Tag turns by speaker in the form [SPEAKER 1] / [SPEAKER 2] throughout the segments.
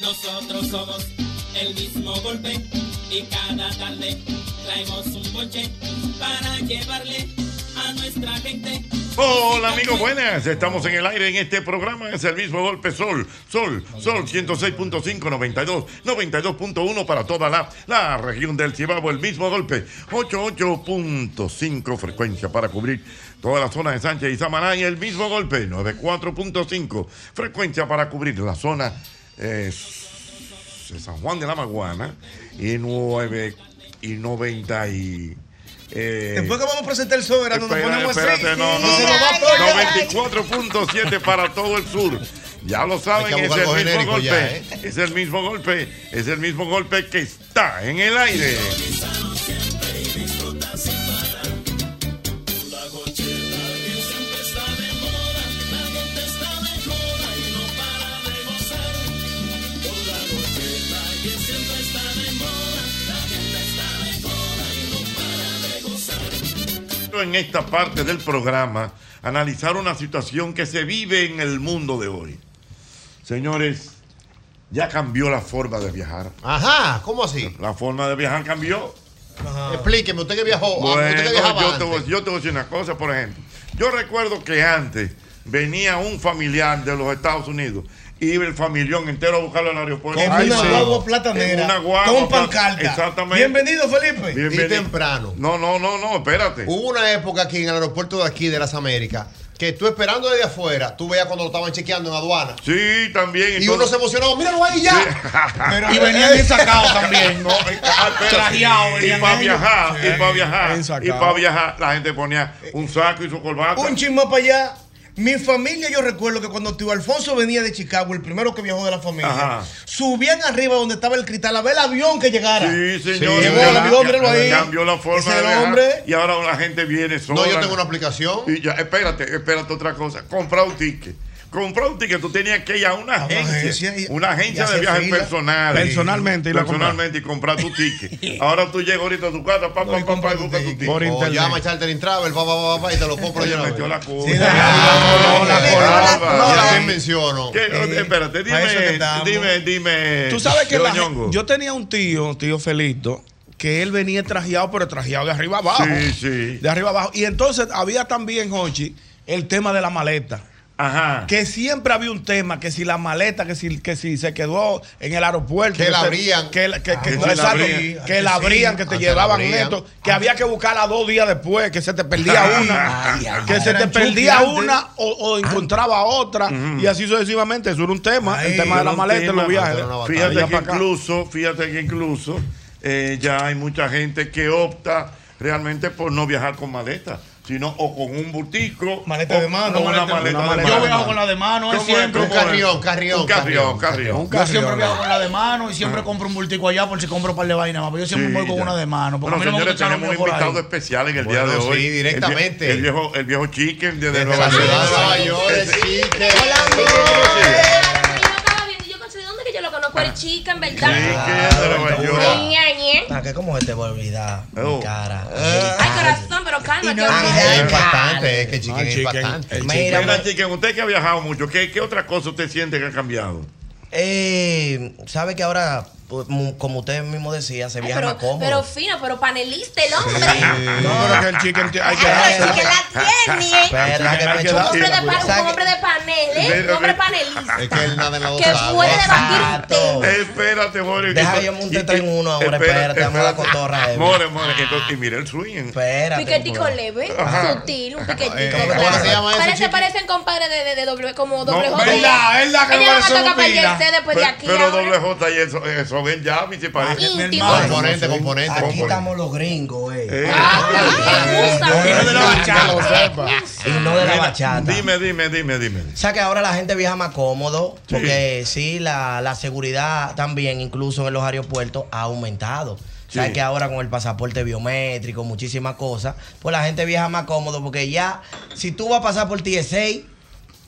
[SPEAKER 1] Nosotros somos el mismo golpe y cada tarde traemos un boche para llevarle a nuestra gente.
[SPEAKER 2] Hola amigos, buenas. Estamos en el aire en este programa. Es el mismo golpe Sol, Sol, Sol 106.5, 92, 92.1 para toda la, la región del Cibabo. El mismo golpe, 88.5 frecuencia para cubrir toda la zona de Sánchez y Samaná. Y el mismo golpe, 94.5 frecuencia para cubrir la zona eh, de San Juan de la Maguana y 9 y 90 y... eh,
[SPEAKER 3] Después que vamos a presentar el soberano, nos
[SPEAKER 2] Espérate,
[SPEAKER 3] ponemos
[SPEAKER 2] espérate,
[SPEAKER 3] así.
[SPEAKER 2] no, no,
[SPEAKER 3] Se nos va a
[SPEAKER 2] no.
[SPEAKER 3] apoyar.
[SPEAKER 2] 94.7 para todo el sur. Ya lo saben,
[SPEAKER 4] Hay que
[SPEAKER 2] es
[SPEAKER 4] buscar
[SPEAKER 2] el
[SPEAKER 4] algo
[SPEAKER 2] mismo
[SPEAKER 4] genérico
[SPEAKER 2] golpe.
[SPEAKER 4] ya, ¿eh?
[SPEAKER 2] Es el mismo golpe. Es el mismo golpe que está en el aire. En esta parte del programa, analizar una situación que se vive en el mundo de hoy. Señores, ya cambió la forma de viajar.
[SPEAKER 4] Ajá, ¿cómo así?
[SPEAKER 2] La forma de viajar cambió.
[SPEAKER 4] Explíqueme, usted que viajó.
[SPEAKER 2] Bueno,
[SPEAKER 4] usted que viajaba
[SPEAKER 2] yo te,
[SPEAKER 4] antes.
[SPEAKER 2] voy, yo te voy a decir una cosa, por ejemplo. Yo recuerdo que antes venía un familiar de los Estados Unidos. Iba el familión entero a buscarlo al aeropuerto.
[SPEAKER 3] Con
[SPEAKER 2] Ay,
[SPEAKER 3] una
[SPEAKER 2] sí.
[SPEAKER 3] guagua platanera,
[SPEAKER 2] En una guagua
[SPEAKER 3] con
[SPEAKER 2] plat-
[SPEAKER 3] pancarta.
[SPEAKER 2] Exactamente.
[SPEAKER 3] Bienvenido, Felipe.
[SPEAKER 4] Y
[SPEAKER 2] Bienvenido.
[SPEAKER 4] temprano.
[SPEAKER 2] No, no, no, no, espérate.
[SPEAKER 4] Hubo una época aquí en el aeropuerto de aquí, de las Américas, que tú esperando desde afuera, tú veías cuando lo estaban chequeando en aduana.
[SPEAKER 2] Sí, también.
[SPEAKER 4] Y uno se emocionaba, míralo ahí ya.
[SPEAKER 3] Pero- y venían bien sacados también.
[SPEAKER 2] No, eh, ah, espérate.
[SPEAKER 3] Trajeado,
[SPEAKER 2] y
[SPEAKER 3] venían
[SPEAKER 2] para
[SPEAKER 3] ellos.
[SPEAKER 2] viajar, y para
[SPEAKER 3] Sí,
[SPEAKER 2] viajar,
[SPEAKER 3] bien
[SPEAKER 2] y
[SPEAKER 3] sacado.
[SPEAKER 2] para viajar, la gente ponía un saco y su corbata.
[SPEAKER 3] Un chisme para allá. Mi familia, yo recuerdo que cuando tío Alfonso venía de Chicago, el primero que viajó de la familia,
[SPEAKER 2] Ajá.
[SPEAKER 3] subían arriba donde estaba el cristal a ver el avión que llegara.
[SPEAKER 2] Sí, señor.
[SPEAKER 3] Llegó el avión, míralo ahí.
[SPEAKER 2] Cambió la
[SPEAKER 3] Ese
[SPEAKER 2] forma
[SPEAKER 3] era
[SPEAKER 2] de
[SPEAKER 3] el
[SPEAKER 2] viajar.
[SPEAKER 3] hombre.
[SPEAKER 2] Y ahora la gente viene sola.
[SPEAKER 4] No, yo tengo una aplicación.
[SPEAKER 2] Y ya, espérate, espérate otra cosa. Comprar un ticket. Comprar un ticket, tú tenías que ir a una
[SPEAKER 3] una
[SPEAKER 2] agencia,
[SPEAKER 3] agencia y-
[SPEAKER 2] una agencia
[SPEAKER 3] y
[SPEAKER 2] de
[SPEAKER 3] hacer
[SPEAKER 2] viajes
[SPEAKER 3] fila.
[SPEAKER 2] personal.
[SPEAKER 5] Personalmente y la
[SPEAKER 2] personalmente y comprar tu ticket. Ahora tú llegas ahorita a tu casa, papá,
[SPEAKER 3] No, y
[SPEAKER 2] papá,
[SPEAKER 3] compra
[SPEAKER 2] y
[SPEAKER 3] tu
[SPEAKER 2] busca tu
[SPEAKER 3] ticket.
[SPEAKER 2] ticket.
[SPEAKER 5] Por
[SPEAKER 4] O
[SPEAKER 5] internet.
[SPEAKER 4] llama a Charter in Travel, Oh, va, va, va, va, y te lo compro
[SPEAKER 2] Oye,
[SPEAKER 4] yo.
[SPEAKER 2] metió la cosa.
[SPEAKER 3] Sí,
[SPEAKER 2] Ah,
[SPEAKER 3] no,
[SPEAKER 2] la
[SPEAKER 3] no,
[SPEAKER 2] corona.
[SPEAKER 3] no,
[SPEAKER 4] Ya
[SPEAKER 3] no.
[SPEAKER 4] te menciono.
[SPEAKER 2] ¿Qué? Eh, Espérate,
[SPEAKER 3] para eso que
[SPEAKER 2] dime,
[SPEAKER 3] estamos.
[SPEAKER 2] dime, dime.
[SPEAKER 5] Tú sabes que
[SPEAKER 2] Teo
[SPEAKER 5] la gen-
[SPEAKER 2] Ñongo.
[SPEAKER 5] yo tenía un tío, tío Felito, que él venía trajeado, pero trajeado de arriba abajo.
[SPEAKER 2] Sí, sí.
[SPEAKER 5] De arriba abajo. Y entonces había también, Hochi, el tema de la maleta.
[SPEAKER 2] Ajá.
[SPEAKER 5] Que siempre había un tema, que si la maleta, que si, que si se quedó en el aeropuerto.
[SPEAKER 4] Que la
[SPEAKER 5] se-
[SPEAKER 4] abrían.
[SPEAKER 5] Que, la- que, que-
[SPEAKER 2] Ah, que
[SPEAKER 5] no,
[SPEAKER 2] se la
[SPEAKER 5] exacto,
[SPEAKER 2] abrían.
[SPEAKER 5] que la
[SPEAKER 3] Sí.
[SPEAKER 5] abrían, que te
[SPEAKER 4] Ah, que la
[SPEAKER 5] llevaban
[SPEAKER 4] abrían.
[SPEAKER 5] esto, que había que buscarla dos días después, que se te perdía una,
[SPEAKER 2] Ay,
[SPEAKER 5] que se te
[SPEAKER 3] eran
[SPEAKER 5] perdía
[SPEAKER 3] chupiantes.
[SPEAKER 5] una o,
[SPEAKER 6] Ah.
[SPEAKER 5] o encontraba otra, y así sucesivamente. Eso era un tema, el tema de la
[SPEAKER 2] Era un
[SPEAKER 5] maleta,
[SPEAKER 2] tema,
[SPEAKER 5] los viajes.
[SPEAKER 4] era una batalla.
[SPEAKER 2] Fíjate
[SPEAKER 5] Allá
[SPEAKER 2] que
[SPEAKER 5] para acá.
[SPEAKER 2] incluso, fíjate que incluso eh, ya hay mucha gente que opta realmente por no viajar con maleta. sino o con un bultico.
[SPEAKER 7] Maleta de mano.
[SPEAKER 2] o con una
[SPEAKER 6] Una maleta-
[SPEAKER 2] maleta
[SPEAKER 6] una
[SPEAKER 2] de
[SPEAKER 6] maleta.
[SPEAKER 2] mano.
[SPEAKER 6] Yo viajo con la de mano, es
[SPEAKER 2] ¿Cómo
[SPEAKER 6] siempre.
[SPEAKER 2] ¿Cómo
[SPEAKER 4] Un carrión, carrión,
[SPEAKER 2] Un carrión,
[SPEAKER 4] carrión,
[SPEAKER 2] carrión. Ah.
[SPEAKER 4] carrión.
[SPEAKER 6] Yo siempre viajo con la de mano y siempre compro un bultico allá por si compro un par de vainas más. pero Yo siempre
[SPEAKER 2] Sí,
[SPEAKER 6] voy con
[SPEAKER 2] ya.
[SPEAKER 6] una de mano.
[SPEAKER 2] Bueno,
[SPEAKER 6] Porque a mí no me
[SPEAKER 2] señores,
[SPEAKER 6] gusta echar los
[SPEAKER 2] tenemos un
[SPEAKER 6] míos por
[SPEAKER 2] invitado
[SPEAKER 6] ahí.
[SPEAKER 2] especial en el
[SPEAKER 4] Bueno,
[SPEAKER 2] día de
[SPEAKER 4] sí,
[SPEAKER 2] hoy.
[SPEAKER 4] directamente.
[SPEAKER 2] El, vie- el viejo, el viejo chicken de, de
[SPEAKER 4] Desde
[SPEAKER 2] Nueva
[SPEAKER 4] la ciudad de Nueva
[SPEAKER 2] York.
[SPEAKER 4] York, el chique.
[SPEAKER 8] Yo lo conozco el chica, en verdad.
[SPEAKER 2] Chicken de Nueva York.
[SPEAKER 8] Ñe, Ñe.
[SPEAKER 9] ¿Para qué? Ah, ¿Cómo se te va a olvidar?
[SPEAKER 2] Oh.
[SPEAKER 9] Mi cara.
[SPEAKER 8] Ay, corazón, pero calma.
[SPEAKER 9] Y no
[SPEAKER 8] que-
[SPEAKER 9] olvidar.
[SPEAKER 4] Es impactante, es que el chique es
[SPEAKER 6] chicken,
[SPEAKER 4] impactante.
[SPEAKER 6] el
[SPEAKER 9] Mira,
[SPEAKER 2] Mira, chicken, usted que ha viajado mucho, ¿qué, qué otra cosa usted siente que ha cambiado?
[SPEAKER 9] eh, ¿sabe que ahora, pues, mu- como usted mismo decía, se
[SPEAKER 8] Ay,
[SPEAKER 9] viaja más
[SPEAKER 8] pero,
[SPEAKER 9] cómodo?
[SPEAKER 8] pero fino, pero panelista el hombre.
[SPEAKER 6] No, pero que el chicken te- hay que
[SPEAKER 8] Ay, pero
[SPEAKER 6] dársela.
[SPEAKER 8] sí que la tiene.
[SPEAKER 9] Pero
[SPEAKER 6] Hay
[SPEAKER 9] déjame
[SPEAKER 6] que
[SPEAKER 9] echar-
[SPEAKER 8] Un hombre de, pa-
[SPEAKER 9] ¿Sabe
[SPEAKER 8] un hombre de panel, ¿eh? Un hombre panelista.
[SPEAKER 4] Es que él nada en la dos
[SPEAKER 8] Que puede
[SPEAKER 4] aguas.
[SPEAKER 8] debatir un
[SPEAKER 9] Exacto.
[SPEAKER 8] tema.
[SPEAKER 2] Espérate, More.
[SPEAKER 9] Deja yo montar en uno ahora, espérate, vamos a la cotorra, eh.
[SPEAKER 2] More, More, que entonces- y mira el swing. en-
[SPEAKER 9] Espérate.
[SPEAKER 8] Piquetico
[SPEAKER 9] bro.
[SPEAKER 8] leve, sutil, un
[SPEAKER 4] Eh,
[SPEAKER 8] piquetico.
[SPEAKER 4] ¿cómo
[SPEAKER 8] claro.
[SPEAKER 4] se llama eso,
[SPEAKER 8] pues. Parece,
[SPEAKER 4] chiqui?
[SPEAKER 8] parecen compadres de, de, de doble, como doble
[SPEAKER 2] No,
[SPEAKER 8] J.
[SPEAKER 6] verdad, verdad que
[SPEAKER 8] Ella va a
[SPEAKER 6] parece
[SPEAKER 8] tocar para
[SPEAKER 6] Opina.
[SPEAKER 8] el después pues, de
[SPEAKER 2] Pe-
[SPEAKER 8] aquí.
[SPEAKER 2] Pero
[SPEAKER 8] ahora.
[SPEAKER 2] doble J y eso, eso ven ya, mi
[SPEAKER 9] Ah,
[SPEAKER 2] parece.
[SPEAKER 8] Íntimo.
[SPEAKER 6] Mi hermano.
[SPEAKER 4] Componente, componente.
[SPEAKER 9] Aquí
[SPEAKER 4] componente.
[SPEAKER 9] estamos los gringos, eh.
[SPEAKER 8] Ay, Ah, me gusta.
[SPEAKER 6] Yo de la bachata.
[SPEAKER 4] Que lo sepa.
[SPEAKER 9] Y no de la bachata.
[SPEAKER 2] Dime, dime, dime, dime.
[SPEAKER 9] O sea que ahora la gente viaja más cómodo, porque sí, la, la seguridad también, incluso en los aeropuertos, ha aumentado. O sea
[SPEAKER 2] Sí.
[SPEAKER 9] que ahora con el pasaporte biométrico, muchísimas cosas, pues la gente viaja más cómodo, porque ya, si tú vas a pasar por TSA,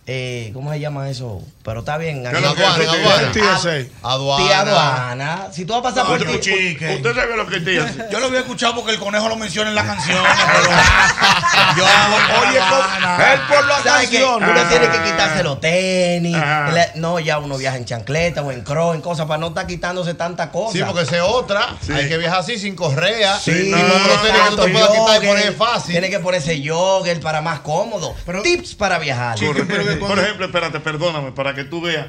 [SPEAKER 9] eh, ¿cómo se llama eso? Pero está bien,
[SPEAKER 2] es lo que
[SPEAKER 9] aduana,
[SPEAKER 2] es eso,
[SPEAKER 9] aduana.
[SPEAKER 6] TSA?
[SPEAKER 9] Ah,
[SPEAKER 4] Aduana.
[SPEAKER 9] sí, aduana. Si tú vas a pasar por
[SPEAKER 6] Oye,
[SPEAKER 9] TSA,
[SPEAKER 6] chicken.
[SPEAKER 2] Usted sabe lo que te hace.
[SPEAKER 6] Yo lo había escuchado porque el conejo lo menciona en la canción. pero- yo, oye,
[SPEAKER 9] Ah,
[SPEAKER 6] co- él por la
[SPEAKER 9] ¿Sabes qué?
[SPEAKER 6] canción.
[SPEAKER 9] Uno
[SPEAKER 4] Ah.
[SPEAKER 9] tiene que quitarse los tenis.
[SPEAKER 2] Ajá.
[SPEAKER 9] la- no, ya uno viaja en chancleta o en cross, en cosas, para no estar quitándose tanta cosa.
[SPEAKER 4] Sí, porque esa es otra. Hay que viajar así, sin correa.
[SPEAKER 9] Sí,
[SPEAKER 4] sin
[SPEAKER 2] no,
[SPEAKER 4] grosería que no te
[SPEAKER 9] tanto
[SPEAKER 4] puedas quitar
[SPEAKER 9] jogger,
[SPEAKER 4] y poner fácil.
[SPEAKER 9] Tiene que ponerse jogger para más cómodo. Tips para viajar.
[SPEAKER 2] Por ejemplo, espérate, perdóname, para que tú veas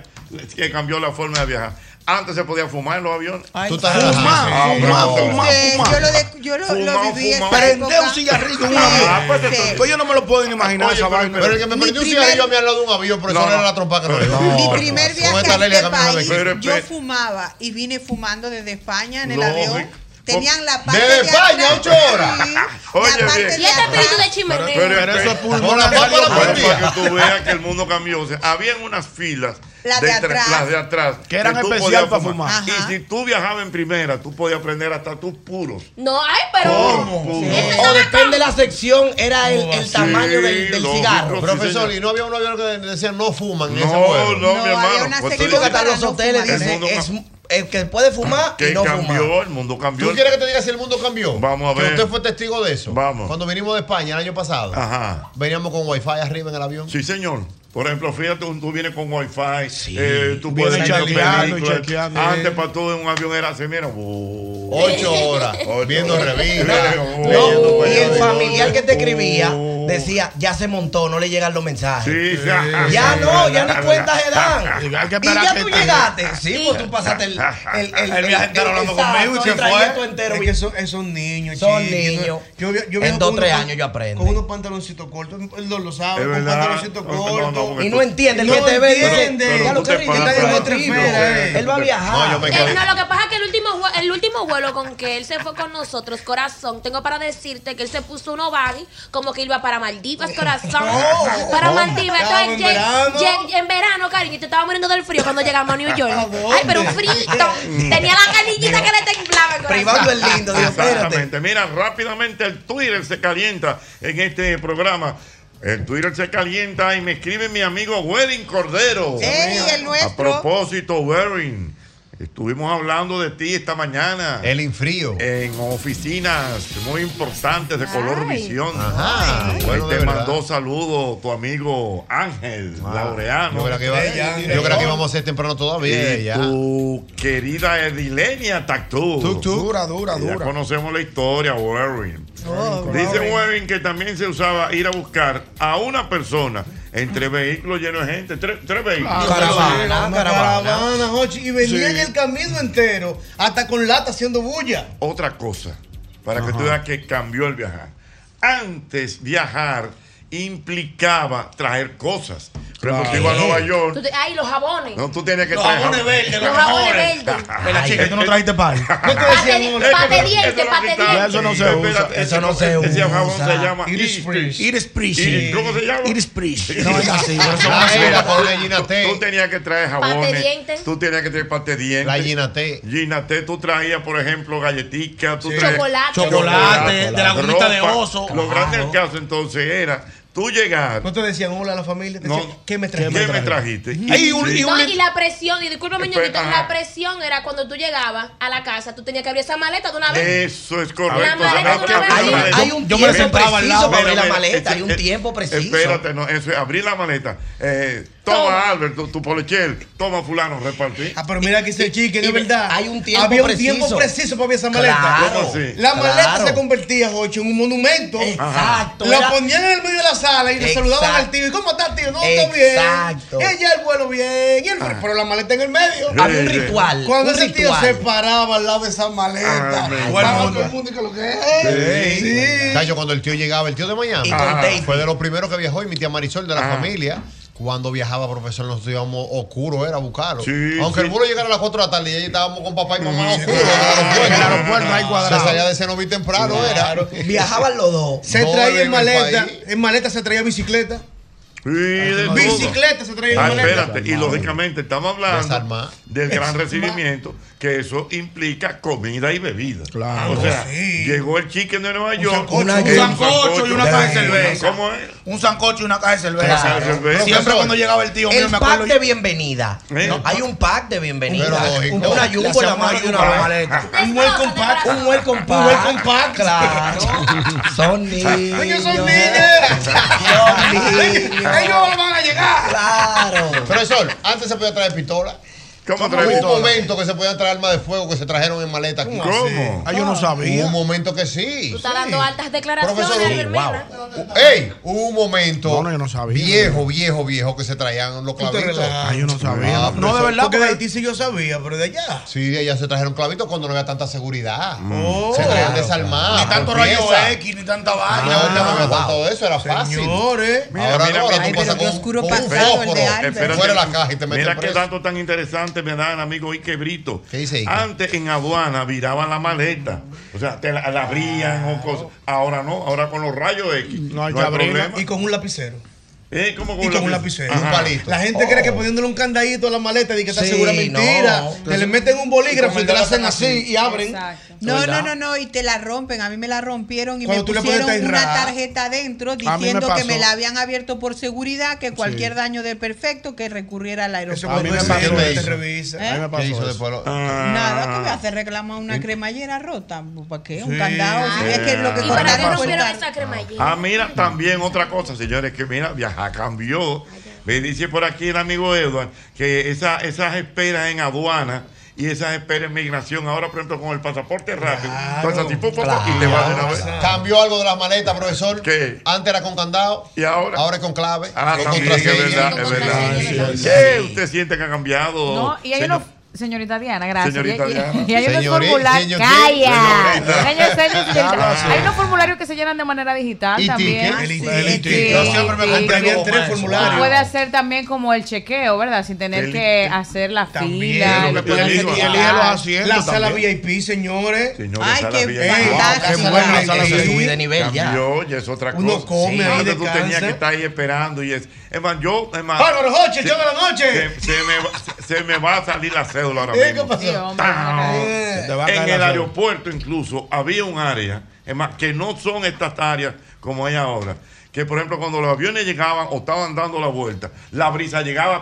[SPEAKER 2] que cambió la forma de viajar. Antes se podía fumar en los aviones.
[SPEAKER 4] Tú estás
[SPEAKER 6] Fuma,
[SPEAKER 4] relajado.
[SPEAKER 2] Ah,
[SPEAKER 6] fuma,
[SPEAKER 2] bravo.
[SPEAKER 6] fuma,
[SPEAKER 10] Eh,
[SPEAKER 6] fuma.
[SPEAKER 10] yo lo, de- yo lo, lo
[SPEAKER 2] Fumao,
[SPEAKER 10] viví en
[SPEAKER 2] fumao.
[SPEAKER 10] esa
[SPEAKER 6] Prende
[SPEAKER 10] época.
[SPEAKER 6] un cigarrillo en un
[SPEAKER 11] Ah,
[SPEAKER 6] avión.
[SPEAKER 2] pues, entonces-
[SPEAKER 6] Pues yo no me lo puedo ni imaginar
[SPEAKER 2] Oye,
[SPEAKER 6] esa
[SPEAKER 2] pero-
[SPEAKER 6] vaina.
[SPEAKER 4] Pero el que me
[SPEAKER 10] Mi
[SPEAKER 4] prendió un
[SPEAKER 10] primer-
[SPEAKER 4] cigarrillo a mí al lado de un avión, pero eso
[SPEAKER 2] No,
[SPEAKER 4] no era
[SPEAKER 2] no.
[SPEAKER 4] la trompa que no
[SPEAKER 10] Mi primer
[SPEAKER 4] Con
[SPEAKER 10] viaje
[SPEAKER 4] esta
[SPEAKER 10] a
[SPEAKER 4] ley le
[SPEAKER 10] este
[SPEAKER 4] cambiamos la
[SPEAKER 10] país,
[SPEAKER 2] vez.
[SPEAKER 10] yo
[SPEAKER 2] Pero,
[SPEAKER 10] fumaba y vine fumando desde España en el
[SPEAKER 2] Lógico.
[SPEAKER 10] avión. Tenían la parte
[SPEAKER 4] Desde
[SPEAKER 10] de
[SPEAKER 4] España,
[SPEAKER 10] atrás,
[SPEAKER 4] ocho horas.
[SPEAKER 10] sí,
[SPEAKER 2] Oye,
[SPEAKER 10] la parte
[SPEAKER 2] bien.
[SPEAKER 10] de
[SPEAKER 8] Y este espíritu
[SPEAKER 10] atrás.
[SPEAKER 8] de chimenea.
[SPEAKER 6] Pero eso es pulmón.
[SPEAKER 4] Hola,
[SPEAKER 6] Mario
[SPEAKER 4] Pablo,
[SPEAKER 6] Pérez.
[SPEAKER 2] Para
[SPEAKER 4] Buenos días.
[SPEAKER 2] que tú veas que el mundo cambió. O sea, habían unas filas.
[SPEAKER 10] La de
[SPEAKER 2] entre-
[SPEAKER 10] atrás.
[SPEAKER 2] las de atrás.
[SPEAKER 6] Que eran
[SPEAKER 2] tú
[SPEAKER 6] especial
[SPEAKER 2] podías
[SPEAKER 6] para
[SPEAKER 10] fumar. Ajá.
[SPEAKER 2] Y si tú viajabas en primera, tú podías prender hasta tus puros.
[SPEAKER 8] No, ay, pero.
[SPEAKER 2] ¿Cómo?
[SPEAKER 8] Ese
[SPEAKER 9] O
[SPEAKER 8] Este estaba tan-
[SPEAKER 9] depende de la sección, era el, el
[SPEAKER 2] Sí,
[SPEAKER 9] tamaño del, del
[SPEAKER 2] lógico.
[SPEAKER 9] cigarro.
[SPEAKER 4] Profesor,
[SPEAKER 2] Sí,
[SPEAKER 4] y no había un avión que decía no fuman en ese
[SPEAKER 2] No, no,
[SPEAKER 4] vuelo.
[SPEAKER 2] mi
[SPEAKER 10] había
[SPEAKER 2] hermano. Pues
[SPEAKER 10] una serie
[SPEAKER 2] tú
[SPEAKER 9] Sí, porque
[SPEAKER 2] dices
[SPEAKER 9] están los hoteles,
[SPEAKER 10] El
[SPEAKER 9] dice,
[SPEAKER 2] mundo
[SPEAKER 9] es el que puede fumar
[SPEAKER 2] que
[SPEAKER 9] y no
[SPEAKER 2] cambió,
[SPEAKER 9] fumar.
[SPEAKER 2] el mundo cambió.
[SPEAKER 4] Ah, ¿Tú quieres que te diga si el mundo cambió?
[SPEAKER 2] Vamos a
[SPEAKER 4] Que
[SPEAKER 2] ver.
[SPEAKER 4] usted fue testigo de eso.
[SPEAKER 2] Vamos.
[SPEAKER 4] Cuando vinimos de España el año pasado,
[SPEAKER 2] Ajá.
[SPEAKER 4] veníamos con wifi arriba en el avión.
[SPEAKER 2] Sí, señor. Por ejemplo, fíjate, tú vienes con wifi, eh, tú
[SPEAKER 6] Vienes
[SPEAKER 2] puedes ver
[SPEAKER 6] chateando,
[SPEAKER 2] películas.
[SPEAKER 6] chateando.
[SPEAKER 2] Antes para tú en un avión era así, mira. oh.
[SPEAKER 4] Ocho horas, viendo revistas,
[SPEAKER 2] No,
[SPEAKER 4] leyendo
[SPEAKER 9] No, y el
[SPEAKER 4] periódicos.
[SPEAKER 9] familiar que te escribía
[SPEAKER 2] Oh.
[SPEAKER 9] decía, ya se montó, no le llegan los mensajes.
[SPEAKER 2] Sí, sí, ajá.
[SPEAKER 9] Ya no, ya ni cuentas se dan.
[SPEAKER 6] Y hay
[SPEAKER 9] Y
[SPEAKER 6] que esperar
[SPEAKER 9] ya
[SPEAKER 6] que-
[SPEAKER 9] tú llegaste. Sí, pues tú pasaste el, el,
[SPEAKER 6] El viaje entero hablando
[SPEAKER 9] exacto,
[SPEAKER 6] conmigo y se
[SPEAKER 9] el trayecto
[SPEAKER 6] fue.
[SPEAKER 9] entero.
[SPEAKER 7] Es que son, esos niños,
[SPEAKER 9] Son
[SPEAKER 7] chiqui, eso-
[SPEAKER 9] niños.
[SPEAKER 7] Yo, vi- yo
[SPEAKER 9] En
[SPEAKER 7] viajo
[SPEAKER 9] dos,
[SPEAKER 7] con unos
[SPEAKER 9] tres
[SPEAKER 7] pan-
[SPEAKER 9] años yo aprendo.
[SPEAKER 7] Con unos pantaloncitos cortos. Él no lo sabe.
[SPEAKER 2] Es
[SPEAKER 7] con
[SPEAKER 2] verdad.
[SPEAKER 7] pantaloncitos
[SPEAKER 2] No, no,
[SPEAKER 7] cortos.
[SPEAKER 2] no, porque
[SPEAKER 9] Y no entiende, el que
[SPEAKER 7] No
[SPEAKER 9] te ve
[SPEAKER 7] entiende.
[SPEAKER 9] dice, ya
[SPEAKER 2] Pero
[SPEAKER 9] lo
[SPEAKER 2] tú
[SPEAKER 9] que
[SPEAKER 2] te
[SPEAKER 9] rico,
[SPEAKER 2] paras
[SPEAKER 9] está en
[SPEAKER 2] para-
[SPEAKER 9] otro libro".
[SPEAKER 7] eh.
[SPEAKER 9] Él va a viajar.
[SPEAKER 4] No, yo me
[SPEAKER 8] Eh, no, lo que pasa es que el último, jue- el último vuelo con que él se fue con nosotros, corazón, tengo para decirte que él se puso un ovari como que iba para Maldivas, corazón. para Maldivas.
[SPEAKER 7] Estaba
[SPEAKER 8] Entonces,
[SPEAKER 7] en
[SPEAKER 8] lleg-
[SPEAKER 7] verano.
[SPEAKER 8] lleg- en verano, cariño, y te estaba muriendo del frío cuando llegamos a New York. Ay, pero frito. Tenía la canillita que le temblaba el corazón.
[SPEAKER 9] Privando el lindo, digo, espérate.
[SPEAKER 2] Exactamente. Mira, rápidamente el Twitter se calienta en este programa. El Twitter se calienta y me escribe mi amigo Wedding Cordero.
[SPEAKER 10] Ey, el
[SPEAKER 2] A
[SPEAKER 10] nuestro.
[SPEAKER 2] propósito, Wedding, estuvimos hablando de ti esta mañana
[SPEAKER 4] El infrío.
[SPEAKER 2] en oficinas muy importantes de Color Visión.
[SPEAKER 4] Ajá.
[SPEAKER 2] Pues
[SPEAKER 4] Bueno, de
[SPEAKER 2] te
[SPEAKER 4] verdad.
[SPEAKER 2] mandó saludos tu amigo Ángel
[SPEAKER 4] Ah,
[SPEAKER 2] Laureano.
[SPEAKER 4] Yo creo que, iba-
[SPEAKER 7] ya,
[SPEAKER 4] yo creo que íbamos a ser temprano
[SPEAKER 11] Oh,
[SPEAKER 4] todavía.
[SPEAKER 2] y
[SPEAKER 4] ya.
[SPEAKER 2] tu querida Edilenia Tactú.
[SPEAKER 6] Dura, dura,
[SPEAKER 2] Ya
[SPEAKER 6] dura. Oh,
[SPEAKER 2] conocemos la historia, Warren. Dice Warren que también se usaba ir a buscar a una persona entre vehículos llenos de gente. Tres, tres vehículos.
[SPEAKER 9] Caravana,
[SPEAKER 7] Una
[SPEAKER 9] caravana.
[SPEAKER 7] caravana, Jochi, y venía en el camino entero, hasta con lata haciendo bulla.
[SPEAKER 2] Otra cosa, para que tú veas que cambió el viajar. Antes viajar implicaba traer cosas. Pero tú ibas a Nueva York.
[SPEAKER 8] Tú te- ay, los jabones.
[SPEAKER 2] No, tú tienes que
[SPEAKER 11] Los
[SPEAKER 2] traer.
[SPEAKER 11] jabones verdes,
[SPEAKER 8] los Los jabones mejores.
[SPEAKER 2] Ah,
[SPEAKER 11] Vela,
[SPEAKER 2] eh,
[SPEAKER 11] chica, ¿y tú no trajiste pal.
[SPEAKER 8] Pate- Pate diente, pate
[SPEAKER 11] Ya eso no
[SPEAKER 8] diente.
[SPEAKER 11] se usa.
[SPEAKER 9] Eso no se
[SPEAKER 2] Ese jabón
[SPEAKER 9] usa.
[SPEAKER 2] se llama Iris
[SPEAKER 11] Iris Prish.
[SPEAKER 2] ¿Cómo se llama? Iris
[SPEAKER 11] Prish.
[SPEAKER 9] No, es así, pero eso
[SPEAKER 4] no se usa.
[SPEAKER 2] con Tú tenías que traer
[SPEAKER 4] Pate
[SPEAKER 2] jabones.
[SPEAKER 4] dientes.
[SPEAKER 2] Tú tenías que traer pate dientes. La ginate. Ginate, tú traías, por ejemplo, galletitas. tú
[SPEAKER 11] Sí.
[SPEAKER 2] traías-
[SPEAKER 11] Chocolate. Chocolate, de la gomita de
[SPEAKER 2] ropa.
[SPEAKER 11] oso.
[SPEAKER 2] Lo grande del caso entonces era, tú llegar.
[SPEAKER 3] No te decían hola a la familia, te
[SPEAKER 2] No.
[SPEAKER 3] decían, ¿qué me
[SPEAKER 2] ¿Qué
[SPEAKER 3] trajiste?
[SPEAKER 2] me trajiste?
[SPEAKER 3] Ay, un-
[SPEAKER 2] Sí.
[SPEAKER 8] No, y la presión, y discúlpame,
[SPEAKER 2] Espera,
[SPEAKER 8] ñoquito,
[SPEAKER 2] ajá.
[SPEAKER 8] la presión era cuando tú llegabas a la casa, tú tenías que abrir esa maleta de una vez.
[SPEAKER 2] Eso es correcto.
[SPEAKER 8] La maleta
[SPEAKER 2] Sabes
[SPEAKER 8] de
[SPEAKER 2] que
[SPEAKER 8] una
[SPEAKER 2] abrir la
[SPEAKER 8] vez.
[SPEAKER 2] maleta-
[SPEAKER 8] Hay
[SPEAKER 9] un Yo me tiempo sentaba al lado. preciso para abrir la maleta,
[SPEAKER 2] eh,
[SPEAKER 9] hay un
[SPEAKER 2] eh,
[SPEAKER 9] tiempo preciso.
[SPEAKER 2] Espérate, no, eso es abrir la maleta. Eh, toma,
[SPEAKER 3] Toma.
[SPEAKER 2] Albert, tu, tu polichel. Toma, Fulano, repartí.
[SPEAKER 3] Ah, pero mira que ese chique, de
[SPEAKER 2] y ve-
[SPEAKER 3] verdad.
[SPEAKER 2] hay un tiempo
[SPEAKER 3] Había un
[SPEAKER 2] preciso.
[SPEAKER 3] tiempo preciso para abrir esa maleta.
[SPEAKER 2] Claro, ¿Cómo así?
[SPEAKER 3] La maleta
[SPEAKER 2] claro.
[SPEAKER 3] se convertía, Jocho, en un monumento.
[SPEAKER 2] Exacto,
[SPEAKER 3] La
[SPEAKER 2] era-
[SPEAKER 3] ponían en el medio de la sala y le
[SPEAKER 2] Exacto.
[SPEAKER 3] saludaban al tío. ¿Y cómo estás, tío? No, todo bien.
[SPEAKER 9] Exacto.
[SPEAKER 3] Ella el vuelo bien.
[SPEAKER 2] Ah.
[SPEAKER 3] Y el-
[SPEAKER 9] Ajá.
[SPEAKER 3] pero la maleta en el medio.
[SPEAKER 9] Había un Sí, sí. ritual,
[SPEAKER 3] Cuando
[SPEAKER 9] un
[SPEAKER 3] ese
[SPEAKER 9] ritual.
[SPEAKER 3] tío se paraba al lado de esa maleta.
[SPEAKER 4] Ay,
[SPEAKER 3] estaba
[SPEAKER 4] mi madre.
[SPEAKER 3] todo el mundo y que lo que
[SPEAKER 4] Sí.
[SPEAKER 3] es. Sí.
[SPEAKER 4] Cacho, cuando el tío llegaba, el tío de Miami,
[SPEAKER 3] Y con
[SPEAKER 4] Ajá.
[SPEAKER 3] Daisy.
[SPEAKER 4] fue de los primeros que viajó y mi tía Marisol de la
[SPEAKER 2] Ajá.
[SPEAKER 4] familia. Cuando viajaba, profesor, nos íbamos oscuro, era a buscarlo.
[SPEAKER 2] Sí,
[SPEAKER 4] Aunque
[SPEAKER 2] sí.
[SPEAKER 4] el burro llegara a las 4 de la tarde y ahí estábamos con papá y mamá oscuro. en el aeropuerto hay cuadrado. Se salía de Cenoví temprano, era.
[SPEAKER 9] Viajaban los dos.
[SPEAKER 3] Se
[SPEAKER 4] No,
[SPEAKER 3] traía en
[SPEAKER 4] en el
[SPEAKER 3] maleta. En maleta se traía bicicleta.
[SPEAKER 2] Y de todo.
[SPEAKER 3] Ah, Bicicleta se traía en
[SPEAKER 2] Ah,
[SPEAKER 3] maleta.
[SPEAKER 2] espérate, y lógicamente estamos hablando del gran recibimiento, que eso implica comida y bebida. Claro. O sea, llegó el chicken de Nueva York.
[SPEAKER 11] Un
[SPEAKER 2] que es
[SPEAKER 11] sancocho y una caja de cerveza.
[SPEAKER 2] ¿Cómo es?
[SPEAKER 11] Un sancocho y una caja de cerveza.
[SPEAKER 2] Caja de cerveza.
[SPEAKER 11] Siempre
[SPEAKER 2] Profesor,
[SPEAKER 11] cuando llegaba el tío mío,
[SPEAKER 9] el
[SPEAKER 11] me
[SPEAKER 9] pack
[SPEAKER 11] acuerdo.
[SPEAKER 9] de bienvenida.
[SPEAKER 11] ¿Eh?
[SPEAKER 9] No, hay un pack de bienvenida.
[SPEAKER 11] Pero lógico.
[SPEAKER 9] una yumbo en la mano y una
[SPEAKER 11] Una
[SPEAKER 9] maleta.
[SPEAKER 3] Un welcome pack.
[SPEAKER 9] Un welcome pack.
[SPEAKER 3] Un welcome pack.
[SPEAKER 9] Claro. Son niños.
[SPEAKER 3] Ellos son niños.
[SPEAKER 4] Ellos
[SPEAKER 3] van a llegar.
[SPEAKER 9] Claro.
[SPEAKER 4] Profesor, antes se podía traer pistola.
[SPEAKER 2] ¿Cómo
[SPEAKER 4] Hubo
[SPEAKER 2] traer pistola?
[SPEAKER 4] un momento que se podían traer armas de fuego que se trajeron en maleta aquí.
[SPEAKER 2] ¿Cómo así? ¿Cómo?
[SPEAKER 11] Ah, yo no sabía.
[SPEAKER 4] Hubo un momento que sí.
[SPEAKER 8] Tú estás dando altas declaraciones,
[SPEAKER 4] Profesor, sí,
[SPEAKER 8] Albert Mena.
[SPEAKER 4] ¡Ey! Hubo un momento viejo, viejo, viejo que se traían los clavitos.
[SPEAKER 11] relajas. Ah, yo no sabía.
[SPEAKER 4] Ah,
[SPEAKER 11] No, de verdad,
[SPEAKER 4] porque
[SPEAKER 11] porque-
[SPEAKER 4] de
[SPEAKER 3] Haití sí yo sabía, pero de allá.
[SPEAKER 4] Sí, de allá se trajeron clavitos cuando no había tanta seguridad.
[SPEAKER 11] Oh.
[SPEAKER 4] Mm. se traían
[SPEAKER 11] Claro,
[SPEAKER 4] desarmados.
[SPEAKER 11] Ni tanto
[SPEAKER 4] con
[SPEAKER 11] rayo
[SPEAKER 3] ¿eh?
[SPEAKER 4] piezas.
[SPEAKER 11] X, ni tanta
[SPEAKER 4] Ah,
[SPEAKER 11] vaina.
[SPEAKER 4] no, no había
[SPEAKER 11] Wow.
[SPEAKER 4] tanto de eso, era fácil.
[SPEAKER 11] Señores.
[SPEAKER 2] Mira,
[SPEAKER 4] ahora
[SPEAKER 2] mira,
[SPEAKER 4] no, ahora
[SPEAKER 2] mira.
[SPEAKER 4] tú pasas con, un- con un fósforo
[SPEAKER 2] Espérate.
[SPEAKER 4] fuera de la caja y te metes
[SPEAKER 2] Mira qué
[SPEAKER 4] preso.
[SPEAKER 2] dato tan interesante me dan, amigo Ike Brito. Antes en aduana viraban la maleta. O sea, te la, la abrían o cosas. Ahora no, ahora con los rayos X. No hay,
[SPEAKER 3] que abrirla.
[SPEAKER 2] problema.
[SPEAKER 3] Y con un lapicero.
[SPEAKER 2] Eh, ¿cómo
[SPEAKER 3] Y con un lapicero. La gente cree
[SPEAKER 2] Oh.
[SPEAKER 3] que poniéndole un candadito a la maleta dice que está
[SPEAKER 2] Sí,
[SPEAKER 3] segura
[SPEAKER 2] no.
[SPEAKER 3] mentira. Te
[SPEAKER 2] Entonces-
[SPEAKER 3] le meten un
[SPEAKER 2] Y
[SPEAKER 3] bolígrafo
[SPEAKER 2] con
[SPEAKER 3] y
[SPEAKER 2] el
[SPEAKER 3] te la
[SPEAKER 2] dedo
[SPEAKER 3] hacen
[SPEAKER 2] hacen
[SPEAKER 3] así
[SPEAKER 2] así.
[SPEAKER 3] y abren.
[SPEAKER 10] No,
[SPEAKER 3] ¿Verdad?
[SPEAKER 10] no, no, no, y te la rompen. A mí me la rompieron y
[SPEAKER 3] Cuando tú
[SPEAKER 10] me
[SPEAKER 3] le pones
[SPEAKER 10] pusieron
[SPEAKER 3] esta
[SPEAKER 10] una
[SPEAKER 3] irra-
[SPEAKER 10] tarjeta adentro
[SPEAKER 3] A mí me
[SPEAKER 10] diciendo que
[SPEAKER 3] pasó.
[SPEAKER 10] me la habían abierto por seguridad, que cualquier
[SPEAKER 3] Sí.
[SPEAKER 10] daño de perfecto que recurriera al aeropuerto.
[SPEAKER 3] cuando te
[SPEAKER 4] pasó
[SPEAKER 3] cierran,
[SPEAKER 4] eso.
[SPEAKER 3] te revisan.
[SPEAKER 10] ¿Eh? A mí me
[SPEAKER 4] pasó eso.
[SPEAKER 2] Ah.
[SPEAKER 10] Nada, ¿qué voy a hacer? Reclamar una cremallera rota. Pues, ¿Para qué? Un
[SPEAKER 2] Sí.
[SPEAKER 10] candado. Si
[SPEAKER 2] Ah.
[SPEAKER 10] es que lo que pues,
[SPEAKER 2] ¿Y para qué
[SPEAKER 10] cortaron fue el
[SPEAKER 8] rompieron
[SPEAKER 10] tar-
[SPEAKER 8] esa cremallera?
[SPEAKER 2] Ah, mira, también otra cosa, señores, que mira, viajar cambió. Me dice por aquí el amigo Edward que esa- esas esperas en aduana y esas esperas en migración, ahora por ejemplo con el pasaporte rápido, pasa tipo foto y te vas de una vez.
[SPEAKER 4] Cambió algo de las maletas, profesor. Antes era con candado.
[SPEAKER 2] ¿Y ahora?
[SPEAKER 4] Ahora es con clave.
[SPEAKER 2] Ah,
[SPEAKER 4] con
[SPEAKER 2] también, es
[SPEAKER 4] contraseña.
[SPEAKER 2] verdad, es verdad.
[SPEAKER 4] Sí, sí, sí.
[SPEAKER 2] ¿Qué usted siente que ha cambiado?
[SPEAKER 12] No, y hay
[SPEAKER 2] señor?
[SPEAKER 12] unos. Señorita Diana, gracias.
[SPEAKER 2] Señorita
[SPEAKER 12] y, y-
[SPEAKER 2] Diana.
[SPEAKER 12] y hay unos
[SPEAKER 2] Señorita,
[SPEAKER 12] formularios.
[SPEAKER 2] señorita.
[SPEAKER 12] ¡Calla!
[SPEAKER 2] Señorita.
[SPEAKER 12] Señor, señor, señorita.
[SPEAKER 2] Ya lo sé.
[SPEAKER 12] Hay unos formularios que se llenan de manera digital
[SPEAKER 2] Y
[SPEAKER 12] también.
[SPEAKER 2] ticket, el
[SPEAKER 12] Sí,
[SPEAKER 2] ticket.
[SPEAKER 12] el ticket.
[SPEAKER 11] Yo siempre me
[SPEAKER 12] Sí.
[SPEAKER 11] compré bien tres
[SPEAKER 12] Se
[SPEAKER 11] formularios.
[SPEAKER 12] Puede hacer también como el chequeo, ¿verdad? Sin tener
[SPEAKER 11] El-
[SPEAKER 12] que hacer la fila. lo puede hacer
[SPEAKER 3] Y
[SPEAKER 12] digital.
[SPEAKER 3] elige los asientos La sala VIP, señores.
[SPEAKER 2] Ay, sala qué VIP. fantástico.
[SPEAKER 3] Ah, Qué buena la sala VIP.
[SPEAKER 2] Cambió, ya es otra cosa.
[SPEAKER 3] Uno come ahí,
[SPEAKER 2] Antes tú
[SPEAKER 3] descansa.
[SPEAKER 2] tenías que estar ahí esperando y es. Es más, yo, es más.
[SPEAKER 3] Bárbaro, Jochi,
[SPEAKER 2] se-
[SPEAKER 3] yo de la noche.
[SPEAKER 2] Se, se me va, se me va a salir la cédula ahora
[SPEAKER 3] ¿Eh? ¿Qué
[SPEAKER 2] mismo.
[SPEAKER 3] pasó? Sí, hombre,
[SPEAKER 2] ¡Tan!
[SPEAKER 3] Se te va a caer
[SPEAKER 2] Eh, En
[SPEAKER 3] la
[SPEAKER 2] el
[SPEAKER 3] cédula.
[SPEAKER 2] aeropuerto incluso había un área, es más, que no son estas áreas como hay ahora. Que por ejemplo cuando los aviones llegaban o estaban dando la vuelta, la brisa llegaba.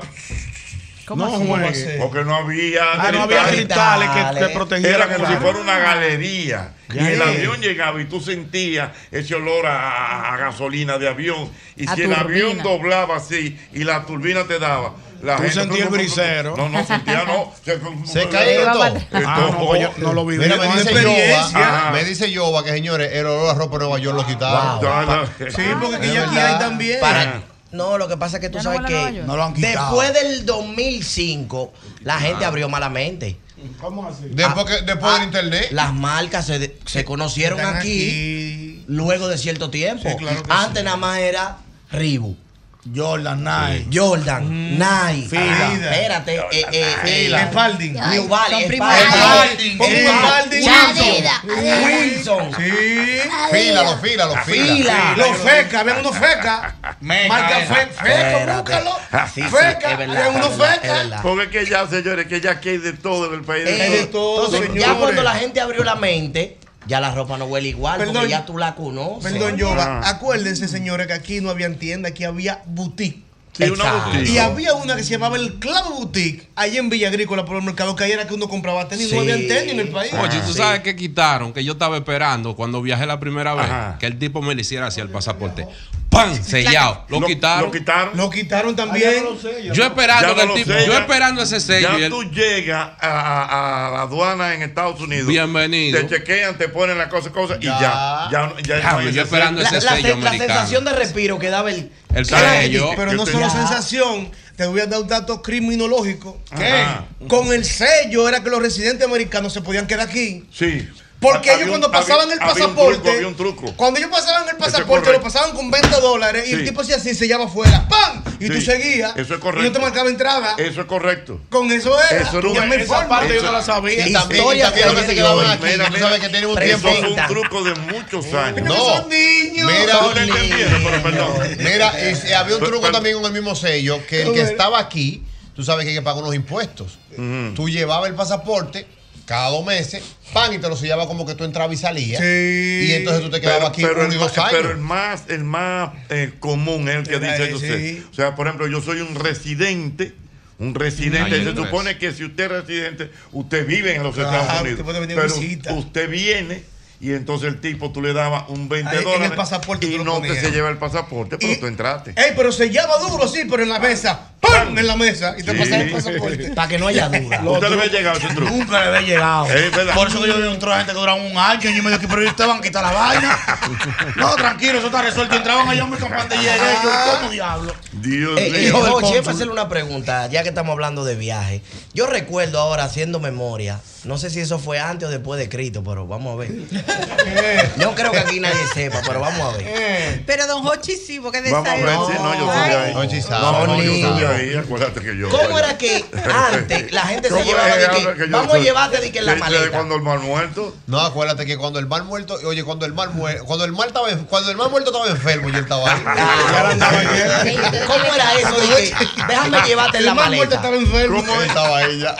[SPEAKER 12] ¿Cómo
[SPEAKER 11] No así? juegue.
[SPEAKER 2] Porque no había
[SPEAKER 11] Ah, no había cristales que te protegieran
[SPEAKER 2] Era como
[SPEAKER 11] el
[SPEAKER 2] si
[SPEAKER 11] agua.
[SPEAKER 2] fuera una galería.
[SPEAKER 11] Ya.
[SPEAKER 2] y el avión llegaba y tú sentías ese olor a, a gasolina de avión. Y
[SPEAKER 11] A
[SPEAKER 2] si el avión
[SPEAKER 11] turbina.
[SPEAKER 2] doblaba así y la turbina te daba. La
[SPEAKER 11] Tú sentías el
[SPEAKER 2] brisero. No, no, sentía, no. Se,
[SPEAKER 4] Se cae
[SPEAKER 2] Esto-
[SPEAKER 4] todo. Ah,
[SPEAKER 2] esto-
[SPEAKER 4] Mira, me
[SPEAKER 2] Ah,
[SPEAKER 4] dice Ah,
[SPEAKER 2] Ajá.
[SPEAKER 4] Yoba, me dice Yoba que señores, el olor a ropa en Nueva York lo quitaron.
[SPEAKER 2] Ah. Wow. No, no.
[SPEAKER 9] Sí,
[SPEAKER 4] Ah,
[SPEAKER 9] porque que ya aquí hay
[SPEAKER 3] también.
[SPEAKER 9] Para- no, lo que pasa es que tú sabes
[SPEAKER 11] huele a Nueva
[SPEAKER 9] que
[SPEAKER 11] York. No lo han quitado.
[SPEAKER 9] después del 2005 la gente abrió malamente.
[SPEAKER 11] ¿Cómo así?
[SPEAKER 5] Ah,
[SPEAKER 9] Después, del internet. Las marcas se, de- se conocieron
[SPEAKER 11] Están
[SPEAKER 9] aquí, luego de cierto tiempo. Antes nada más era Ribu.
[SPEAKER 11] Jordan, Nike.
[SPEAKER 9] Jordan, Nike.
[SPEAKER 11] Fila.
[SPEAKER 9] Ah, espérate. Eh, eh, eh,
[SPEAKER 11] Fila. Spalding.
[SPEAKER 9] New Balance.
[SPEAKER 11] Son primas.
[SPEAKER 9] Spalding.
[SPEAKER 11] Spalding. Spalding.
[SPEAKER 9] Wilson.
[SPEAKER 11] Adidas.
[SPEAKER 9] Wilson.
[SPEAKER 3] Sí.
[SPEAKER 4] Fílalo, fílalo, fílalo.
[SPEAKER 3] Los feca, ven unos feca. Marca
[SPEAKER 4] Ah,
[SPEAKER 3] fe, feca, búscalo. feca, ven unos feca.
[SPEAKER 2] Porque es que ya, señores, que ya aquí hay de todo en el país.
[SPEAKER 9] Eh, entonces,
[SPEAKER 2] señores.
[SPEAKER 9] ya cuando la gente abrió la mente, ya la ropa no huele igual,
[SPEAKER 3] Perdón.
[SPEAKER 9] porque ya tú la conoces.
[SPEAKER 3] Perdón, Yoba.
[SPEAKER 9] Ah.
[SPEAKER 3] Acuérdense, señores, que aquí no había tienda, aquí había boutique.
[SPEAKER 9] Sí, una Exacto. boutique.
[SPEAKER 3] Y había una que se llamaba el Clavo Boutique, allá en Villa Agrícola, por el mercado que ahí era que uno compraba tenis. No
[SPEAKER 13] Sí.
[SPEAKER 3] había tenis en el país.
[SPEAKER 13] Oye, tú sabes que quitaron, que yo estaba esperando cuando viajé la primera vez, que el tipo me lo hiciera hacia el pasaporte. ¡Pam! Sellado. Lo, quitaron. Lo
[SPEAKER 2] quitaron.
[SPEAKER 3] Lo quitaron
[SPEAKER 2] Ah,
[SPEAKER 3] también.
[SPEAKER 13] Yo esperando
[SPEAKER 2] Ya
[SPEAKER 13] que
[SPEAKER 2] no
[SPEAKER 13] el tipo,
[SPEAKER 2] lo sellan.
[SPEAKER 13] yo esperando ese sello. y
[SPEAKER 2] Ya
[SPEAKER 13] él-
[SPEAKER 2] tú llegas a, a- a la aduana en Estados Unidos.
[SPEAKER 13] Bienvenido.
[SPEAKER 2] Te chequean, te ponen las cosas, cosas y ya. Ya, no- ya,
[SPEAKER 13] Ya,
[SPEAKER 2] no hay
[SPEAKER 13] yo
[SPEAKER 2] ese
[SPEAKER 13] esperando
[SPEAKER 2] sello.
[SPEAKER 13] ese La- la- sello,
[SPEAKER 9] La sensación de respiro que daba el.
[SPEAKER 13] El
[SPEAKER 3] Claro,
[SPEAKER 13] sello.
[SPEAKER 3] Pero no
[SPEAKER 13] Yo
[SPEAKER 3] solo
[SPEAKER 13] estoy-
[SPEAKER 3] sensación, te voy a dar un dato criminológico.
[SPEAKER 2] Ajá.
[SPEAKER 3] Con el sello era que los residentes americanos se podían quedar aquí.
[SPEAKER 2] Sí.
[SPEAKER 3] Porque
[SPEAKER 2] Había
[SPEAKER 3] ellos
[SPEAKER 2] un-
[SPEAKER 3] cuando
[SPEAKER 2] había-
[SPEAKER 3] pasaban el
[SPEAKER 2] había un
[SPEAKER 3] pasaporte,
[SPEAKER 2] truco, había un truco.
[SPEAKER 3] cuando ellos pasaban el
[SPEAKER 2] Eso es
[SPEAKER 3] pasaporte,
[SPEAKER 2] correcto.
[SPEAKER 3] lo pasaban con 20 dólares y
[SPEAKER 2] Sí.
[SPEAKER 3] el tipo hacía así, se llama afuera, ¡pam! Y tú
[SPEAKER 2] Sí.
[SPEAKER 3] seguías.
[SPEAKER 2] Eso es
[SPEAKER 3] Y no te
[SPEAKER 2] correcto.
[SPEAKER 3] marcaba entrada.
[SPEAKER 2] Eso es correcto.
[SPEAKER 3] Con eso era.
[SPEAKER 2] Eso era un-
[SPEAKER 3] Ya me
[SPEAKER 2] esa
[SPEAKER 3] informo.
[SPEAKER 2] parte yo no la
[SPEAKER 4] sabía.
[SPEAKER 3] Sí,
[SPEAKER 4] Y también-
[SPEAKER 3] historia
[SPEAKER 4] y también lo que se
[SPEAKER 3] de
[SPEAKER 4] quedaban
[SPEAKER 3] hoy.
[SPEAKER 4] aquí,
[SPEAKER 3] Mira,
[SPEAKER 4] tú
[SPEAKER 3] mira,
[SPEAKER 4] sabes que tiene un tiempo.
[SPEAKER 2] Eso fue un truco de muchos años.
[SPEAKER 4] No.
[SPEAKER 3] Son niños.
[SPEAKER 4] Mira,
[SPEAKER 2] No te entendieron, pero perdón.
[SPEAKER 4] Mira, y si- había un truco
[SPEAKER 2] Pero-
[SPEAKER 4] también con el mismo sello, que el que estaba aquí, tú sabes que hay que pagar unos impuestos. Tú llevabas el pasaporte cada dos meses, pan, y te lo sellaba como que tú entrabas y salías. Y entonces tú te quedabas
[SPEAKER 2] Pero-
[SPEAKER 4] aquí
[SPEAKER 2] pero
[SPEAKER 4] uno y
[SPEAKER 2] el,
[SPEAKER 4] dos
[SPEAKER 2] ma-
[SPEAKER 4] años.
[SPEAKER 2] Pero el más, el más eh, común es el que dice usted. O sea, por ejemplo, yo soy un residente. Un residente,
[SPEAKER 13] Ahí
[SPEAKER 2] se
[SPEAKER 13] no es.
[SPEAKER 2] supone que si usted es residente, usted vive en los
[SPEAKER 13] Claro,
[SPEAKER 2] Estados
[SPEAKER 13] usted
[SPEAKER 2] Unidos.
[SPEAKER 13] puede venir de
[SPEAKER 2] pero
[SPEAKER 13] visita.
[SPEAKER 2] usted viene y entonces el tipo tú le dabas un 20
[SPEAKER 3] Ahí en el
[SPEAKER 2] dólares
[SPEAKER 3] pasaporte
[SPEAKER 2] y
[SPEAKER 3] tú lo
[SPEAKER 2] no te
[SPEAKER 3] ponías.
[SPEAKER 2] se lleva el pasaporte, pero tú entraste.
[SPEAKER 3] Ey, pero se llama duro, sí, pero en la mesa. ¡Pam! En la mesa. Y te
[SPEAKER 2] Sí.
[SPEAKER 3] pasaba el pasaporte.
[SPEAKER 9] Para que no haya duda.
[SPEAKER 2] Usted le había llegado ese truco.
[SPEAKER 11] Nunca le había llegado.
[SPEAKER 2] Es verdad.
[SPEAKER 11] Por eso que yo vi un trozo de gente que duraba un año. Y yo me dije, pero ellos te van a quitar la vaina. No, tranquilo, eso está resuelto. Entraban allá en mi campante y llegué. Yo, ¿cómo diablo?
[SPEAKER 2] Dios
[SPEAKER 9] Eh,
[SPEAKER 11] mío. El
[SPEAKER 9] yo, Oye,
[SPEAKER 11] cónsul.
[SPEAKER 9] para hacerle una pregunta, ya que estamos hablando de viaje. Yo recuerdo ahora, haciendo memoria, no sé si eso fue antes o después de Cristo, pero vamos a ver. Yo creo que aquí nadie sepa, pero vamos a ver.
[SPEAKER 10] Pero don Hochi sí, porque de
[SPEAKER 2] Vamos a
[SPEAKER 10] esa
[SPEAKER 2] ver si no, yo soy de ahí.
[SPEAKER 9] Oye, sabe,
[SPEAKER 2] No, no, yo soy de
[SPEAKER 9] niño.
[SPEAKER 2] ahí, acuérdate que yo.
[SPEAKER 9] ¿Cómo era que
[SPEAKER 4] Ah,
[SPEAKER 9] antes la gente se llevaba de que, vamos a llevarte de que en la maleta?
[SPEAKER 2] el mal muerto.
[SPEAKER 4] No, acuérdate que cuando el mal muerto, oye, cuando el mal muerto, cuando el mal estaba, en- cuando el mal muerto estaba enfermo y él estaba ahí.
[SPEAKER 9] ¿Cómo era eso? De que, déjame llevarte en la maleta.
[SPEAKER 4] ¿Cómo estaba ahí ya?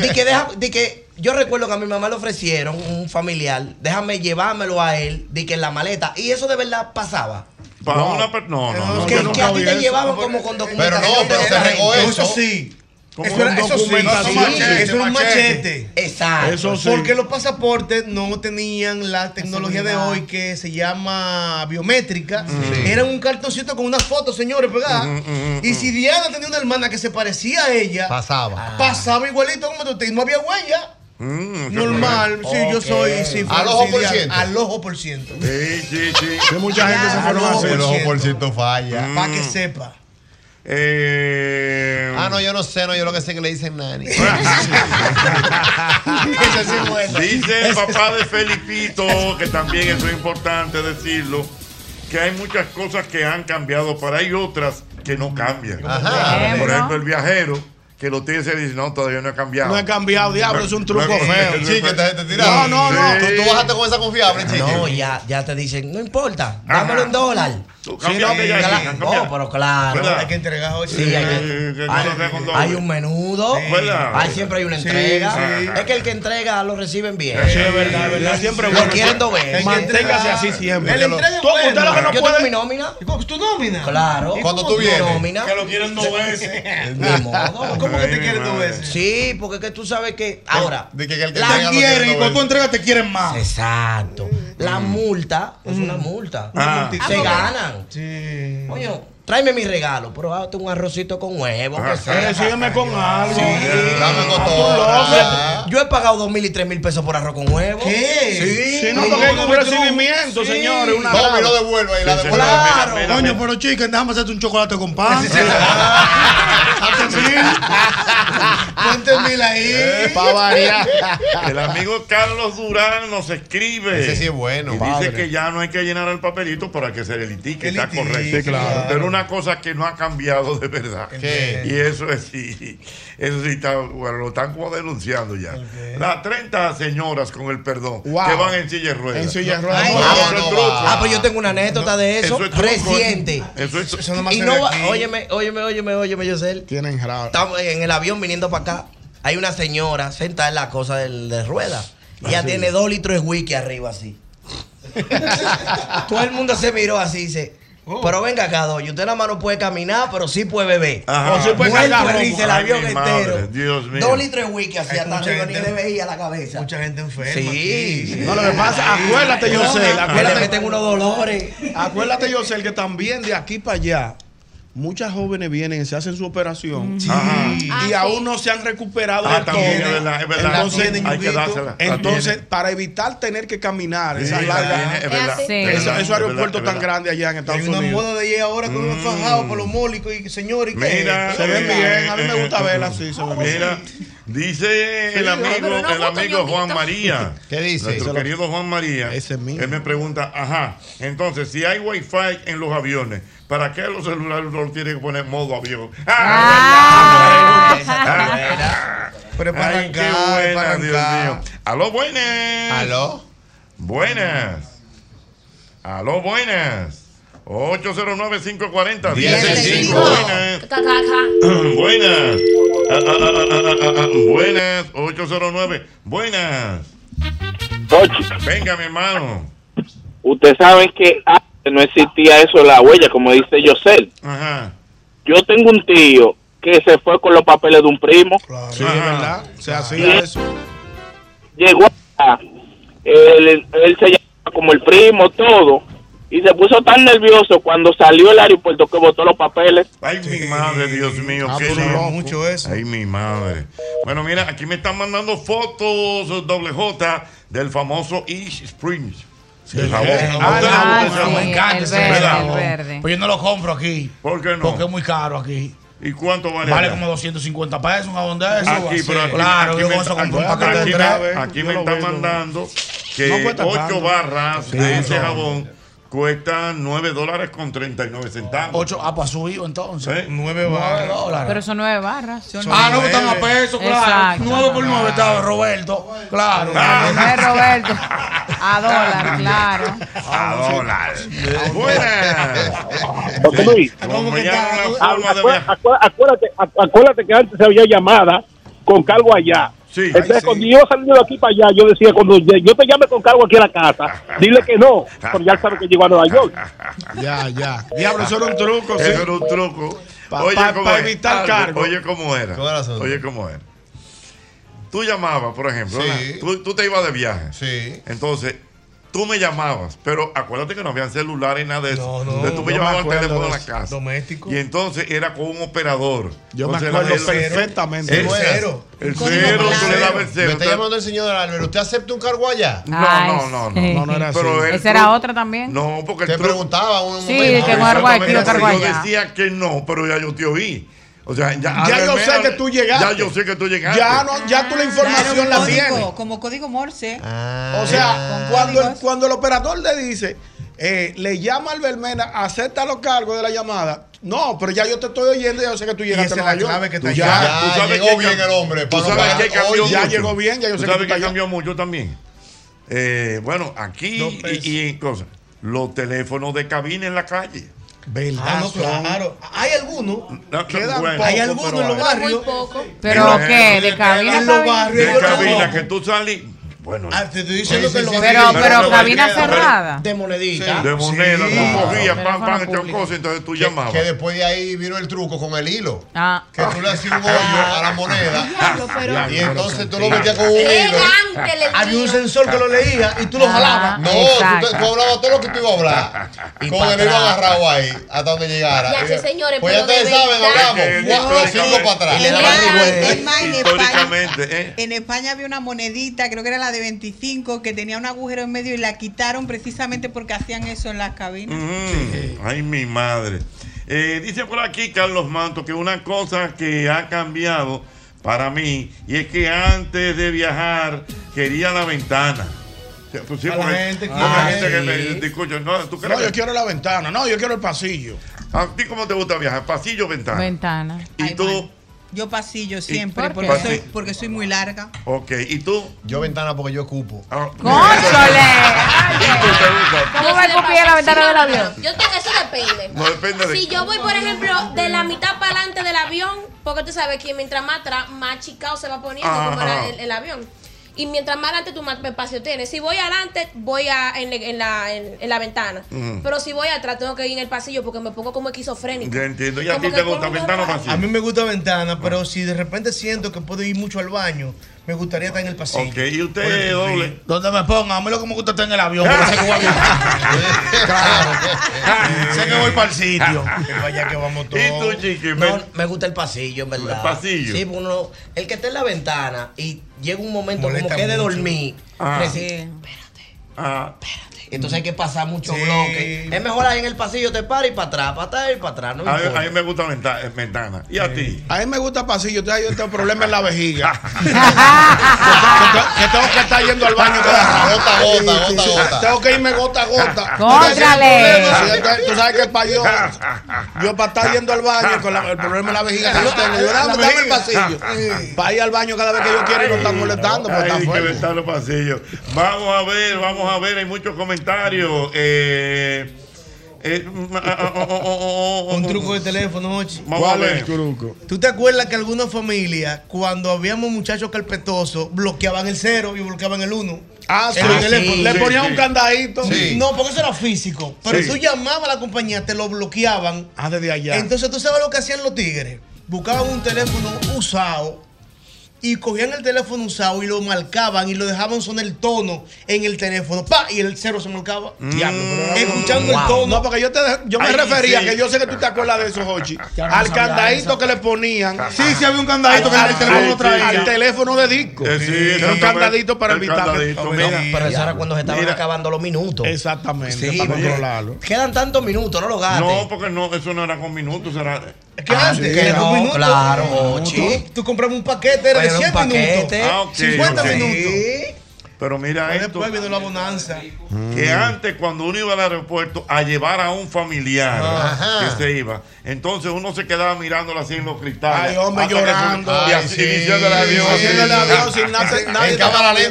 [SPEAKER 9] Di que, deja- di que yo recuerdo que a mi mamá le ofrecieron un familiar, déjame llevármelo a él, di que en la maleta. Y eso de verdad pasaba.
[SPEAKER 2] Para una per- no, no, no.
[SPEAKER 9] que,
[SPEAKER 2] yo
[SPEAKER 9] que
[SPEAKER 2] nunca
[SPEAKER 9] a ti
[SPEAKER 2] vi
[SPEAKER 9] te
[SPEAKER 2] eso.
[SPEAKER 9] llevaban como con documentación.
[SPEAKER 2] Pero no, pero
[SPEAKER 9] de
[SPEAKER 2] se
[SPEAKER 9] otra
[SPEAKER 2] regó
[SPEAKER 9] gente.
[SPEAKER 2] eso. Eso
[SPEAKER 3] sí.
[SPEAKER 2] Como
[SPEAKER 3] Eso era,
[SPEAKER 2] un
[SPEAKER 3] eso sí,
[SPEAKER 2] documento.
[SPEAKER 3] eso machete,
[SPEAKER 2] Sí,
[SPEAKER 3] eso era un
[SPEAKER 2] machete.
[SPEAKER 3] machete.
[SPEAKER 9] Exacto.
[SPEAKER 2] Eso sí.
[SPEAKER 3] Porque los pasaportes no tenían la tecnología de
[SPEAKER 2] seguridad.
[SPEAKER 3] hoy que se llama biométrica.
[SPEAKER 2] Mm, Sí. Mm,
[SPEAKER 3] Eran un cartoncito con unas fotos, señores, pegadas.
[SPEAKER 2] Ujú, ujú,
[SPEAKER 3] y si Diana tenía una hermana que se parecía a ella,
[SPEAKER 4] Pasaba.
[SPEAKER 3] pasaba igualito como tú. Y no había huella.
[SPEAKER 2] Mm,
[SPEAKER 3] Normal.
[SPEAKER 2] qué
[SPEAKER 3] Sí,
[SPEAKER 2] bueno.
[SPEAKER 3] yo soy. Sí,
[SPEAKER 4] Al ojo por ciento.
[SPEAKER 3] Al ojo por ciento.
[SPEAKER 2] Sí, sí, sí. Mm.
[SPEAKER 4] Que mucha gente se fueron a hacer. El ojo por ciento falla.
[SPEAKER 3] Para que sepa.
[SPEAKER 2] Eh,
[SPEAKER 4] Ah, no, yo no sé, no, yo lo que sé es que le dicen nani.
[SPEAKER 2] Dice
[SPEAKER 4] Este-
[SPEAKER 2] el papá de Felipito, que también eso es importante decirlo, que hay muchas cosas que han cambiado, pero hay otras que no cambian.
[SPEAKER 11] Ajá.
[SPEAKER 2] Por ejemplo, el viajero, que lo tiene y dice, no, todavía no ha cambiado.
[SPEAKER 11] No he cambiado, diablo, es un truco feo.
[SPEAKER 2] Sí, que te,
[SPEAKER 4] te
[SPEAKER 2] tiraron.
[SPEAKER 4] No, no, no.
[SPEAKER 2] Sí.
[SPEAKER 4] Tú, tú bajaste con esa confiable, chico.
[SPEAKER 9] No, ya, ya te dicen, no importa, dámelo en dólar.
[SPEAKER 2] Tú
[SPEAKER 9] Sí, no,
[SPEAKER 2] cambiaste ya,
[SPEAKER 9] claro,
[SPEAKER 2] Gina,
[SPEAKER 9] no,
[SPEAKER 2] cambiaste.
[SPEAKER 9] pero claro.
[SPEAKER 2] ¿Verdad?
[SPEAKER 3] Hay que entregar hoy.
[SPEAKER 9] Sí, hay, hay- hay un menudo.
[SPEAKER 2] Sí. ¿Verdad?
[SPEAKER 9] Hay siempre hay una
[SPEAKER 2] Sí,
[SPEAKER 9] entrega.
[SPEAKER 2] sí.
[SPEAKER 9] Es que el que entrega lo reciben bien.
[SPEAKER 11] Sí, es verdad, es verdad. Siempre
[SPEAKER 9] lo
[SPEAKER 11] bueno.
[SPEAKER 9] quieren dos veces.
[SPEAKER 11] El que Manténgase entrega- así siempre. El entrega es
[SPEAKER 9] Tú- usted
[SPEAKER 11] bueno.
[SPEAKER 9] lo que no
[SPEAKER 11] Yo
[SPEAKER 9] puede-
[SPEAKER 11] tengo
[SPEAKER 9] mi nómina?
[SPEAKER 3] ¿Tu nómina?
[SPEAKER 9] Claro.
[SPEAKER 11] ¿Y Cuando cómo tú tú vienes?
[SPEAKER 9] nómina?
[SPEAKER 11] Que lo quieren dos veces.
[SPEAKER 9] Ni modo.
[SPEAKER 11] ¿Cómo que te quieren dos veces?
[SPEAKER 9] Sí, porque es que tú sabes que ahora
[SPEAKER 4] De que el que
[SPEAKER 9] La
[SPEAKER 4] entrega no
[SPEAKER 9] quieren
[SPEAKER 4] tiene
[SPEAKER 9] y
[SPEAKER 4] novela.
[SPEAKER 9] cuando
[SPEAKER 11] entregas te quieren más.
[SPEAKER 9] Exacto. la multa es una multa.
[SPEAKER 11] Mm. Ah.
[SPEAKER 9] Se
[SPEAKER 11] Ah,
[SPEAKER 9] ganan. Coño, tráeme mi regalo, pero hazte un arrocito con huevo.
[SPEAKER 11] Ah,
[SPEAKER 9] que sea.
[SPEAKER 11] eh, sígueme con algo.
[SPEAKER 9] Sí.
[SPEAKER 11] Dame con
[SPEAKER 9] Ah,
[SPEAKER 11] todo.
[SPEAKER 9] tú loco.
[SPEAKER 11] Ah.
[SPEAKER 9] Yo he pagado dos mil y tres mil pesos por arroz con huevo.
[SPEAKER 11] Sí,
[SPEAKER 9] ¿Qué?
[SPEAKER 11] no, porque hay un recibimiento, señores. Una
[SPEAKER 9] No,
[SPEAKER 11] grava.
[SPEAKER 9] y lo devuelve ahí, la devuelve.
[SPEAKER 11] Claro.
[SPEAKER 9] Mira, mira,
[SPEAKER 11] Coño,
[SPEAKER 9] mira.
[SPEAKER 11] pero chica, déjame hacerte un chocolate con pan. Hazte mil.
[SPEAKER 2] Ah,
[SPEAKER 3] Ponte mil ahí.
[SPEAKER 2] Eh,
[SPEAKER 4] pa' variar.
[SPEAKER 2] El amigo Carlos Durán nos escribe.
[SPEAKER 4] Ese sí es bueno,
[SPEAKER 2] Y
[SPEAKER 4] padre.
[SPEAKER 2] dice que ya no hay que llenar el papelito para que se le litique. Está correcto.
[SPEAKER 4] Sí, claro.
[SPEAKER 2] Pero una una cosa que no ha cambiado de verdad.
[SPEAKER 4] ¿Qué?
[SPEAKER 2] Y eso es sí. Eso sí está, bueno, lo están como denunciando ya. Las 30 señoras con el perdón que van en silla de ruedas.
[SPEAKER 9] En silla de ruedas. Ay,
[SPEAKER 2] No,
[SPEAKER 9] no,
[SPEAKER 2] eso es
[SPEAKER 9] no
[SPEAKER 2] truco.
[SPEAKER 9] va. Ah, pues yo tengo una anécdota de eso,
[SPEAKER 2] es truco.
[SPEAKER 9] reciente.
[SPEAKER 2] Eso es
[SPEAKER 9] Eso y no va- óyeme, óyeme, óyeme, óyeme, Yosel. Tienen Estamos en el avión viniendo para acá. Hay una señora sentada en la cosa del- de, rueda. Ella
[SPEAKER 4] sí.
[SPEAKER 9] tiene dos litros de whisky arriba así. Todo el mundo se miró así y dice. Pero venga acá, doña, usted nada más no puede caminar, pero sí puede beber.
[SPEAKER 2] Ajá.
[SPEAKER 9] O sí puede
[SPEAKER 2] Muerto
[SPEAKER 9] cargar
[SPEAKER 2] de
[SPEAKER 9] ropa.
[SPEAKER 2] risa el
[SPEAKER 9] Ay,
[SPEAKER 2] avión
[SPEAKER 9] mi
[SPEAKER 2] entero.
[SPEAKER 9] madre,
[SPEAKER 2] Dios mío.
[SPEAKER 9] Dos litros de whisky así,
[SPEAKER 2] Hay
[SPEAKER 9] hasta
[SPEAKER 2] mucha
[SPEAKER 9] arriba, ni
[SPEAKER 2] gente-
[SPEAKER 9] le veía la cabeza. Mucha
[SPEAKER 6] gente enferma.
[SPEAKER 9] Sí.
[SPEAKER 5] No, lo que pasa, acuérdate, yo sé.
[SPEAKER 9] Acuérdate que tengo unos dolores.
[SPEAKER 5] Acuérdate, yo sé que también de aquí para allá. Muchas jóvenes vienen, se hacen su operación
[SPEAKER 2] Ajá.
[SPEAKER 5] y aún no se han recuperado
[SPEAKER 2] Ah,
[SPEAKER 5] del
[SPEAKER 2] también,
[SPEAKER 5] todo.
[SPEAKER 2] es verdad, es verdad.
[SPEAKER 5] Entonces,
[SPEAKER 2] Hay que
[SPEAKER 5] niñito,
[SPEAKER 2] dársela, la
[SPEAKER 5] entonces
[SPEAKER 2] tiene.
[SPEAKER 5] para evitar tener que caminar,
[SPEAKER 2] Sí,
[SPEAKER 5] esa
[SPEAKER 2] la tiene,
[SPEAKER 5] larga,
[SPEAKER 2] es verdad,
[SPEAKER 5] Eso-
[SPEAKER 2] es verdad,
[SPEAKER 5] esos
[SPEAKER 2] es verdad,
[SPEAKER 5] aeropuertos
[SPEAKER 2] es
[SPEAKER 5] tan
[SPEAKER 2] verdad.
[SPEAKER 5] grandes allá en Estados
[SPEAKER 7] Hay una
[SPEAKER 5] Unidos.
[SPEAKER 7] moda de ella ahora con unos fajados por los mólicos y señor y que
[SPEAKER 2] Mira, eh,
[SPEAKER 5] se ven bien, a mí me gusta verla así, se ven bien.
[SPEAKER 2] Mira, dice el
[SPEAKER 5] Sí,
[SPEAKER 2] amigo,
[SPEAKER 5] pero no
[SPEAKER 2] el
[SPEAKER 5] foto,
[SPEAKER 2] amigo Juan
[SPEAKER 5] ñonguito.
[SPEAKER 2] María.
[SPEAKER 5] ¿Qué dice? Se
[SPEAKER 2] Nuestro
[SPEAKER 5] lo-
[SPEAKER 2] querido Juan María. Él me pregunta, ajá, entonces si hay wifi en los aviones, ¿para qué los celulares no tienen que poner modo avión? Ah,
[SPEAKER 5] Ah,
[SPEAKER 2] Pero
[SPEAKER 7] para arrancar, para arrancar.
[SPEAKER 2] Aló, buenas. Aló. Buenas. Aló, buenas. 809-540-1065. Buenas.
[SPEAKER 8] Ca, ca, ca.
[SPEAKER 2] Buenas. Ah, ah, ah, ah, ah, ah, ah. Buenas. 809. Buenas. Venga, mi hermano.
[SPEAKER 14] Ustedes saben que antes no existía eso de la huella, como dice Yosel.
[SPEAKER 2] Ajá.
[SPEAKER 14] Yo tengo un tío que se fue con los papeles de un primo.
[SPEAKER 5] Sí, es verdad. Se hacía eso.
[SPEAKER 14] Llegó acá, él, él se llamaba como el primo, todo. Y se puso tan nervioso cuando salió del aeropuerto que botó los papeles.
[SPEAKER 2] Ay, mi madre, Dios mío.
[SPEAKER 14] Ah,
[SPEAKER 2] qué
[SPEAKER 14] pero
[SPEAKER 2] lío.
[SPEAKER 14] no,
[SPEAKER 2] Ay, mi madre. Bueno, mira, aquí me están mandando fotos, doble J, del famoso East Springs. De jabón.
[SPEAKER 6] Ah,
[SPEAKER 2] ¿A
[SPEAKER 6] no,
[SPEAKER 2] ustedes les gusta
[SPEAKER 6] no,
[SPEAKER 2] ese
[SPEAKER 6] me encanta ese
[SPEAKER 2] jabón?
[SPEAKER 6] verde,
[SPEAKER 2] ¿Verdad?
[SPEAKER 6] jabón. Pues yo no lo compro aquí.
[SPEAKER 2] ¿Por qué no?
[SPEAKER 6] Porque es muy caro aquí.
[SPEAKER 2] ¿Y cuánto vale?
[SPEAKER 6] Vale
[SPEAKER 2] allá?
[SPEAKER 6] como 250 pesos un jabón de eso.
[SPEAKER 2] Aquí, pero aquí,
[SPEAKER 6] claro,
[SPEAKER 2] aquí
[SPEAKER 6] yo
[SPEAKER 2] me,
[SPEAKER 6] con eso
[SPEAKER 2] aquí-
[SPEAKER 6] compro un paquete
[SPEAKER 2] aquí
[SPEAKER 6] de
[SPEAKER 2] me-
[SPEAKER 6] tres.
[SPEAKER 2] aquí
[SPEAKER 6] Yo
[SPEAKER 2] me
[SPEAKER 6] lo
[SPEAKER 2] están
[SPEAKER 6] veo.
[SPEAKER 2] mandando
[SPEAKER 6] No
[SPEAKER 2] que
[SPEAKER 6] cuesta
[SPEAKER 2] ocho
[SPEAKER 6] tanto.
[SPEAKER 2] barras
[SPEAKER 6] Sí,
[SPEAKER 2] de ese
[SPEAKER 6] no.
[SPEAKER 2] jabón cuestan 9 dólares con 39 centavos.
[SPEAKER 6] 8, ah, pues ha subido entonces.
[SPEAKER 2] 9
[SPEAKER 6] barras.
[SPEAKER 12] Pero son nueve barras.
[SPEAKER 6] Ah, no, están a peso, claro.
[SPEAKER 12] Exacto.
[SPEAKER 6] 9 por 9 estaba Roberto. Claro.
[SPEAKER 12] No es Roberto. A dólar, claro.
[SPEAKER 2] A dólar. Buenas.
[SPEAKER 15] Doctor Luis,
[SPEAKER 2] Como ya era una
[SPEAKER 15] acu-
[SPEAKER 2] forma de
[SPEAKER 15] acu- acu- Ah, acuérdate, acu- acuérdate que antes había llamada con cargo allá. Entonces, cuando yo salí de aquí para allá, yo decía, cuando ye- yo te llame con cargo aquí a la casa, dile que no, porque ya sabe que llegó a Nueva York.
[SPEAKER 5] Ya, ya. Diablo, eso era un truco.
[SPEAKER 2] Eso
[SPEAKER 5] sí.
[SPEAKER 2] era un truco.
[SPEAKER 5] Pa- pa-
[SPEAKER 2] cómo
[SPEAKER 5] pa
[SPEAKER 2] es. Ah,
[SPEAKER 5] evitar cargo.
[SPEAKER 2] Oye, cómo era.
[SPEAKER 5] ¿Cómo era eso?
[SPEAKER 2] Oye, cómo era. Tú llamabas, por ejemplo.
[SPEAKER 4] Sí.
[SPEAKER 2] ¿verdad? Tú, tú te ibas de viaje. Sí. Entonces, tú me llamabas, pero acuérdate que no habían celular y nada de eso. Entonces, tú me
[SPEAKER 5] yo me
[SPEAKER 2] llamabas al
[SPEAKER 5] acuerdo
[SPEAKER 2] teléfono de
[SPEAKER 5] de
[SPEAKER 2] la
[SPEAKER 5] eso.
[SPEAKER 2] casa. Doméstico. Y entonces era con un operador.
[SPEAKER 5] Yo me
[SPEAKER 2] Entonces,
[SPEAKER 5] acuerdo
[SPEAKER 2] era el-
[SPEAKER 5] perfectamente.
[SPEAKER 2] El cero. El
[SPEAKER 4] Código
[SPEAKER 2] cero, tú le
[SPEAKER 4] blanco.
[SPEAKER 2] dabas el
[SPEAKER 4] Me
[SPEAKER 2] cero.
[SPEAKER 4] está llamando el señor Álvaro. ¿Usted acepta un cargo allá?
[SPEAKER 2] No, no, no, no.
[SPEAKER 5] No, no era así.
[SPEAKER 2] Pero el
[SPEAKER 12] Esa era
[SPEAKER 2] truco-
[SPEAKER 12] otra también.
[SPEAKER 2] No, porque
[SPEAKER 4] Te preguntaba un
[SPEAKER 12] Sí, que
[SPEAKER 2] Ah,
[SPEAKER 12] cargo aquí,
[SPEAKER 2] exactamente,
[SPEAKER 12] cargo
[SPEAKER 2] yo
[SPEAKER 12] allá.
[SPEAKER 2] decía que no, pero ya yo te oí. O sea, ya,
[SPEAKER 5] Ya
[SPEAKER 2] al
[SPEAKER 5] yo sé
[SPEAKER 2] menos-
[SPEAKER 5] que tú llegaste.
[SPEAKER 2] Ya yo sé que tú llegaste.
[SPEAKER 5] Ya no- ya
[SPEAKER 7] Ah,
[SPEAKER 5] tú la información la tienes.
[SPEAKER 10] Como Ah, código Morse.
[SPEAKER 7] Ah.
[SPEAKER 5] O sea, cuando el, cuando el operador le dice, eh, le llama al Belmena, acepta los cargos de la llamada. No, pero ya yo te estoy oyendo y yo sé que tú llegaste
[SPEAKER 7] esa
[SPEAKER 5] a
[SPEAKER 7] es la
[SPEAKER 5] Nueva
[SPEAKER 7] clave
[SPEAKER 5] York.
[SPEAKER 7] que
[SPEAKER 5] Tú
[SPEAKER 7] te-
[SPEAKER 5] ya-
[SPEAKER 7] Ya,
[SPEAKER 5] tú sabes
[SPEAKER 7] llegó
[SPEAKER 5] que
[SPEAKER 7] bien
[SPEAKER 5] cam-
[SPEAKER 7] el hombre,
[SPEAKER 2] Tú
[SPEAKER 5] Pablo
[SPEAKER 2] sabes
[SPEAKER 5] Pablo.
[SPEAKER 2] que cambió
[SPEAKER 5] Hoy ya
[SPEAKER 2] mucho.
[SPEAKER 5] llegó bien, ya yo
[SPEAKER 2] Tú
[SPEAKER 5] sé que
[SPEAKER 2] sabes
[SPEAKER 5] tú
[SPEAKER 2] que
[SPEAKER 5] estás
[SPEAKER 2] cambió mucho también. Eh, bueno, aquí y,
[SPEAKER 5] pues.
[SPEAKER 2] y en cosas. Los teléfonos de cabina en la calle.
[SPEAKER 5] ¿Verdad?
[SPEAKER 2] no,
[SPEAKER 7] Ah, claro.
[SPEAKER 9] Hay algunos.
[SPEAKER 2] No,
[SPEAKER 7] Quedan
[SPEAKER 2] bueno.
[SPEAKER 7] pocos, Hay algunos pero en los hay. barrios.
[SPEAKER 8] Muy poco.
[SPEAKER 12] Pero
[SPEAKER 2] Imagínate,
[SPEAKER 12] qué, de cabina
[SPEAKER 2] en
[SPEAKER 12] a
[SPEAKER 2] los
[SPEAKER 12] cabina.
[SPEAKER 2] barrios. De cabina que tú salís. Bueno.
[SPEAKER 12] diciendo
[SPEAKER 2] Sí,
[SPEAKER 12] que
[SPEAKER 2] sí,
[SPEAKER 12] lo-
[SPEAKER 2] sí,
[SPEAKER 12] Pero-
[SPEAKER 2] sí,
[SPEAKER 12] pero
[SPEAKER 2] no,
[SPEAKER 12] cabina
[SPEAKER 2] pero-
[SPEAKER 12] cerrada.
[SPEAKER 9] De monedita.
[SPEAKER 2] De moneda,
[SPEAKER 4] Sí.
[SPEAKER 2] tú movías,
[SPEAKER 4] Claro.
[SPEAKER 2] pam, pam,
[SPEAKER 4] Teléfono
[SPEAKER 2] estas cosas, entonces tú
[SPEAKER 4] Que,
[SPEAKER 2] llamabas.
[SPEAKER 4] que después de ahí vino el truco con el hilo.
[SPEAKER 12] Ah.
[SPEAKER 4] Que tú le hacías un hoyo a la moneda.
[SPEAKER 2] Ah,
[SPEAKER 4] y entonces tú lo metías con un hilo.
[SPEAKER 8] Elegante, le
[SPEAKER 9] Había un
[SPEAKER 8] digo.
[SPEAKER 9] sensor que lo leía y tú lo
[SPEAKER 8] Ah,
[SPEAKER 9] jalabas.
[SPEAKER 4] No, tú, te- tú hablabas todo lo que tú ibas a hablar. con
[SPEAKER 9] pa'
[SPEAKER 4] el hilo
[SPEAKER 9] atrás.
[SPEAKER 4] agarrado ahí, hasta donde llegara.
[SPEAKER 8] Ya, sí,
[SPEAKER 4] Y-
[SPEAKER 8] señores,
[SPEAKER 4] pues ya
[SPEAKER 8] pero
[SPEAKER 4] ustedes
[SPEAKER 8] de
[SPEAKER 4] saben,
[SPEAKER 8] verdad.
[SPEAKER 4] hablamos.
[SPEAKER 8] Es que
[SPEAKER 4] Cuatro, cinco
[SPEAKER 2] históricamente-
[SPEAKER 4] para atrás.
[SPEAKER 2] Y le daba
[SPEAKER 10] ribuey. Es más, en España-
[SPEAKER 2] Históricamente, ¿eh?
[SPEAKER 10] En España había una monedita, creo que era la de 25, que tenía un agujero en medio y la quitaron precisamente porque hacían eso en las cabinas.
[SPEAKER 2] Mm, Ay, mi madre. Eh, dice por aquí Carlos Manto que una cosa que ha cambiado para mí y es que antes de viajar quería la ventana. Sí, Pues sí,
[SPEAKER 5] A la
[SPEAKER 2] porque-
[SPEAKER 5] gente
[SPEAKER 2] porque hay
[SPEAKER 5] quiere.
[SPEAKER 2] gente que Ah, me- te escucha, no, tú
[SPEAKER 5] No,
[SPEAKER 2] crees
[SPEAKER 5] yo
[SPEAKER 2] que-
[SPEAKER 5] quiero la ventana. No, yo quiero el pasillo.
[SPEAKER 2] ¿A ti cómo te gusta viajar? ¿Pasillo o ventana?
[SPEAKER 12] Ventana.
[SPEAKER 2] Mm. ¿Y
[SPEAKER 10] Ay,
[SPEAKER 2] tú?
[SPEAKER 10] bueno, Yo pasillo siempre
[SPEAKER 2] por qué?
[SPEAKER 10] porque soy,
[SPEAKER 2] Pasi-
[SPEAKER 10] porque soy muy larga.
[SPEAKER 2] Ok, ¿y tú? Ah,
[SPEAKER 4] Yo ventana porque yo cupo.
[SPEAKER 12] ¿Cómo va a escupir la ventana del avión?
[SPEAKER 8] Yo te- eso depende.
[SPEAKER 2] No depende de.
[SPEAKER 8] Si yo voy, por ejemplo, de la mitad para adelante del avión, porque tú sabes que mientras más atrás, más chicao se va poniendo
[SPEAKER 2] Ah,
[SPEAKER 8] como era
[SPEAKER 2] ah.
[SPEAKER 8] el, el avión. Y mientras más adelante, tú más espacio tienes. Si voy adelante, voy a, en, en la, en, en la ventana.
[SPEAKER 2] Ujú.
[SPEAKER 8] Pero si voy atrás, tengo que ir en el pasillo porque me pongo como esquizofrénica.
[SPEAKER 2] Ya entiendo. ¿Y a
[SPEAKER 8] Como
[SPEAKER 2] ti
[SPEAKER 8] que
[SPEAKER 2] te gusta
[SPEAKER 8] pongo
[SPEAKER 2] ventana o
[SPEAKER 8] raro.
[SPEAKER 2] pasillo?
[SPEAKER 9] A mí me gusta ventana, pero si de repente siento que puedo ir mucho al baño, me gustaría estar en el pasillo.
[SPEAKER 2] Ok, ¿y usted, doble?
[SPEAKER 9] ¿Dónde me ponga? A mí lo que me gusta estar en el avión.
[SPEAKER 6] Sé que voy para el sitio.
[SPEAKER 9] Vaya que vamos todos.
[SPEAKER 6] ¿Y tú,
[SPEAKER 9] No, me gusta el pasillo, en verdad.
[SPEAKER 6] El pasillo.
[SPEAKER 9] Sí, porque uno, el que está en la ventana y llega un momento
[SPEAKER 6] Molesta
[SPEAKER 9] como que de
[SPEAKER 6] mucho.
[SPEAKER 9] dormir.
[SPEAKER 6] Ah.
[SPEAKER 9] que sí,
[SPEAKER 6] Sí.
[SPEAKER 9] Espérate.
[SPEAKER 2] Ah.
[SPEAKER 9] Espérate. Entonces hay que pasar muchos
[SPEAKER 2] Sí.
[SPEAKER 9] bloques. Es mejor ahí en el pasillo, te para y para atrás, para atrás y para atrás. No
[SPEAKER 2] A mí,
[SPEAKER 9] importa.
[SPEAKER 2] a mí me gusta venta- eh, ventana. ¿Y a ti?
[SPEAKER 5] A mí me gusta pasillo, te yo tengo problemas en la vejiga. que, te- que tengo que estar yendo al baño cada rato.
[SPEAKER 4] Gota, gota, gota, gota.
[SPEAKER 5] Tengo que irme gota a gota.
[SPEAKER 4] ¡Cóntrale!
[SPEAKER 5] Tú sabes que- Tú sabes que para yo, yo para estar yendo al baño con la- el problema en la vejiga que yo tengo, yo
[SPEAKER 6] La
[SPEAKER 5] dame, dame el
[SPEAKER 6] vejiga.
[SPEAKER 5] pasillo. Para ir al baño cada vez que yo quiero y no están molestando, porque
[SPEAKER 2] Ay,
[SPEAKER 5] está
[SPEAKER 2] que
[SPEAKER 5] fuerte.
[SPEAKER 2] ventana o pasillo. Vamos a ver, vamos a ver. Hay muchos comentarios. Eh, eh, mm, ah, ah, oh, oh, oh, oh,
[SPEAKER 9] Un
[SPEAKER 2] oh.
[SPEAKER 9] truco de teléfono, Mochi.
[SPEAKER 2] Vamos a ver.
[SPEAKER 9] ¿Tú te acuerdas que algunas familias, cuando habíamos muchachos carpetosos, bloqueaban el cero y bloqueaban el uno?
[SPEAKER 5] Ah,
[SPEAKER 9] El
[SPEAKER 5] sí,
[SPEAKER 9] teléfono.
[SPEAKER 5] le ponían un candadito.
[SPEAKER 9] Sí. No, porque eso era físico. Pero
[SPEAKER 5] Sí.
[SPEAKER 9] tú llamabas a la compañía, te lo bloqueaban.
[SPEAKER 5] Ah, desde allá.
[SPEAKER 9] Entonces, ¿tú sabes lo que hacían los tigres? Buscaban un teléfono usado y cogían el teléfono usado y lo marcaban y lo dejaban sonar el tono en el teléfono. ¡Pa! Y el cero se marcaba.
[SPEAKER 5] Mm. Diablo, pero era-
[SPEAKER 9] Escuchando el tono.
[SPEAKER 5] No, porque yo, te, yo me
[SPEAKER 9] Ay,
[SPEAKER 5] refería,
[SPEAKER 9] sí.
[SPEAKER 5] que yo sé que tú te acuerdas de eso, Jochi.
[SPEAKER 9] Ya vamos a
[SPEAKER 5] Al
[SPEAKER 9] hablar de
[SPEAKER 5] candadito
[SPEAKER 9] eso.
[SPEAKER 5] que le ponían.
[SPEAKER 6] Sí, sí, había un candadito que
[SPEAKER 5] Al-
[SPEAKER 6] el teléfono
[SPEAKER 5] al-
[SPEAKER 6] traía.
[SPEAKER 5] Al teléfono de disco.
[SPEAKER 6] Eh, sí,
[SPEAKER 5] Era un
[SPEAKER 6] exactamente.
[SPEAKER 5] candadito para
[SPEAKER 6] El
[SPEAKER 5] evitar.
[SPEAKER 6] candadito,
[SPEAKER 5] No,
[SPEAKER 6] mira.
[SPEAKER 9] Pero eso era cuando se estaban
[SPEAKER 2] Mira.
[SPEAKER 9] acabando los minutos.
[SPEAKER 5] Exactamente,
[SPEAKER 9] Sí,
[SPEAKER 5] para
[SPEAKER 9] porque
[SPEAKER 5] controlarlo.
[SPEAKER 9] Quedan tantos minutos, no lo gastes.
[SPEAKER 2] No, porque oh, no, eso no era con minutos, era.
[SPEAKER 9] ¿Qué antes?
[SPEAKER 2] Ah, que
[SPEAKER 9] Era
[SPEAKER 2] no,
[SPEAKER 9] un minuto.
[SPEAKER 2] claro,
[SPEAKER 9] Tú, tú comprabas un paquete, era de
[SPEAKER 2] Pero un
[SPEAKER 9] 100
[SPEAKER 2] paquete.
[SPEAKER 9] minutos.
[SPEAKER 2] Ah, ok,
[SPEAKER 9] 50
[SPEAKER 2] ok.
[SPEAKER 9] minutos.
[SPEAKER 2] Pero mira
[SPEAKER 9] Pero
[SPEAKER 2] esto.
[SPEAKER 9] después vino la bonanza.
[SPEAKER 2] que
[SPEAKER 4] Mm.
[SPEAKER 2] antes cuando uno iba al aeropuerto a llevar a un familiar
[SPEAKER 9] Ajá.
[SPEAKER 2] que se iba, entonces uno se quedaba mirándolo así en los cristales.
[SPEAKER 5] Ay, hombre,
[SPEAKER 2] hasta que
[SPEAKER 5] llorando.
[SPEAKER 2] se- Y así diciendo el avión.
[SPEAKER 5] Sí, diciendo el avión sin nadie- nadie te va a ver.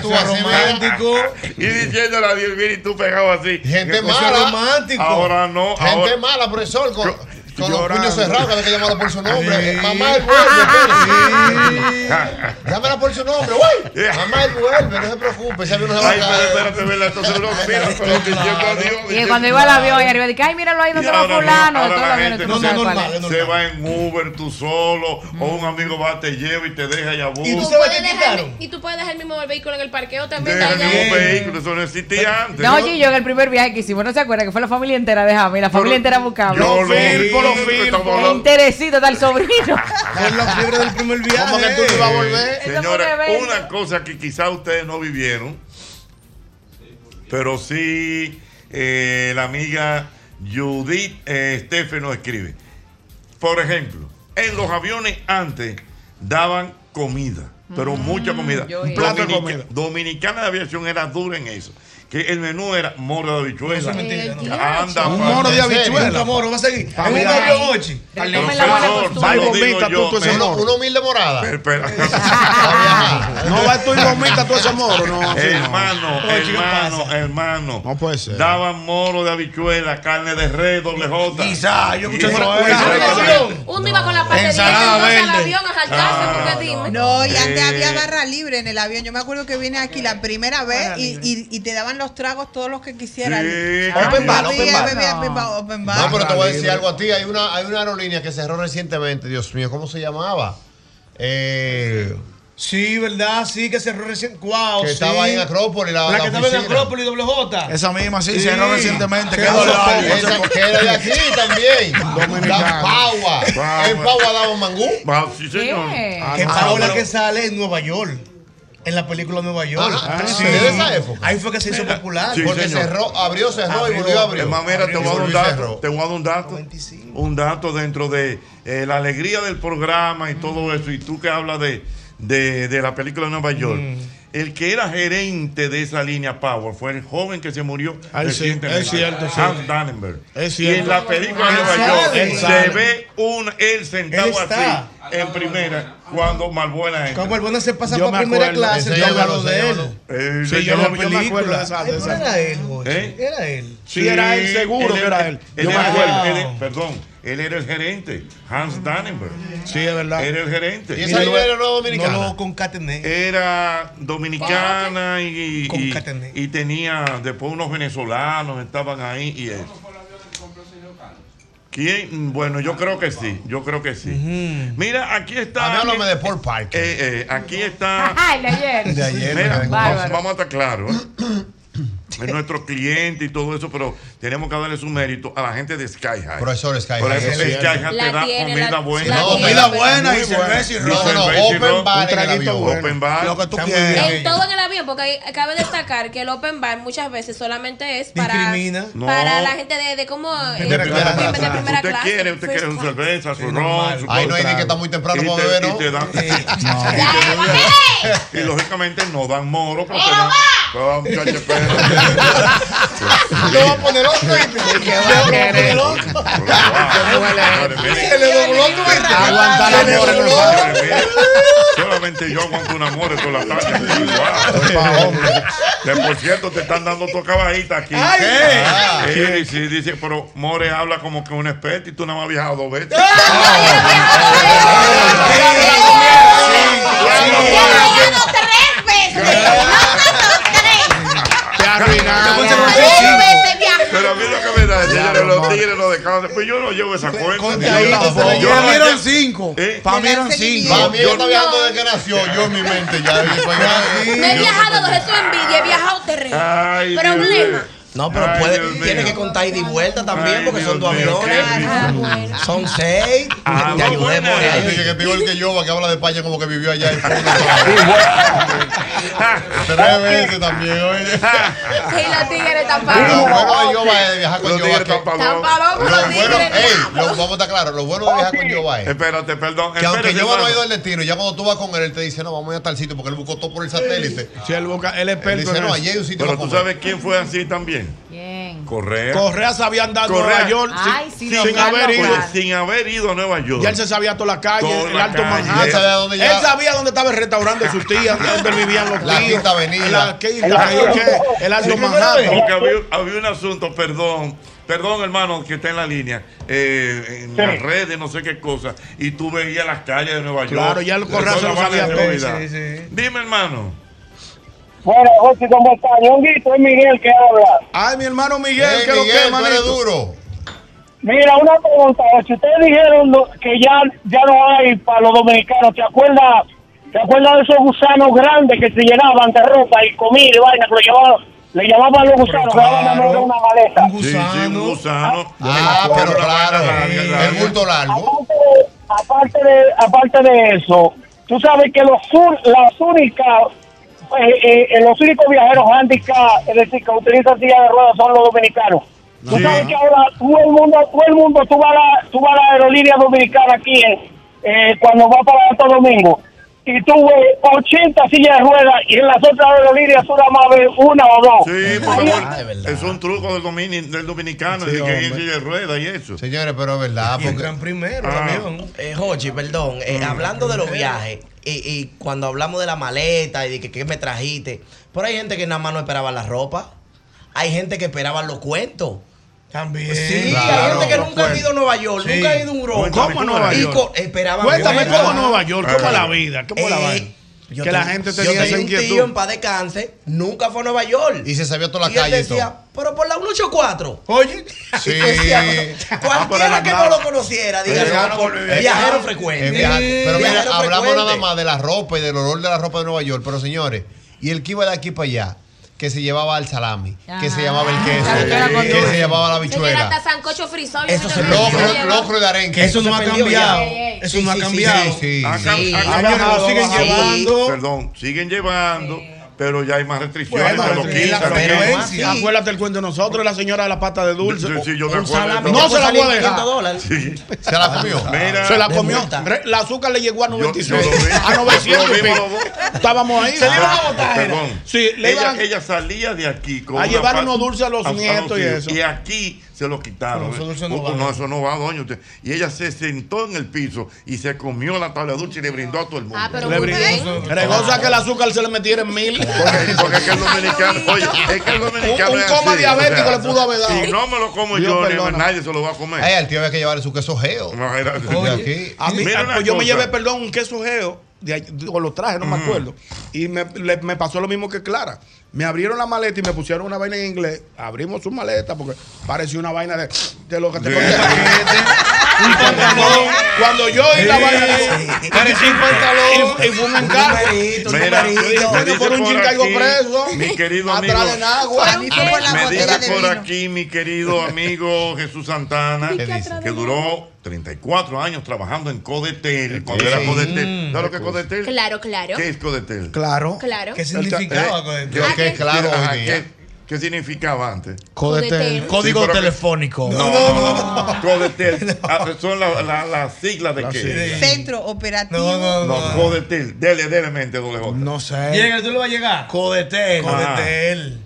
[SPEAKER 5] Eso es romántico.
[SPEAKER 2] Y diciendo el avión, mira, y tú pegado así.
[SPEAKER 4] Gente
[SPEAKER 2] Eso es
[SPEAKER 4] mala.
[SPEAKER 2] romántico. Ahora no.
[SPEAKER 4] Gente
[SPEAKER 2] ahora-
[SPEAKER 4] mala, profesor. Con, con los
[SPEAKER 2] llorando.
[SPEAKER 4] puños cerrados, que había que llamarla por su nombre.
[SPEAKER 2] Sí.
[SPEAKER 4] Mamá, él vuelve. espérate. Llámala por su nombre, güey. Mamá, él vuelve, no se preocupe. Ese avión no se va a
[SPEAKER 2] Ay, pero
[SPEAKER 4] caer.
[SPEAKER 2] espérate, ¿verdad? Entonces uno mira, pero diciendo adiós.
[SPEAKER 12] Y cuando iba al avión, y arriba dije, ay, míralo ahí donde va
[SPEAKER 2] Ahora no,
[SPEAKER 12] fulano.
[SPEAKER 2] ahora
[SPEAKER 12] Todo
[SPEAKER 2] la
[SPEAKER 12] el avión,
[SPEAKER 2] gente
[SPEAKER 12] tú Ah, no sabes cuál es.
[SPEAKER 2] Se va en Uber tú solo, o
[SPEAKER 5] Mm.
[SPEAKER 2] un amigo va, te lleva y te deja y abusa.
[SPEAKER 8] Y tú, puedes dejar, y tú puedes dejar el mismo vehículo en el parqueo también.
[SPEAKER 2] Deja el
[SPEAKER 8] allá.
[SPEAKER 2] mismo vehículo, eso no existía antes.
[SPEAKER 12] No, oye, yo en el primer viaje que hicimos, ¿no se acuerda? Que fue la familia entera de Jami, la familia entera buscaba.
[SPEAKER 2] yo lo vi,
[SPEAKER 12] por
[SPEAKER 2] pero estamos
[SPEAKER 12] El
[SPEAKER 2] hablando-
[SPEAKER 12] interesito del sobrino.
[SPEAKER 9] Es la fiebre del primer viaje.
[SPEAKER 5] ¿Cómo que tú no ibas a volver?
[SPEAKER 2] Señores,
[SPEAKER 12] fue un evento.
[SPEAKER 2] Eh, una cosa que quizás ustedes no vivieron, pero sí eh, la amiga Judith eh, Estefe nos escribe. Por ejemplo, en los aviones antes daban comida, pero mucha comida.
[SPEAKER 6] yo iba.
[SPEAKER 2] Dominica-
[SPEAKER 6] Plato de comida.
[SPEAKER 2] Dominicana de aviación era dura en eso. Que el menú era moro de habichuela.
[SPEAKER 9] es mentira, no.
[SPEAKER 2] Anda,
[SPEAKER 9] Un
[SPEAKER 2] pa-
[SPEAKER 9] moro de
[SPEAKER 2] ¿En serio?
[SPEAKER 9] habichuela. Nunca moro, va a seguir.
[SPEAKER 2] Pa-
[SPEAKER 9] En un
[SPEAKER 2] Ay,
[SPEAKER 9] avión, Ochi.
[SPEAKER 2] Retome la buena Profesor, costumbre.
[SPEAKER 5] Ay,
[SPEAKER 2] lo digo
[SPEAKER 5] vomita
[SPEAKER 2] yo,
[SPEAKER 5] tú, tú ese
[SPEAKER 2] pero-
[SPEAKER 5] moro.
[SPEAKER 4] Una humilde morada.
[SPEAKER 5] No vas tú y vomita tú ese moro. No, así no.
[SPEAKER 2] hermano,
[SPEAKER 5] Oye, ¿qué
[SPEAKER 2] hermano, hermano. No puede ser. Daban moro de habichuela, carne de res, doble jota. Quizá, yo
[SPEAKER 6] escuché eso.
[SPEAKER 8] Uno iba con la parte
[SPEAKER 2] Ensalada
[SPEAKER 8] directa entonces, al
[SPEAKER 2] verde.
[SPEAKER 8] avión a saltarse
[SPEAKER 2] Ah,
[SPEAKER 8] porque dime.
[SPEAKER 10] No, y antes
[SPEAKER 2] Eh.
[SPEAKER 10] había barra libre en el avión. Yo me acuerdo que vine aquí la primera vez y, y- y te daban los tragos todos los que quisieran.
[SPEAKER 4] Sí,
[SPEAKER 10] Ah,
[SPEAKER 4] open bar,
[SPEAKER 10] yo
[SPEAKER 4] open
[SPEAKER 10] bebía,
[SPEAKER 4] bar.
[SPEAKER 10] bebía, open bar, open bar.
[SPEAKER 4] No, pero te voy a decir
[SPEAKER 10] Libre.
[SPEAKER 4] algo a ti. Hay una, hay una aerolínea que cerró recientemente. Dios mío, ¿cómo se llamaba? Eh,
[SPEAKER 9] Sí, ¿verdad? Sí, que cerró recién. Wow,
[SPEAKER 4] Que
[SPEAKER 9] sí.
[SPEAKER 4] estaba ahí en Acrópolis, la-
[SPEAKER 9] La,
[SPEAKER 4] la
[SPEAKER 9] que estaba en
[SPEAKER 4] oficina.
[SPEAKER 9] Acrópolis, doble J.
[SPEAKER 6] Esa misma, sí, cerró recientemente.
[SPEAKER 4] Qué
[SPEAKER 6] Qué dolor.
[SPEAKER 4] dolor. Esa que era de aquí también. La Pagua.
[SPEAKER 6] Pagua.
[SPEAKER 4] En Pagua daban mangú.
[SPEAKER 2] sí,
[SPEAKER 9] señor.
[SPEAKER 4] ¿Qué?
[SPEAKER 9] que
[SPEAKER 4] Ah,
[SPEAKER 9] Paola
[SPEAKER 4] pero-
[SPEAKER 9] que sale en Nueva York. En la película Nueva York.
[SPEAKER 4] Ajá, ah, desde esa época.
[SPEAKER 9] Ahí fue que se hizo popular.
[SPEAKER 4] porque cerró, abrió, cerró y volvió a abrir.
[SPEAKER 2] Hermano, mira, te
[SPEAKER 4] Abrió y
[SPEAKER 2] voy a dar un
[SPEAKER 4] volvió y
[SPEAKER 2] dato.
[SPEAKER 4] cerró.
[SPEAKER 2] Te voy a dar un dato. Un dato dentro de eh, la alegría del programa y todo eso. Y tú que hablas de, de, de la película de Nueva York. El que era gerente de esa línea Power fue el joven que se murió
[SPEAKER 11] Ay, sí,
[SPEAKER 2] recientemente.
[SPEAKER 11] es cierto, sí.
[SPEAKER 2] Hans Dannenberg.
[SPEAKER 11] Es
[SPEAKER 2] Y en
[SPEAKER 11] cierto.
[SPEAKER 2] la película de
[SPEAKER 11] Él
[SPEAKER 2] Nueva
[SPEAKER 11] sale.
[SPEAKER 2] York
[SPEAKER 11] Él
[SPEAKER 2] se
[SPEAKER 11] sale.
[SPEAKER 2] ve un, él sentado
[SPEAKER 11] Él está.
[SPEAKER 2] así en primera cuando Malbuena entra.
[SPEAKER 3] Como el bueno se pasa
[SPEAKER 2] Yo
[SPEAKER 3] para
[SPEAKER 2] me
[SPEAKER 3] primera
[SPEAKER 2] acuerdo.
[SPEAKER 3] clase,
[SPEAKER 2] Ese
[SPEAKER 3] yo
[SPEAKER 2] yo
[SPEAKER 3] hablo
[SPEAKER 2] me
[SPEAKER 3] de
[SPEAKER 2] acuerdo.
[SPEAKER 3] él.
[SPEAKER 2] Eh,
[SPEAKER 3] Sí,
[SPEAKER 2] sí,
[SPEAKER 3] yo
[SPEAKER 2] yo me-
[SPEAKER 3] me yo me acuerdo de esa.
[SPEAKER 2] de esa.
[SPEAKER 3] Era él, Jochi,
[SPEAKER 2] ¿Eh?
[SPEAKER 3] Era él.
[SPEAKER 2] Sí,
[SPEAKER 11] era él, seguro que era él.
[SPEAKER 2] él
[SPEAKER 11] Yo me
[SPEAKER 2] era
[SPEAKER 11] acuerdo.
[SPEAKER 2] el- él era- perdón, él era el gerente, Hans Dannenberg.
[SPEAKER 11] Sí, es verdad.
[SPEAKER 2] Era el gerente.
[SPEAKER 4] ¿Y esa
[SPEAKER 2] Mira,
[SPEAKER 4] línea era nueva dominicana?
[SPEAKER 2] no lo
[SPEAKER 4] concatené.
[SPEAKER 2] Era dominicana y, y- y tenía después unos venezolanos estaban ahí y eso. ¿Quién? Bueno, yo creo que sí, yo creo que sí. Mira, aquí está.
[SPEAKER 4] Háblame de Paul Parker.
[SPEAKER 2] Eh, eh, aquí está.
[SPEAKER 1] Ay, de ayer.
[SPEAKER 2] Mira, vamos,
[SPEAKER 1] Bárbaro.
[SPEAKER 2] vamos a estar claros. ¿eh? Es nuestro cliente y todo eso, pero tenemos que darle su mérito a la gente de Sky High.
[SPEAKER 4] Profesor Sky
[SPEAKER 2] Por
[SPEAKER 4] High,
[SPEAKER 2] eso
[SPEAKER 4] es
[SPEAKER 2] Sky
[SPEAKER 4] cierto.
[SPEAKER 2] High te
[SPEAKER 4] La
[SPEAKER 2] da
[SPEAKER 4] tiene,
[SPEAKER 2] comida
[SPEAKER 4] la-
[SPEAKER 2] buena.
[SPEAKER 4] la No, tiene, comida pero- buena y
[SPEAKER 2] Muy
[SPEAKER 4] cerveza y
[SPEAKER 2] buena.
[SPEAKER 4] ron. No, no,
[SPEAKER 2] Cerveza y
[SPEAKER 4] open
[SPEAKER 2] ron.
[SPEAKER 4] bar en el avión.
[SPEAKER 2] Open bar.
[SPEAKER 4] Lo que tú
[SPEAKER 2] Está muy
[SPEAKER 4] quieras.
[SPEAKER 2] bien.
[SPEAKER 8] En todo en el avión, porque hay- cabe destacar que el open bar muchas veces solamente es para,
[SPEAKER 2] Discrimina. No.
[SPEAKER 8] para la gente de, de como eh,
[SPEAKER 2] De primera
[SPEAKER 8] de- de
[SPEAKER 2] clase.
[SPEAKER 8] primera
[SPEAKER 2] Usted
[SPEAKER 8] clase.
[SPEAKER 2] quiere, usted quiere su cerveza, su ron, su
[SPEAKER 4] Ahí no
[SPEAKER 2] todo
[SPEAKER 4] hay ni que está
[SPEAKER 2] trago.
[SPEAKER 4] muy temprano
[SPEAKER 2] Y
[SPEAKER 4] para
[SPEAKER 2] te-
[SPEAKER 4] beber,
[SPEAKER 2] y
[SPEAKER 4] ¿no?
[SPEAKER 2] te dan- Y te dan- Y lógicamente no dan moro porque dan- Ah, muchacho, espérate.
[SPEAKER 3] Ah, Le va a poner otro. ¿viste? Le va a poner otro. Se le dobló tu vista.
[SPEAKER 2] Aguantar
[SPEAKER 3] Se le
[SPEAKER 2] amores,
[SPEAKER 3] dobló.
[SPEAKER 2] señores, miren. Solamente yo aguanto un amor con la tarde. aquí, guau. Que por cierto, te están dando tu caballita aquí.
[SPEAKER 3] Ay.
[SPEAKER 2] ¿Qué?
[SPEAKER 3] Ah.
[SPEAKER 2] Sí, sí, dice, pero More habla como que un experto y tú nada más has viajado dos veces. Pero a mí lo que me da, señores, los tigres lo descansan. Pues yo no llevo esa cuenta.
[SPEAKER 3] ahí,
[SPEAKER 2] Yo
[SPEAKER 3] entonces,
[SPEAKER 2] tampoco.
[SPEAKER 3] yo-
[SPEAKER 2] Yo
[SPEAKER 3] Para mí
[SPEAKER 2] no-
[SPEAKER 3] eran cinco.
[SPEAKER 2] ¿Eh?
[SPEAKER 3] Para mí eran cinco.
[SPEAKER 4] Para mí yo estaba Ah, viajando desde que nació. Yo en mi mente ya.
[SPEAKER 8] No he viajado, dos eso es envidia, he viajado terreno.
[SPEAKER 2] Ay,
[SPEAKER 8] Problema.
[SPEAKER 9] No, pero
[SPEAKER 4] Ay,
[SPEAKER 9] puede,
[SPEAKER 4] Dios
[SPEAKER 9] tiene
[SPEAKER 4] mío.
[SPEAKER 9] que contar ida y vuelta también, porque son dos aviones. Son seis.
[SPEAKER 4] Ah,
[SPEAKER 9] te
[SPEAKER 4] no,
[SPEAKER 9] ayudé,
[SPEAKER 4] buena.
[SPEAKER 9] More, ahí.
[SPEAKER 4] Dice que pivo el que yo, que habla de España como que vivió allá. en Cuba. Tres veces también, oye.
[SPEAKER 8] Y los tigres están
[SPEAKER 4] Lo bueno de
[SPEAKER 8] pagados.
[SPEAKER 4] Yoba es de viajar con Yoba. que-
[SPEAKER 8] Están pagados,
[SPEAKER 4] Lo
[SPEAKER 8] los
[SPEAKER 4] bueno,
[SPEAKER 8] tigres.
[SPEAKER 4] ey, lo, vamos a estar claros, lo bueno de viajar con Yoba es.
[SPEAKER 2] Espérate, perdón.
[SPEAKER 4] Que aunque
[SPEAKER 2] espérate,
[SPEAKER 4] Yoba no ha
[SPEAKER 2] hermano.
[SPEAKER 4] ido al destino, ya cuando tú vas con él, él te dice, no, vamos a ir a tal sitio, porque él buscó todo por el satélite.
[SPEAKER 11] Sí, él, busca, él es
[SPEAKER 4] Él
[SPEAKER 11] experto.
[SPEAKER 4] dice,
[SPEAKER 11] en
[SPEAKER 4] no,
[SPEAKER 11] eso.
[SPEAKER 4] allí hay un sitio
[SPEAKER 2] Pero
[SPEAKER 4] para
[SPEAKER 2] tú
[SPEAKER 4] comer.
[SPEAKER 2] sabes quién fue así también.
[SPEAKER 1] Bien.
[SPEAKER 2] Correa.
[SPEAKER 11] Correa sabía andar a
[SPEAKER 2] Correa.
[SPEAKER 11] Nueva York sin-
[SPEAKER 1] Ay, sí,
[SPEAKER 11] sin,
[SPEAKER 1] lo
[SPEAKER 11] haber
[SPEAKER 1] hablaron.
[SPEAKER 11] ido.
[SPEAKER 2] Oye, sin haber ido a Nueva York.
[SPEAKER 11] Ya él se sabía toda la calle,
[SPEAKER 2] Toda
[SPEAKER 11] el
[SPEAKER 2] la
[SPEAKER 11] alto
[SPEAKER 2] calle.
[SPEAKER 11] Manhattan.
[SPEAKER 2] Él sabía dónde ya-
[SPEAKER 11] Él sabía dónde estaba el restaurante de sus tías, dónde vivían los
[SPEAKER 2] La
[SPEAKER 11] tíos.
[SPEAKER 2] Quinta Avenida.
[SPEAKER 11] La quinta,
[SPEAKER 2] La-
[SPEAKER 11] ahí, ¿qué? el alto
[SPEAKER 2] Porque había,
[SPEAKER 11] Manhattan.
[SPEAKER 2] había un asunto, perdón, perdón hermano que está en la línea, eh, en
[SPEAKER 11] Sí.
[SPEAKER 2] las redes, no sé qué cosa, y tú veías las calles de Nueva York.
[SPEAKER 11] Claro, ya el Correa se lo
[SPEAKER 2] Toda la
[SPEAKER 11] sabía
[SPEAKER 2] banda
[SPEAKER 11] todo.
[SPEAKER 2] de seguridad. Dime hermano.
[SPEAKER 7] Bueno, José, ¿cómo está? Ñonguito, es Miguel que habla.
[SPEAKER 11] Ay, mi hermano Miguel, que lo que, manito.
[SPEAKER 7] Mira, una pregunta, si ustedes dijeron lo- que ya, ya no hay para los dominicanos, ¿te acuerdas, ¿te acuerdas de esos gusanos grandes que se llenaban de ropa y comida y vaina que lo llamaban, le llamaban los gusanos, que daban la mano de una maleta?
[SPEAKER 2] Sí, sí, un gusano.
[SPEAKER 4] Ah,
[SPEAKER 2] Una
[SPEAKER 4] pero
[SPEAKER 2] vaina
[SPEAKER 4] claro,
[SPEAKER 2] larga, larga.
[SPEAKER 4] el bulto largo.
[SPEAKER 7] Aparte de, aparte de, aparte de eso, tú sabes que los sur, las únicas, eh, eh, eh, los únicos viajeros handicap, es decir, que utilizan silla de ruedas son los dominicanos. Tú sabes que ahora todo el mundo, todo el mundo, tú vas a la, tú vas a la aerolínea dominicana aquí, eh, eh, cuando vas para Santo Domingo, y tú ves 80 sillas de ruedas y en las otras aerolíneas solo más ves una o dos.
[SPEAKER 2] Sí, por
[SPEAKER 7] Ahí-
[SPEAKER 2] favor,
[SPEAKER 4] ah,
[SPEAKER 2] es un truco del, domini- del dominicano, de que hay en silla de ruedas y eso.
[SPEAKER 4] Señores, pero es verdad.
[SPEAKER 9] Y entran primero
[SPEAKER 2] Ah.
[SPEAKER 9] el avión. Eh, Jochi, perdón, eh,
[SPEAKER 11] Mm.
[SPEAKER 9] hablando de los viajes y, y cuando hablamos de la maleta y de que, que me trajiste, pero hay gente que nada más no esperaba la ropa, hay gente que esperaba los cuentos.
[SPEAKER 11] También.
[SPEAKER 9] Sí, hay
[SPEAKER 11] Claro,
[SPEAKER 9] gente que
[SPEAKER 11] los
[SPEAKER 9] nunca ha ido a Nueva York,
[SPEAKER 11] Sí.
[SPEAKER 9] nunca ha ido a un robo.
[SPEAKER 11] ¿Cómo a Nueva York?
[SPEAKER 9] Esperaban
[SPEAKER 11] Cuéntame
[SPEAKER 9] cuentos.
[SPEAKER 11] cómo Nueva York, cómo la vida, cómo la
[SPEAKER 9] Eh,
[SPEAKER 11] vaina.
[SPEAKER 9] yo
[SPEAKER 11] Que la
[SPEAKER 9] tengo-
[SPEAKER 11] gente
[SPEAKER 9] yo
[SPEAKER 11] tenía esa
[SPEAKER 9] tenía un
[SPEAKER 11] inquietud.
[SPEAKER 9] tío en paz de cáncer, nunca fue a Nueva York.
[SPEAKER 4] Y se sabía toda la
[SPEAKER 9] y
[SPEAKER 4] calle.
[SPEAKER 9] Él
[SPEAKER 4] y todo.
[SPEAKER 9] decía, pero por la 184.
[SPEAKER 11] Oye,
[SPEAKER 4] Sí. Ah,
[SPEAKER 9] cualquiera que no lo conociera, diga,
[SPEAKER 4] Pero-
[SPEAKER 9] no, por-
[SPEAKER 4] eh,
[SPEAKER 9] viajero
[SPEAKER 4] eh,
[SPEAKER 9] frecuente.
[SPEAKER 4] eh, viaja- Pero mira,
[SPEAKER 9] Viajero
[SPEAKER 4] hablamos
[SPEAKER 9] frecuente.
[SPEAKER 4] nada más de la ropa y del olor de la ropa de Nueva York. Pero señores, y el que iba de aquí para allá, que se llevaba el salami, que se llevaba el
[SPEAKER 8] Claro, claro,
[SPEAKER 4] queso,
[SPEAKER 8] con
[SPEAKER 4] que
[SPEAKER 8] dulce.
[SPEAKER 4] se llevaba la
[SPEAKER 8] Señora,
[SPEAKER 4] bichuela.
[SPEAKER 8] hasta sancocho frisol.
[SPEAKER 4] Eso
[SPEAKER 8] una
[SPEAKER 4] se
[SPEAKER 8] vez
[SPEAKER 4] locro-
[SPEAKER 8] lleva.
[SPEAKER 4] locro de arenque.
[SPEAKER 3] Eso no
[SPEAKER 4] Se
[SPEAKER 3] ha
[SPEAKER 4] perdió
[SPEAKER 3] cambiado.
[SPEAKER 4] ya.
[SPEAKER 3] Eso no ha
[SPEAKER 4] Sí, sí,
[SPEAKER 3] cambiado.
[SPEAKER 4] sí, sí.
[SPEAKER 2] Ha cam-
[SPEAKER 3] Sí.
[SPEAKER 2] ha
[SPEAKER 3] Ha
[SPEAKER 2] cambiado,
[SPEAKER 3] bajado,
[SPEAKER 2] siguen
[SPEAKER 3] ha bajado.
[SPEAKER 2] llevando. Perdón, siguen llevando. pero ya hay más restricciones.
[SPEAKER 5] Bueno,
[SPEAKER 2] te lo
[SPEAKER 5] en la
[SPEAKER 2] quitan, ¿no?
[SPEAKER 5] frecuencia. Acuérdate el cuento de nosotros, la señora de la pata de dulce.
[SPEAKER 2] Sí, sí, yo me acuerdo de todo.
[SPEAKER 5] No se la voy a dejar.
[SPEAKER 2] Sí.
[SPEAKER 5] Se la comió.
[SPEAKER 2] Mira.
[SPEAKER 5] se la
[SPEAKER 2] De
[SPEAKER 5] comió.
[SPEAKER 2] vuelta.
[SPEAKER 5] Re- La azúcar le llegó a 96.
[SPEAKER 2] yo lo vi.
[SPEAKER 5] a 900
[SPEAKER 2] Lo
[SPEAKER 5] y
[SPEAKER 2] vimos
[SPEAKER 5] pico.
[SPEAKER 2] los
[SPEAKER 5] Estábamos ahí.
[SPEAKER 2] Se le iban a
[SPEAKER 5] Ah,
[SPEAKER 2] botar. Perdón.
[SPEAKER 5] Sí, le
[SPEAKER 2] ella,
[SPEAKER 5] iban-
[SPEAKER 2] ella salía de aquí con
[SPEAKER 5] A
[SPEAKER 2] una
[SPEAKER 5] llevar
[SPEAKER 2] pa-
[SPEAKER 5] unos dulces a los nietos y
[SPEAKER 2] hijos,
[SPEAKER 5] eso.
[SPEAKER 2] Y aquí se los quitaron.
[SPEAKER 5] Pero esos
[SPEAKER 2] ¿eh?
[SPEAKER 5] dulces no
[SPEAKER 2] Uh,
[SPEAKER 5] van.
[SPEAKER 2] no, eso no va, doña. Usted. Y ella se sentó en el piso y se comió la tabla de dulce y le brindó a todo el mundo.
[SPEAKER 8] Ah, pero
[SPEAKER 5] Le
[SPEAKER 8] muy
[SPEAKER 5] brindó.
[SPEAKER 8] bien.
[SPEAKER 5] Regosa que el azúcar se le metiera en mil.
[SPEAKER 2] Porque, porque es que el dominicano, oye, es que el dominicano
[SPEAKER 5] Un- un
[SPEAKER 2] es
[SPEAKER 5] coma
[SPEAKER 2] así,
[SPEAKER 5] diabético le pudo haber dado.
[SPEAKER 2] Si no me lo como
[SPEAKER 4] Dios
[SPEAKER 2] yo,
[SPEAKER 4] perdona.
[SPEAKER 2] nadie se lo va a comer.
[SPEAKER 4] Ay, al Eh, tío había que llevarle su queso geo.
[SPEAKER 5] Oye, a mí,
[SPEAKER 4] Mira
[SPEAKER 5] ah,
[SPEAKER 4] una
[SPEAKER 5] pues yo me
[SPEAKER 4] cosa.
[SPEAKER 5] llevé, perdón, un queso geo, de ahí- o lo traje,
[SPEAKER 2] Mm.
[SPEAKER 5] no me acuerdo. Y me, le- me pasó lo mismo que Clara. Me abrieron la maleta y me pusieron una vaina en inglés. Abrimos su maleta porque parecía una vaina de, de lo que te ponen Un pantalón. Cuando yo y la
[SPEAKER 7] Sí,
[SPEAKER 5] vaina.
[SPEAKER 7] sí.
[SPEAKER 5] Parecía un pantalón. Y, y fue un encargo.
[SPEAKER 2] Mira,
[SPEAKER 5] Yo dije,
[SPEAKER 2] me
[SPEAKER 5] coño,
[SPEAKER 2] dice
[SPEAKER 5] por un
[SPEAKER 2] por
[SPEAKER 5] chin caigo
[SPEAKER 2] aquí,
[SPEAKER 5] preso.
[SPEAKER 2] Mi querido amigo.
[SPEAKER 5] Atrás de Nagua.
[SPEAKER 10] Para mí fue por la
[SPEAKER 2] me
[SPEAKER 10] botella
[SPEAKER 2] dice
[SPEAKER 10] de
[SPEAKER 2] por
[SPEAKER 10] vino.
[SPEAKER 2] aquí mi querido amigo Jesús Santana,
[SPEAKER 10] ¿Y qué atrás
[SPEAKER 2] que
[SPEAKER 10] de
[SPEAKER 2] duró 34 años trabajando en Codetel. Cuando era
[SPEAKER 5] Sí.
[SPEAKER 2] Codetel. ¿Sabes lo que es Codetel?
[SPEAKER 8] Claro, claro.
[SPEAKER 2] ¿Qué es Codetel?
[SPEAKER 5] Claro.
[SPEAKER 8] Claro.
[SPEAKER 2] ¿Qué
[SPEAKER 5] eh,
[SPEAKER 4] significaba Codetel? Ah, que- Ajá,
[SPEAKER 2] ¿qué, ¿Qué significaba antes?
[SPEAKER 4] Codetel. Codetel. Código
[SPEAKER 2] pero que-
[SPEAKER 4] telefónico.
[SPEAKER 2] No, no, no. Codetel. Ah, Son la- la- las siglas de qué.
[SPEAKER 10] Centro operativo.
[SPEAKER 2] No, Codetel. Dele, dele mente, doble J.
[SPEAKER 5] No sé.
[SPEAKER 3] Llega, tú le vas a llegar.
[SPEAKER 5] Codetel.
[SPEAKER 2] Ajá.
[SPEAKER 3] Codetel.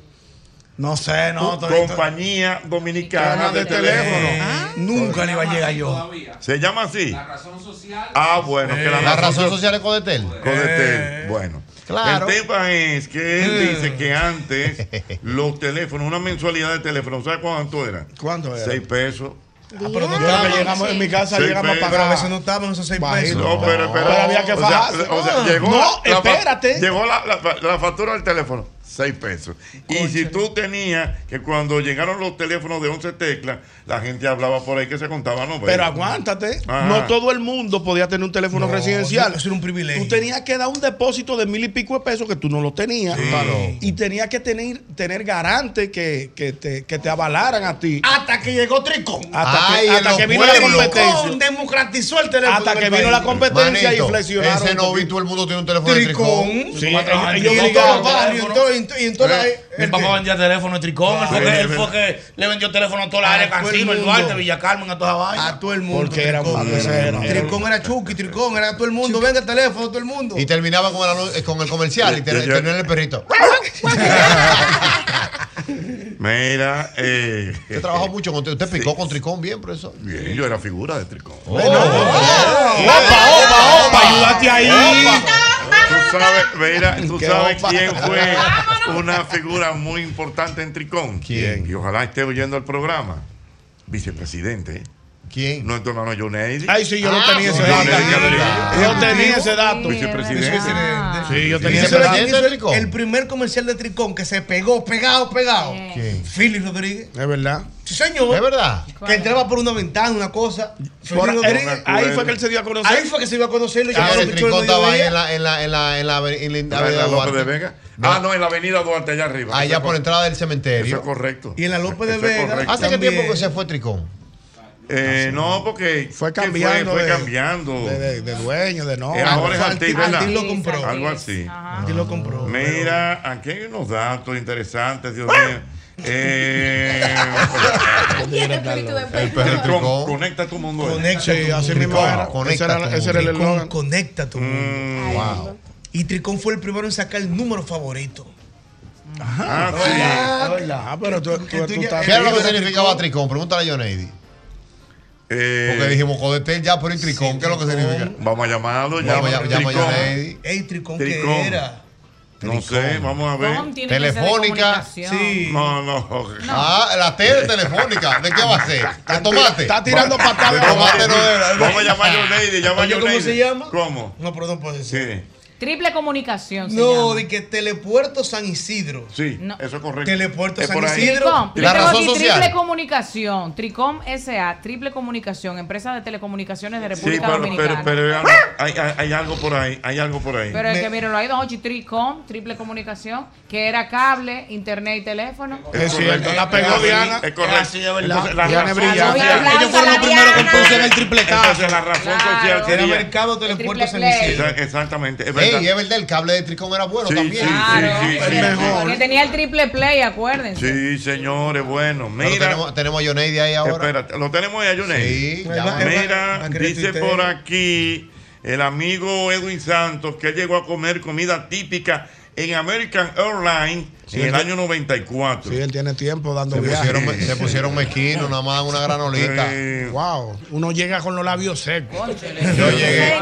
[SPEAKER 5] No sé,
[SPEAKER 3] no. todavía-
[SPEAKER 2] Compañía Dominicana de Teléfono.
[SPEAKER 3] Nunca le iba a llegar yo.
[SPEAKER 2] Se llama así. Ah, bueno, que la,
[SPEAKER 4] Eh, La razón social es Codetel.
[SPEAKER 2] Codetel. Bueno.
[SPEAKER 4] Claro.
[SPEAKER 2] El tema es que él
[SPEAKER 4] Eh.
[SPEAKER 2] dice que antes los teléfonos, una mensualidad de teléfono, ¿sabes cuánto era?
[SPEAKER 5] ¿Cuánto era?
[SPEAKER 2] Seis pesos.
[SPEAKER 5] Ah, pero no estaba, llegamos en mi casa,
[SPEAKER 2] Sí,
[SPEAKER 5] llegamos a
[SPEAKER 2] pero-
[SPEAKER 5] pagar.
[SPEAKER 2] pero a veces no
[SPEAKER 5] estábamos esos seis
[SPEAKER 2] No, pero, pero,
[SPEAKER 5] había que
[SPEAKER 2] o sea,
[SPEAKER 5] pagar.
[SPEAKER 2] o sea, llegó
[SPEAKER 5] no,
[SPEAKER 2] la- la fa-
[SPEAKER 5] espérate.
[SPEAKER 2] llegó la, la- la factura del teléfono, seis pesos. Y si tú tenías que cuando llegaron los teléfonos de 11 teclas, la gente hablaba por ahí que se contaban no
[SPEAKER 5] Pero aguántate.
[SPEAKER 2] Ajá.
[SPEAKER 5] No todo el mundo podía tener un teléfono
[SPEAKER 2] No,
[SPEAKER 5] residencial.
[SPEAKER 2] eso era un privilegio.
[SPEAKER 5] Tú tenías que dar un depósito de mil y pico de pesos que tú no lo tenías.
[SPEAKER 2] Sí.
[SPEAKER 5] Claro. Y tenías que tener, tener garantes que, que te, que te avalaran a ti.
[SPEAKER 3] Hasta que llegó Tricón.
[SPEAKER 5] Hasta que-
[SPEAKER 3] Ay,
[SPEAKER 5] hasta
[SPEAKER 3] en
[SPEAKER 5] que
[SPEAKER 3] los
[SPEAKER 5] vino la
[SPEAKER 3] pueblos.
[SPEAKER 5] competencia.
[SPEAKER 3] Tricón democratizó el teléfono.
[SPEAKER 5] Hasta
[SPEAKER 3] del
[SPEAKER 5] que vino
[SPEAKER 3] país.
[SPEAKER 5] la competencia y flexionaron.
[SPEAKER 4] Ese no vi, todo el mundo tiene un teléfono de tricón.
[SPEAKER 5] Sí,
[SPEAKER 3] Ah, Yo
[SPEAKER 5] ellos- ellos
[SPEAKER 3] en todos
[SPEAKER 5] obligaron.
[SPEAKER 3] los barrios, en todo- en to- y en
[SPEAKER 11] Eh,
[SPEAKER 3] toda la- Mi
[SPEAKER 5] Eh,
[SPEAKER 3] papá vendía teléfono de Tricón. él fue
[SPEAKER 5] Sí,
[SPEAKER 3] que-
[SPEAKER 5] es
[SPEAKER 3] Él fue que le vendió teléfono a toda la área,
[SPEAKER 5] todo el
[SPEAKER 3] Cancino, el
[SPEAKER 5] mundo.
[SPEAKER 3] Duarte, Villa Carmen, a toda esa vaina.
[SPEAKER 5] A todo el mundo. Porque era
[SPEAKER 4] Tricón.
[SPEAKER 5] era- era-
[SPEAKER 3] Tricón era Chucky, Tricón era todo el mundo. Venga el teléfono, todo el mundo.
[SPEAKER 4] Y terminaba con el, anun- eh, con el comercial y
[SPEAKER 2] Yo-
[SPEAKER 4] ter-
[SPEAKER 2] yo-
[SPEAKER 4] terminaba el perrito.
[SPEAKER 2] Mira, eh.
[SPEAKER 4] Usted trabajó mucho con Usted picó con Tricón bien, profesor.
[SPEAKER 2] Bien, yo era figura de tricón.
[SPEAKER 4] Opa, opa, opa.
[SPEAKER 2] ayúdate
[SPEAKER 4] ahí.
[SPEAKER 2] Tú sabes, mira, tú
[SPEAKER 5] Qué
[SPEAKER 2] sabes
[SPEAKER 5] opa.
[SPEAKER 2] quién fue una figura muy importante en Tricón. ¿Quién? Y ojalá esté oyendo el programa. Vicepresidente.
[SPEAKER 4] ¿Quién?
[SPEAKER 2] Nuestro hermano John Eddy.
[SPEAKER 5] Ay, sí, yo lo tenía ese dato. Yo tenía ese dato.
[SPEAKER 2] Vicepresidente.
[SPEAKER 5] Sí, yo tenía
[SPEAKER 3] Ese
[SPEAKER 5] ese
[SPEAKER 3] era
[SPEAKER 5] dato.
[SPEAKER 3] quien hizo el, el primer comercial de Tricón que se pegó, pegado, pegado.
[SPEAKER 5] ¿Quién?
[SPEAKER 3] Philly Rodríguez.
[SPEAKER 5] Es verdad.
[SPEAKER 3] Sí, señor.
[SPEAKER 5] ¿Es verdad?
[SPEAKER 3] Que entraba por una ventana, una cosa. Philly
[SPEAKER 5] Por-
[SPEAKER 3] Rodríguez.
[SPEAKER 5] Eric, ahí fue que él se dio a conocer.
[SPEAKER 3] Ahí fue que se iba a conocer. Lo
[SPEAKER 4] Señores,
[SPEAKER 3] llamaron
[SPEAKER 4] el
[SPEAKER 3] Pichón el
[SPEAKER 4] tricón estaba ahí en
[SPEAKER 3] mediodía.
[SPEAKER 4] la, en la, en la, en la, aven- en la,
[SPEAKER 2] Ah, en la López de Vega. Ah, no, en la avenida Duarte, allá arriba.
[SPEAKER 4] Allá
[SPEAKER 2] Eso
[SPEAKER 4] por
[SPEAKER 2] es
[SPEAKER 4] la entrada del cementerio.
[SPEAKER 2] Eso es correcto.
[SPEAKER 4] Y en la López
[SPEAKER 2] de Eso es Vega correcto.
[SPEAKER 4] ¿Hace qué
[SPEAKER 2] también.
[SPEAKER 4] tiempo que se fue Tricón?
[SPEAKER 2] Eh, no, porque fue
[SPEAKER 5] Ah, cambiando
[SPEAKER 2] Fue,
[SPEAKER 5] de-
[SPEAKER 2] cambiando.
[SPEAKER 5] De, de- de dueño, de no.
[SPEAKER 2] Eh, ahora es Altiz, ¿verdad?
[SPEAKER 5] Altiz lo compró.
[SPEAKER 2] Algo así.
[SPEAKER 5] Altiz lo compró.
[SPEAKER 2] Mira, aquí hay unos datos interesantes, Dios mío. Eh, el perro tricón. Conecta tu mundo. ¿eh?
[SPEAKER 3] Conecta
[SPEAKER 2] Sí,
[SPEAKER 3] tu
[SPEAKER 2] así
[SPEAKER 3] mundo.
[SPEAKER 2] mismo
[SPEAKER 3] Tricón,
[SPEAKER 2] era.
[SPEAKER 3] conecta
[SPEAKER 2] Ese era-
[SPEAKER 3] tu
[SPEAKER 2] ese era el
[SPEAKER 3] mundo.
[SPEAKER 2] eslogan. Mm.
[SPEAKER 3] Tricón, Conecta tu mundo.
[SPEAKER 2] wow.
[SPEAKER 3] Y Tricón fue el primero en sacar el número favorito.
[SPEAKER 2] Ajá.
[SPEAKER 5] Ah, verdad, pero tú, tú- tú estás-
[SPEAKER 4] ¿Qué era lo que significaba Tricón? Pregúntale a Johnny.
[SPEAKER 2] Eh,
[SPEAKER 4] Porque dijimos Codetel ya por el Tricón. ¿Qué es lo que significa?
[SPEAKER 2] Vamos a llamarlo.
[SPEAKER 4] Llama, llama, llama a
[SPEAKER 2] Tricón.
[SPEAKER 4] Johnny.
[SPEAKER 3] Ey, Tricón,
[SPEAKER 2] Tricón.
[SPEAKER 3] ¿qué era?
[SPEAKER 2] No sé, vamos a
[SPEAKER 4] ¿Cómo
[SPEAKER 2] ver.
[SPEAKER 4] tiene que ser de Telefónica. comunicación?
[SPEAKER 2] Sí. No, no.
[SPEAKER 4] Ah, la T de telefónica. ¿De qué va a ser? ¿De tomate?
[SPEAKER 5] está tirando patadas.
[SPEAKER 4] De tomate no era.
[SPEAKER 2] Vamos a llamar a Lady, llama a
[SPEAKER 3] Oye, ¿cómo
[SPEAKER 2] Lady.
[SPEAKER 3] se llama?
[SPEAKER 2] ¿Cómo?
[SPEAKER 3] No, perdón, pues
[SPEAKER 2] Sí,
[SPEAKER 12] Triple comunicación. se
[SPEAKER 3] No,
[SPEAKER 12] llama.
[SPEAKER 3] de que Telepuerto San Isidro.
[SPEAKER 2] sí, eso es correcto.
[SPEAKER 3] Telepuerto
[SPEAKER 2] Es
[SPEAKER 3] San
[SPEAKER 2] por ahí.
[SPEAKER 3] Isidro.
[SPEAKER 12] Tricom. Yo tengo aquí Triple comunicación. Tricom SA, Triple comunicación, empresa de telecomunicaciones de
[SPEAKER 2] Sí,
[SPEAKER 12] República
[SPEAKER 2] pero, pero,
[SPEAKER 12] Dominicana.
[SPEAKER 2] pero, vean, hay, hay- hay algo por ahí, hay algo por ahí.
[SPEAKER 12] Pero es que mírenlo, hay dos ocho tricom, triple comunicación, que era cable, internet y teléfono.
[SPEAKER 2] Es cierto, la pegó Diana. Es correcto. Entonces, la
[SPEAKER 5] Diana
[SPEAKER 2] razón
[SPEAKER 5] es brillante.
[SPEAKER 2] social-
[SPEAKER 5] Ellos fueron los primeros que pusieron el tripletazo.
[SPEAKER 2] Entonces, la razón social
[SPEAKER 4] Era
[SPEAKER 2] sería-
[SPEAKER 4] mercado telepuerto
[SPEAKER 12] triple play.
[SPEAKER 4] cenicero.
[SPEAKER 2] Exa- Exactamente, es verdad.
[SPEAKER 4] Ey, es verdad, el cable de Tricón era bueno
[SPEAKER 2] Sí,
[SPEAKER 4] también.
[SPEAKER 2] sí, sí, sí, sí, sí.
[SPEAKER 12] Que tenía el triple play, acuérdense.
[SPEAKER 2] Sí, señores, bueno, mira.
[SPEAKER 4] tenemos- tenemos a Yoneidi ahí ahora.
[SPEAKER 2] Espérate, lo tenemos ahí a Yoneidi.
[SPEAKER 4] Sí, ya va.
[SPEAKER 2] Mira,
[SPEAKER 4] Más que
[SPEAKER 2] dice
[SPEAKER 4] retuitee.
[SPEAKER 2] por aquí el amigo Edwin Santos que él llegó a comer comida típica en American Airlines
[SPEAKER 5] Sí,
[SPEAKER 2] en el
[SPEAKER 5] él-
[SPEAKER 2] año 94.
[SPEAKER 5] Sí, él tiene tiempo dando
[SPEAKER 4] Se
[SPEAKER 5] viajes.
[SPEAKER 4] pusieron, se pusieron mezquinos, nada más una granolita.
[SPEAKER 5] Wow, uno llega con los labios secos.
[SPEAKER 4] Yo llegué.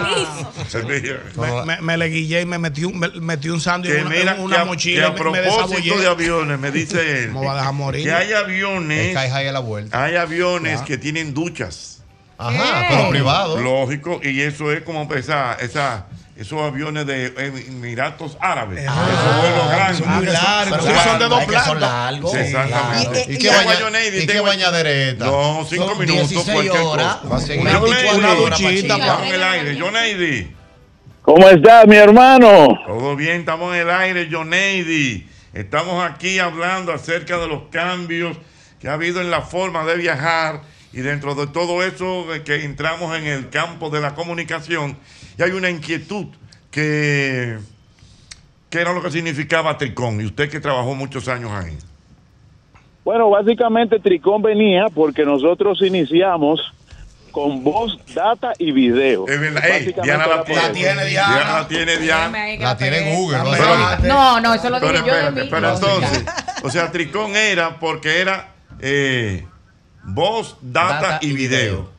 [SPEAKER 5] Me, me- me le guillé y me metí un, me- metí un sándwich
[SPEAKER 2] que
[SPEAKER 5] en una,
[SPEAKER 2] mira,
[SPEAKER 5] en una
[SPEAKER 2] que a, que
[SPEAKER 5] mochila
[SPEAKER 2] a
[SPEAKER 5] y me- me
[SPEAKER 2] propósito
[SPEAKER 5] desabollé.
[SPEAKER 2] de aviones, me dice él.
[SPEAKER 5] ¿Cómo va a dejar morir?
[SPEAKER 2] Que hay aviones.
[SPEAKER 4] Es que hay high a la vuelta.
[SPEAKER 2] Hay aviones que tienen duchas.
[SPEAKER 4] Ajá, ¿Qué? pero privados.
[SPEAKER 2] Lógico, y eso es como esa, esa, esos aviones de eh, Emiratos Árabes. esos vuelos grandes.
[SPEAKER 4] Ah, son muy largos.
[SPEAKER 2] Son,
[SPEAKER 4] Son
[SPEAKER 2] de
[SPEAKER 4] de dos
[SPEAKER 2] dos
[SPEAKER 4] plantas.
[SPEAKER 2] plantas.
[SPEAKER 4] Sí,
[SPEAKER 2] Exactamente.
[SPEAKER 4] claro. ¿Y qué baña- y qué bañadereta?
[SPEAKER 2] No, cinco
[SPEAKER 4] Son
[SPEAKER 2] minutos.
[SPEAKER 4] 16
[SPEAKER 2] cualquier
[SPEAKER 4] horas.
[SPEAKER 2] cosa.
[SPEAKER 4] Va a seguir
[SPEAKER 2] Una
[SPEAKER 4] 24
[SPEAKER 2] duchita,
[SPEAKER 4] horas,
[SPEAKER 2] duchita,
[SPEAKER 4] Pachita.
[SPEAKER 2] vamos en el aire. Yoneidi.
[SPEAKER 15] ¿Cómo estás, mi hermano?
[SPEAKER 2] Todo bien, estamos en el aire, Johnny. Estamos aquí hablando acerca de los cambios que ha habido en la forma de viajar y dentro de todo eso eh, que entramos en el campo de la comunicación y hay una inquietud que, que era lo que significaba Tricón y usted que trabajó muchos años ahí.
[SPEAKER 15] Bueno, básicamente Tricón venía porque nosotros iniciamos con voz, data y video.
[SPEAKER 2] Es verdad, ey, Diana la tiene, Diana la tiene, Diana.
[SPEAKER 12] Ahí que
[SPEAKER 4] La tiene Google. va a
[SPEAKER 2] Pero-
[SPEAKER 4] ser-
[SPEAKER 12] No, no, eso lo
[SPEAKER 2] Pero
[SPEAKER 12] dije yo de mí.
[SPEAKER 2] espérate, pero entonces, o sea, Tricón era porque era eh, voz, data, y video.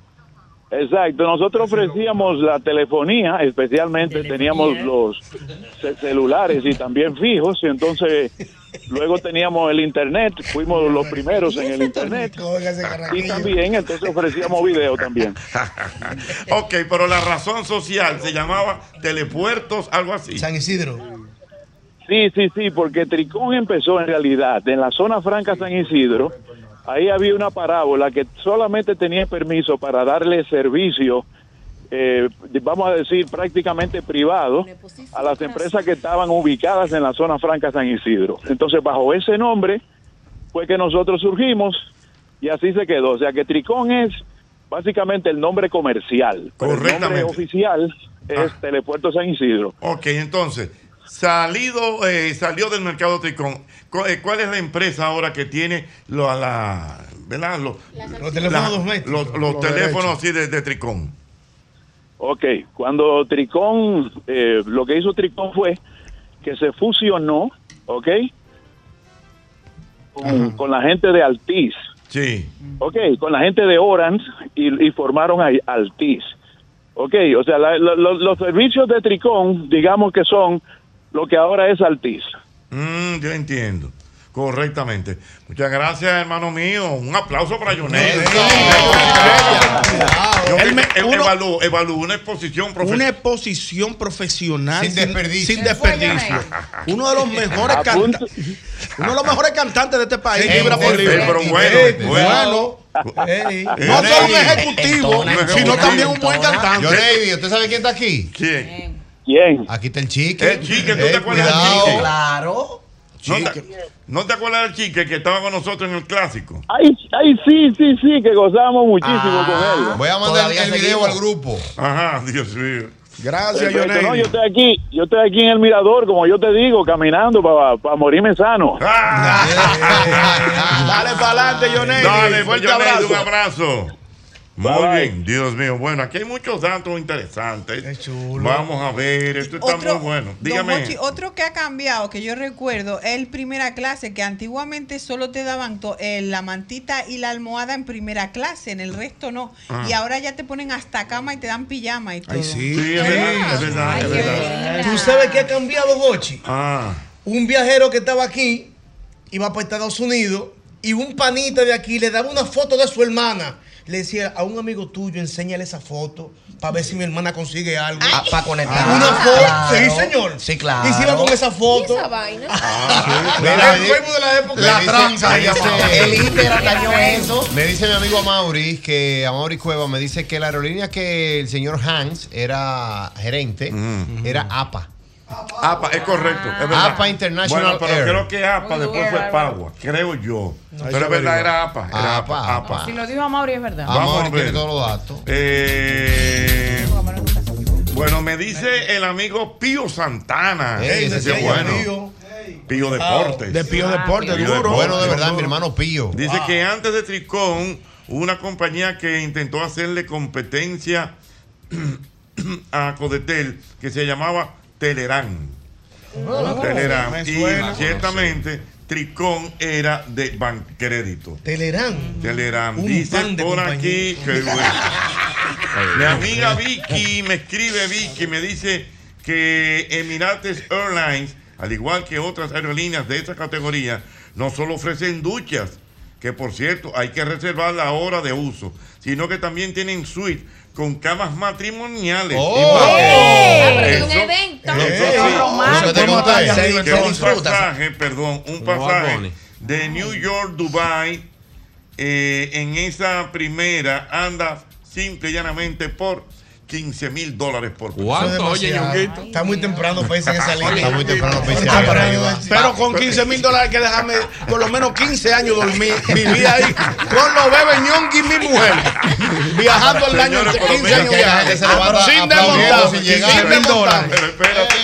[SPEAKER 15] Exacto, nosotros ofrecíamos la telefonía, especialmente teníamos los ce- celulares y también fijos, y entonces luego teníamos el internet, fuimos los primeros en el internet, y también entonces ofrecíamos video también.
[SPEAKER 2] ok, pero la razón social se llamaba telepuertos, algo así. San Isidro.
[SPEAKER 15] Sí, sí, sí, porque Tricón empezó en realidad en la zona franca San Isidro. Ahí había una parábola que solamente tenía permiso para darle servicio, eh, vamos a decir, prácticamente privado a las empresas que estaban ubicadas en la zona franca San Isidro. Entonces, bajo ese nombre fue que nosotros surgimos y así se quedó. O sea que Tricón es básicamente el nombre comercial. pero El nombre oficial es Telepuerto San Isidro.
[SPEAKER 2] Ok, entonces, salido, eh, salió del mercado Tricón. Co- eh, ¿Cuál es la empresa ahora que tiene lo- la, ¿verdad? Los,
[SPEAKER 15] Los teléfonos
[SPEAKER 2] domésticos. Los, los
[SPEAKER 15] Los
[SPEAKER 2] teléfonos
[SPEAKER 15] derechos.
[SPEAKER 2] así de, de Tricón.
[SPEAKER 15] Ok, cuando Tricón, eh, lo que hizo Tricón fue que se fusionó, ¿ok? Con, con la gente de Altiz.
[SPEAKER 2] Sí.
[SPEAKER 15] Ok, con la gente de Orange y, y formaron ahí Altiz. Ok, o sea, la- la- lo- los servicios de Tricón, digamos que son lo que ahora es Altiz.
[SPEAKER 2] Mm, yo entiendo. Correctamente. Muchas gracias, hermano mío. Un aplauso para Yonel. Yo que- eh, evalúo- evalúo una exposición
[SPEAKER 5] Una
[SPEAKER 2] profesional.
[SPEAKER 5] exposición profesional
[SPEAKER 2] Sin desperdicio.
[SPEAKER 5] sin desperdicio. Uno de los mejores
[SPEAKER 2] Apunta-
[SPEAKER 5] cantantes. Uno de los mejores cantantes de este país.
[SPEAKER 2] Ey,
[SPEAKER 5] libra por
[SPEAKER 2] ey,
[SPEAKER 5] libra.
[SPEAKER 2] pero bueno,
[SPEAKER 5] Ey,
[SPEAKER 2] bueno.
[SPEAKER 5] Ey.
[SPEAKER 2] Ey.
[SPEAKER 5] No solo un
[SPEAKER 2] Ey.
[SPEAKER 5] ejecutivo,
[SPEAKER 2] Entona,
[SPEAKER 5] sino
[SPEAKER 2] entona,
[SPEAKER 5] también un
[SPEAKER 2] entona.
[SPEAKER 5] buen cantante.
[SPEAKER 4] Yo, Lady, ¿usted sabe quién está aquí?
[SPEAKER 2] ¿Quién?
[SPEAKER 15] ¿Quién?
[SPEAKER 4] Aquí está el chique. Eh,
[SPEAKER 2] El Chique, ¿tú te acuerdas del Chique?
[SPEAKER 4] Claro.
[SPEAKER 2] ¿No te, no te acuerdas del chique que estaba con nosotros en el clásico?
[SPEAKER 15] Ay, ay, sí, sí, sí, que gozamos muchísimo con él.
[SPEAKER 4] Ah, Voy a mandar el video al grupo.
[SPEAKER 2] Ajá, Dios mío.
[SPEAKER 5] Gracias,
[SPEAKER 15] Perfecto,
[SPEAKER 5] Yonel.
[SPEAKER 15] no, yo estoy aquí, yo estoy aquí en el mirador, como yo te digo, caminando para morirme sano.
[SPEAKER 5] Ah, Dale para adelante, Yonel.
[SPEAKER 2] Dale, pues,
[SPEAKER 5] Fuerte
[SPEAKER 2] Yonel,
[SPEAKER 5] abrazo.
[SPEAKER 2] un abrazo. Muy
[SPEAKER 5] Bye, bye.
[SPEAKER 2] bien, Dios mío. Bueno, aquí hay muchos datos interesantes. Vamos a ver, esto está
[SPEAKER 10] Otro-
[SPEAKER 2] muy bueno.
[SPEAKER 10] Don
[SPEAKER 2] pues, Dígame.
[SPEAKER 10] Mochi, otro que ha cambiado, que yo recuerdo, es el primera clase, que antiguamente solo te daban to- eh, la mantita y la almohada en primera clase, en el resto no.
[SPEAKER 2] Ah.
[SPEAKER 10] Y ahora ya te ponen hasta cama y te dan pijama y todo.
[SPEAKER 2] sí. es
[SPEAKER 9] ¿Eh?
[SPEAKER 2] verdad, es verdad, es verdad.
[SPEAKER 3] ¿Tú sabes qué ha cambiado, Gochi?
[SPEAKER 2] Ah,
[SPEAKER 3] Un viajero que estaba aquí, iba para Estados Unidos, y un panita de aquí le daba una foto de su hermana. le decía a un amigo tuyo, enséñale esa foto para ver si mi hermana consigue algo.
[SPEAKER 9] Ah, para conectar.
[SPEAKER 3] Una foto.
[SPEAKER 9] Claro.
[SPEAKER 3] Sí, señor.
[SPEAKER 9] Sí, claro.
[SPEAKER 3] Y se iba con esa foto. Ah,
[SPEAKER 8] Esa vaina.
[SPEAKER 2] Ah,
[SPEAKER 4] Mira,
[SPEAKER 3] el Facebook de la época.
[SPEAKER 4] Me dice- me dice-
[SPEAKER 9] El Inter atañó eso.
[SPEAKER 4] Me dice mi amigo Amaury, que Amaury Cueva me dice que la aerolínea que el señor Hans era gerente
[SPEAKER 2] Mm.
[SPEAKER 4] era APA.
[SPEAKER 2] APA, es correcto. es verdad.
[SPEAKER 4] APA
[SPEAKER 2] Bueno,
[SPEAKER 4] International
[SPEAKER 2] pero
[SPEAKER 4] Air.
[SPEAKER 2] creo que APA
[SPEAKER 12] Muy
[SPEAKER 2] después
[SPEAKER 12] bien,
[SPEAKER 2] fue
[SPEAKER 12] Álvaro.
[SPEAKER 2] Pagua, creo yo.
[SPEAKER 12] hay
[SPEAKER 2] pero
[SPEAKER 12] que
[SPEAKER 2] es verdad,
[SPEAKER 12] averiguar.
[SPEAKER 2] era APA. Era APA. APA.
[SPEAKER 12] Si lo dijo Amaury es verdad.
[SPEAKER 2] a ver. Eh, bueno, me dice el amigo Pío Santana.
[SPEAKER 4] Ey,
[SPEAKER 2] Ey,
[SPEAKER 4] ese
[SPEAKER 2] dice,
[SPEAKER 4] sí es
[SPEAKER 2] bueno.
[SPEAKER 4] Pío.
[SPEAKER 2] Pío. Deportes.
[SPEAKER 4] Ah, De
[SPEAKER 8] Ah,
[SPEAKER 4] Pío Deportes, duro. Ah. Bueno, de verdad, mi hermano Pío.
[SPEAKER 2] Dice
[SPEAKER 4] Wow.
[SPEAKER 2] que antes de Tricón, hubo una compañía que intentó hacerle competencia a Codetel que se llamaba Telerán.
[SPEAKER 4] Oh,
[SPEAKER 3] Ah,
[SPEAKER 2] Telerán.
[SPEAKER 3] me
[SPEAKER 2] Y
[SPEAKER 3] suena.
[SPEAKER 2] ciertamente Tricón era de Bancrédito.
[SPEAKER 3] Telerán.
[SPEAKER 2] Telerán.
[SPEAKER 3] Un
[SPEAKER 2] Dice
[SPEAKER 3] pan de
[SPEAKER 2] por
[SPEAKER 3] compañía.
[SPEAKER 2] aquí que Mi amiga Vicky me escribe Vicky, me dice que Emirates Airlines, al igual que otras aerolíneas de esta categoría, no solo ofrecen duchas, que por cierto hay que reservar la hora de uso, sino que también tienen suite con camas matrimoniales.
[SPEAKER 4] ¡Oh!
[SPEAKER 8] Ah,
[SPEAKER 2] pasajes.
[SPEAKER 8] pero es un
[SPEAKER 2] Eso-
[SPEAKER 8] evento.
[SPEAKER 2] eso
[SPEAKER 8] Ey,
[SPEAKER 2] sí.
[SPEAKER 8] romántico.
[SPEAKER 2] Eso te
[SPEAKER 4] Romántico.
[SPEAKER 2] conté. Que
[SPEAKER 4] Se- se
[SPEAKER 2] un
[SPEAKER 4] disfruta.
[SPEAKER 2] pasaje, perdón, un pasaje de New York, Dubai, eh, en esa primera anda simple y llanamente por 15 mil dólares por
[SPEAKER 3] Eso es
[SPEAKER 2] persona.
[SPEAKER 3] demasiado. Está muy temprano para irse en esa línea.
[SPEAKER 2] Está muy temprano para irse
[SPEAKER 3] Está
[SPEAKER 2] ahí
[SPEAKER 3] temprano.
[SPEAKER 2] arriba.
[SPEAKER 5] Pero con 15 mil dólares hay que dejarme por lo menos 15 años dormir, vivir ahí con los bebés ñongi y mi mujer. Viajando al año,
[SPEAKER 2] Señores, por lo
[SPEAKER 5] 15
[SPEAKER 2] menos
[SPEAKER 5] años
[SPEAKER 2] que haya
[SPEAKER 5] viajando.
[SPEAKER 2] gente se levanta
[SPEAKER 5] Sin
[SPEAKER 2] aplaudiendo,
[SPEAKER 5] desmontar,
[SPEAKER 2] sin
[SPEAKER 5] sin
[SPEAKER 2] llegar.
[SPEAKER 5] desmontar.
[SPEAKER 2] Pero espérate,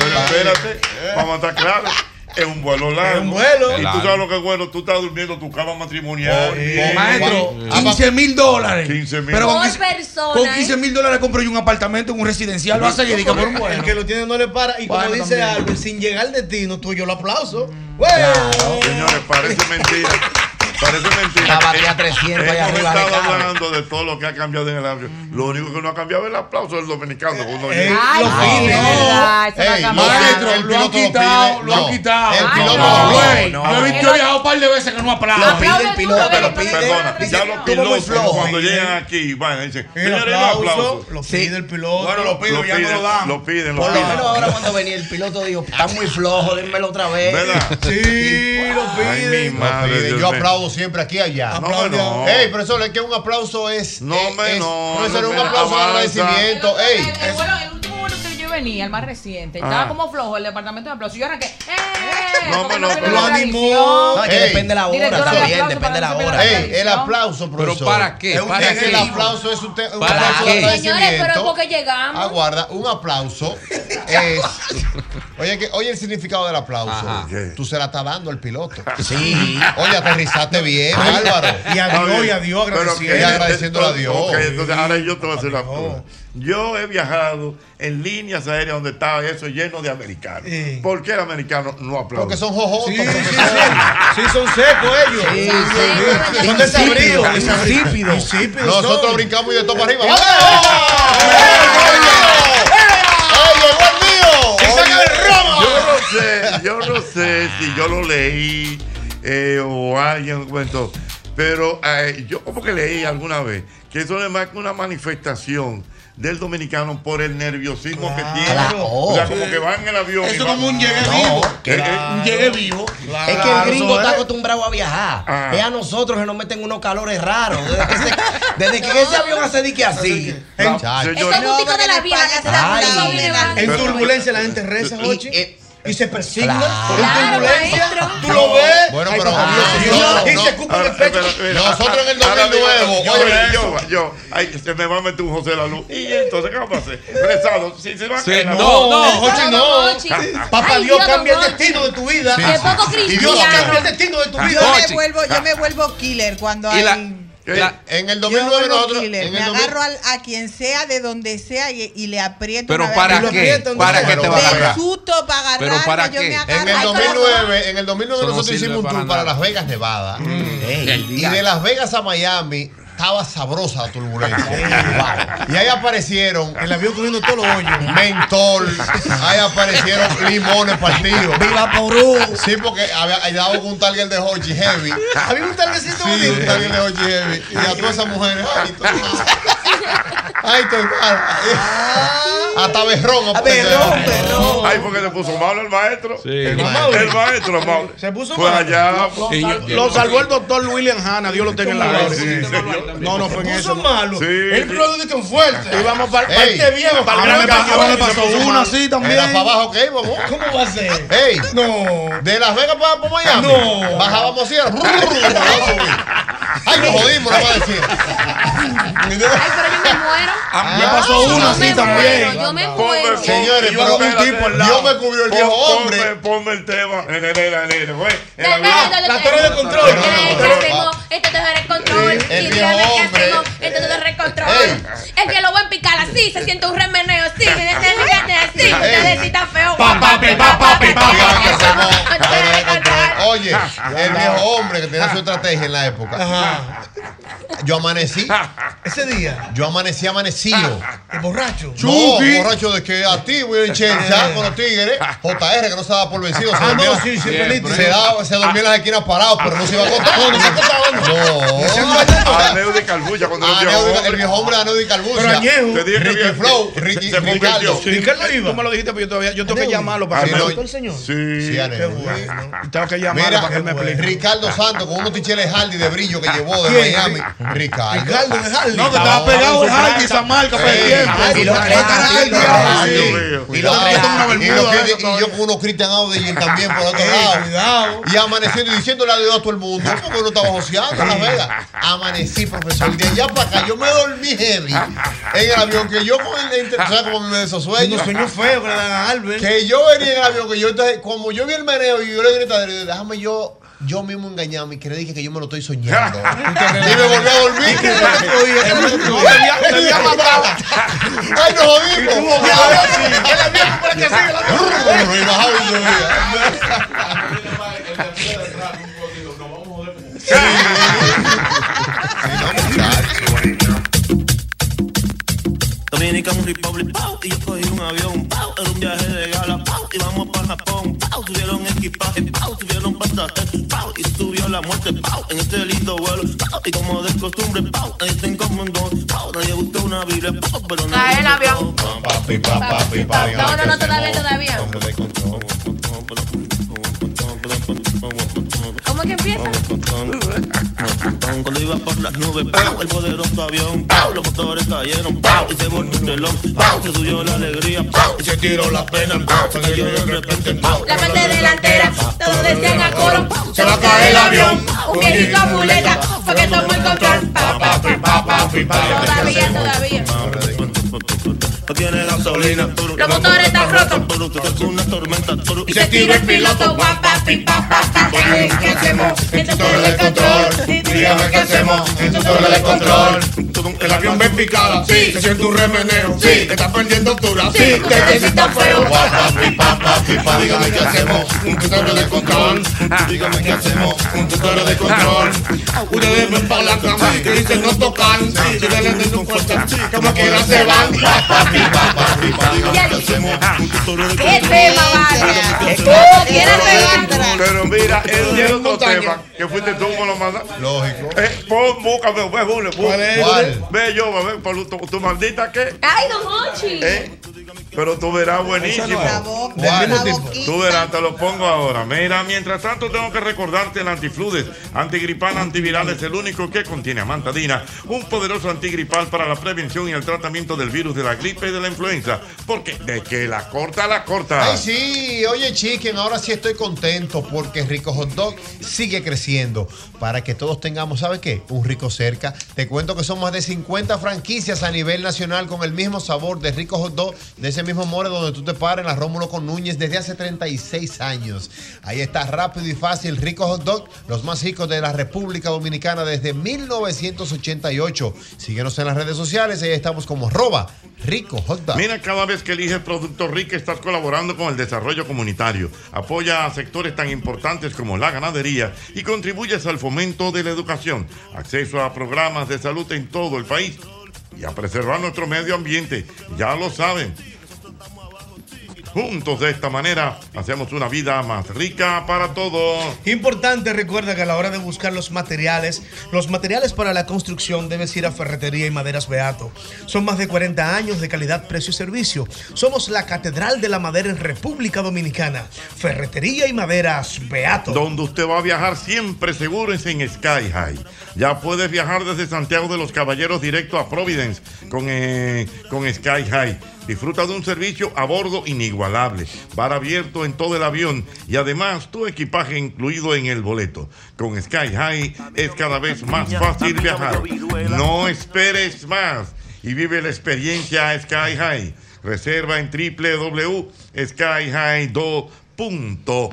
[SPEAKER 2] pero espérate, vamos a estar claros. Es un vuelo largo.
[SPEAKER 5] Es un vuelo.
[SPEAKER 2] Y tú sabes lo que es bueno. Tú estás durmiendo tu cama matrimonial. Eh,
[SPEAKER 3] eh,
[SPEAKER 5] Oh, maestro,
[SPEAKER 2] 15
[SPEAKER 5] mil dólares.
[SPEAKER 2] 15 mil.
[SPEAKER 5] Pero con
[SPEAKER 8] Por
[SPEAKER 5] 15
[SPEAKER 8] persona.
[SPEAKER 2] ¿eh?
[SPEAKER 5] Con 15 mil dólares compro yo un apartamento en un residencial. Lo hace y diga por un
[SPEAKER 3] El
[SPEAKER 5] bueno.
[SPEAKER 3] que lo tiene no le para. Y como
[SPEAKER 5] Bueno,
[SPEAKER 3] dice
[SPEAKER 5] también. Mm.
[SPEAKER 3] Albert, sin llegar de ti, no tú yo lo aplauso.
[SPEAKER 2] Señores, parece mentira. Parece mentira. Eh,
[SPEAKER 9] La batía 300 allá
[SPEAKER 2] Hemos
[SPEAKER 9] arriba
[SPEAKER 2] estado
[SPEAKER 9] le cabe.
[SPEAKER 2] hablando de todo lo que ha cambiado en el ámbito. Lo único que no ha cambiado es el aplauso del dominicano. cuando
[SPEAKER 3] Ey,
[SPEAKER 2] llega.
[SPEAKER 3] Ay, los sí, fines. es verdad, eso va a
[SPEAKER 2] Ey,
[SPEAKER 3] cambiar.
[SPEAKER 2] maestro,
[SPEAKER 3] El
[SPEAKER 2] piloto
[SPEAKER 3] piloto lo
[SPEAKER 2] pide. No, El piloto lo pide. No,
[SPEAKER 5] Yo he visto- yo he viajado un par de veces que no aplaudo.
[SPEAKER 2] Lo pide el
[SPEAKER 5] Aplaude tú,
[SPEAKER 2] piloto,
[SPEAKER 5] pero
[SPEAKER 2] lo pide. Perdona, ya los
[SPEAKER 5] Tú como muy
[SPEAKER 2] pilotos
[SPEAKER 5] flojo.
[SPEAKER 2] cuando llegan aquí van y dicen,
[SPEAKER 3] El
[SPEAKER 2] señores, el
[SPEAKER 3] aplauso,
[SPEAKER 2] aplauso.
[SPEAKER 3] lo pide el piloto.
[SPEAKER 5] Bueno, lo pido, ya
[SPEAKER 2] piden,
[SPEAKER 5] me lo dan.
[SPEAKER 2] Lo piden, lo
[SPEAKER 9] Por lo
[SPEAKER 2] piden.
[SPEAKER 9] menos ahora cuando venía el piloto dijo, está muy flojo, dénmelo otra vez.
[SPEAKER 2] ¿Verdad?
[SPEAKER 9] Sí,
[SPEAKER 4] lo
[SPEAKER 2] piden. mi madre,
[SPEAKER 4] Lo piden.
[SPEAKER 2] Dios
[SPEAKER 4] Yo
[SPEAKER 2] mío.
[SPEAKER 4] aplaudo siempre aquí y allá.
[SPEAKER 2] No, hombre, no.
[SPEAKER 4] Ey, profesor, es que un aplauso es. No,
[SPEAKER 2] hombre, no,
[SPEAKER 4] Profesor,
[SPEAKER 2] no,
[SPEAKER 4] un
[SPEAKER 2] hombre,
[SPEAKER 4] aplauso de
[SPEAKER 2] avanza.
[SPEAKER 4] agradecimiento. Ey,
[SPEAKER 12] El, vuelo, el último vuelo que yo venía, el más reciente,
[SPEAKER 4] Ajá.
[SPEAKER 2] Ah.
[SPEAKER 12] estaba como flojo el departamento de aplausos. Yo arranqué. ¡Eh!
[SPEAKER 4] No,
[SPEAKER 12] Porque
[SPEAKER 4] hombre, no,
[SPEAKER 12] tiene
[SPEAKER 4] lo animó.
[SPEAKER 12] la tradición.
[SPEAKER 4] No, es que Ey. depende la hora,
[SPEAKER 12] Directora, el
[SPEAKER 4] también,
[SPEAKER 12] aplauso
[SPEAKER 4] depende
[SPEAKER 12] para
[SPEAKER 4] la
[SPEAKER 12] nosotros,
[SPEAKER 4] hora.
[SPEAKER 12] la
[SPEAKER 4] Ey,
[SPEAKER 12] tradición.
[SPEAKER 4] el aplauso, profesor.
[SPEAKER 9] para qué?
[SPEAKER 4] Es un-
[SPEAKER 9] ¿Para
[SPEAKER 4] es
[SPEAKER 9] qué?
[SPEAKER 4] El aplauso es un, te- un
[SPEAKER 9] ¿Para
[SPEAKER 4] aplauso
[SPEAKER 9] qué?
[SPEAKER 4] de agradecimiento.
[SPEAKER 8] Señores, pero porque llegamos.
[SPEAKER 4] Aguarda, un aplauso es. Oye, que, oye el significado del aplauso. Tú se la estás dando al piloto.
[SPEAKER 9] Sí.
[SPEAKER 4] Oye, aterrizaste bien, Álvaro.
[SPEAKER 3] Y a Dios, y a Dios
[SPEAKER 4] Pero
[SPEAKER 3] agradeciendo.
[SPEAKER 4] que- Y agradeciéndole a Dios.
[SPEAKER 2] Ok, entonces ahora yo te voy a hacer la prueba. Yo he viajado en líneas aéreas donde estaba eso lleno de americanos. ¿Por qué el americano no aplaude?
[SPEAKER 4] Porque son jojotos. Sí, sí,
[SPEAKER 3] sí. son secos ellos.
[SPEAKER 4] Sí,
[SPEAKER 3] sí. Son desabridos, desabridos. Insípidos son.
[SPEAKER 4] Nosotros brincamos y de topa arriba. ¡Vamos! ¡Ay, llegó el mío! saca el romo!
[SPEAKER 2] Yo no sé, yo no sé si yo lo leí eh, o alguien lo comentó, pero eh, yo como que leí alguna vez que eso es más que una manifestación del dominicano por el nerviosismo que tiene. O sea, como que van en el avión.
[SPEAKER 9] Eso
[SPEAKER 2] y van-
[SPEAKER 9] como un llegue
[SPEAKER 2] No,
[SPEAKER 9] vivo.
[SPEAKER 2] que- eh,
[SPEAKER 9] Claro.
[SPEAKER 2] un llegue vivo.
[SPEAKER 9] es que el gringo está acostumbrado a viajar.
[SPEAKER 2] Ah.
[SPEAKER 9] Es a nosotros que nos meten unos calores raros. Desde que, se- desde que ese avión hace dique así.
[SPEAKER 8] Ese puntico de la vieja que se da
[SPEAKER 9] Ay.
[SPEAKER 8] cuando viene va.
[SPEAKER 3] En turbulencia la gente reza, Jochi. Y se persigna por
[SPEAKER 8] Claro,
[SPEAKER 3] en turbulencia. Tú lo ves.
[SPEAKER 4] Bueno,
[SPEAKER 3] Ay,
[SPEAKER 4] pero
[SPEAKER 3] papá Dios, Dios, y se escupen el pecho. Nosotros en el 2009.
[SPEAKER 2] Yo,
[SPEAKER 3] oye,
[SPEAKER 2] yo, yo, yo, ay, se me va a meter un José la Luz. Y entonces, ¿qué va a hacer? Rezado, si se va a
[SPEAKER 3] Sí,
[SPEAKER 2] quedar. Ah,
[SPEAKER 3] no, no, Jochi, no.
[SPEAKER 8] Jochi.
[SPEAKER 3] Papá
[SPEAKER 8] Ay,
[SPEAKER 3] Dios
[SPEAKER 8] Dios,
[SPEAKER 3] cambia el
[SPEAKER 8] don Jochi.
[SPEAKER 3] destino de tu vida.
[SPEAKER 8] Sí, Qué sí. poco
[SPEAKER 3] Y Dios
[SPEAKER 8] cristiano.
[SPEAKER 3] cambia el destino de tu
[SPEAKER 4] Ah,
[SPEAKER 3] vida.
[SPEAKER 10] Yo me vuelvo, yo me vuelvo killer cuando hay.
[SPEAKER 4] en el
[SPEAKER 10] Yo
[SPEAKER 4] 2009
[SPEAKER 10] vuelvo
[SPEAKER 4] nosotros.
[SPEAKER 10] killer.
[SPEAKER 4] en
[SPEAKER 10] Me
[SPEAKER 4] el 2000
[SPEAKER 10] agarro al- a quien sea de donde sea y, y le aprieto.
[SPEAKER 4] Pero
[SPEAKER 10] una vez.
[SPEAKER 4] ¿para
[SPEAKER 10] Y lo
[SPEAKER 4] qué?
[SPEAKER 10] aprieto,
[SPEAKER 4] ¿Para
[SPEAKER 10] entonces,
[SPEAKER 4] qué te va a
[SPEAKER 10] de
[SPEAKER 4] agarrar?
[SPEAKER 10] susto para agarrar.
[SPEAKER 4] ¿Pero para
[SPEAKER 10] yo
[SPEAKER 4] qué?
[SPEAKER 10] me agarro.
[SPEAKER 4] En el
[SPEAKER 10] Ay,
[SPEAKER 4] 2009, en el 2009
[SPEAKER 10] Eso no
[SPEAKER 4] nosotros
[SPEAKER 10] sirve
[SPEAKER 4] hicimos un
[SPEAKER 10] para
[SPEAKER 4] tour para
[SPEAKER 10] nada.
[SPEAKER 4] Las Vegas, Nevada.
[SPEAKER 9] Ey,
[SPEAKER 4] y de Las Vegas a Miami Estaba sabrosa la turbulencia. Wow. Y ahí aparecieron, el avión comiendo todos los hoyos. Mentol. Ahí aparecieron limones partidos. ¡Viva Porú! Sí, porque había había dado con un target de Hochi Heavy. Había un targetcito sí, un target de Hochi Heavy. Y a todas esas mujeres. Ay, tú- Ay, estoy mal. Hasta berrón. Berrón, berrón.
[SPEAKER 2] Ay, porque se puso malo el maestro. El,
[SPEAKER 5] El
[SPEAKER 2] maestro.
[SPEAKER 5] maestro.
[SPEAKER 2] el maestro, Mauro.
[SPEAKER 5] Se puso
[SPEAKER 2] Fue
[SPEAKER 5] mal.
[SPEAKER 2] allá.
[SPEAKER 5] Lo,
[SPEAKER 2] Y
[SPEAKER 5] lo
[SPEAKER 2] yo-
[SPEAKER 5] sal- lo salvó el doctor William Hanna, Dios lo tenga en la
[SPEAKER 2] Ay,
[SPEAKER 5] gloria.
[SPEAKER 2] sí,
[SPEAKER 5] No, no fue en eso.
[SPEAKER 3] malo.
[SPEAKER 5] Sí.
[SPEAKER 3] Él probó de con fuerte.
[SPEAKER 5] Y vamos para
[SPEAKER 3] Ey.
[SPEAKER 5] este viejo, para
[SPEAKER 3] Ahora
[SPEAKER 5] el
[SPEAKER 3] le
[SPEAKER 5] gran
[SPEAKER 3] pasó- ahora
[SPEAKER 5] campeón.
[SPEAKER 3] le pasó uno así también.
[SPEAKER 4] Era para abajo, ¿qué? Vamos.
[SPEAKER 3] ¿Cómo va a ser?
[SPEAKER 4] ¡Ey!
[SPEAKER 3] No.
[SPEAKER 4] De Las Vegas para, para Miami.
[SPEAKER 3] No.
[SPEAKER 4] Bajábamos cierra. Ay, nos jodimos, no va a decir.
[SPEAKER 8] me muero.
[SPEAKER 4] me Ah, pasó
[SPEAKER 8] Ay,
[SPEAKER 4] uno
[SPEAKER 8] yo
[SPEAKER 4] así
[SPEAKER 8] me
[SPEAKER 4] también.
[SPEAKER 8] muero, Yo me muero.
[SPEAKER 4] Señores, pero un tipo al lado. Dios me cubrió el viejo
[SPEAKER 2] Pon-
[SPEAKER 4] hombre.
[SPEAKER 2] Ponme, ponme el tema. En el- en el- en el- güey. En
[SPEAKER 8] Dale,
[SPEAKER 2] avión.
[SPEAKER 8] dale, dale. Dale, ¿qué
[SPEAKER 2] Pero-
[SPEAKER 8] hacemos? Este te dará el control.
[SPEAKER 2] Sí, el
[SPEAKER 8] Y
[SPEAKER 2] viejo
[SPEAKER 8] dígame qué
[SPEAKER 2] hombre.
[SPEAKER 8] hacemos. Este te dará el control. Es que lo voy a picar así. Se siente un remeneo así. Me siente así. Me necesita feo.
[SPEAKER 4] Oye, el viejo hombre que tenía su estrategia en la época. Yo amanecí. Ese día. Yo amanecí amanecido.
[SPEAKER 3] borracho.
[SPEAKER 4] No, borracho de que "Ah, activo y en chencha con los tigres. JR que no se daba por vencido. Se
[SPEAKER 3] Ah,
[SPEAKER 4] dormía-
[SPEAKER 3] no, sí, sí,
[SPEAKER 4] Siempre.
[SPEAKER 3] pelito.
[SPEAKER 4] Se, daba- se dormía en las esquinas parado, pero no se iba a acostar. No, no se acostaba, no. Ah,
[SPEAKER 2] Aneo de Ah, Calbulla cuando
[SPEAKER 4] Aneo
[SPEAKER 2] el
[SPEAKER 4] de-
[SPEAKER 2] viejo
[SPEAKER 4] el viejo hombre Aneo de Calbulla.
[SPEAKER 5] Pero añejo.
[SPEAKER 2] Te dije que
[SPEAKER 4] Ricky
[SPEAKER 2] bien.
[SPEAKER 4] Flow, Ricky,
[SPEAKER 2] Se convirtió.
[SPEAKER 4] Ricardo.
[SPEAKER 5] Sí, Tú me lo dijiste, pero yo todavía yo tengo que llamarlo para
[SPEAKER 4] Sí,
[SPEAKER 5] que me
[SPEAKER 4] no,
[SPEAKER 5] lo-
[SPEAKER 2] Sí.
[SPEAKER 4] Sí, Aneo.
[SPEAKER 5] Y Tengo que llamarlo
[SPEAKER 4] Mira,
[SPEAKER 5] para que él me explique. Ah.
[SPEAKER 4] Ricardo Santos con unos ticheles Hardy de brillo que llevó de
[SPEAKER 5] ¿Quién?
[SPEAKER 4] Miami. Ricardo.
[SPEAKER 5] Ricardo de Harley.
[SPEAKER 4] No,
[SPEAKER 5] Ah, que estaba pegado el Harley, esa marca, por el tiempo.
[SPEAKER 4] Y lo
[SPEAKER 5] Harley, Harley, Harley.
[SPEAKER 4] Y lo
[SPEAKER 5] Cuidado, esto es una
[SPEAKER 4] Ah, y
[SPEAKER 5] bermuda,
[SPEAKER 4] lo que-
[SPEAKER 5] eso
[SPEAKER 4] y yo con unos Christian Auden también por otro lado. Y amaneciendo y diciéndole adiós a todo el mundo porque uno estaba joseando en Las Vegas. Amanecí, profesor. Y de allá para acá yo me dormí heavy en el avión que yo con el inter- o sea, como me desosueño.
[SPEAKER 3] Unos sueños feos que le dan a Albert.
[SPEAKER 4] Que yo venía en el avión que yo entonces, como yo vi el meneo y yo le grité, déjame yo. Yo mismo engañarme y que le dije que yo me lo estoy soñando. y me volví a dormir.
[SPEAKER 5] No, me había- me había matado.
[SPEAKER 4] Ay, nos jodimos.
[SPEAKER 5] Y tú volvías a ver así.
[SPEAKER 4] Y bajaba y subía.
[SPEAKER 1] Dominican Republic, pau, y yo cogí un avión, pau, era un viaje de gala, pau, y vamos para Japón, pau, tuvieron equipaje, pau, tuvieron pasaje, pau, y subió la muerte, pau, en este lindo vuelo, pau, y como de costumbre, pau, nadie se encomendó, pau, nadie gustó una biblia, pau, pero nadie
[SPEAKER 8] Cae el
[SPEAKER 1] gustó.
[SPEAKER 8] avión. No, no, no, todavía, todavía. ¿Cómo que empieza?
[SPEAKER 1] Cuando iba por las nubes, ¡pau! el poderoso avión, ¡pau! los motores cayeron, ¡pau! y se volvió un telón, ¡pau! se subió la alegría, ¡pau! y se tiró la pena, ¡pau! se cayó de repente, ¡pau!
[SPEAKER 8] La parte delantera, todos decían a coro.
[SPEAKER 1] se va a caer el avión,
[SPEAKER 8] Un viejito amuleta fue que tomó el control. Pa, pa, pa, pa, pa, pa. Todavía, todavía.
[SPEAKER 1] no tiene gasolina,
[SPEAKER 8] Los motores están rotos.
[SPEAKER 1] una tormenta,
[SPEAKER 8] Y se tira el piloto. Guapa, pipa, pa, pa. ¿Qué qué hacemos? Esto todo el control. Dígame qué hacemos.
[SPEAKER 1] Esto todo el control. El avión ve picada, sí. Se siente un remeneo, sí. Está perdiendo altura, sí. Te necesita feo. Guapa, pipa, pa, pipa. Dígame qué hacemos. Un tutorial de control. Dígame qué hacemos. Un tutorial de control. Ah. Ustedes ven para la cama que dicen no tocan. Sí. Que le den un fuerte, sí. Como quiera se van. Guapa, pipa, pa, pipa. Dígame qué hacemos. Un tutorial de
[SPEAKER 8] Qué tema, vaya.
[SPEAKER 2] Pero-
[SPEAKER 8] Quieres pegar.
[SPEAKER 2] Pero mira, es cierto tema que fuiste tú con los mandas.
[SPEAKER 4] Lógico.
[SPEAKER 2] Eh, pon, búscame, ve, Julio. pon.
[SPEAKER 8] ¿Cuál es? ¿Cuál?
[SPEAKER 2] Ve yo, va, ve, por tu, tu maldita que.
[SPEAKER 8] Ay, don Hochi.
[SPEAKER 2] Eh, pero tú verás buenísimo.
[SPEAKER 8] La boca,
[SPEAKER 2] ¿Cuál?
[SPEAKER 8] la boquita.
[SPEAKER 2] Tú verás, te lo pongo ahora. Mira, mientras tanto tengo que recordarte el antifludes, antigripal, antiviral es el único que contiene amantadina, un poderoso antigripal para la prevención y el tratamiento del virus de la gripe y de la influenza. Porque de que la corta, la corta.
[SPEAKER 4] Ay, sí, oye, chiquen, ahora sí estoy contento porque Rico Hot Dog sigue creciendo. Para que todos tengamos, ¿sabes qué? Un rico cerca. Te cuento que son más de 50 franquicias a nivel nacional con el mismo sabor de Rico Hot Dog, de ese mismo more donde tú te paras en la Rómulo con Núñez desde hace 36 años. Ahí está rápido y fácil Rico Hot Dog, los más ricos de la República Dominicana desde 1988. Síguenos en las redes sociales, ahí estamos como arroba Rico Hot Dog.
[SPEAKER 2] Mira, cada vez que eliges Producto Rica estás colaborando con el desarrollo comunitario, apoya a sectores tan importantes como la ganadería y contribuyes al fomento de la educación. acceso a programas de salud en todo el país y a preservar nuestro medio ambiente. Ya lo saben. Juntos de esta manera hacemos una vida más rica para todos.
[SPEAKER 3] Importante, recuerda que a la hora de buscar los materiales, los materiales para la construcción debes ir a Ferretería y Maderas Beato. Son más de 40 años de calidad, precio y servicio. Somos la Catedral de la Madera en República Dominicana. Ferretería y Maderas Beato.
[SPEAKER 2] Donde usted va a viajar siempre seguro es en Sky High. Ya puedes viajar desde Santiago de los Caballeros directo a Providence con, eh, con Sky High. Disfruta de un servicio a bordo inigualable, bar abierto en todo el avión y además tu equipaje incluido en el boleto. Con Sky High es cada vez más fácil viajar. No esperes más y vive la experiencia Sky High. Reserva en www.skyhigh2.com.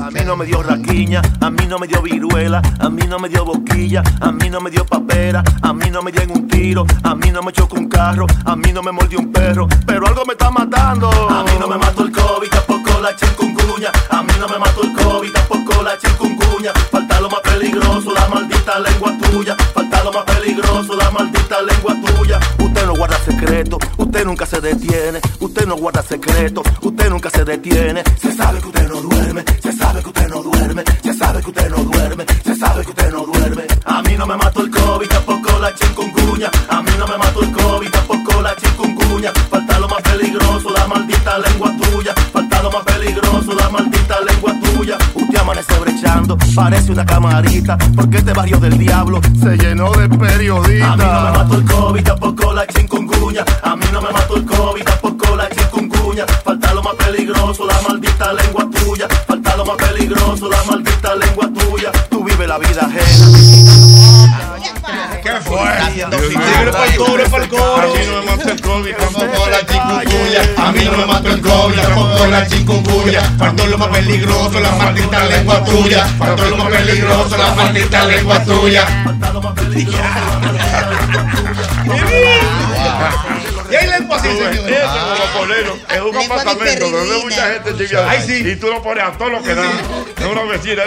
[SPEAKER 11] A mí no me dio raquiña, a mí no me dio viruela, a mí no me dio boquilla, a mí no me dio papera, a mí no me dio un tiro, a mí no me chocó un carro, a mí no me mordió un perro, pero algo me está matando. A mí no me mató el COVID, tampoco la chikungunya, a mí no me mató el COVID, tampoco la chikungunya, falta lo más peligroso, la maldita lengua tuya, falta lo más peligroso, la maldita lengua tuya. Usted no guarda secreto, usted nunca se detiene, usted no guarda secreto, usted nunca se detiene, se sabe que usted no duerme, se sabe que usted no duerme, se sabe que usted no duerme, se sabe que usted no duerme. A mí no me mató el COVID, tampoco la chikungunya. A mí no me mató el COVID, tampoco la chikungunya. Falta lo más peligroso, la maldita lengua tuya. Falta lo más peligroso, la maldita lengua tuya. Usted amanece brechando, parece una camarita, porque este barrio del diablo se llenó de periodistas. A mí no me mató el COVID, tampoco la chikungunya. A mí no me mató el COVID, tampoco la chikungunya. Falta lo más peligroso, la maldita lengua tuya. Falta lo más peligroso, la maldita lengua tuya. Tú vives la vida ajena. ¿Qué
[SPEAKER 2] fue?
[SPEAKER 1] Tampoco la chikungunya, a mí no me mató el COVID, tampoco la chikungunya. Faltó lo más peligroso, la maldita lengua tuya. Faltó lo más peligroso, la maldita lengua tuya.
[SPEAKER 2] Y ahí le así, señor. Ese monopolino es un apartamento donde hay mucha gente chiviada.
[SPEAKER 4] Ay,
[SPEAKER 2] Y tú lo pones a todo lo que da. Es una vecina.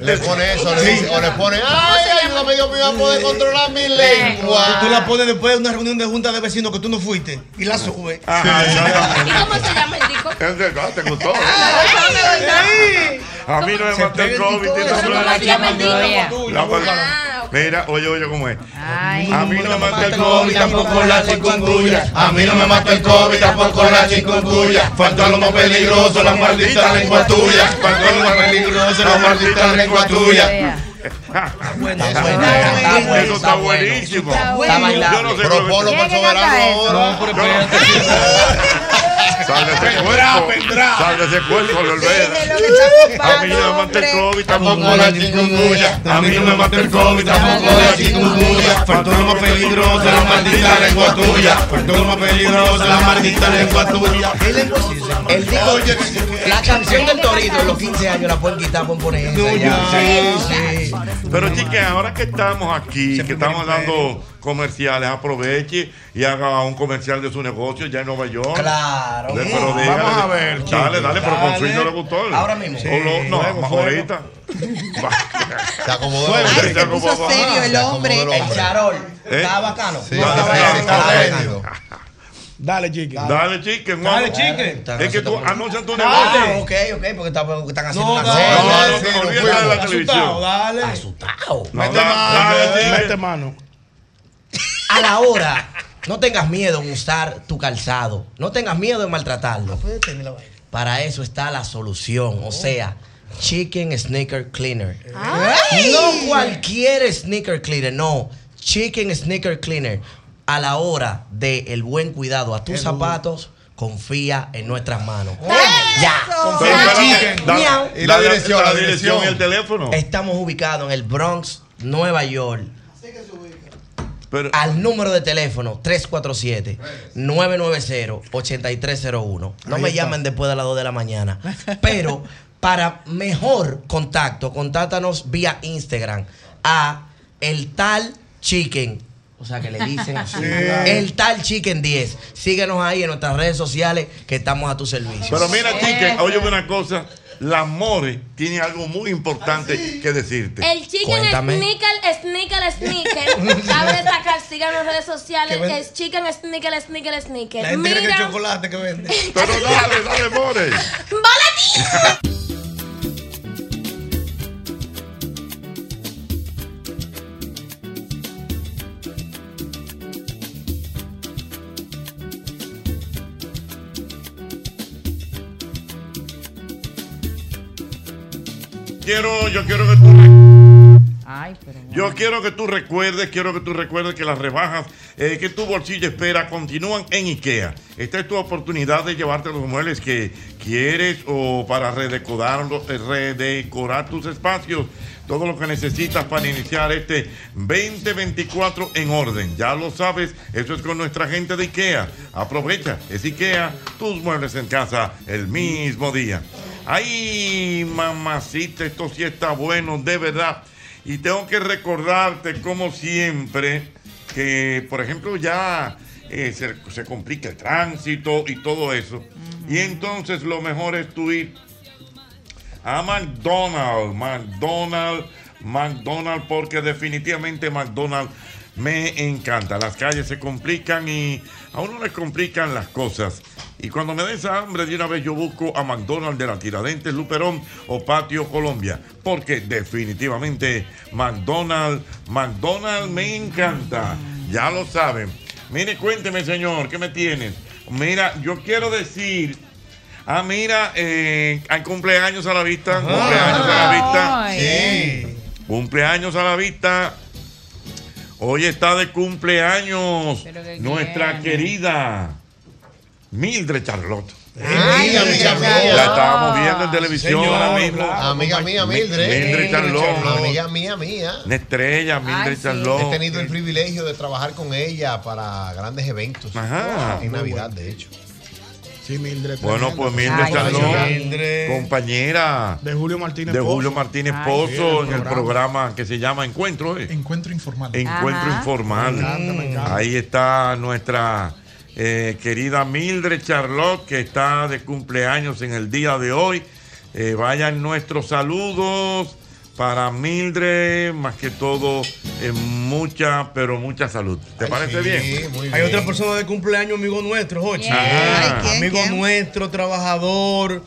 [SPEAKER 4] Le pone eso, le dice, o le pone, ay, ayúdame, Dios mío, a poder controlar mi lengua.
[SPEAKER 3] Tú la pones después de una reunión de junta de vecinos que tú no fuiste y la subes.
[SPEAKER 2] Ajá, exactamente.
[SPEAKER 8] ¿Cómo se llama el disco? Ah,
[SPEAKER 2] ¿Te gustó?
[SPEAKER 8] Ay,
[SPEAKER 2] A mí no me mató el COVID. tiene
[SPEAKER 8] Pero
[SPEAKER 2] una
[SPEAKER 8] ¿cómo se llama el disco?
[SPEAKER 2] La Mira, oye, oye, ¿cómo es?
[SPEAKER 1] A mí no me mató el COVID, tampoco la chikungunya. A mí no me mató el COVID, tampoco la chikungunya. Faltó lo más peligroso, la maldita lengua tuya. Faltó lo más peligroso, la maldita lengua tuya.
[SPEAKER 2] Eso está buenísimo.
[SPEAKER 1] Está bailable.
[SPEAKER 2] Yo no sé
[SPEAKER 1] Pero ponlo para Lleguen soberano hasta eso. ahora.
[SPEAKER 2] No, pero Sal de ese cuerpo. Sal de ese cuerpo, Lorbea. A mí no me mató el COVID, tampoco la chikungunya.
[SPEAKER 1] A mí no me mató el COVID, tampoco la chikungunya. Faltó lo más peligroso, la maldita lengua tuya. Faltó lo más peligroso, la maldita lengua tuya.
[SPEAKER 9] El disco, la canción del Torito de los 15 años la pueden quitar, pueden poner esa ya.
[SPEAKER 2] Sí, sí. Pero chicas, ahora que estamos aquí, que estamos dando comerciales, aproveche y haga un comercial de su negocio ya en Nueva York.
[SPEAKER 9] Claro.
[SPEAKER 2] De-
[SPEAKER 9] Sí.
[SPEAKER 2] pero
[SPEAKER 9] Vamos
[SPEAKER 2] dígale-
[SPEAKER 9] a ver, chicos.
[SPEAKER 2] Dale, dale, pero con
[SPEAKER 9] Dale.
[SPEAKER 2] suyo le gustó.
[SPEAKER 9] Ahora mismo.
[SPEAKER 2] O
[SPEAKER 9] Sí,
[SPEAKER 2] lo- no,
[SPEAKER 9] luego,
[SPEAKER 2] más
[SPEAKER 9] fuego.
[SPEAKER 2] ahorita.
[SPEAKER 4] Se acomodó.
[SPEAKER 2] Se acomodó.
[SPEAKER 9] El charol.
[SPEAKER 2] ¿Eh?
[SPEAKER 9] Está bacano.
[SPEAKER 2] Sí, está bacano, está bacano.
[SPEAKER 5] Dale, chique.
[SPEAKER 2] Dale, chique,
[SPEAKER 9] Dale,
[SPEAKER 2] Juan.
[SPEAKER 9] chique.
[SPEAKER 2] Es que tú anuncias tu negocio.
[SPEAKER 9] Ah, ok, ok, porque está- porque están haciendo una
[SPEAKER 2] dale,
[SPEAKER 9] serie.
[SPEAKER 2] dale, sí, nos fuimos.
[SPEAKER 9] olvídate de la
[SPEAKER 2] Asustado,
[SPEAKER 9] televisión.
[SPEAKER 5] dale.
[SPEAKER 9] Asustado.
[SPEAKER 5] No, Mete da- mano, dale, chique. mete mano.
[SPEAKER 9] A la hora, no tengas miedo en usar tu calzado. No tengas miedo en maltratarlo. Para eso está la solución. O sea, Chicken Sneaker Cleaner.
[SPEAKER 1] ¡Ay!
[SPEAKER 9] No cualquier sneaker cleaner, no. Chicken Sneaker Cleaner. A la hora del buen cuidado a tus zapatos, confía en nuestras manos. Ya.
[SPEAKER 2] Pero
[SPEAKER 9] Confía en
[SPEAKER 2] espérate,
[SPEAKER 9] Chicken.
[SPEAKER 2] da-
[SPEAKER 9] Miau.
[SPEAKER 2] da- da- da la dirección y el teléfono.
[SPEAKER 9] Estamos ubicados en el Bronx, Nueva York. Al número de teléfono 347-990-8301. No
[SPEAKER 3] Ahí
[SPEAKER 9] me
[SPEAKER 3] está.
[SPEAKER 9] llamen después de las 2 de la mañana. Pero para mejor contacto, contáctanos vía Instagram a el tal chicken. O sea, que le dicen así,
[SPEAKER 2] Sí.
[SPEAKER 9] el tal chicken 10. Síguenos ahí en nuestras redes sociales que estamos a tu servicio.
[SPEAKER 2] Pero mira, chique, oye una cosa. la More tiene algo muy importante que decirte.
[SPEAKER 8] Ah, El chicken
[SPEAKER 2] Cuéntame.
[SPEAKER 8] sneaker, sneaker, sneaker. Cabe destacar, síganos en redes sociales.
[SPEAKER 3] Que ven-
[SPEAKER 8] Es chicken sneaker, sneaker,
[SPEAKER 3] La
[SPEAKER 8] sneaker.
[SPEAKER 3] gente cree que el
[SPEAKER 8] Mira,
[SPEAKER 3] chocolate que vende.
[SPEAKER 2] Pero dale, dale, More. Quiero, yo quiero que tú
[SPEAKER 12] Ay, pero.
[SPEAKER 2] Yo quiero que tú recuerdes, quiero que tú recuerdes que las rebajas eh, que tu bolsillo espera continúan en IKEA. Esta es tu oportunidad de llevarte los muebles que quieres o para redecorar, redecorar tus espacios. Todo lo que necesitas para iniciar este 2024 en orden. Ya lo sabes, eso es con nuestra gente de IKEA. Aprovecha, es IKEA, tus muebles en casa el mismo día. Ay, mamacita, esto sí está bueno, de verdad. Y tengo que recordarte, como siempre, que, por ejemplo, ya eh, se, se complica el tránsito y todo eso. Y entonces lo mejor es tú ir a McDonald's, McDonald's, McDonald's, porque definitivamente McDonald's me encanta. Las calles se complican y a uno le complican las cosas. Y cuando me da esa hambre, de una vez yo busco a McDonald's de la Tiradentes, Luperón o Patio Colombia. Porque definitivamente McDonald's, McDonald's me encanta. Ya lo saben. Mire, cuénteme, señor, ¿qué me tienes? Mira, yo quiero decir Ah, mira, eh, hay cumpleaños a la vista. Cumpleaños a la vista. Sí. Cumpleaños a la vista. Hoy está de cumpleaños nuestra querida Mildred Charlotte.
[SPEAKER 4] Eh,
[SPEAKER 2] La estábamos viendo en televisión
[SPEAKER 4] Señor,
[SPEAKER 2] ahora mismo.
[SPEAKER 4] Amiga mía, Mildred.
[SPEAKER 2] Mildred Charlotte.
[SPEAKER 4] Amiga mía, mía.
[SPEAKER 2] Una estrella, Mildred Charlotte.
[SPEAKER 4] He tenido el privilegio de trabajar con ella para grandes eventos.
[SPEAKER 2] Ajá.
[SPEAKER 4] En Navidad, de hecho.
[SPEAKER 5] Sí, Mildred.
[SPEAKER 2] Bueno,
[SPEAKER 5] tremenda.
[SPEAKER 2] pues Mildred Charlotte,
[SPEAKER 5] Mildred.
[SPEAKER 2] compañera
[SPEAKER 5] De Julio Martínez
[SPEAKER 2] de
[SPEAKER 5] Pozo.
[SPEAKER 2] Julio Martínez
[SPEAKER 5] Ay, sí,
[SPEAKER 2] Pozo en el
[SPEAKER 5] programa.
[SPEAKER 2] programa que se llama Encuentro. ¿eh?
[SPEAKER 16] Encuentro informal.
[SPEAKER 2] Encuentro informal. Ahí está nuestra eh, querida Mildred Charlotte, que está de cumpleaños en el día de hoy. Eh, vayan nuestros saludos para Mildred, más que todo, eh, mucha, pero mucha salud. ¿Te parece bien?
[SPEAKER 3] Pues, Hay otra persona de cumpleaños, amigo nuestro, Jochi. Ah,
[SPEAKER 2] ¿Quién? Ajá. Ay, ¿quién,
[SPEAKER 3] Amigo
[SPEAKER 2] quién?
[SPEAKER 3] nuestro, trabajador.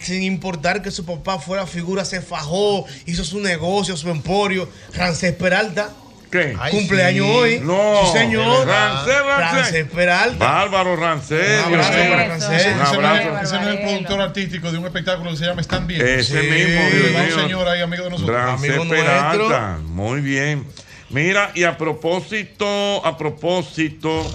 [SPEAKER 3] Sin importar que su papá fuera figura, se fajó, hizo su negocio, su emporio. Rancés Peralta.
[SPEAKER 2] ¿Qué? Ay,
[SPEAKER 3] Cumpleaños
[SPEAKER 2] sí.
[SPEAKER 3] hoy.
[SPEAKER 2] No.
[SPEAKER 3] Sí, señor.
[SPEAKER 2] Rancés, Rancés.
[SPEAKER 3] Rancés Peralta.
[SPEAKER 2] Bárbaro Rancé.
[SPEAKER 16] Un
[SPEAKER 2] Dios
[SPEAKER 16] abrazo
[SPEAKER 2] mío.
[SPEAKER 16] para Rancel.
[SPEAKER 2] Un
[SPEAKER 16] Ese no
[SPEAKER 2] abrazo.
[SPEAKER 16] es- Ese no es el productor artístico de un espectáculo que se llama Están Bien.
[SPEAKER 2] Ese mismo, Dios
[SPEAKER 16] Va un
[SPEAKER 2] mío.
[SPEAKER 16] señor ahí, amigo de nosotros.
[SPEAKER 2] Rancé Peralta. Muy bien. Mira, y a propósito, a propósito,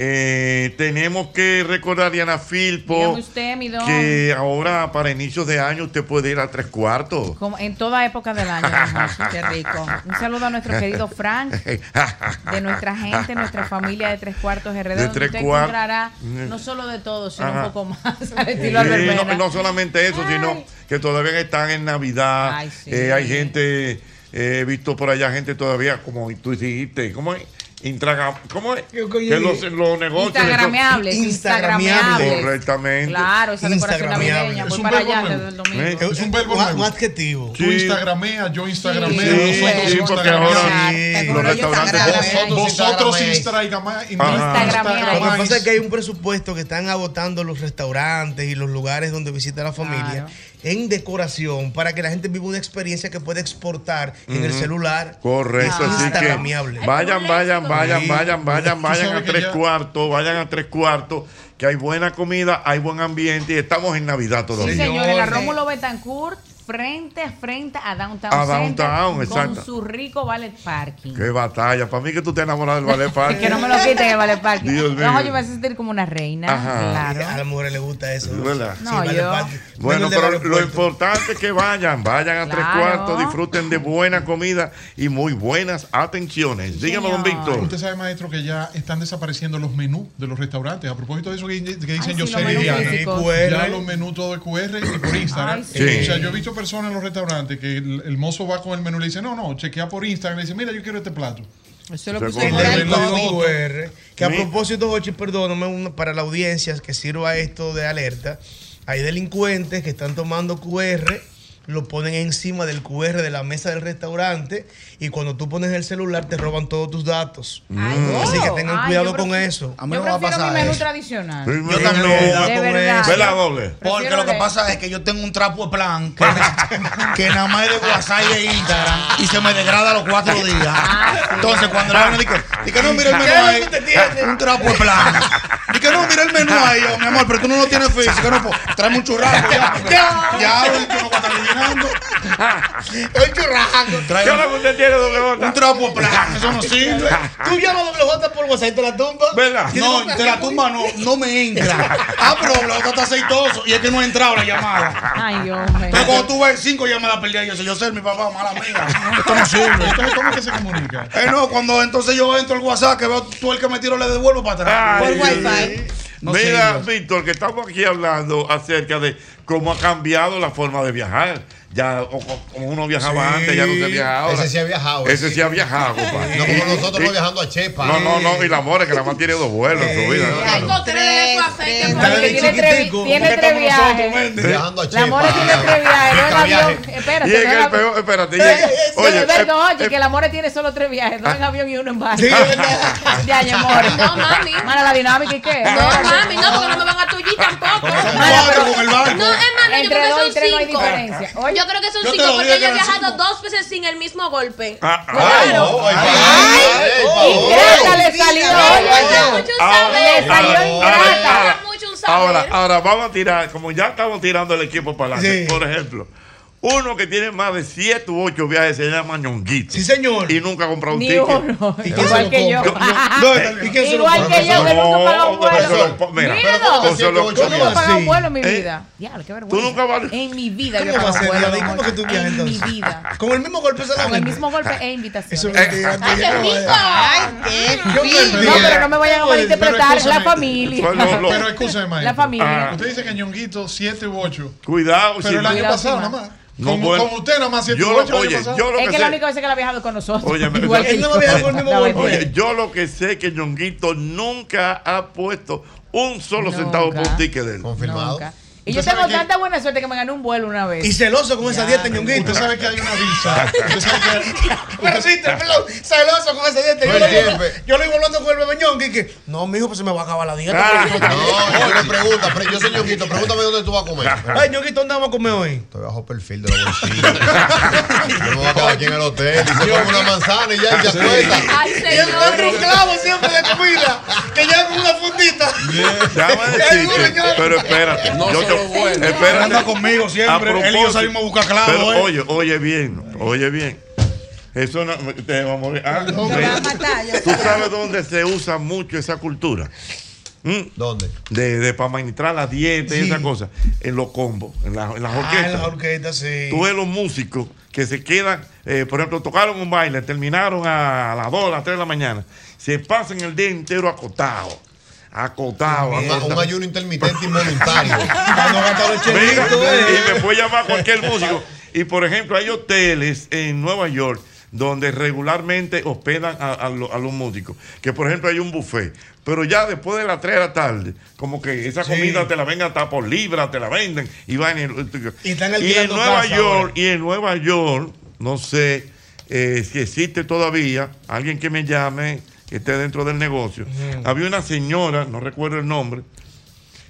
[SPEAKER 2] eh, tenemos que recordar, Diana Filpo,
[SPEAKER 12] Dígame usted, mi don.
[SPEAKER 2] que ahora para inicios de año usted puede ir a tres cuartos.
[SPEAKER 12] Como en toda época del año. don Jochi, Qué rico. Un saludo a nuestro querido Frank. de nuestra gente, nuestra familia de Tres Cuartos RD,
[SPEAKER 2] De
[SPEAKER 12] donde
[SPEAKER 2] Tres
[SPEAKER 12] usted
[SPEAKER 2] Cuartos.
[SPEAKER 12] encontrará no solo de todo, sino
[SPEAKER 2] Ajá.
[SPEAKER 12] un poco más al
[SPEAKER 2] Sí,
[SPEAKER 12] estilo Albert
[SPEAKER 2] no,
[SPEAKER 12] Mena.
[SPEAKER 2] no solamente eso, sino que todavía están en Navidad.
[SPEAKER 12] Ay, sí.
[SPEAKER 2] Eh, hay gente, eh, he visto por allá gente todavía, como tú dijiste, ¿cómo es? Intraga- ¿Cómo es? Que los, los negocios.
[SPEAKER 12] Instagrameables, instagrameables.
[SPEAKER 2] Correctamente.
[SPEAKER 12] Claro, esa decoración navideña. Voy para allá desde el domingo.
[SPEAKER 2] ¿Eh?
[SPEAKER 16] Es un verbo
[SPEAKER 3] Un-
[SPEAKER 16] nuevo.
[SPEAKER 3] un adjetivo.
[SPEAKER 16] Tú instagramea, yo instagrameo,
[SPEAKER 2] Sí,
[SPEAKER 16] nosotros
[SPEAKER 2] sí, porque ahora
[SPEAKER 16] instagrameamos.
[SPEAKER 2] los restaurantes-
[SPEAKER 16] Vosotros
[SPEAKER 3] Instagram.
[SPEAKER 16] Ajá. instagrameáis.
[SPEAKER 3] Ah. Lo que pasa es que hay un presupuesto que están agotando los restaurantes y los lugares donde visita la familia en decoración para que la gente viva una experiencia que puede exportar en el
[SPEAKER 2] Ujú.
[SPEAKER 3] celular.
[SPEAKER 2] Correcto,
[SPEAKER 3] Ah.
[SPEAKER 2] así que
[SPEAKER 3] Instagramiable.
[SPEAKER 2] vayan, vayan, vayan,
[SPEAKER 3] Sí.
[SPEAKER 2] vayan, vayan,
[SPEAKER 3] Tú
[SPEAKER 2] vayan a
[SPEAKER 3] sabes que
[SPEAKER 2] tres
[SPEAKER 3] ya-
[SPEAKER 2] cuartos, vayan a tres cuartos, que hay buena comida, hay buen ambiente y estamos en Navidad todavía.
[SPEAKER 12] Sí, señores, la Rómulo Betancourt frente a frente a Downtown,
[SPEAKER 2] A
[SPEAKER 12] Center
[SPEAKER 2] Downtown,
[SPEAKER 12] con
[SPEAKER 2] exacto.
[SPEAKER 12] su rico ballet parking.
[SPEAKER 2] Qué batalla, para mí que tú te enamoras del ballet parking.
[SPEAKER 12] Que no me lo quiten el ballet parking.
[SPEAKER 2] Dios mío.
[SPEAKER 12] No, yo me voy a sentir como una reina.
[SPEAKER 2] Ajá.
[SPEAKER 12] Claro.
[SPEAKER 3] A las mujeres les gusta eso.
[SPEAKER 2] ¿Verdad?
[SPEAKER 12] No, vale, yo- vale.
[SPEAKER 2] Bueno,
[SPEAKER 3] Menos del
[SPEAKER 2] pero lo importante es que vayan, vayan a tres
[SPEAKER 12] Claro.
[SPEAKER 2] cuartos, disfruten de buena comida y muy buenas atenciones. Dígame, don Víctor.
[SPEAKER 16] Usted sabe, maestro, que ya están desapareciendo los menús de los restaurantes. A propósito de eso que, que dicen
[SPEAKER 5] sí,
[SPEAKER 16] yo
[SPEAKER 5] los
[SPEAKER 16] sé,
[SPEAKER 5] menús
[SPEAKER 16] Liliana,
[SPEAKER 5] físicos.
[SPEAKER 16] ya
[SPEAKER 5] QR.
[SPEAKER 16] los menús todo de QR y por Instagram.
[SPEAKER 5] Ay, sí.
[SPEAKER 16] Eh, O sea,
[SPEAKER 5] Sí.
[SPEAKER 16] yo he visto personas en los restaurantes que el, el mozo va con el menú y le dice, no, no, chequea por Instagram. Le dice, mira, yo quiero este plato.
[SPEAKER 10] Eso
[SPEAKER 16] lo
[SPEAKER 3] El
[SPEAKER 16] puso por ahí.
[SPEAKER 3] código QR, que a
[SPEAKER 16] Sí.
[SPEAKER 3] propósito, Jochi, perdóname, una- para la audiencia que sirva esto de alerta. Hay delincuentes que están tomando QR, lo ponen encima del QR de la mesa del restaurante y cuando tú pones el celular te roban todos tus datos. Así que tengan
[SPEAKER 12] Ay,
[SPEAKER 3] cuidado
[SPEAKER 12] yo
[SPEAKER 3] con
[SPEAKER 12] prefi-
[SPEAKER 3] eso.
[SPEAKER 12] yo prefiero mi menú tradicional.
[SPEAKER 3] Yo también.
[SPEAKER 12] De verdad.
[SPEAKER 6] Porque
[SPEAKER 12] Prefiero
[SPEAKER 6] lo que
[SPEAKER 12] de-
[SPEAKER 6] pasa es que yo tengo un trapo de plan que, que nada más es de WhatsApp y de Instagram y se me degrada a los cuatro días. Entonces, cuando la ven, dije, dije, no, mira el menú
[SPEAKER 1] ¿Qué
[SPEAKER 6] ahí.
[SPEAKER 1] tú te tienes?
[SPEAKER 6] Un trapo de plan. Dije, no, mira el menú ahí, yo, mi amor, pero tú no lo tienes físico. No, pues, tráeme un churrasco. Ya, porque ya, último, cuando terminando.
[SPEAKER 3] El churrasco.
[SPEAKER 6] Trae un-
[SPEAKER 2] usted tiene doble
[SPEAKER 6] un trapo plan, eso no sirve.
[SPEAKER 3] Tú llamas doble J por WhatsApp y te la tumba.
[SPEAKER 2] ¿Verdad?
[SPEAKER 6] No, de la tumba no, no me entra. Ah, pero doble J está aceitoso y es que no ha entrado la llamada.
[SPEAKER 12] Ay, hombre.
[SPEAKER 6] Pero cuando tuve cinco ya me la perdí. Yo sé, yo sé, mi papá, mala amiga. Esto no sirve.
[SPEAKER 16] Entonces, ¿cómo es que se comunica?
[SPEAKER 6] Eh, no, cuando entonces yo entro al WhatsApp, que veo tú el que me tiro, le devuelvo para atrás.
[SPEAKER 2] Ay,
[SPEAKER 6] Por Wi-Fi. No
[SPEAKER 2] Mira, Víctor, que estamos aquí hablando acerca de cómo ha cambiado la forma de viajar. Ya, o- o- como uno viajaba
[SPEAKER 4] Sí.
[SPEAKER 2] antes, ya no se viaja ahora.
[SPEAKER 4] Ese sí ha viajado,
[SPEAKER 2] Ese
[SPEAKER 4] sí.
[SPEAKER 2] sí ha viajado, compadre.
[SPEAKER 4] No como
[SPEAKER 2] Y-
[SPEAKER 4] nosotros
[SPEAKER 2] y-
[SPEAKER 4] no viajando a Chepa.
[SPEAKER 2] No, no, no, y la mora que la más tiene dos vuelos en su vida.
[SPEAKER 12] Ay, no, tres, tres,
[SPEAKER 2] Dale
[SPEAKER 12] porque
[SPEAKER 2] de
[SPEAKER 12] tiene tres,
[SPEAKER 2] chiquitico,
[SPEAKER 12] tiene
[SPEAKER 2] porque
[SPEAKER 12] tres
[SPEAKER 2] estamos nosotros,
[SPEAKER 12] viajes.
[SPEAKER 2] Méndez. Viajando a
[SPEAKER 12] La More
[SPEAKER 2] Chepa.
[SPEAKER 12] tiene tres viajes, no el
[SPEAKER 2] Cada
[SPEAKER 12] avión.
[SPEAKER 2] viaje.
[SPEAKER 12] Espérate,
[SPEAKER 2] Y en
[SPEAKER 12] no el
[SPEAKER 2] el
[SPEAKER 12] avi-
[SPEAKER 2] peor, espérate. y
[SPEAKER 12] Eh,
[SPEAKER 2] en-
[SPEAKER 12] eh,
[SPEAKER 2] oye,
[SPEAKER 12] Alberto,
[SPEAKER 2] eh, Ah.
[SPEAKER 12] oye, que la More tiene solo tres viajes, dos en avión y uno en barco.
[SPEAKER 2] Sí, es
[SPEAKER 12] ya, ya, More.
[SPEAKER 8] No, mami.
[SPEAKER 12] Mala la dinámica y qué.
[SPEAKER 8] No, mami, no, porque no me van a tullir tampoco. No, hermano, yo
[SPEAKER 12] Entre
[SPEAKER 8] creo
[SPEAKER 12] dos
[SPEAKER 8] que
[SPEAKER 12] y
[SPEAKER 8] son
[SPEAKER 12] tres no hay
[SPEAKER 8] cinco.
[SPEAKER 12] diferencia. Oye.
[SPEAKER 8] Yo creo que son
[SPEAKER 12] Yo te
[SPEAKER 8] cinco
[SPEAKER 12] lo
[SPEAKER 8] porque
[SPEAKER 12] digo
[SPEAKER 8] yo
[SPEAKER 12] que
[SPEAKER 8] he
[SPEAKER 12] eran
[SPEAKER 8] viajado dos veces sin el mismo golpe.
[SPEAKER 2] Ah, ah.
[SPEAKER 8] Claro.
[SPEAKER 2] Ay,
[SPEAKER 8] Ay, ingrata le salió. Oye, mucho
[SPEAKER 2] Ahora,
[SPEAKER 8] saber. Le salió
[SPEAKER 2] ahora,
[SPEAKER 8] ingrata.
[SPEAKER 2] ahora,
[SPEAKER 8] Era mucho un
[SPEAKER 2] Ahora,
[SPEAKER 8] saber.
[SPEAKER 2] ahora vamos a tirar, como ya estamos tirando el equipo para adelante, por ejemplo. Uno que tiene más de 7 u 8 viajes se llama Ñonguito. Sí,
[SPEAKER 3] señor.
[SPEAKER 2] Y nunca ha comprado un
[SPEAKER 12] Ni
[SPEAKER 2] ticket.
[SPEAKER 12] uno. ¿Y quién se lo Igual que yo. compra?
[SPEAKER 2] ¿y
[SPEAKER 12] quién se lo Igual compra? que yo, que
[SPEAKER 2] No,
[SPEAKER 12] nunca pago un vuelo.
[SPEAKER 2] se lo po- mira,
[SPEAKER 12] Míralo.
[SPEAKER 2] o se lo
[SPEAKER 12] Yo nunca he pagado un
[SPEAKER 2] Sí.
[SPEAKER 12] vuelo en mi
[SPEAKER 2] ¿Eh?
[SPEAKER 12] vida. Diablo, qué vergüenza.
[SPEAKER 2] nunca vas-
[SPEAKER 12] En mi vida yo he
[SPEAKER 3] ¿Cómo va a
[SPEAKER 12] pagado un
[SPEAKER 3] ser,
[SPEAKER 12] vuelo.
[SPEAKER 3] Diana? ¿Cómo que tú viajas entonces? Con el mismo golpe se la
[SPEAKER 12] Con el
[SPEAKER 3] dan?
[SPEAKER 12] mismo golpe e invitación.
[SPEAKER 3] Eso es mentira,
[SPEAKER 12] Ay,
[SPEAKER 3] mentira.
[SPEAKER 12] qué rico.
[SPEAKER 3] Ay,
[SPEAKER 12] Yo
[SPEAKER 16] rico.
[SPEAKER 12] No, pero no me vayan a malinterpretar.
[SPEAKER 16] Pues, Pero
[SPEAKER 12] La
[SPEAKER 16] escúchame,
[SPEAKER 12] familia.
[SPEAKER 16] Pero escúchame, maestro.
[SPEAKER 12] La familia.
[SPEAKER 16] Ah. Usted dice que Ñonguito 7 u 8.
[SPEAKER 2] Cuidado,
[SPEAKER 16] Pero el año pasado nada más.
[SPEAKER 2] No,
[SPEAKER 16] Como-
[SPEAKER 2] bueno.
[SPEAKER 16] como usted nada más 7 u
[SPEAKER 2] Yo lo-
[SPEAKER 16] 8 el año
[SPEAKER 2] oye,
[SPEAKER 16] pasado.
[SPEAKER 2] yo lo
[SPEAKER 12] Es
[SPEAKER 2] que
[SPEAKER 12] que es la
[SPEAKER 2] sé-
[SPEAKER 12] única vez que la ha viajado con nosotros.
[SPEAKER 2] Oye, me-
[SPEAKER 12] Igual que
[SPEAKER 2] Él no
[SPEAKER 12] yo.
[SPEAKER 2] me viajó con
[SPEAKER 12] No,
[SPEAKER 2] ningún golpe.
[SPEAKER 12] mentira.
[SPEAKER 2] Oye, yo lo que sé es que Ñonguito nunca ha puesto un solo
[SPEAKER 12] Nunca.
[SPEAKER 2] centavo por un ticket de él.
[SPEAKER 12] Confirmado. Nunca. Y yo
[SPEAKER 16] Usted
[SPEAKER 12] tengo
[SPEAKER 16] sabe que-
[SPEAKER 12] tanta buena suerte que me gané un vuelo una vez.
[SPEAKER 3] Y celoso con esa dieta, ñonguito.
[SPEAKER 16] Usted sabe que hay una visa.
[SPEAKER 3] Pero sí, te- perdón, celoso con esa dieta.
[SPEAKER 16] No
[SPEAKER 3] Yo,
[SPEAKER 16] hay
[SPEAKER 3] lo iba-
[SPEAKER 16] jefe.
[SPEAKER 3] yo lo iba hablando con el bebé ñongo y que, no, mijo, pues se me va a acabar la dieta.
[SPEAKER 4] Ah.
[SPEAKER 2] Ah.
[SPEAKER 4] No, yo le pregunto, pre- yo soy ñonguito, pregúntame dónde tú vas a comer.
[SPEAKER 3] Ay, ñonguito, ¿dónde vamos a comer hoy?
[SPEAKER 4] Estoy bajo perfil de los bolsillos. Yo me voy a quedar aquí en el hotel y se come una manzana y ya, y ya cuesta.
[SPEAKER 3] Ay,
[SPEAKER 1] señor.
[SPEAKER 3] y encuentro un clavo siempre de comida que lleva con una fundita.
[SPEAKER 2] Ya va a decir que- pero espérate.
[SPEAKER 6] No
[SPEAKER 2] yo
[SPEAKER 6] se
[SPEAKER 2] te-
[SPEAKER 6] lo vuelve.
[SPEAKER 2] espérate.
[SPEAKER 6] Anda conmigo siempre,
[SPEAKER 2] A propósito.
[SPEAKER 6] él y yo salimos a buscar clavo,
[SPEAKER 2] Pero,
[SPEAKER 6] ¿eh?
[SPEAKER 2] Oye, oye bien, oye bien. Eso no, te va a morir. Ah,
[SPEAKER 10] No,
[SPEAKER 2] mira.
[SPEAKER 10] me va a matar, ya
[SPEAKER 2] ¿Tú
[SPEAKER 10] sabes.
[SPEAKER 2] sabes dónde se usa mucho esa cultura? ¿Mm?
[SPEAKER 4] ¿Dónde?
[SPEAKER 2] De, de para administrar las dietas y
[SPEAKER 3] Sí.
[SPEAKER 2] esas cosas. En los combos, en, la- en las
[SPEAKER 3] Ah,
[SPEAKER 2] orquestas.
[SPEAKER 3] en las orquestas, sí.
[SPEAKER 2] Tú ves los músicos que se quedan, eh, por ejemplo, tocaron un baile, terminaron a las 2, a las 3 de la mañana. Se pasan el día entero acotados. Acotados.
[SPEAKER 4] Un- un ayuno intermitente involuntario.
[SPEAKER 2] Mira,
[SPEAKER 3] eh.
[SPEAKER 2] y me puede llamar cualquier músico. Y por ejemplo, hay hoteles en Nueva York donde regularmente hospedan a, a lo- a los músicos. Que por ejemplo hay un buffet. Pero ya después de las 3 de la tarde, como que esa
[SPEAKER 3] Sí.
[SPEAKER 2] comida te la vengan hasta por libra, te la venden y van en,
[SPEAKER 3] Y están
[SPEAKER 2] y en
[SPEAKER 3] alquilando
[SPEAKER 2] Nueva
[SPEAKER 3] casa
[SPEAKER 2] York,
[SPEAKER 3] ahora.
[SPEAKER 2] y en Nueva York, no sé eh, si existe todavía alguien que me llame que esté dentro del negocio.
[SPEAKER 1] Ujú.
[SPEAKER 2] Había una señora, no recuerdo el nombre,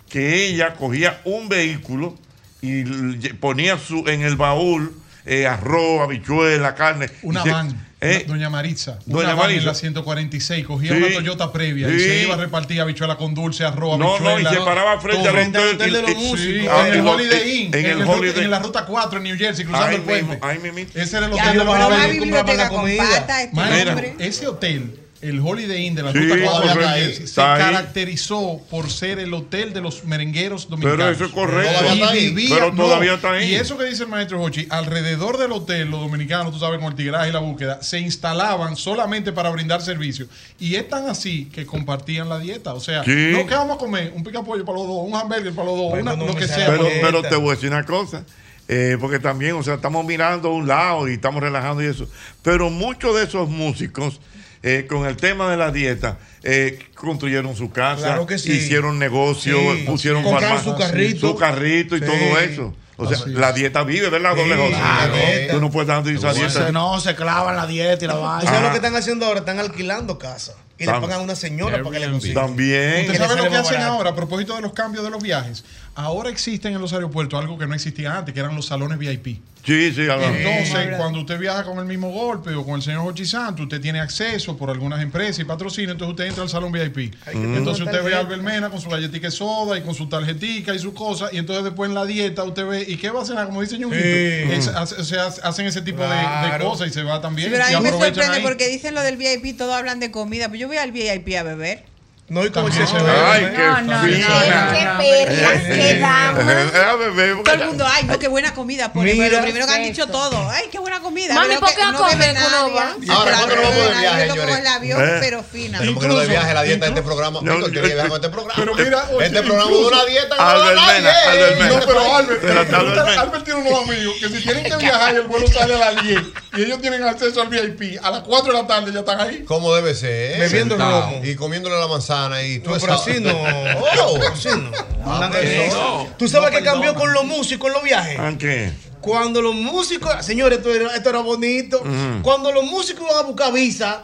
[SPEAKER 2] que ella cogía un vehículo y l- ponía su, en el baúl eh, arroz, habichuela, carne.
[SPEAKER 16] Una
[SPEAKER 2] y se-
[SPEAKER 16] van.
[SPEAKER 2] eh,
[SPEAKER 16] Doña Maritza.
[SPEAKER 2] Doña
[SPEAKER 16] una van
[SPEAKER 2] Maritza.
[SPEAKER 16] en la 146. Cogía
[SPEAKER 2] Sí.
[SPEAKER 16] una Toyota previa y
[SPEAKER 2] Sí.
[SPEAKER 16] se iba a repartir habichuela con dulce, arroz,
[SPEAKER 2] No, no,
[SPEAKER 16] habichuela.
[SPEAKER 2] y se paraba frente al
[SPEAKER 16] Frente
[SPEAKER 2] hotel y- y-
[SPEAKER 16] Sí,
[SPEAKER 2] ah,
[SPEAKER 16] en
[SPEAKER 2] y
[SPEAKER 16] el
[SPEAKER 2] lo-
[SPEAKER 16] Holiday Inn.
[SPEAKER 2] en el
[SPEAKER 16] ruta-
[SPEAKER 2] Holiday-
[SPEAKER 16] en la ruta 4 en New Jersey, cruzando
[SPEAKER 2] Ahí
[SPEAKER 16] el puente.
[SPEAKER 2] mismo, ahí mismo.
[SPEAKER 16] Ese era el
[SPEAKER 2] Ya,
[SPEAKER 16] hotel
[SPEAKER 2] no van a
[SPEAKER 16] donde nosotros
[SPEAKER 2] ver la
[SPEAKER 16] comprábamos
[SPEAKER 2] biblioteca con pata, este
[SPEAKER 16] Maestro,
[SPEAKER 2] hombre.
[SPEAKER 16] ese hotel, el Holiday Inn de la
[SPEAKER 2] Sí,
[SPEAKER 16] ruta 4
[SPEAKER 2] todavía
[SPEAKER 16] de New
[SPEAKER 2] está
[SPEAKER 16] Jersey,
[SPEAKER 2] ahí,
[SPEAKER 16] se
[SPEAKER 2] está ahí.
[SPEAKER 16] caracterizó por ser el hotel de los merengueros dominicanos.
[SPEAKER 2] eso es correcto.
[SPEAKER 16] Y
[SPEAKER 2] Todavía está ahí.
[SPEAKER 16] vivía-
[SPEAKER 2] Pero
[SPEAKER 16] no,
[SPEAKER 2] todavía está ahí.
[SPEAKER 16] Y eso que dice el maestro Hochi, alrededor del hotel, los dominicanos, tú sabes, con el tigraje y la búsqueda, se instalaban solamente para brindar servicio. Y es tan así que compartían la dieta. O sea,
[SPEAKER 2] Sí.
[SPEAKER 16] no, ¿qué vamos a comer? Un pica pollo para los dos, un hamburger para los dos, una- lo que sea.
[SPEAKER 2] Pero, pero te voy a decir una cosa. eh, porque también, o sea, estamos mirando a un lado y estamos relajando y eso. Pero muchos de esos músicos eh, con el tema de la dieta, eh, construyeron su casa,
[SPEAKER 5] Claro que sí.
[SPEAKER 2] hicieron negocio,
[SPEAKER 5] Sí.
[SPEAKER 2] pusieron
[SPEAKER 5] Compraron su
[SPEAKER 2] farmacia,
[SPEAKER 5] carrito.
[SPEAKER 2] su carrito y
[SPEAKER 5] Sí.
[SPEAKER 2] todo eso. O sea,
[SPEAKER 5] Así
[SPEAKER 2] la dieta vive, ¿verdad? doble J?
[SPEAKER 5] la dieta.
[SPEAKER 2] Tú no puedes estar dando esa dieta.
[SPEAKER 6] Se, no, se clavan la dieta y la
[SPEAKER 3] ¿Tú sabes lo
[SPEAKER 6] vaina.
[SPEAKER 3] que están haciendo ahora? Están alquilando casa. Y le
[SPEAKER 2] Tam-
[SPEAKER 3] pagan a una señora para que le consiga.
[SPEAKER 2] También.
[SPEAKER 16] ¿Usted sabe lo que hacen
[SPEAKER 3] barato.
[SPEAKER 16] ahora a propósito de los cambios de los viajes? Ahora existen en los aeropuertos algo que no existía antes, que eran los salones VIP.
[SPEAKER 2] Sí, sí, algo.
[SPEAKER 16] Entonces, cuando usted viaja con el mismo golpe o con el señor Hochi Santo, usted tiene acceso por algunas empresas y patrocinio, entonces usted entra al salón VIP.
[SPEAKER 2] Mm.
[SPEAKER 16] Entonces usted ve a Albermena con su galletica de soda y con su tarjetica y sus cosas, y entonces después en la dieta usted ve, ¿y qué va a cenar? Como dice Ñonguito,
[SPEAKER 5] Sí.
[SPEAKER 16] es- hace- o sea, hacen ese tipo de- de,
[SPEAKER 5] Claro.
[SPEAKER 16] cosas y se va también.
[SPEAKER 10] Pero a
[SPEAKER 16] y
[SPEAKER 10] mí me
[SPEAKER 16] aprovechan
[SPEAKER 10] sorprende
[SPEAKER 16] ahí.
[SPEAKER 10] porque dicen lo del VIP, todos hablan de comida, pero yo voy al VIP a beber.
[SPEAKER 3] No, y como si se
[SPEAKER 2] Ay, qué
[SPEAKER 10] No,
[SPEAKER 2] fina.
[SPEAKER 10] no, no, no, no. Qué perras, qué damas.
[SPEAKER 2] Eh, eh, bebé, porque
[SPEAKER 10] Todo el mundo, ay, no, qué buena comida. Por
[SPEAKER 2] Mira.
[SPEAKER 10] lo primero que han dicho todo, ay, qué buena comida.
[SPEAKER 8] Mami,
[SPEAKER 10] Pero
[SPEAKER 8] ¿por
[SPEAKER 10] que
[SPEAKER 8] qué a
[SPEAKER 10] no bebe
[SPEAKER 8] comer que uno
[SPEAKER 10] nadie.
[SPEAKER 8] va?
[SPEAKER 4] Ahora,
[SPEAKER 10] Pero
[SPEAKER 4] nosotros no vamos de
[SPEAKER 10] nadie
[SPEAKER 4] viaje,
[SPEAKER 10] lo como
[SPEAKER 4] señores.
[SPEAKER 10] el avión,
[SPEAKER 4] Eh.
[SPEAKER 10] pero fina.
[SPEAKER 4] Pero porque no de viaje la dieta de este programa. Víctor, tiene que viajar con este programa.
[SPEAKER 16] Pero mira, oye,
[SPEAKER 4] este programa
[SPEAKER 16] incluso-
[SPEAKER 4] dura dieta que no da
[SPEAKER 16] Albert
[SPEAKER 4] nadie.
[SPEAKER 16] Mena, Albert Mena. No, pero Albert,
[SPEAKER 2] Pero está Albert
[SPEAKER 16] Albert,
[SPEAKER 2] Mena.
[SPEAKER 16] tiene unos amigos que si tienen que viajar y el vuelo sale a las 10 y ellos tienen acceso al VIP, a las 4 de la tarde ya están ahí.
[SPEAKER 4] Como debe ser.
[SPEAKER 16] Bebiendo Sentado.
[SPEAKER 4] romo. Y comiéndole la manzana. Y tú
[SPEAKER 3] No, pero
[SPEAKER 4] estás-
[SPEAKER 3] así no.
[SPEAKER 4] Oh.
[SPEAKER 3] Así no.
[SPEAKER 4] Ah,
[SPEAKER 6] Eh,
[SPEAKER 3] Eso. ¿Tú sabes qué cambió con los músicos en los viajes?
[SPEAKER 2] ¿A qué?
[SPEAKER 3] Cuando los músicos, señores, esto era, esto era bonito.
[SPEAKER 2] Ujú.
[SPEAKER 3] Cuando los músicos iban a buscar visa,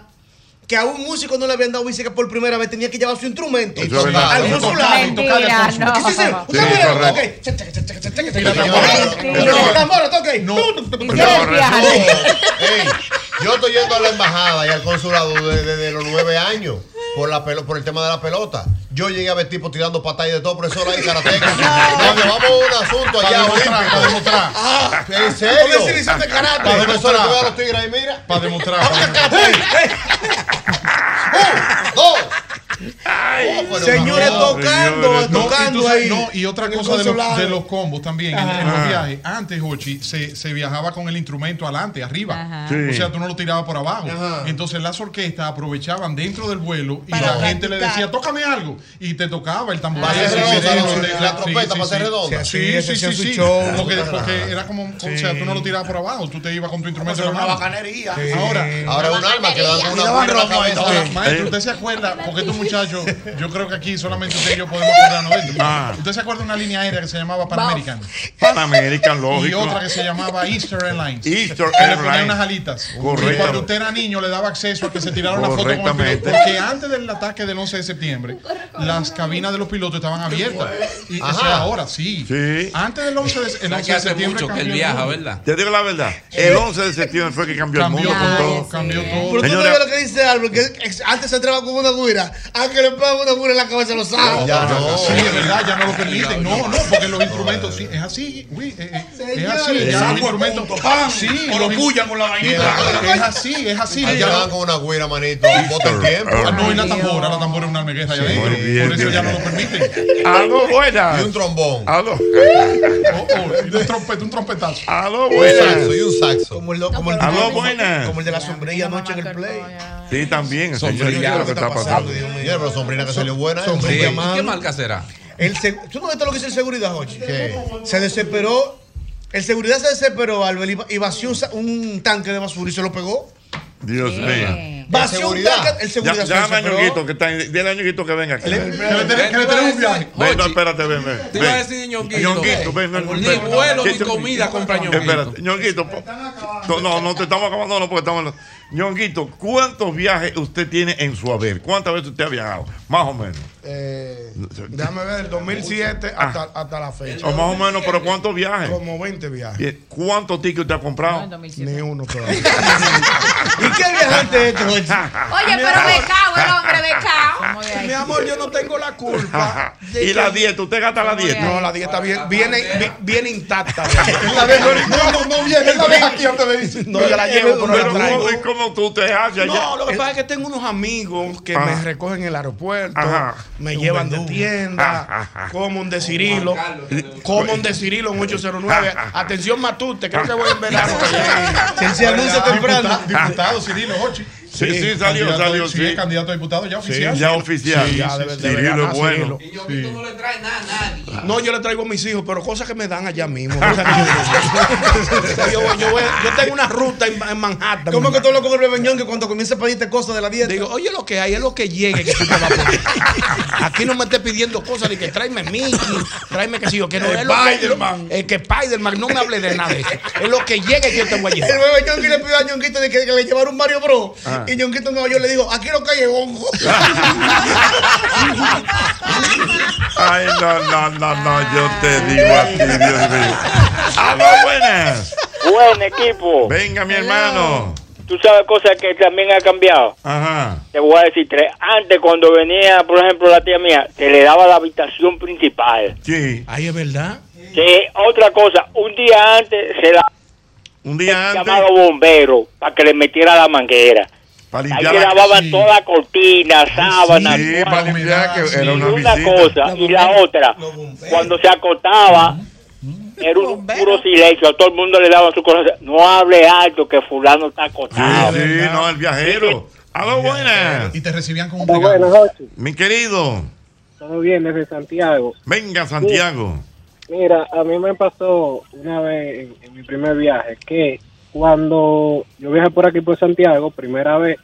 [SPEAKER 3] que a un músico no le habían dado visa que por primera vez tenía que llevar su instrumento
[SPEAKER 2] Eso es verdad.
[SPEAKER 3] al consulado.
[SPEAKER 12] Mentira,
[SPEAKER 3] Tocarle al consulado.
[SPEAKER 12] no.
[SPEAKER 3] Sí, sí, sí.
[SPEAKER 2] Sí,
[SPEAKER 3] Usted mira,
[SPEAKER 2] correcto.
[SPEAKER 3] ok. Cha, cha, cha, cha, cha, cha, cha,
[SPEAKER 2] Mira,
[SPEAKER 3] cha, cha.
[SPEAKER 2] tambora.
[SPEAKER 3] Ay,
[SPEAKER 2] Mira,
[SPEAKER 3] sí.
[SPEAKER 2] tambora.
[SPEAKER 3] Tambora, toque.
[SPEAKER 4] No, no. Ey, yo estoy yendo a la embajada y al consulado desde desde los nueve años por, la pelo- por el tema de la pelota. Yo llegué a ver tipos tirando patas y de todo, profesor ahí, karateca. No, que vamos a un asunto
[SPEAKER 5] Para
[SPEAKER 4] allá,
[SPEAKER 5] demostrar,
[SPEAKER 4] olímpico.
[SPEAKER 5] para demostrar.
[SPEAKER 4] Ah, ¿En
[SPEAKER 5] Porque
[SPEAKER 4] serio?
[SPEAKER 5] si le hiciste karate.
[SPEAKER 4] Para demostrar.
[SPEAKER 5] Para
[SPEAKER 4] Yo veo a los tigres ahí, mira.
[SPEAKER 16] Para demostrar.
[SPEAKER 4] ¡Dos!
[SPEAKER 3] Señores, tocando,
[SPEAKER 16] No, y, tú
[SPEAKER 3] tocando
[SPEAKER 16] sabes-
[SPEAKER 3] ahí.
[SPEAKER 16] no, y otra
[SPEAKER 3] en el
[SPEAKER 16] cosa de los,
[SPEAKER 3] consulado.
[SPEAKER 16] de los combos también, en,
[SPEAKER 3] Ajá.
[SPEAKER 16] en los
[SPEAKER 3] Ajá.
[SPEAKER 16] viajes. Antes, Hochi, se, se viajaba con el instrumento adelante, arriba.
[SPEAKER 2] Ajá. Sí.
[SPEAKER 16] O sea, tú no lo tirabas por abajo. Entonces las orquestas aprovechaban dentro del vuelo y
[SPEAKER 2] Para
[SPEAKER 16] la gente le
[SPEAKER 2] practicar.
[SPEAKER 16] decía, tócame algo. Y te tocaba el tambor.
[SPEAKER 2] Para
[SPEAKER 16] el
[SPEAKER 2] hacer
[SPEAKER 16] silbideo,
[SPEAKER 2] redonda, la-
[SPEAKER 16] el-
[SPEAKER 2] la
[SPEAKER 16] sí,
[SPEAKER 2] trompeta,
[SPEAKER 16] sí,
[SPEAKER 2] para hacer
[SPEAKER 16] sí.
[SPEAKER 2] redonda.
[SPEAKER 16] Sí, sí,
[SPEAKER 2] Sí,
[SPEAKER 16] sí,
[SPEAKER 2] ese
[SPEAKER 16] sí.
[SPEAKER 2] es su show.
[SPEAKER 16] Porque,
[SPEAKER 2] Ajá.
[SPEAKER 16] porque era como, o sea, tú no lo tirabas por abajo, tú te ibas con tu instrumento en la
[SPEAKER 5] una
[SPEAKER 16] mano.
[SPEAKER 5] bacanería.
[SPEAKER 16] Sí.
[SPEAKER 5] Ahora-
[SPEAKER 4] Ahora es un arma que le dan con una buena cabeza.
[SPEAKER 16] Ahora, Maestro, ¿usted se acuerda? Porque estos muchachos, yo creo que aquí solamente usted y yo podemos acordarnos de esto.
[SPEAKER 2] Ah.
[SPEAKER 16] ¿Usted se acuerda de una línea aérea que se llamaba Panamerican?
[SPEAKER 2] Panamérica,
[SPEAKER 16] Y
[SPEAKER 2] lógico.
[SPEAKER 16] otra que se llamaba Easter Airlines.
[SPEAKER 2] Easter
[SPEAKER 16] Que Le ponían
[SPEAKER 2] Airlines.
[SPEAKER 16] unas alitas.
[SPEAKER 2] Correcto.
[SPEAKER 16] Y cuando usted era niño le daba acceso a que se tirara una foto con el piloto.
[SPEAKER 2] Correctamente.
[SPEAKER 16] Porque antes del ataque del 11 de septiembre, las cabinas de los pilotos estaban abiertas. Y eso
[SPEAKER 2] Ajá.
[SPEAKER 16] es ahora, sí.
[SPEAKER 2] Sí.
[SPEAKER 16] Antes del 11 de, el 11 de septiembre. cambió el mundo. Eh,
[SPEAKER 2] Te digo la verdad. El 11 de septiembre fue que cambió,
[SPEAKER 16] Cambió
[SPEAKER 2] el mundo. con
[SPEAKER 16] todo,
[SPEAKER 2] todo.
[SPEAKER 16] cambió todo.
[SPEAKER 3] Pero tú no
[SPEAKER 2] Señores,
[SPEAKER 3] ves lo que dice Albert, que ex- antes se entraba con una guira, a que le pega una guira en la cabeza lo sabe.
[SPEAKER 16] Ya no. Sí, es verdad, ya no lo permiten. No, no, porque los instrumentos, sí, es así, güey, eh, eh, es
[SPEAKER 3] Señores.
[SPEAKER 16] así. Ya los
[SPEAKER 3] Saco el
[SPEAKER 16] instrumentos, sí,
[SPEAKER 5] o lo bullan con la vainita.
[SPEAKER 16] Es así, es así.
[SPEAKER 4] Ahí
[SPEAKER 16] ya
[SPEAKER 4] van con una güera, manito. Bota el tiempo.
[SPEAKER 16] Ah, no, y la tambora, la tambora es una almeguera allá adentro. Por eso ya no lo permiten.
[SPEAKER 5] Ah,
[SPEAKER 2] Aló, buenas.
[SPEAKER 4] Y un trombón.
[SPEAKER 2] Aló.
[SPEAKER 16] Oh, oh, y un trompeta, un trompetazo.
[SPEAKER 2] Aló,
[SPEAKER 4] saxo, y un saxo.
[SPEAKER 3] Como el, como el,
[SPEAKER 2] Aló, buenas.
[SPEAKER 3] como el de la sombrilla anoche en el play.
[SPEAKER 2] Sí, también.
[SPEAKER 3] Sombrilla,
[SPEAKER 2] señor, yo creo
[SPEAKER 3] lo
[SPEAKER 2] que está pasando.
[SPEAKER 4] Mira, pero sombrina que salió buena. eh.
[SPEAKER 3] Sombrilla,
[SPEAKER 4] Sombrilla,
[SPEAKER 3] mano.
[SPEAKER 4] mano.
[SPEAKER 17] será?
[SPEAKER 3] El seg- ¿Tú no viste lo que hizo el seguridad, Jochi? Se desesperó. El seguridad se desesperó, Albert, y va- y vació un, sa- un tanque de basura y se lo pegó.
[SPEAKER 2] Dios
[SPEAKER 3] Sí.
[SPEAKER 2] mío.
[SPEAKER 3] Vació un tanque. El seguridad se
[SPEAKER 2] Llama a
[SPEAKER 3] desesperó.
[SPEAKER 2] Ñonguito que está en- Dile a Ñonguito que venga aquí.
[SPEAKER 17] que le tenemos un viaje.
[SPEAKER 2] Ven, no, espérate, ven, ven.
[SPEAKER 17] Te
[SPEAKER 2] ven.
[SPEAKER 17] iba a decir Ñonguito.
[SPEAKER 2] Ñonguito, ven, ven, ven.
[SPEAKER 17] Ni vuelo,
[SPEAKER 2] Que
[SPEAKER 17] ni
[SPEAKER 2] yo-
[SPEAKER 17] comida compra Ñonguito.
[SPEAKER 2] Espérate, Ñonguito. po- No, no, no te estamos acabando, no, porque estamos. en la- Ñonguito, ¿cuántos viajes usted tiene en su haber? ¿Cuántas veces usted ha viajado? Más o menos.
[SPEAKER 5] Eh, déjame ver, el 2007 hasta, hasta la fecha.
[SPEAKER 2] Ah. O más o menos, pero ¿cuántos viajes?
[SPEAKER 5] Como 20 viajes.
[SPEAKER 2] Bien, ¿Cuántos tickets usted ha comprado?
[SPEAKER 5] Ni uno todavía.
[SPEAKER 3] ¿Y qué viajante es este, Jochi?
[SPEAKER 8] Oye, pero becao el hombre, becao.
[SPEAKER 5] Mi amor, yo no tengo la culpa.
[SPEAKER 2] ¿Y la dieta? ¿Usted gasta la dieta?
[SPEAKER 5] No, la dieta bien- viene, vi- viene intacta.
[SPEAKER 2] la dejo ahorita.
[SPEAKER 5] no, no, no viene. La dejo aquí antes de irse. No, yo la llevo, pero
[SPEAKER 2] pero
[SPEAKER 5] la traigo.
[SPEAKER 2] ¿cómo, ¿Cómo tú te haces allá?
[SPEAKER 5] No, lo que pasa es que tengo unos amigos que
[SPEAKER 2] Ajá.
[SPEAKER 5] me recogen en el aeropuerto,
[SPEAKER 2] Ajá.
[SPEAKER 5] me llevan de tienda, como un de Cirilo, como un de Cirilo en 809. Atención, Matute, creo que voy en verano.
[SPEAKER 3] Si él se anuncia temprano.
[SPEAKER 5] Diputado Cirilo, Hochi.
[SPEAKER 2] Sí, sí, salió,
[SPEAKER 16] candidato-
[SPEAKER 2] salió,
[SPEAKER 16] sí,
[SPEAKER 2] sí.
[SPEAKER 16] candidato a diputado ya
[SPEAKER 2] Sí,
[SPEAKER 16] oficial.
[SPEAKER 2] ya oficial.
[SPEAKER 16] Sí, ya
[SPEAKER 2] Sí,
[SPEAKER 16] debe-
[SPEAKER 2] sí,
[SPEAKER 16] debe
[SPEAKER 2] Cirilo
[SPEAKER 16] ganar,
[SPEAKER 2] es bueno.
[SPEAKER 16] Cirilo.
[SPEAKER 5] No, yo le traigo a mis hijos, pero cosas que me dan allá mismo. O sea, yo, yo voy- yo tengo una ruta en, en Manhattan.
[SPEAKER 3] ¿Cómo que tú lo con el bebeñón que cuando comienza a pedirte cosas de la dieta?
[SPEAKER 5] Digo, oye lo que hay, es lo que llegue que tú te vas a poner. Aquí no me estés pidiendo cosas de que tráeme Mickey, tráeme que si yo que no
[SPEAKER 6] Eh,
[SPEAKER 3] El
[SPEAKER 5] es lo que-
[SPEAKER 3] Spider-Man.
[SPEAKER 5] El que Spider-Man, no me hable de nada de eso. Es lo que llegue que yo te voy a
[SPEAKER 3] El
[SPEAKER 5] llevar.
[SPEAKER 3] bebé Ñonqui le pidió a Ñonquito de que, que le llevara un Mario Bros.
[SPEAKER 5] Ah.
[SPEAKER 3] Y Ñonquito en Nueva York le dijo, aquí lo que hay es hongo.
[SPEAKER 2] Ay, no, no, no, no, yo te digo a ti, Dios mío. ¡Aló, buenas!
[SPEAKER 14] Buen equipo.
[SPEAKER 2] Venga, mi hermano.
[SPEAKER 14] Tú sabes cosas que también ha cambiado.
[SPEAKER 2] Ajá.
[SPEAKER 14] Te voy a decir tres. Antes, cuando venía, por ejemplo, la tía mía, te le daba la habitación principal.
[SPEAKER 2] Sí.
[SPEAKER 5] Ahí es verdad.
[SPEAKER 14] Sí, otra cosa, un día antes se la.
[SPEAKER 2] Un día
[SPEAKER 14] antes. Llamado bombero para que le metiera la manguera. Ahí
[SPEAKER 2] limpiar
[SPEAKER 14] se
[SPEAKER 2] la-
[SPEAKER 14] lavaban
[SPEAKER 2] sí.
[SPEAKER 14] todas las cortinas, sábanas.
[SPEAKER 2] Sí,
[SPEAKER 14] todas.
[SPEAKER 2] para limpiar, que era una
[SPEAKER 14] Y
[SPEAKER 2] visita.
[SPEAKER 14] cosa. y la otra, cuando se acotaba, era un puro silencio. A todo el mundo le daba su cosa. No hable alto que fulano está acotado.
[SPEAKER 2] Sí, no, el viajero. ¡Aló, buenas! Y te recibían con un Mi querido,
[SPEAKER 18] Todo bien desde Santiago.
[SPEAKER 2] venga, Santiago.
[SPEAKER 18] Mira, a mí me pasó una vez en, en mi primer viaje que cuando yo viajé por aquí por Santiago, primera vez,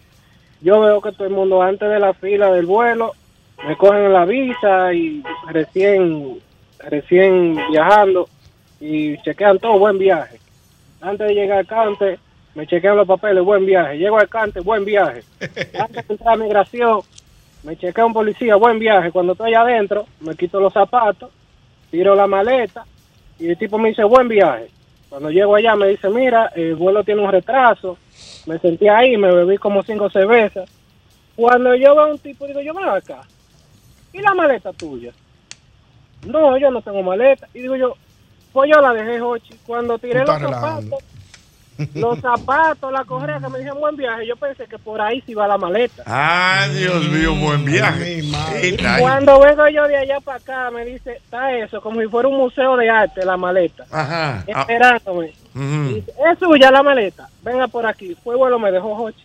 [SPEAKER 18] yo veo que todo el mundo antes de la fila del vuelo me cogen la visa y recién recién viajando y chequean todo buen viaje. Antes de llegar al cante, me chequean los papeles, buen viaje. Llego al cante, buen viaje. Antes de entrar a migración, me chequea un policía, buen viaje. Cuando estoy adentro, me quito los zapatos, tiro la maleta y el tipo me dice, buen viaje. Cuando llego allá me dice, mira, el vuelo tiene un retraso. Me senté ahí, me bebí como cinco cervezas. Cuando yo veo a un tipo, digo, yo ven acá. ¿Y la maleta tuya? No, yo no tengo maleta. Y digo yo, pues yo la dejé, Jochi. Cuando tiré
[SPEAKER 5] Tú
[SPEAKER 18] los
[SPEAKER 5] estás
[SPEAKER 18] zapatos, los zapatos, la correa, que me dijeron buen viaje, yo pensé que por ahí se iba la maleta.
[SPEAKER 2] Ah, Dios mío,
[SPEAKER 11] Mm.
[SPEAKER 2] buen viaje. Ay, ay.
[SPEAKER 18] Cuando vengo yo de allá para acá, me dice, está eso, como si fuera un museo de arte, la maleta.
[SPEAKER 2] Ajá. Ah,
[SPEAKER 18] Esperándome.
[SPEAKER 2] ujú.
[SPEAKER 18] Dice, Es suya la maleta. Venga por aquí. Fue vuelo, me dejó Jochi.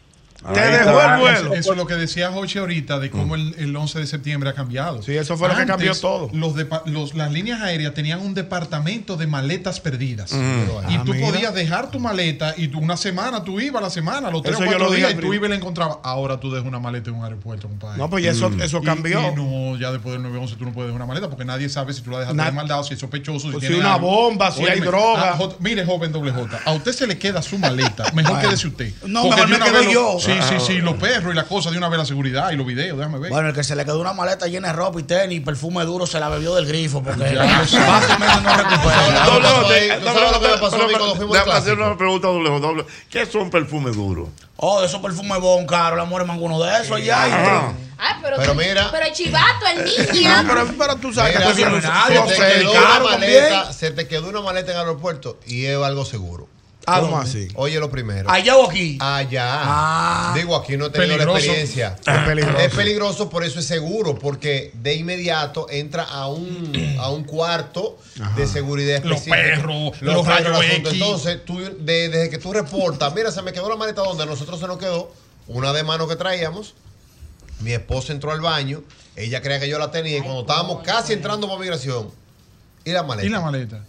[SPEAKER 2] Te
[SPEAKER 16] Ahí
[SPEAKER 2] dejó
[SPEAKER 16] está. Ah,
[SPEAKER 2] el vuelo.
[SPEAKER 16] Eso es lo que decía Joche ahorita de cómo el, el 11 de septiembre ha cambiado. Sí, eso
[SPEAKER 5] fue lo que cambió
[SPEAKER 16] todo. Los depa- los- las líneas aéreas tenían un departamento de maletas perdidas.
[SPEAKER 5] Mm.
[SPEAKER 16] Y
[SPEAKER 5] Ah,
[SPEAKER 16] tú
[SPEAKER 5] mira.
[SPEAKER 16] podías dejar tu maleta y tú una semana, tú ibas la semana, los tres
[SPEAKER 5] Eso
[SPEAKER 16] o
[SPEAKER 5] yo
[SPEAKER 16] cuatro
[SPEAKER 5] lo dije
[SPEAKER 16] días y
[SPEAKER 5] al
[SPEAKER 16] tú
[SPEAKER 5] principio.
[SPEAKER 16] ibas y la encontrabas. Ahora tú dejas una maleta en un aeropuerto, compadre.
[SPEAKER 5] No, pues ya eso- eso
[SPEAKER 16] Mm. Y-
[SPEAKER 5] cambió.
[SPEAKER 16] y no, ya después del 9-11 tú no puedes dejar una maleta porque nadie sabe si tú la dejaste
[SPEAKER 5] Na-
[SPEAKER 16] de maldad, si es sospechoso,
[SPEAKER 5] Pues si
[SPEAKER 16] tiene
[SPEAKER 5] una
[SPEAKER 16] algo.
[SPEAKER 5] bomba, si hay droga.
[SPEAKER 16] ah, J- mire, joven doble J, a usted se le queda su maleta. Mejor
[SPEAKER 5] Bueno.
[SPEAKER 16] quédese usted.
[SPEAKER 5] No,
[SPEAKER 16] Porque
[SPEAKER 5] mejor
[SPEAKER 16] de
[SPEAKER 5] me
[SPEAKER 16] una
[SPEAKER 5] quedo
[SPEAKER 16] vez lo-
[SPEAKER 5] yo.
[SPEAKER 16] Sí, sí, sí,
[SPEAKER 5] Ah.
[SPEAKER 16] los perros y las cosas de una vez la seguridad y los videos, déjame ver.
[SPEAKER 11] Bueno, el que se le quedó una maleta llena de ropa y tenis y perfume duro se la bebió del grifo porque
[SPEAKER 16] Ya.
[SPEAKER 11] los vasos no recupera.
[SPEAKER 2] Ah, No, no,
[SPEAKER 11] Ahí,
[SPEAKER 2] te-
[SPEAKER 11] ¿tú
[SPEAKER 2] no,
[SPEAKER 11] sabes lo que
[SPEAKER 2] no,
[SPEAKER 11] me pasó a
[SPEAKER 2] no,
[SPEAKER 11] mí
[SPEAKER 2] no,
[SPEAKER 11] cuando fuimos al
[SPEAKER 2] déjame hacer
[SPEAKER 11] clásico?
[SPEAKER 2] una pregunta doble, doble. ¿Qué son perfumes duros?
[SPEAKER 11] Oh, de esos perfumes bon caro, la mujer manguno de esos ya.
[SPEAKER 2] Ajá.
[SPEAKER 1] Ay, pero,
[SPEAKER 11] Pero
[SPEAKER 1] tú-
[SPEAKER 11] mira.
[SPEAKER 1] pero chivato, el niño.
[SPEAKER 11] No, pero- pero
[SPEAKER 3] tú
[SPEAKER 11] sabes
[SPEAKER 4] que tú eres
[SPEAKER 3] millonario, se
[SPEAKER 4] se, te quedó una
[SPEAKER 3] dedicaron
[SPEAKER 4] maleta,
[SPEAKER 3] también.
[SPEAKER 4] se te quedó una maleta en el aeropuerto y es algo seguro.
[SPEAKER 3] Ah, ¿cómo así?
[SPEAKER 4] Oye, lo primero.
[SPEAKER 11] ¿Allá o aquí? Ah.
[SPEAKER 4] Allá.
[SPEAKER 16] Ah,
[SPEAKER 4] Digo, aquí no he tenido la
[SPEAKER 3] Peligroso.
[SPEAKER 4] experiencia.
[SPEAKER 3] Es peligroso.
[SPEAKER 4] Es peligroso, por eso es seguro, porque de inmediato entra a un, a un cuarto de seguridad
[SPEAKER 16] Los
[SPEAKER 4] específica.
[SPEAKER 16] perros, los
[SPEAKER 4] perros,
[SPEAKER 16] rayos
[SPEAKER 4] asunto.
[SPEAKER 16] X.
[SPEAKER 4] Entonces, tú, de- desde que tú reportas, mira, se me quedó la maleta donde a nosotros se nos quedó, una de mano que traíamos, mi esposa entró al baño, ella creía que yo la tenía, y cuando estábamos casi entrando por migración, y la maleta.
[SPEAKER 16] Y la maleta.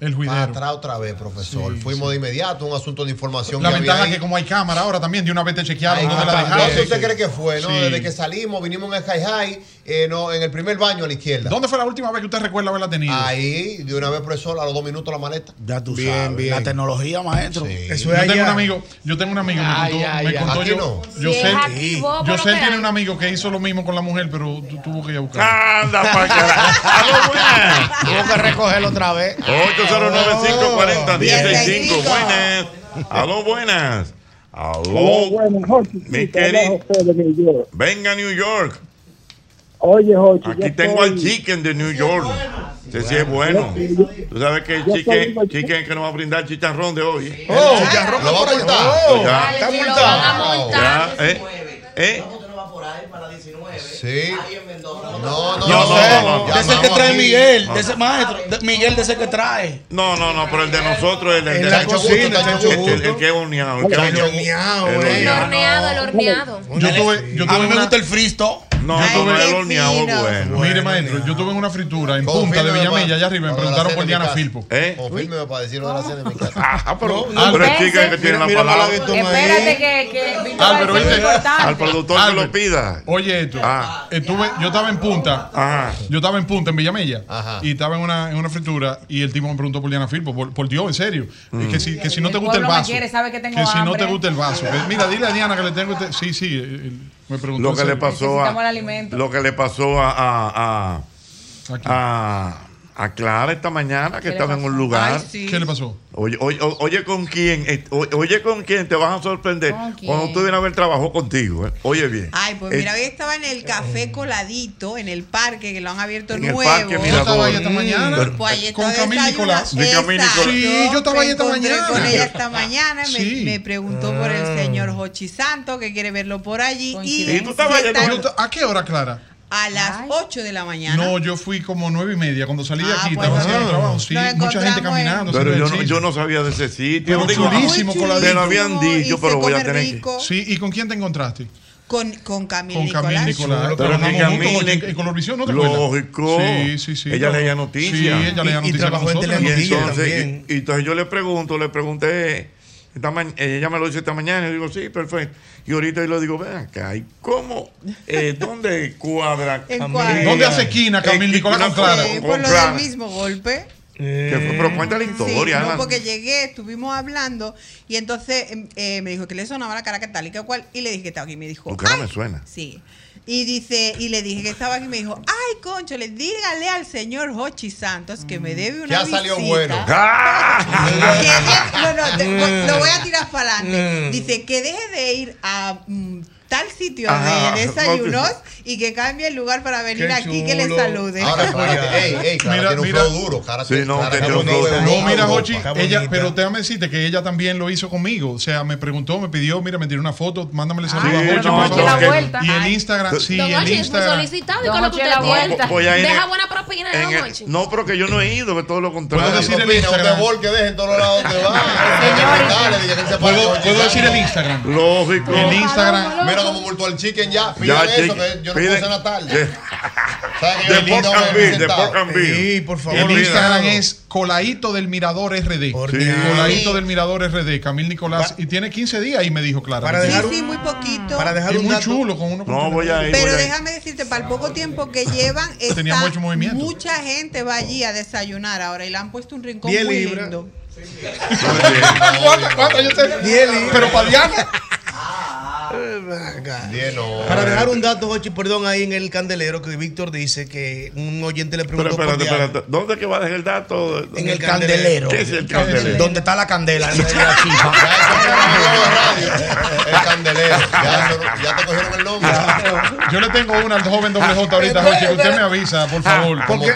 [SPEAKER 16] El
[SPEAKER 4] Para
[SPEAKER 5] Ah,
[SPEAKER 16] juidero.
[SPEAKER 4] atrás otra vez, profesor. Fuimos de inmediato, un asunto de información.
[SPEAKER 16] La
[SPEAKER 4] que había
[SPEAKER 16] ventaja es
[SPEAKER 4] ahí.
[SPEAKER 16] que como hay cámara ahora también, de una vez te chequearon
[SPEAKER 4] Ay,
[SPEAKER 16] dónde la
[SPEAKER 4] papá,
[SPEAKER 16] dejaron.
[SPEAKER 4] ¿dónde usted cree que fue? ¿no?
[SPEAKER 16] Sí.
[SPEAKER 4] Desde que salimos, vinimos en Sky High, eh, no, en el primer baño a la izquierda.
[SPEAKER 16] ¿Dónde fue la última vez que usted recuerda haberla tenido?
[SPEAKER 4] Ahí, de una vez, profesor, a los dos minutos la maleta.
[SPEAKER 11] Ya tú
[SPEAKER 4] Bien,
[SPEAKER 11] sabes.
[SPEAKER 4] bien.
[SPEAKER 11] La tecnología, maestro.
[SPEAKER 16] yo tengo un amigo, yo tengo un amigo, me
[SPEAKER 11] Ay,
[SPEAKER 16] contó,
[SPEAKER 11] ay,
[SPEAKER 16] me
[SPEAKER 11] ay.
[SPEAKER 16] contó
[SPEAKER 11] Aquí
[SPEAKER 16] yo,
[SPEAKER 11] no.
[SPEAKER 16] yo
[SPEAKER 11] Si
[SPEAKER 16] sé,
[SPEAKER 11] es aquí, vos,
[SPEAKER 16] yo
[SPEAKER 11] por
[SPEAKER 16] sé
[SPEAKER 11] lo que
[SPEAKER 16] tiene
[SPEAKER 11] hay.
[SPEAKER 16] un amigo que hizo lo mismo con la mujer, pero tu- tuvo que ir a buscar.
[SPEAKER 2] Anda pa' carajo.
[SPEAKER 11] Tuvo que recogerlo otra vez.
[SPEAKER 2] Oh, 809-540-165. Buenas. Aló, buenas.
[SPEAKER 18] Hola,
[SPEAKER 2] Aló.
[SPEAKER 18] bueno, Jorge,
[SPEAKER 2] Oh, Mi
[SPEAKER 18] te habla
[SPEAKER 2] querido-
[SPEAKER 18] José de New York.
[SPEAKER 2] Venga, New York.
[SPEAKER 18] Oye, Jorge,
[SPEAKER 2] Aquí
[SPEAKER 18] yo
[SPEAKER 2] tengo
[SPEAKER 18] soy-
[SPEAKER 2] al chicken de New York. Ese sí es bueno. Tú sabes que el
[SPEAKER 18] Yo
[SPEAKER 2] chicken,
[SPEAKER 18] soy-
[SPEAKER 2] chicken que nos va a brindar chicharrón de hoy.
[SPEAKER 5] Oh, chicharrón
[SPEAKER 2] Lo va a
[SPEAKER 5] por allá.
[SPEAKER 2] cortar.
[SPEAKER 5] Oh,
[SPEAKER 2] Ya. eh,
[SPEAKER 5] está multado.
[SPEAKER 2] Ya, ¿eh? ¿Eh?
[SPEAKER 4] Sí.
[SPEAKER 6] No,
[SPEAKER 4] no, no,
[SPEAKER 6] sé.
[SPEAKER 4] no, no,
[SPEAKER 6] de ese
[SPEAKER 4] no,
[SPEAKER 6] que
[SPEAKER 4] no,
[SPEAKER 6] trae
[SPEAKER 4] aquí.
[SPEAKER 6] Miguel, de
[SPEAKER 4] No.
[SPEAKER 6] ese maestro. de- Miguel, de ese que trae.
[SPEAKER 2] No, no, no, pero el de nosotros, el, el
[SPEAKER 6] En
[SPEAKER 2] de
[SPEAKER 6] la
[SPEAKER 2] Nacho
[SPEAKER 6] cocina,
[SPEAKER 2] Gusto,
[SPEAKER 6] Nacho
[SPEAKER 2] el- el-
[SPEAKER 6] Gusto.
[SPEAKER 2] el, que es horneado. El que
[SPEAKER 6] Nacho
[SPEAKER 2] es
[SPEAKER 6] horneado,
[SPEAKER 2] el
[SPEAKER 6] eh.
[SPEAKER 2] horneado.
[SPEAKER 8] horneado, el horneado.
[SPEAKER 16] Yo tuve, yo tuve
[SPEAKER 6] A mí me
[SPEAKER 16] una-
[SPEAKER 6] gusta el fristo.
[SPEAKER 16] No,
[SPEAKER 6] Ay,
[SPEAKER 16] yo tuve
[SPEAKER 6] qué
[SPEAKER 16] el horneado
[SPEAKER 6] fino.
[SPEAKER 16] bueno. Mire, maestro, yo tuve en una fritura en Punta de Villamilla, allá arriba, me preguntaron por Diana Filpo.
[SPEAKER 4] Confírmeme para decirlo de la cena en mi casa.
[SPEAKER 2] ¿Eh? Ah, pero,
[SPEAKER 16] No, no,
[SPEAKER 2] pero el
[SPEAKER 16] espérense.
[SPEAKER 2] chico es el que tiene la
[SPEAKER 16] Mira, mira,
[SPEAKER 2] palabra.
[SPEAKER 16] mala que tú-
[SPEAKER 12] Espérate que,
[SPEAKER 16] Ah,
[SPEAKER 12] que Víctor va a
[SPEAKER 16] Álvaro,
[SPEAKER 12] decir algo
[SPEAKER 16] oye,
[SPEAKER 12] importante.
[SPEAKER 2] Al productor que lo pida.
[SPEAKER 16] Oye, esto.
[SPEAKER 2] Ah.
[SPEAKER 16] Estuve, yo estaba en punta. Yo estaba en punta en Villamella. Y estaba en una, en una fritura. Y el tipo me preguntó por Diana Filpo. Por, por Dios, en serio. Y
[SPEAKER 2] Mm.
[SPEAKER 16] que si, que si no te gusta el
[SPEAKER 12] pueblo me
[SPEAKER 16] vaso.
[SPEAKER 12] quiere, sabe que tengo
[SPEAKER 16] si no
[SPEAKER 12] hambre.
[SPEAKER 16] te gusta el vaso. que- mira, dile a Diana que le tengo. este- Sí, sí. eh, eh, Me preguntó.
[SPEAKER 2] Lo que
[SPEAKER 16] en
[SPEAKER 2] le
[SPEAKER 16] serio.
[SPEAKER 2] pasó a.
[SPEAKER 12] Necesitamos el alimento.
[SPEAKER 2] Lo que le pasó a. a, a, a- a Clara esta mañana
[SPEAKER 16] ¿Qué
[SPEAKER 2] que
[SPEAKER 16] le
[SPEAKER 2] estaba en un lugar.
[SPEAKER 16] ¿Qué le pasó?
[SPEAKER 2] Oye, oye, o- oye con quién, eh, o- oye con quién te vas a sorprender
[SPEAKER 10] quién?
[SPEAKER 2] cuando tú vienes a ver trabajo contigo. eh. Oye bien.
[SPEAKER 10] Ay, pues mira, hoy
[SPEAKER 2] Eh,
[SPEAKER 10] estaba en el café coladito, en el parque, que lo han abierto
[SPEAKER 2] en el
[SPEAKER 10] nuevo.
[SPEAKER 2] parque Mirador. Mm. Pero-
[SPEAKER 10] Pues ahí
[SPEAKER 16] Con
[SPEAKER 10] estaba
[SPEAKER 16] Camil Nicolás.
[SPEAKER 2] De Camil
[SPEAKER 10] Exacto.
[SPEAKER 2] Nicolás.
[SPEAKER 16] Sí, yo estaba ahí esta
[SPEAKER 10] Me encontré
[SPEAKER 16] mañana.
[SPEAKER 10] Con ella esta mañana me,
[SPEAKER 16] Sí.
[SPEAKER 10] me preguntó por
[SPEAKER 2] Ah.
[SPEAKER 10] el señor Jochi Santo que quiere verlo por allí. Y,
[SPEAKER 16] ¿Y tú estabas
[SPEAKER 10] si
[SPEAKER 16] allá?
[SPEAKER 10] están
[SPEAKER 16] Yo ta- ¿A qué hora, Clara?
[SPEAKER 10] a las 8 de la mañana.
[SPEAKER 16] No, yo fui como nueve y media. Cuando salí de
[SPEAKER 10] Ah,
[SPEAKER 16] aquí,
[SPEAKER 10] pues,
[SPEAKER 16] estaba haciendo
[SPEAKER 10] ah.
[SPEAKER 16] trabajo. Sí,
[SPEAKER 10] Nos
[SPEAKER 16] mucha gente
[SPEAKER 10] encontramos en-
[SPEAKER 16] caminando.
[SPEAKER 2] Pero
[SPEAKER 16] haciendo
[SPEAKER 2] yo no,
[SPEAKER 16] ejercicio.
[SPEAKER 2] yo no sabía de ese sitio.
[SPEAKER 16] Pero
[SPEAKER 2] Digo,
[SPEAKER 16] chulísimo,
[SPEAKER 2] ah,
[SPEAKER 16] coladito.
[SPEAKER 2] Me lo habían
[SPEAKER 16] Y
[SPEAKER 2] dicho,
[SPEAKER 16] se
[SPEAKER 2] pero voy a
[SPEAKER 16] come
[SPEAKER 2] tener
[SPEAKER 16] rico.
[SPEAKER 2] que-
[SPEAKER 16] Sí, ¿y con quién te encontraste?
[SPEAKER 10] Con, con Camil
[SPEAKER 16] Con Camil
[SPEAKER 10] Nicolás.
[SPEAKER 16] Nicolás.
[SPEAKER 2] Pero
[SPEAKER 16] Trabajamos
[SPEAKER 2] que Camil
[SPEAKER 16] juntos
[SPEAKER 2] Nic-
[SPEAKER 16] en Colorvisión, ¿no te acuerdas?
[SPEAKER 2] Lógico.
[SPEAKER 16] Sí, sí, sí.
[SPEAKER 2] Ella leía
[SPEAKER 16] Sí,
[SPEAKER 2] noticias.
[SPEAKER 16] ella leía noticias. con nosotros.
[SPEAKER 2] Y entonces, y- y entonces yo le pregunto, le pregunté, esta ma- ella me lo dice esta mañana, y yo digo, sí, perfecto. Y ahorita yo le digo, ven acá, ¿y cómo? Eh, ¿Dónde cuadra
[SPEAKER 10] En
[SPEAKER 2] Camil?
[SPEAKER 10] cuadra.
[SPEAKER 16] ¿Dónde hace esquina Camil
[SPEAKER 2] Eh,
[SPEAKER 16] Nicolás con Clara?
[SPEAKER 10] Sí, por lo del mismo golpe.
[SPEAKER 2] Que fue- pero cuenta la historia,
[SPEAKER 10] Sí, no,
[SPEAKER 2] Ana.
[SPEAKER 10] porque llegué, estuvimos hablando y entonces em, eh, me dijo que le sonaba la cara que tal y que cual y le dije que estaba aquí y me dijo,
[SPEAKER 2] Tu cara
[SPEAKER 10] "Ay".
[SPEAKER 2] me suena.
[SPEAKER 10] Sí. Y dice, y le dije que estaba aquí y me dijo, ay, concho, le dígale al señor Hochi Santos que
[SPEAKER 16] Mm.
[SPEAKER 10] me debe una
[SPEAKER 4] Ya
[SPEAKER 10] visita.
[SPEAKER 4] salió bueno.
[SPEAKER 2] ¡Ah!
[SPEAKER 10] Que de- no, no, te-
[SPEAKER 4] Mm.
[SPEAKER 10] lo voy a tirar para adelante.
[SPEAKER 4] Mm.
[SPEAKER 10] Dice que deje de ir a mm, tal sitio
[SPEAKER 4] Ajá,
[SPEAKER 10] de desayunos
[SPEAKER 4] ok.
[SPEAKER 10] y que cambie el lugar para venir
[SPEAKER 4] Qué
[SPEAKER 10] aquí que le
[SPEAKER 4] chulo.
[SPEAKER 10] salude.
[SPEAKER 4] Ahora, espérate. Ey, ey, Clara
[SPEAKER 16] Mira,
[SPEAKER 4] tiene un
[SPEAKER 16] mira.
[SPEAKER 4] flow duro. Cara,
[SPEAKER 2] Sí, no,
[SPEAKER 4] Clara
[SPEAKER 2] que tiene
[SPEAKER 4] tiene un
[SPEAKER 2] un flow
[SPEAKER 4] de
[SPEAKER 16] No,
[SPEAKER 4] Europa.
[SPEAKER 16] mira, Jochi,
[SPEAKER 4] Está
[SPEAKER 16] ella,
[SPEAKER 4] bonita.
[SPEAKER 16] pero déjame decirte que ella también lo hizo conmigo. O sea, me preguntó, me pidió, mira, me tiró una foto, mándame el saludo.
[SPEAKER 2] Sí,
[SPEAKER 16] a Jochi,
[SPEAKER 2] no,
[SPEAKER 16] por
[SPEAKER 2] no,
[SPEAKER 16] favor.
[SPEAKER 2] la vuelta.
[SPEAKER 16] Y el Instagram, sí,
[SPEAKER 8] Don
[SPEAKER 16] el
[SPEAKER 8] Ochi es muy
[SPEAKER 16] Instagram.
[SPEAKER 8] solicitado y
[SPEAKER 12] Don
[SPEAKER 8] con lo que
[SPEAKER 12] Ochi
[SPEAKER 8] usted
[SPEAKER 12] la
[SPEAKER 8] tiene.
[SPEAKER 2] vuelta. Voy a ir
[SPEAKER 8] Deja
[SPEAKER 2] en-
[SPEAKER 8] buena propina,
[SPEAKER 2] En
[SPEAKER 8] Don
[SPEAKER 2] el-
[SPEAKER 8] Ochi.
[SPEAKER 2] no, porque yo no he ido, es todo lo contrario.
[SPEAKER 16] ¿Puedo decir el
[SPEAKER 2] Opina,
[SPEAKER 16] Instagram?
[SPEAKER 2] un bol
[SPEAKER 4] que deje en todos lados donde va. Dale, Villavicencio, para
[SPEAKER 16] ¿Puedo,
[SPEAKER 4] Jochi,
[SPEAKER 16] puedo
[SPEAKER 4] dale.
[SPEAKER 16] decir el Instagram?
[SPEAKER 2] Lógico.
[SPEAKER 16] El Instagram.
[SPEAKER 4] Mira cómo multó el chicken ya.
[SPEAKER 16] Ya,
[SPEAKER 4] Fíjate eso,
[SPEAKER 16] chicken.
[SPEAKER 4] que yo no
[SPEAKER 16] Pide-
[SPEAKER 4] puedo cenar tarde. ¿Sabes que yo
[SPEAKER 2] De
[SPEAKER 4] lindo
[SPEAKER 2] pork and
[SPEAKER 4] me he
[SPEAKER 2] beer, de
[SPEAKER 4] sentado?
[SPEAKER 2] pork and beer.
[SPEAKER 16] Sí, por favor. El Instagram es Colaito del Mirador RD. Colaito del Mirador RD, Camil Nicolás. Y tiene 15 días y me dijo Clara.
[SPEAKER 10] Para dejar Sí, sí, muy poquito.
[SPEAKER 16] Para dejar
[SPEAKER 10] un
[SPEAKER 16] muy
[SPEAKER 10] dato-
[SPEAKER 16] chulo con uno.
[SPEAKER 2] No, voy a ir,
[SPEAKER 10] Pero
[SPEAKER 2] voy a ir.
[SPEAKER 10] déjame decirte, para el poco tiempo que llevan,
[SPEAKER 16] Tenía
[SPEAKER 10] está-
[SPEAKER 16] mucho movimiento.
[SPEAKER 10] mucha gente va allí a desayunar ahora y le han puesto un rincón
[SPEAKER 16] Diez
[SPEAKER 10] muy
[SPEAKER 16] libras.
[SPEAKER 10] lindo.
[SPEAKER 16] ¿Cuántas? ¿Cuántas? Yo sé. Pero para Diana.
[SPEAKER 3] Ah. Para dejar un dato, Jochi, perdón, ahí en el candelero que Víctor dice que un oyente le
[SPEAKER 2] Pero
[SPEAKER 3] preguntó por
[SPEAKER 2] espérate,
[SPEAKER 3] Diana.
[SPEAKER 2] espérate. ¿Dónde es que va a dejar el dato?
[SPEAKER 3] En el candelero.
[SPEAKER 2] ¿Qué es el candelero?
[SPEAKER 3] Donde está la candela.
[SPEAKER 16] Yo le tengo una al joven doble J ahorita, Jochi, que usted me avisa,
[SPEAKER 2] Ah.
[SPEAKER 16] por favor.
[SPEAKER 3] Porque-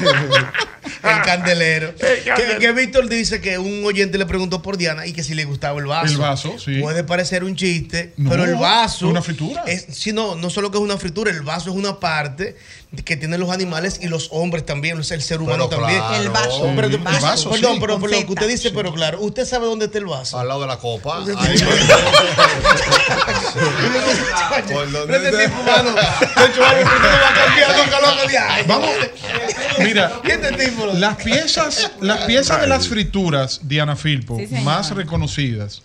[SPEAKER 3] El candelero. que, que Víctor dice que un oyente le preguntó por Diana y que si le gustaba el vaso.
[SPEAKER 16] El vaso, sí.
[SPEAKER 3] Puede parecer un chiste,
[SPEAKER 16] No,
[SPEAKER 3] pero el vaso.
[SPEAKER 16] una fritura.
[SPEAKER 3] Es, sí, no, no solo que es una fritura, el vaso es una parte que tienen los animales y los hombres también, o sea, el ser humano
[SPEAKER 4] Pero
[SPEAKER 3] también.
[SPEAKER 4] claro. El vaso.
[SPEAKER 3] Pero-
[SPEAKER 4] El vaso,
[SPEAKER 3] perdón,
[SPEAKER 4] sí,
[SPEAKER 3] pero por lo que
[SPEAKER 4] con
[SPEAKER 3] usted dice, pero claro, usted sabe dónde está el vaso.
[SPEAKER 4] Al lado de la copa.
[SPEAKER 3] Este tipo, mano, ocho años, ¿por qué no va a cambiar nunca lo que le hay?
[SPEAKER 16] Mira,
[SPEAKER 3] ¿Y este tipo?
[SPEAKER 16] las piezas, las piezas de las frituras, Diana Filpo,
[SPEAKER 3] Sí, señor.
[SPEAKER 16] más reconocidas,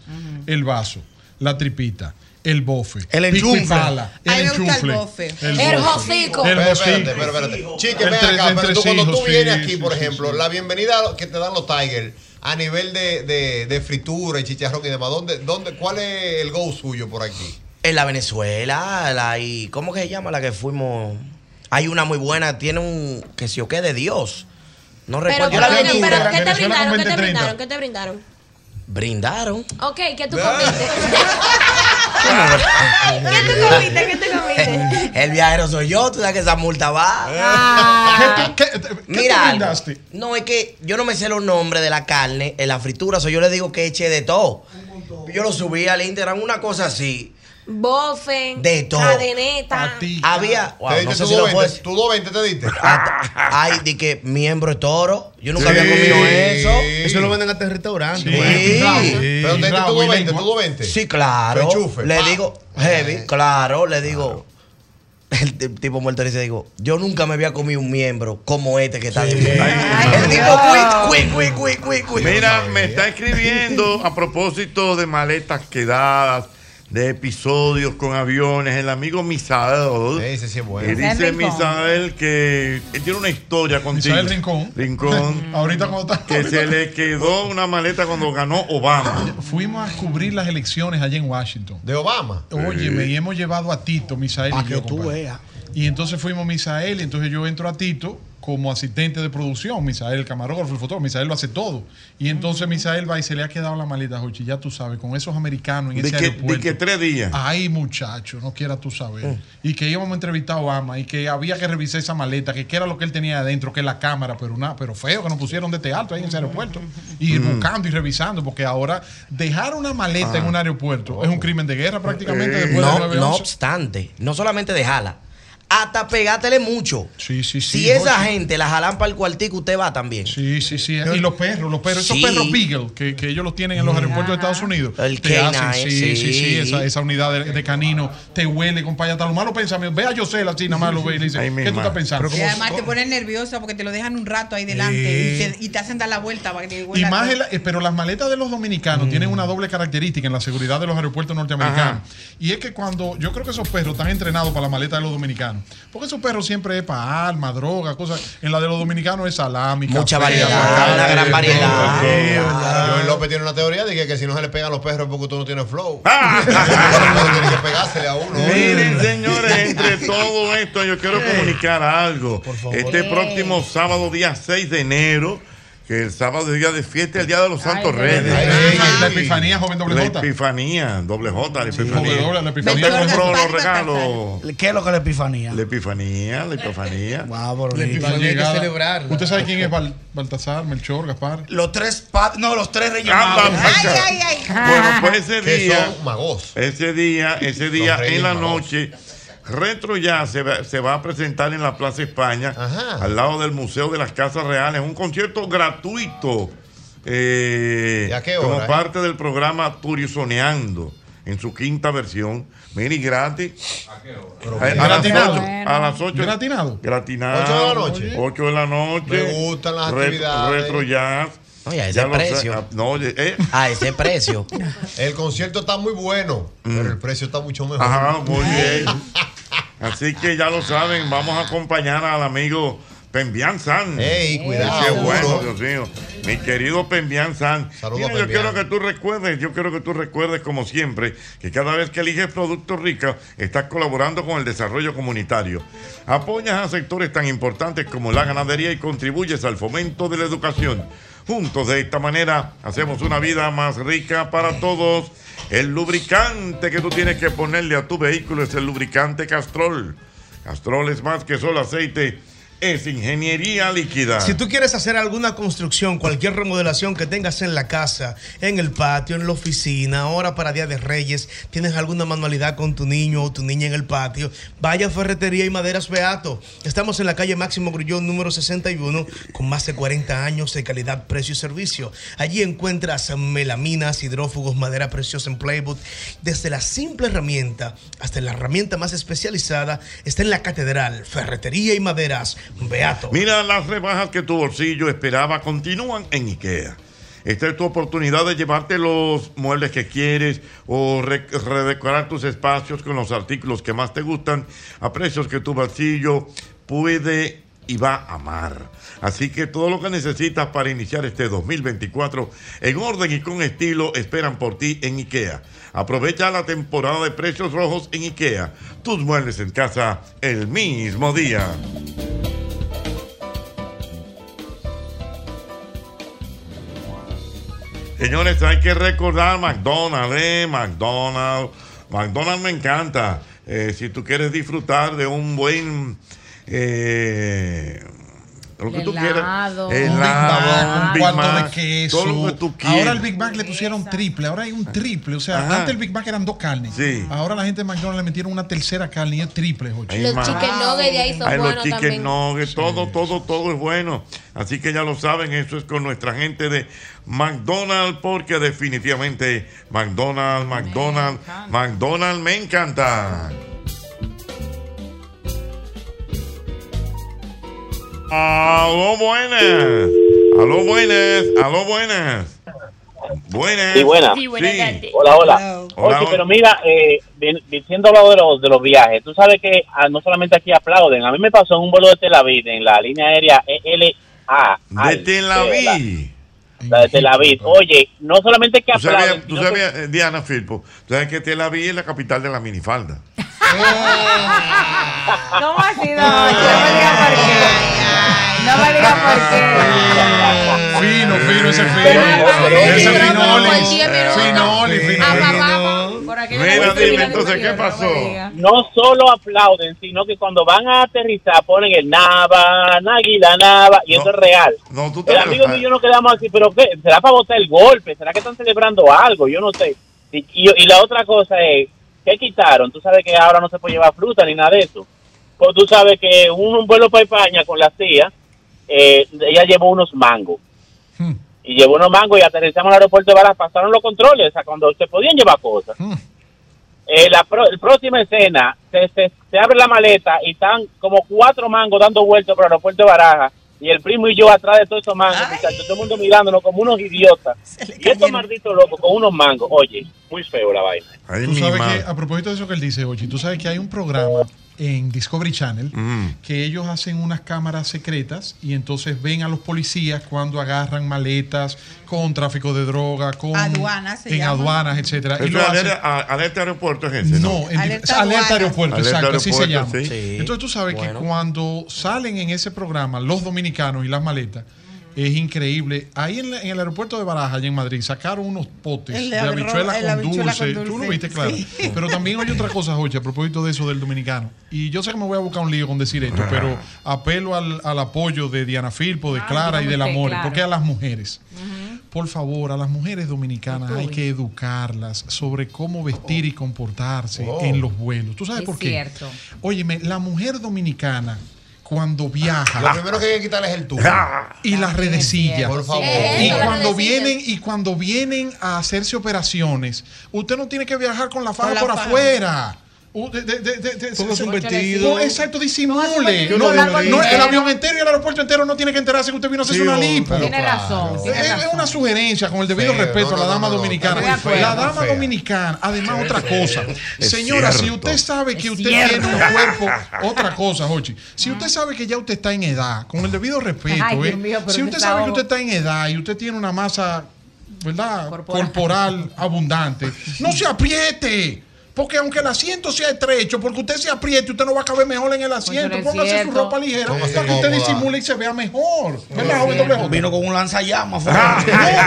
[SPEAKER 16] el vaso, la tripita, el bofe,
[SPEAKER 3] El
[SPEAKER 16] pico y
[SPEAKER 3] enchufle.
[SPEAKER 16] pala,
[SPEAKER 10] A mí
[SPEAKER 16] el
[SPEAKER 10] me gusta el
[SPEAKER 16] enchufle,
[SPEAKER 10] bofe.
[SPEAKER 16] bofe,
[SPEAKER 10] El hocico.
[SPEAKER 16] el
[SPEAKER 4] Espérate, espérate,
[SPEAKER 16] hocico.
[SPEAKER 4] espérate. Chique,
[SPEAKER 16] Entre-
[SPEAKER 4] ven acá, pero tú, cuando
[SPEAKER 16] entresijos,
[SPEAKER 4] tú vienes
[SPEAKER 16] sí,
[SPEAKER 4] aquí,
[SPEAKER 16] sí,
[SPEAKER 4] por
[SPEAKER 16] sí,
[SPEAKER 4] ejemplo,
[SPEAKER 16] sí.
[SPEAKER 4] la bienvenida que te dan los Tigers a nivel de, de, de fritura y chicharrón y demás, ¿dónde, dónde, ¿cuál es el go suyo por aquí?
[SPEAKER 9] En la Venezuela, la y ¿cómo que se llama la que fuimos? Hay una muy buena, tiene un que si o qué de Dios. No
[SPEAKER 8] Pero,
[SPEAKER 9] recuerdo. Yo
[SPEAKER 8] pero,
[SPEAKER 9] la vi
[SPEAKER 8] pero,
[SPEAKER 9] en
[SPEAKER 8] pero,
[SPEAKER 9] Instagram.
[SPEAKER 8] ¿qué te brindaron? ¿Qué te brindaron? ¿Qué te brindaron?
[SPEAKER 9] Brindaron.
[SPEAKER 8] Ok, ¿qué tú comiste? ¿Qué tú comiste? ¿Qué tú comiste?
[SPEAKER 9] El viajero soy yo, tú sabes que esa multa va.
[SPEAKER 8] Ah.
[SPEAKER 9] Mira,
[SPEAKER 16] brindaste?
[SPEAKER 9] no es que yo no me sé los nombres de la carne en la fritura, o sea, yo le digo que eche de todo. Yo lo subí al Instagram, una cosa así.
[SPEAKER 8] Bofen,
[SPEAKER 9] De todo.
[SPEAKER 8] cadeneta.
[SPEAKER 9] Había. wow,
[SPEAKER 4] Ah, te
[SPEAKER 9] no
[SPEAKER 4] diste
[SPEAKER 9] sé
[SPEAKER 4] tú
[SPEAKER 9] si lo fue.
[SPEAKER 4] 220, tú 220 te diste.
[SPEAKER 9] Ay, di que miembro de toro. Yo nunca
[SPEAKER 4] Sí.
[SPEAKER 9] había comido eso.
[SPEAKER 4] Eso
[SPEAKER 3] lo venden hasta en restaurantes.
[SPEAKER 9] Sí.
[SPEAKER 4] Sí. Pero te diste tú
[SPEAKER 9] Rabo y
[SPEAKER 4] 220,
[SPEAKER 9] lengua.
[SPEAKER 4] tú 220.
[SPEAKER 9] Sí, claro.
[SPEAKER 4] Pechufe.
[SPEAKER 9] Le
[SPEAKER 4] Pa. Eh.
[SPEAKER 9] digo, heavy, claro, le digo. El t- tipo muerto dice, digo, yo nunca me había comido un miembro como este que está aquí. El tipo, quick, quick, quick, quick, quick, quick.
[SPEAKER 2] Mira, me está escribiendo a propósito de maletas quedadas, de episodios con aviones, el amigo Misael.
[SPEAKER 4] Ese sí es bueno.
[SPEAKER 2] Y dice
[SPEAKER 16] Misael Rincón.
[SPEAKER 2] Misael que él tiene una historia contigo.
[SPEAKER 16] Misael Rincón.
[SPEAKER 2] Rincón.
[SPEAKER 16] Ahorita cuando está.
[SPEAKER 2] Que se le quedó una maleta cuando ganó Obama.
[SPEAKER 16] Fuimos a cubrir las elecciones allá en Washington.
[SPEAKER 4] ¿De Obama?
[SPEAKER 16] Óyeme, y hemos llevado a Tito, Misael
[SPEAKER 5] Pa'
[SPEAKER 16] y yo.
[SPEAKER 5] que tú
[SPEAKER 16] compadre.
[SPEAKER 5] veas.
[SPEAKER 16] Y entonces fuimos Misael, y entonces yo entro a Tito como asistente de producción. Misael, el camarógrafo, el fotógrafo, Misael lo hace todo. Y entonces Misael va y se le ha quedado la maleta, Jochi, ya tú sabes, con esos americanos en
[SPEAKER 2] De
[SPEAKER 16] ese
[SPEAKER 2] que- de
[SPEAKER 16] aeropuerto.
[SPEAKER 2] que tres días.
[SPEAKER 16] Ay, muchacho, no quiera tú saber.
[SPEAKER 2] Mm.
[SPEAKER 16] Y que íbamos a entrevistar a Obama, y que había que revisar esa maleta, que qué era lo que él tenía adentro, que la cámara, pero nada, pero feo, que nos pusieron de teatro ahí
[SPEAKER 9] Mm.
[SPEAKER 16] en ese aeropuerto. Y
[SPEAKER 2] Mm.
[SPEAKER 16] buscando y revisando, porque ahora dejar una maleta
[SPEAKER 9] Ah. Eh,
[SPEAKER 16] en un aeropuerto es un crimen de guerra prácticamente después del
[SPEAKER 9] No,
[SPEAKER 16] 9-11.
[SPEAKER 9] no obstante, no solamente dejarla, hasta pegátele mucho.
[SPEAKER 16] sí,
[SPEAKER 9] si esa
[SPEAKER 16] Jorge.
[SPEAKER 9] gente la jalan para el cuartico, usted va también.
[SPEAKER 16] Sí, sí, sí. Y los perros, los perros,
[SPEAKER 9] Sí. Mm.
[SPEAKER 16] esos perros Beagle que, que ellos los tienen en los aeropuertos de Estados Unidos.
[SPEAKER 9] El
[SPEAKER 16] te hacen,
[SPEAKER 9] K9,
[SPEAKER 16] sí, sí,
[SPEAKER 9] sí.
[SPEAKER 16] sí, esa, esa unidad de, de canino te huele, compadre, hasta lo malo pensamiento. Ve a Yosel así, nada más lo ve y le dice, ¿qué tú estás pensando?
[SPEAKER 10] Y además te pones nerviosa porque te lo dejan un rato ahí delante y, te, y te hacen dar la vuelta para que te
[SPEAKER 16] Y
[SPEAKER 10] huela
[SPEAKER 16] más
[SPEAKER 10] todo.
[SPEAKER 16] el- eh, pero las maletas de los
[SPEAKER 2] Mm.
[SPEAKER 16] dominicanos tienen una doble característica en la seguridad de los aeropuertos norteamericanos. Y es que cuando yo creo que esos perros están entrenados para la maleta de los dominicanos. Porque esos perros siempre es para alma, droga, cosas. En la de los dominicanos es salami,
[SPEAKER 9] Mucha
[SPEAKER 16] café,
[SPEAKER 9] variedad,
[SPEAKER 16] aguacate,
[SPEAKER 9] una gran
[SPEAKER 16] todo,
[SPEAKER 9] variedad.
[SPEAKER 16] todo.
[SPEAKER 4] Ah, Joel López tiene una teoría de que, que si no se le pegan los perros es porque tú no tienes flow.
[SPEAKER 16] Ah.
[SPEAKER 4] Pero tiene que pegársele a uno.
[SPEAKER 2] Miren, señores, entre todo esto, yo quiero comunicar algo. Este
[SPEAKER 4] Ey.
[SPEAKER 2] próximo sábado, día 6 de enero, que el sábado es día de fiesta, el día de los Santos Reyes.
[SPEAKER 16] La epifanía, joven doble
[SPEAKER 2] La
[SPEAKER 16] J.
[SPEAKER 2] epifanía, doble J, la
[SPEAKER 16] Doble,
[SPEAKER 2] epifanía.
[SPEAKER 16] doble, la
[SPEAKER 2] ¿Dónde
[SPEAKER 16] epifanía. Doctor
[SPEAKER 2] compró los
[SPEAKER 16] Gaspar
[SPEAKER 2] regalos?
[SPEAKER 6] ¿Qué es lo que es la epifanía?
[SPEAKER 2] La epifanía, la epifanía.
[SPEAKER 6] La epifanía hay que
[SPEAKER 16] Llegada.
[SPEAKER 6] celebrarla.
[SPEAKER 16] ¿Usted sabe quién es Bal- Baltasar, Melchor, Gaspar?
[SPEAKER 6] Los tres pa- No, los tres reyes.
[SPEAKER 2] Ah,
[SPEAKER 6] magos. Ah.
[SPEAKER 2] vamos acá. Bueno, pues ese
[SPEAKER 6] Que
[SPEAKER 2] día.
[SPEAKER 6] son
[SPEAKER 2] Ese día, ese día
[SPEAKER 6] Los reyes
[SPEAKER 2] en la
[SPEAKER 6] magos.
[SPEAKER 2] noche. Retro ya se va, se va a presentar en la Plaza España, al lado del Museo de las Casas Reales, un concierto gratuito eh,
[SPEAKER 4] ¿Y a qué
[SPEAKER 2] como
[SPEAKER 4] hora, eh?
[SPEAKER 2] parte del programa Turizoneando en su quinta versión. Mire, y gratis. ¿A qué hora? A, las
[SPEAKER 4] Gratinado.
[SPEAKER 2] ocho, a las 8.
[SPEAKER 4] Gratinado.
[SPEAKER 2] Gratinado.
[SPEAKER 4] Ocho de la noche.
[SPEAKER 2] 8 de la noche.
[SPEAKER 4] Me gustan las
[SPEAKER 2] Re-
[SPEAKER 4] actividades.
[SPEAKER 2] Retro jazz.
[SPEAKER 9] Oye, a ese
[SPEAKER 2] Ya lo sa-
[SPEAKER 9] precio.
[SPEAKER 2] no, oye, eh.
[SPEAKER 9] A ese precio.
[SPEAKER 4] El concierto está muy bueno, pero el precio está mucho mejor.
[SPEAKER 2] Ajá, muy bien. Así que ya lo saben, vamos a acompañar al amigo Pembian San.
[SPEAKER 4] Ey, cuidado.
[SPEAKER 2] Qué bueno, Dios mío. Mi querido Pembian San. Mira, yo
[SPEAKER 4] Pembian.
[SPEAKER 2] quiero que tú recuerdes, yo quiero que tú recuerdes, como siempre, que cada vez que eliges productos ricos, estás colaborando con el desarrollo comunitario. Apoyas a sectores tan importantes como la ganadería y contribuyes al fomento de la educación. Juntos de esta manera hacemos una vida más rica para todos. El lubricante que tú tienes que ponerle a tu vehículo es el lubricante Castrol. Castrol es más que solo aceite, es ingeniería líquida.
[SPEAKER 3] Si tú quieres hacer alguna construcción, cualquier remodelación que tengas en la casa, en el patio, en la oficina, ahora para Día de Reyes, tienes alguna manualidad con tu niño o tu niña en el patio, vaya a Ferretería y Maderas Beato. Estamos en la calle Máximo Grullón número 61 con más de 40 años de calidad, precio y servicio. Allí encuentras melaminas, hidrófugos, madera preciosa en Playbook, desde la simple herramienta hasta la herramienta más especializada, está en la catedral, Ferretería y Maderas Beato.
[SPEAKER 2] Mira, las rebajas que tu bolsillo esperaba continúan en IKEA. Esta es tu oportunidad de llevarte los muebles que quieres o re- redecorar tus espacios con los artículos que más te gustan a precios que tu bolsillo puede y va a amar. Así que todo lo que necesitas para iniciar este 2024 en orden y con estilo esperan por ti en IKEA. Aprovecha la temporada de precios rojos en IKEA. Tus muebles en casa el mismo día. Señores, hay que recordar McDonald's, eh, McDonald's. McDonald's me encanta. Eh, si tú quieres disfrutar de un buen eh, lo que tú quieras.
[SPEAKER 1] Helado.
[SPEAKER 16] Un Big Mac,
[SPEAKER 2] Helado,
[SPEAKER 16] un
[SPEAKER 2] un Big
[SPEAKER 16] cuarto
[SPEAKER 2] Mac,
[SPEAKER 16] de queso.
[SPEAKER 2] Todo lo que tú quieras.
[SPEAKER 16] ahora el Big Mac le pusieron triple, ahora hay un triple. O sea,
[SPEAKER 2] Ajá.
[SPEAKER 16] antes el Big Mac eran dos carnes. Ahora la gente de McDonald's le metieron una tercera carne y es triple, Jochi.
[SPEAKER 2] Ay, Los madre. chicken
[SPEAKER 8] nuggets de ahí son
[SPEAKER 2] Ah, Ay,
[SPEAKER 8] buenos
[SPEAKER 2] los chicken
[SPEAKER 8] también.
[SPEAKER 2] nuggets, todo, todo, todo es bueno. Así que ya lo saben, eso es con nuestra gente de McDonald's, porque definitivamente McDonald's, McDonald's, McDonald's me encanta. Aló, buenas. Aló, buenas. Aló, buenas. Buenas.
[SPEAKER 19] Sí, buenas.
[SPEAKER 2] Sí.
[SPEAKER 19] Hola, hola.
[SPEAKER 2] Hola,
[SPEAKER 19] Oye,
[SPEAKER 2] hola.
[SPEAKER 19] pero mira, eh, di- diciendo lo de los, de los viajes, tú sabes que ah, no solamente aquí aplauden, a mí me pasó en un vuelo de Tel Aviv, en la línea aérea E ELA.
[SPEAKER 2] De Tel Aviv.
[SPEAKER 19] La, la de Tel Aviv. Oye, no solamente que
[SPEAKER 2] Tú
[SPEAKER 19] aplauden.
[SPEAKER 2] sabías, tú
[SPEAKER 19] sino que-
[SPEAKER 2] sabías, eh, Diana Filpo, tú sabes que Tel Aviv es la capital de la minifalda.
[SPEAKER 1] ¿Cómo ha sido? No me digas por qué. No me digas por
[SPEAKER 2] Ah.
[SPEAKER 1] qué.
[SPEAKER 16] Fino, fino ese fino. Ese finolis. Finolis, finolis.
[SPEAKER 2] eh, Mira, dime, entonces, ¿qué pasó?
[SPEAKER 19] no solo aplauden, sino que cuando van a aterrizar ponen el Nava, Águila, Nava, y eso es real.
[SPEAKER 2] No, tú te
[SPEAKER 19] el amigo mío
[SPEAKER 2] relajas.
[SPEAKER 19] y yo nos quedamos así, pero ¿qué? ¿Será para botar el golpe? ¿Será que están celebrando algo? Yo no sé. Y, y- y la otra cosa es, ¿qué quitaron? Tú sabes que ahora no se puede llevar fruta ni nada de eso. Pues tú sabes que un, un vuelo para España con la tía, eh, ella llevó unos mangos. Y llevó unos mangos y aterrizamos al aeropuerto de Balas, pasaron los controles, o sea, cuando se podían llevar cosas. Eh, la, pro- la próxima escena, se, se- se abre la maleta y están como cuatro mangos dando vueltas por el aeropuerto de Baraja. Y el primo y yo atrás de todos esos mangos, muchachos, todo el mundo mirándonos como unos idiotas. Y estos malditos locos con unos mangos. Oye, muy feo la vaina.
[SPEAKER 16] Tú sabes que, a propósito de eso que él dice, Ochi, tú sabes que hay un programa en Discovery Channel que ellos hacen unas cámaras secretas y entonces ven a los policías cuando agarran maletas con tráfico de droga, con
[SPEAKER 10] Aduanas se
[SPEAKER 16] en
[SPEAKER 10] llama.
[SPEAKER 16] aduanas, etcétera. Y
[SPEAKER 2] Eso
[SPEAKER 16] lo
[SPEAKER 2] es
[SPEAKER 16] hacen-
[SPEAKER 2] alerta, a- alerta aeropuerto es ese,
[SPEAKER 16] No, en-
[SPEAKER 10] Alerta
[SPEAKER 16] es alerta
[SPEAKER 10] aduana.
[SPEAKER 16] aeropuerto,
[SPEAKER 2] Alerta
[SPEAKER 16] exacto, así se llama.
[SPEAKER 2] aeropuerto, sí.
[SPEAKER 16] Entonces tú sabes
[SPEAKER 2] Bueno.
[SPEAKER 16] que cuando salen en ese programa los dominicanos y las maletas, es increíble. Ahí en, la- en el aeropuerto de Baraja, allá en Madrid, sacaron unos potes
[SPEAKER 10] El
[SPEAKER 16] de
[SPEAKER 10] de arroz-
[SPEAKER 16] habichuela,
[SPEAKER 10] el
[SPEAKER 16] con,
[SPEAKER 10] habichuela
[SPEAKER 16] dulce.
[SPEAKER 10] con
[SPEAKER 16] Tú
[SPEAKER 10] dulce,
[SPEAKER 16] lo viste, claro.
[SPEAKER 10] sí.
[SPEAKER 16] Pero también hay otra cosa, Joche, a propósito de eso del dominicano. Y yo sé que me voy a buscar un lío con decir
[SPEAKER 2] Ah.
[SPEAKER 16] esto, pero apelo al, al apoyo de Diana Filpo, de
[SPEAKER 11] Ah,
[SPEAKER 16] Clara y
[SPEAKER 11] dígame
[SPEAKER 16] del
[SPEAKER 11] usted,
[SPEAKER 16] amor,
[SPEAKER 11] claro.
[SPEAKER 16] porque a las mujeres. Por favor, a las mujeres dominicanas hay que educarlas sobre cómo vestir y comportarse
[SPEAKER 11] Oh.
[SPEAKER 16] en los vuelos. ¿Tú sabes por qué?
[SPEAKER 11] cierto.
[SPEAKER 16] Óyeme, la mujer dominicana cuando viaja
[SPEAKER 4] Lo primero que hay que quitarle es el tubo.
[SPEAKER 16] y las redecillas.
[SPEAKER 4] Por favor.
[SPEAKER 16] Y
[SPEAKER 4] Eh, las
[SPEAKER 16] cuando
[SPEAKER 4] redecillas.
[SPEAKER 16] vienen y cuando vienen a hacerse operaciones, usted no tiene que viajar con la faja
[SPEAKER 11] Con la
[SPEAKER 16] por
[SPEAKER 11] faja.
[SPEAKER 16] afuera.
[SPEAKER 5] Uh,
[SPEAKER 16] U- de- de- de- de- de-
[SPEAKER 11] Póngase un
[SPEAKER 16] se- se-
[SPEAKER 11] vestido.
[SPEAKER 16] No, exacto, disimule.
[SPEAKER 11] vestido.
[SPEAKER 16] No,
[SPEAKER 11] Yo lo digo.
[SPEAKER 16] no, el avión entero y el aeropuerto entero no tiene que enterarse que usted vino a hacerse
[SPEAKER 11] Sí,
[SPEAKER 16] una
[SPEAKER 11] hombre,
[SPEAKER 16] lipo. Eh,
[SPEAKER 11] Tiene claro. razón, tiene
[SPEAKER 16] Es- Es
[SPEAKER 11] razón.
[SPEAKER 16] una sugerencia con el debido
[SPEAKER 11] Feo,
[SPEAKER 16] respeto
[SPEAKER 11] no,
[SPEAKER 16] a la
[SPEAKER 11] no,
[SPEAKER 16] dama
[SPEAKER 11] no, no,
[SPEAKER 16] dominicana.
[SPEAKER 11] está muy feo,
[SPEAKER 16] la
[SPEAKER 11] muy
[SPEAKER 16] dama
[SPEAKER 11] feo.
[SPEAKER 16] dominicana, además otra cosa.
[SPEAKER 11] Es
[SPEAKER 16] Señora, si
[SPEAKER 11] cierto.
[SPEAKER 16] usted sabe que
[SPEAKER 11] Es
[SPEAKER 16] usted
[SPEAKER 11] cierto.
[SPEAKER 16] tiene un cuerpo, otra cosa, Jochi. Si usted sabe que ya usted está en edad, con el debido respeto,
[SPEAKER 11] Ay, Dios
[SPEAKER 16] ¿eh?
[SPEAKER 11] mío, pero
[SPEAKER 16] si
[SPEAKER 11] un
[SPEAKER 16] usted sabe que
[SPEAKER 11] desahogo.
[SPEAKER 16] usted está en edad y usted tiene una masa, ¿verdad? Corporal, abundante, no se apriete. Porque aunque el asiento sea estrecho, porque usted se apriete, usted no va a caber mejor en el asiento.
[SPEAKER 11] es
[SPEAKER 16] Póngase su
[SPEAKER 11] cierto.
[SPEAKER 16] ropa ligera
[SPEAKER 11] Póngase
[SPEAKER 16] para que usted
[SPEAKER 11] cómoda.
[SPEAKER 16] disimule y se vea mejor. ¿Verdad, joven doble J?
[SPEAKER 11] Vino con un lanzallamas. fue.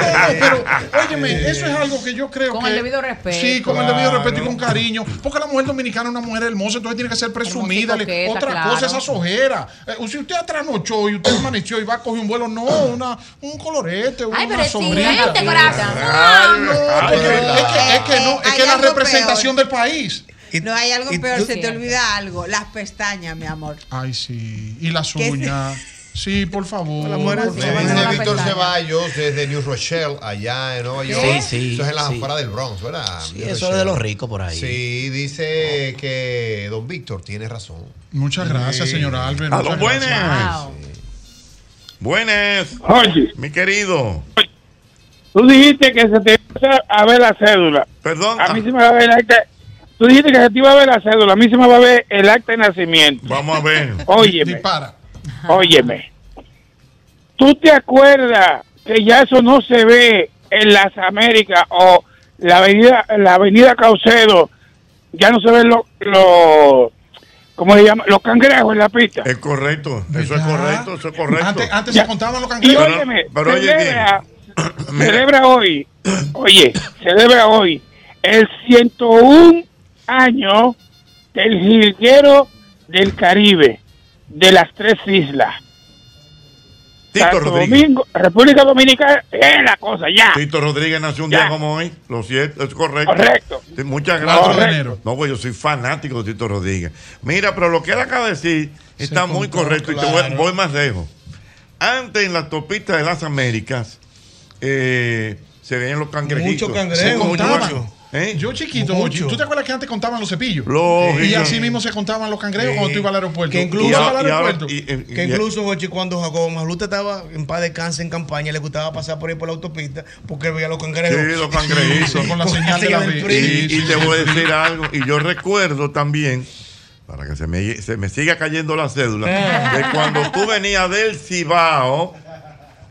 [SPEAKER 16] Óyeme, eso es algo que yo creo
[SPEAKER 1] Con
[SPEAKER 16] que.
[SPEAKER 1] el debido respeto.
[SPEAKER 16] Sí, con el debido
[SPEAKER 11] Claro.
[SPEAKER 16] respeto y con cariño. Porque la mujer dominicana es una mujer hermosa, entonces tiene que ser presumida.
[SPEAKER 11] Hermosa y
[SPEAKER 16] le-
[SPEAKER 11] coqueta,
[SPEAKER 16] Otra
[SPEAKER 11] claro.
[SPEAKER 16] cosa, esas ojeras. Eh, si usted atranochó y usted amaneció y va a coger un vuelo, no, una, un colorete, una
[SPEAKER 8] pero sí,
[SPEAKER 16] sombrilla.
[SPEAKER 8] este corazón.
[SPEAKER 16] Ah, no, porque
[SPEAKER 10] Ay,
[SPEAKER 16] es que, es que no, es que
[SPEAKER 10] hay
[SPEAKER 16] la
[SPEAKER 10] algo
[SPEAKER 16] representación del país.
[SPEAKER 10] No hay algo
[SPEAKER 16] y
[SPEAKER 10] peor,
[SPEAKER 16] tú-
[SPEAKER 10] se te olvida algo, las pestañas, mi amor.
[SPEAKER 16] Ay, sí. Y las
[SPEAKER 10] Que sí.
[SPEAKER 16] uñas. Sí, por favor.
[SPEAKER 10] Las mujeres
[SPEAKER 16] por
[SPEAKER 10] se
[SPEAKER 4] Me
[SPEAKER 16] favor.
[SPEAKER 4] dice Víctor Ceballos desde New Rochelle, allá en Nueva
[SPEAKER 9] Sí,
[SPEAKER 4] York.
[SPEAKER 9] sí,
[SPEAKER 4] Eso es en las
[SPEAKER 9] sí.
[SPEAKER 4] afueras del Bronx, ¿verdad?
[SPEAKER 9] Sí,
[SPEAKER 4] New
[SPEAKER 9] eso es
[SPEAKER 4] Rochelle.
[SPEAKER 9] de los ricos por ahí.
[SPEAKER 4] Sí, dice que don Víctor tiene razón.
[SPEAKER 16] Muchas gracias,
[SPEAKER 4] Sí.
[SPEAKER 16] señor Albert.
[SPEAKER 4] Aló,
[SPEAKER 16] muchas
[SPEAKER 4] buenas.
[SPEAKER 16] gracias.
[SPEAKER 2] Buenas. Mi querido.
[SPEAKER 19] Tú dijiste que se te iba a ver la cédula.
[SPEAKER 2] Perdón.
[SPEAKER 19] A mí se me va a ver el acta. Tú dijiste que se te iba a ver la cédula. A mí se me va a ver el acta de nacimiento.
[SPEAKER 2] Vamos a ver.
[SPEAKER 19] Óyeme.
[SPEAKER 16] Dispara.
[SPEAKER 19] Óyeme. ¿Tú te acuerdas que ya eso no se ve en las Américas o la avenida, la avenida Caucedo? Ya no se ven los, los ¿cómo se llama? Los cangrejos en la pista.
[SPEAKER 2] Es correcto. Eso es correcto. Eso es correcto.
[SPEAKER 16] Antes, antes
[SPEAKER 19] Ya.
[SPEAKER 16] se contaban los
[SPEAKER 19] Y
[SPEAKER 16] cangrejos.
[SPEAKER 19] óyeme,
[SPEAKER 2] pero oye
[SPEAKER 19] celebra, celebra hoy, oye, celebra hoy el 101 año del jilguero del Caribe, de las tres islas.
[SPEAKER 2] Tito
[SPEAKER 15] Santo
[SPEAKER 2] Rodríguez.
[SPEAKER 15] Domingo, República Dominicana es la cosa, ya.
[SPEAKER 2] Tito Rodríguez nació un
[SPEAKER 15] Ya.
[SPEAKER 2] día como hoy, lo cierto, es correcto.
[SPEAKER 15] Correcto.
[SPEAKER 2] Sí, Muchas
[SPEAKER 15] Cuatro
[SPEAKER 2] gracias.
[SPEAKER 15] de
[SPEAKER 2] No, pues yo soy fanático de Tito Rodríguez. Mira, pero lo que él acaba de decir está muy correcto y te voy,
[SPEAKER 5] claro.
[SPEAKER 2] voy más lejos. Antes en la topista de las Américas eh, se veían los cangrejitos.
[SPEAKER 16] Muchos cangrejos. Se contaban.
[SPEAKER 2] ¿Eh?
[SPEAKER 16] Yo chiquito,
[SPEAKER 2] Mucho.
[SPEAKER 16] ¿tú te acuerdas que antes contaban los cepillos?
[SPEAKER 2] Lógico.
[SPEAKER 16] Y así mismo se contaban los cangrejos cuando tú ibas al aeropuerto.
[SPEAKER 3] Que incluso,
[SPEAKER 16] Tú ibas al aeropuerto.
[SPEAKER 2] eh,
[SPEAKER 3] que incluso Jochi, cuando Jacobo Maluta estaba en paz de cáncer en campaña, le gustaba pasar por ahí por la autopista porque veía los cangrejos.
[SPEAKER 2] Sí, los cangrejitos.
[SPEAKER 3] Con la señal de la del PRI.
[SPEAKER 2] Y, y
[SPEAKER 3] Sí, sí,
[SPEAKER 2] te
[SPEAKER 3] sí,
[SPEAKER 2] voy a
[SPEAKER 3] sí.
[SPEAKER 2] decir algo. Y yo recuerdo también, para que se me, se me siga cayendo la cédula,
[SPEAKER 1] Ah.
[SPEAKER 2] que cuando tú venías del Cibao,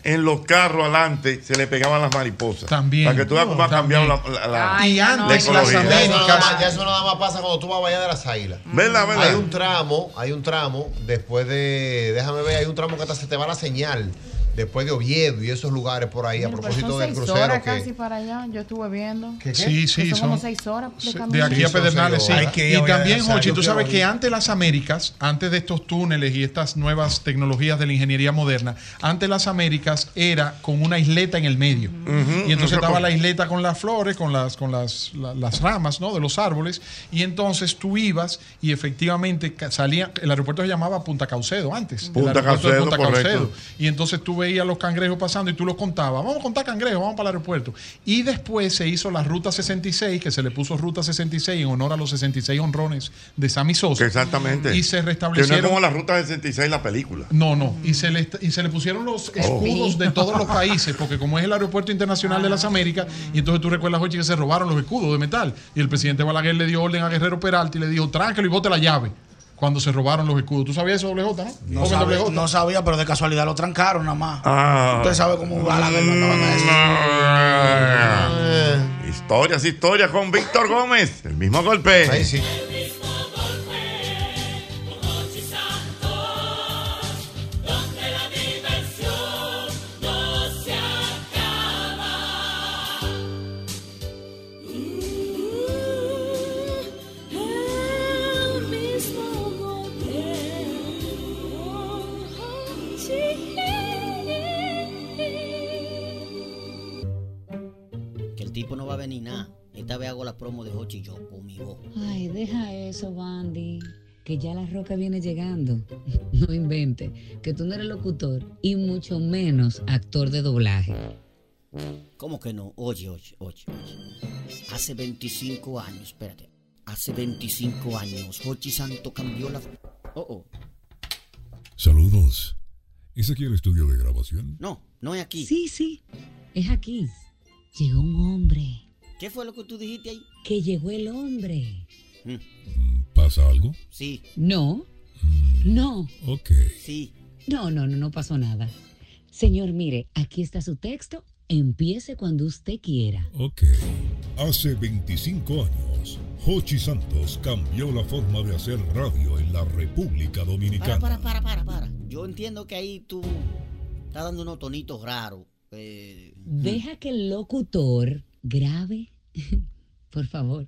[SPEAKER 2] en los carros adelante se le pegaban las mariposas. También. Para que tú veas cómo ha cambiado la, la, la-
[SPEAKER 4] y
[SPEAKER 2] la
[SPEAKER 4] antes las
[SPEAKER 2] ecología.
[SPEAKER 4] Américas. Ya eso nada más pasa cuando tú vas a Bahía de las Águilas.
[SPEAKER 2] ¿Verdad, verdad?
[SPEAKER 4] Hay un tramo, hay un tramo, después de, déjame ver, hay un tramo que hasta se te va la señal, después de Oviedo y esos lugares por ahí, a
[SPEAKER 12] Pero
[SPEAKER 4] propósito
[SPEAKER 12] son
[SPEAKER 4] del
[SPEAKER 12] seis
[SPEAKER 4] crucero
[SPEAKER 12] horas
[SPEAKER 4] que...
[SPEAKER 12] casi para allá. Yo estuve viendo.
[SPEAKER 4] ¿Qué, qué?
[SPEAKER 16] Sí, sí,
[SPEAKER 12] Que son, como
[SPEAKER 16] son-
[SPEAKER 12] seis horas de camino.
[SPEAKER 16] De aquí a
[SPEAKER 4] Sí, son
[SPEAKER 16] Pedernales, sí.
[SPEAKER 4] seis horas. Hay que ir a
[SPEAKER 16] Y
[SPEAKER 4] Bahía de
[SPEAKER 16] también,
[SPEAKER 4] las
[SPEAKER 16] Jochi,
[SPEAKER 4] Águilas.
[SPEAKER 16] tú
[SPEAKER 4] Yo
[SPEAKER 16] sabes
[SPEAKER 4] quiero
[SPEAKER 16] que
[SPEAKER 4] ir.
[SPEAKER 16] antes las Américas, antes de estos túneles y estas nuevas tecnologías de la ingeniería moderna, antes las Américas era con una isleta en el medio. Y entonces estaba la isleta con las flores, con las, con las, la- las ramas, ¿no? De los árboles. Y entonces tú ibas y efectivamente ca- salía. El aeropuerto se llamaba Punta Caucedo antes. el
[SPEAKER 2] Punta
[SPEAKER 16] aeropuerto de
[SPEAKER 2] Caucedo, correcto.
[SPEAKER 16] Y entonces tú veías los cangrejos pasando y tú los contabas. Vamos a contar cangrejos, vamos para el aeropuerto. Y después se hizo la Ruta 66, que se le puso Ruta 66 en honor a los 66 honrones de Sammy Sosa.
[SPEAKER 2] Exactamente.
[SPEAKER 16] Y se
[SPEAKER 2] Que no es
[SPEAKER 16] restablecieron.
[SPEAKER 2] como la ruta del 66 la película.
[SPEAKER 16] No, no. Y se, le, y se le pusieron los escudos de todos los países, porque como es el aeropuerto internacional de las Américas, y entonces tú recuerdas, Jochi, que se robaron los escudos de metal. Y el presidente Balaguer le dio orden a Guerrero Peralta y le dijo, tráquelo y bote la llave. Cuando se robaron los escudos. ¿Tú sabías eso, WJ, no?
[SPEAKER 6] No,
[SPEAKER 16] Joven
[SPEAKER 6] sabía,
[SPEAKER 16] WJ.
[SPEAKER 6] no sabía, pero de casualidad lo trancaron nada más.
[SPEAKER 2] Ah.
[SPEAKER 6] Usted sabe cómo va la
[SPEAKER 2] Ah. Historias, historias con Víctor Gómez. El mismo golpe.
[SPEAKER 4] Ahí sí.
[SPEAKER 13] donde la diversión no se acaba. El mismo golpe.
[SPEAKER 20] Que el tipo no va a venir nada. Esta vez hago la promo de Hochi yo con mi voz.
[SPEAKER 21] Ay, deja eso, Bandy. Que ya la roca viene llegando. No invente. Que tú no eres locutor y mucho menos actor de doblaje.
[SPEAKER 20] ¿Cómo que no? Oye, oye, oye, oye. Hace 25 años, espérate. Hace 25 años, Hochi Santo cambió la. Oh, oh.
[SPEAKER 22] Saludos. ¿Es aquí el estudio de grabación?
[SPEAKER 20] No, no es aquí.
[SPEAKER 21] Sí, sí. Es aquí. Llegó un hombre.
[SPEAKER 20] ¿Qué fue lo que tú dijiste ahí?
[SPEAKER 21] Que llegó el hombre.
[SPEAKER 22] ¿Pasa algo?
[SPEAKER 20] Sí.
[SPEAKER 21] No. No.
[SPEAKER 22] Ok.
[SPEAKER 20] Sí.
[SPEAKER 21] No, no, no, no pasó nada. Señor, mire, aquí está su texto. Empiece cuando usted quiera.
[SPEAKER 22] Ok. Hace 25 años, Hochi Santos cambió la forma de hacer radio en la República
[SPEAKER 20] Para,
[SPEAKER 22] Dominicana.
[SPEAKER 20] para, para, para, para. Yo entiendo que ahí tú estás dando unos tonitos raros. Eh,
[SPEAKER 21] Deja que el locutor grabe. por favor.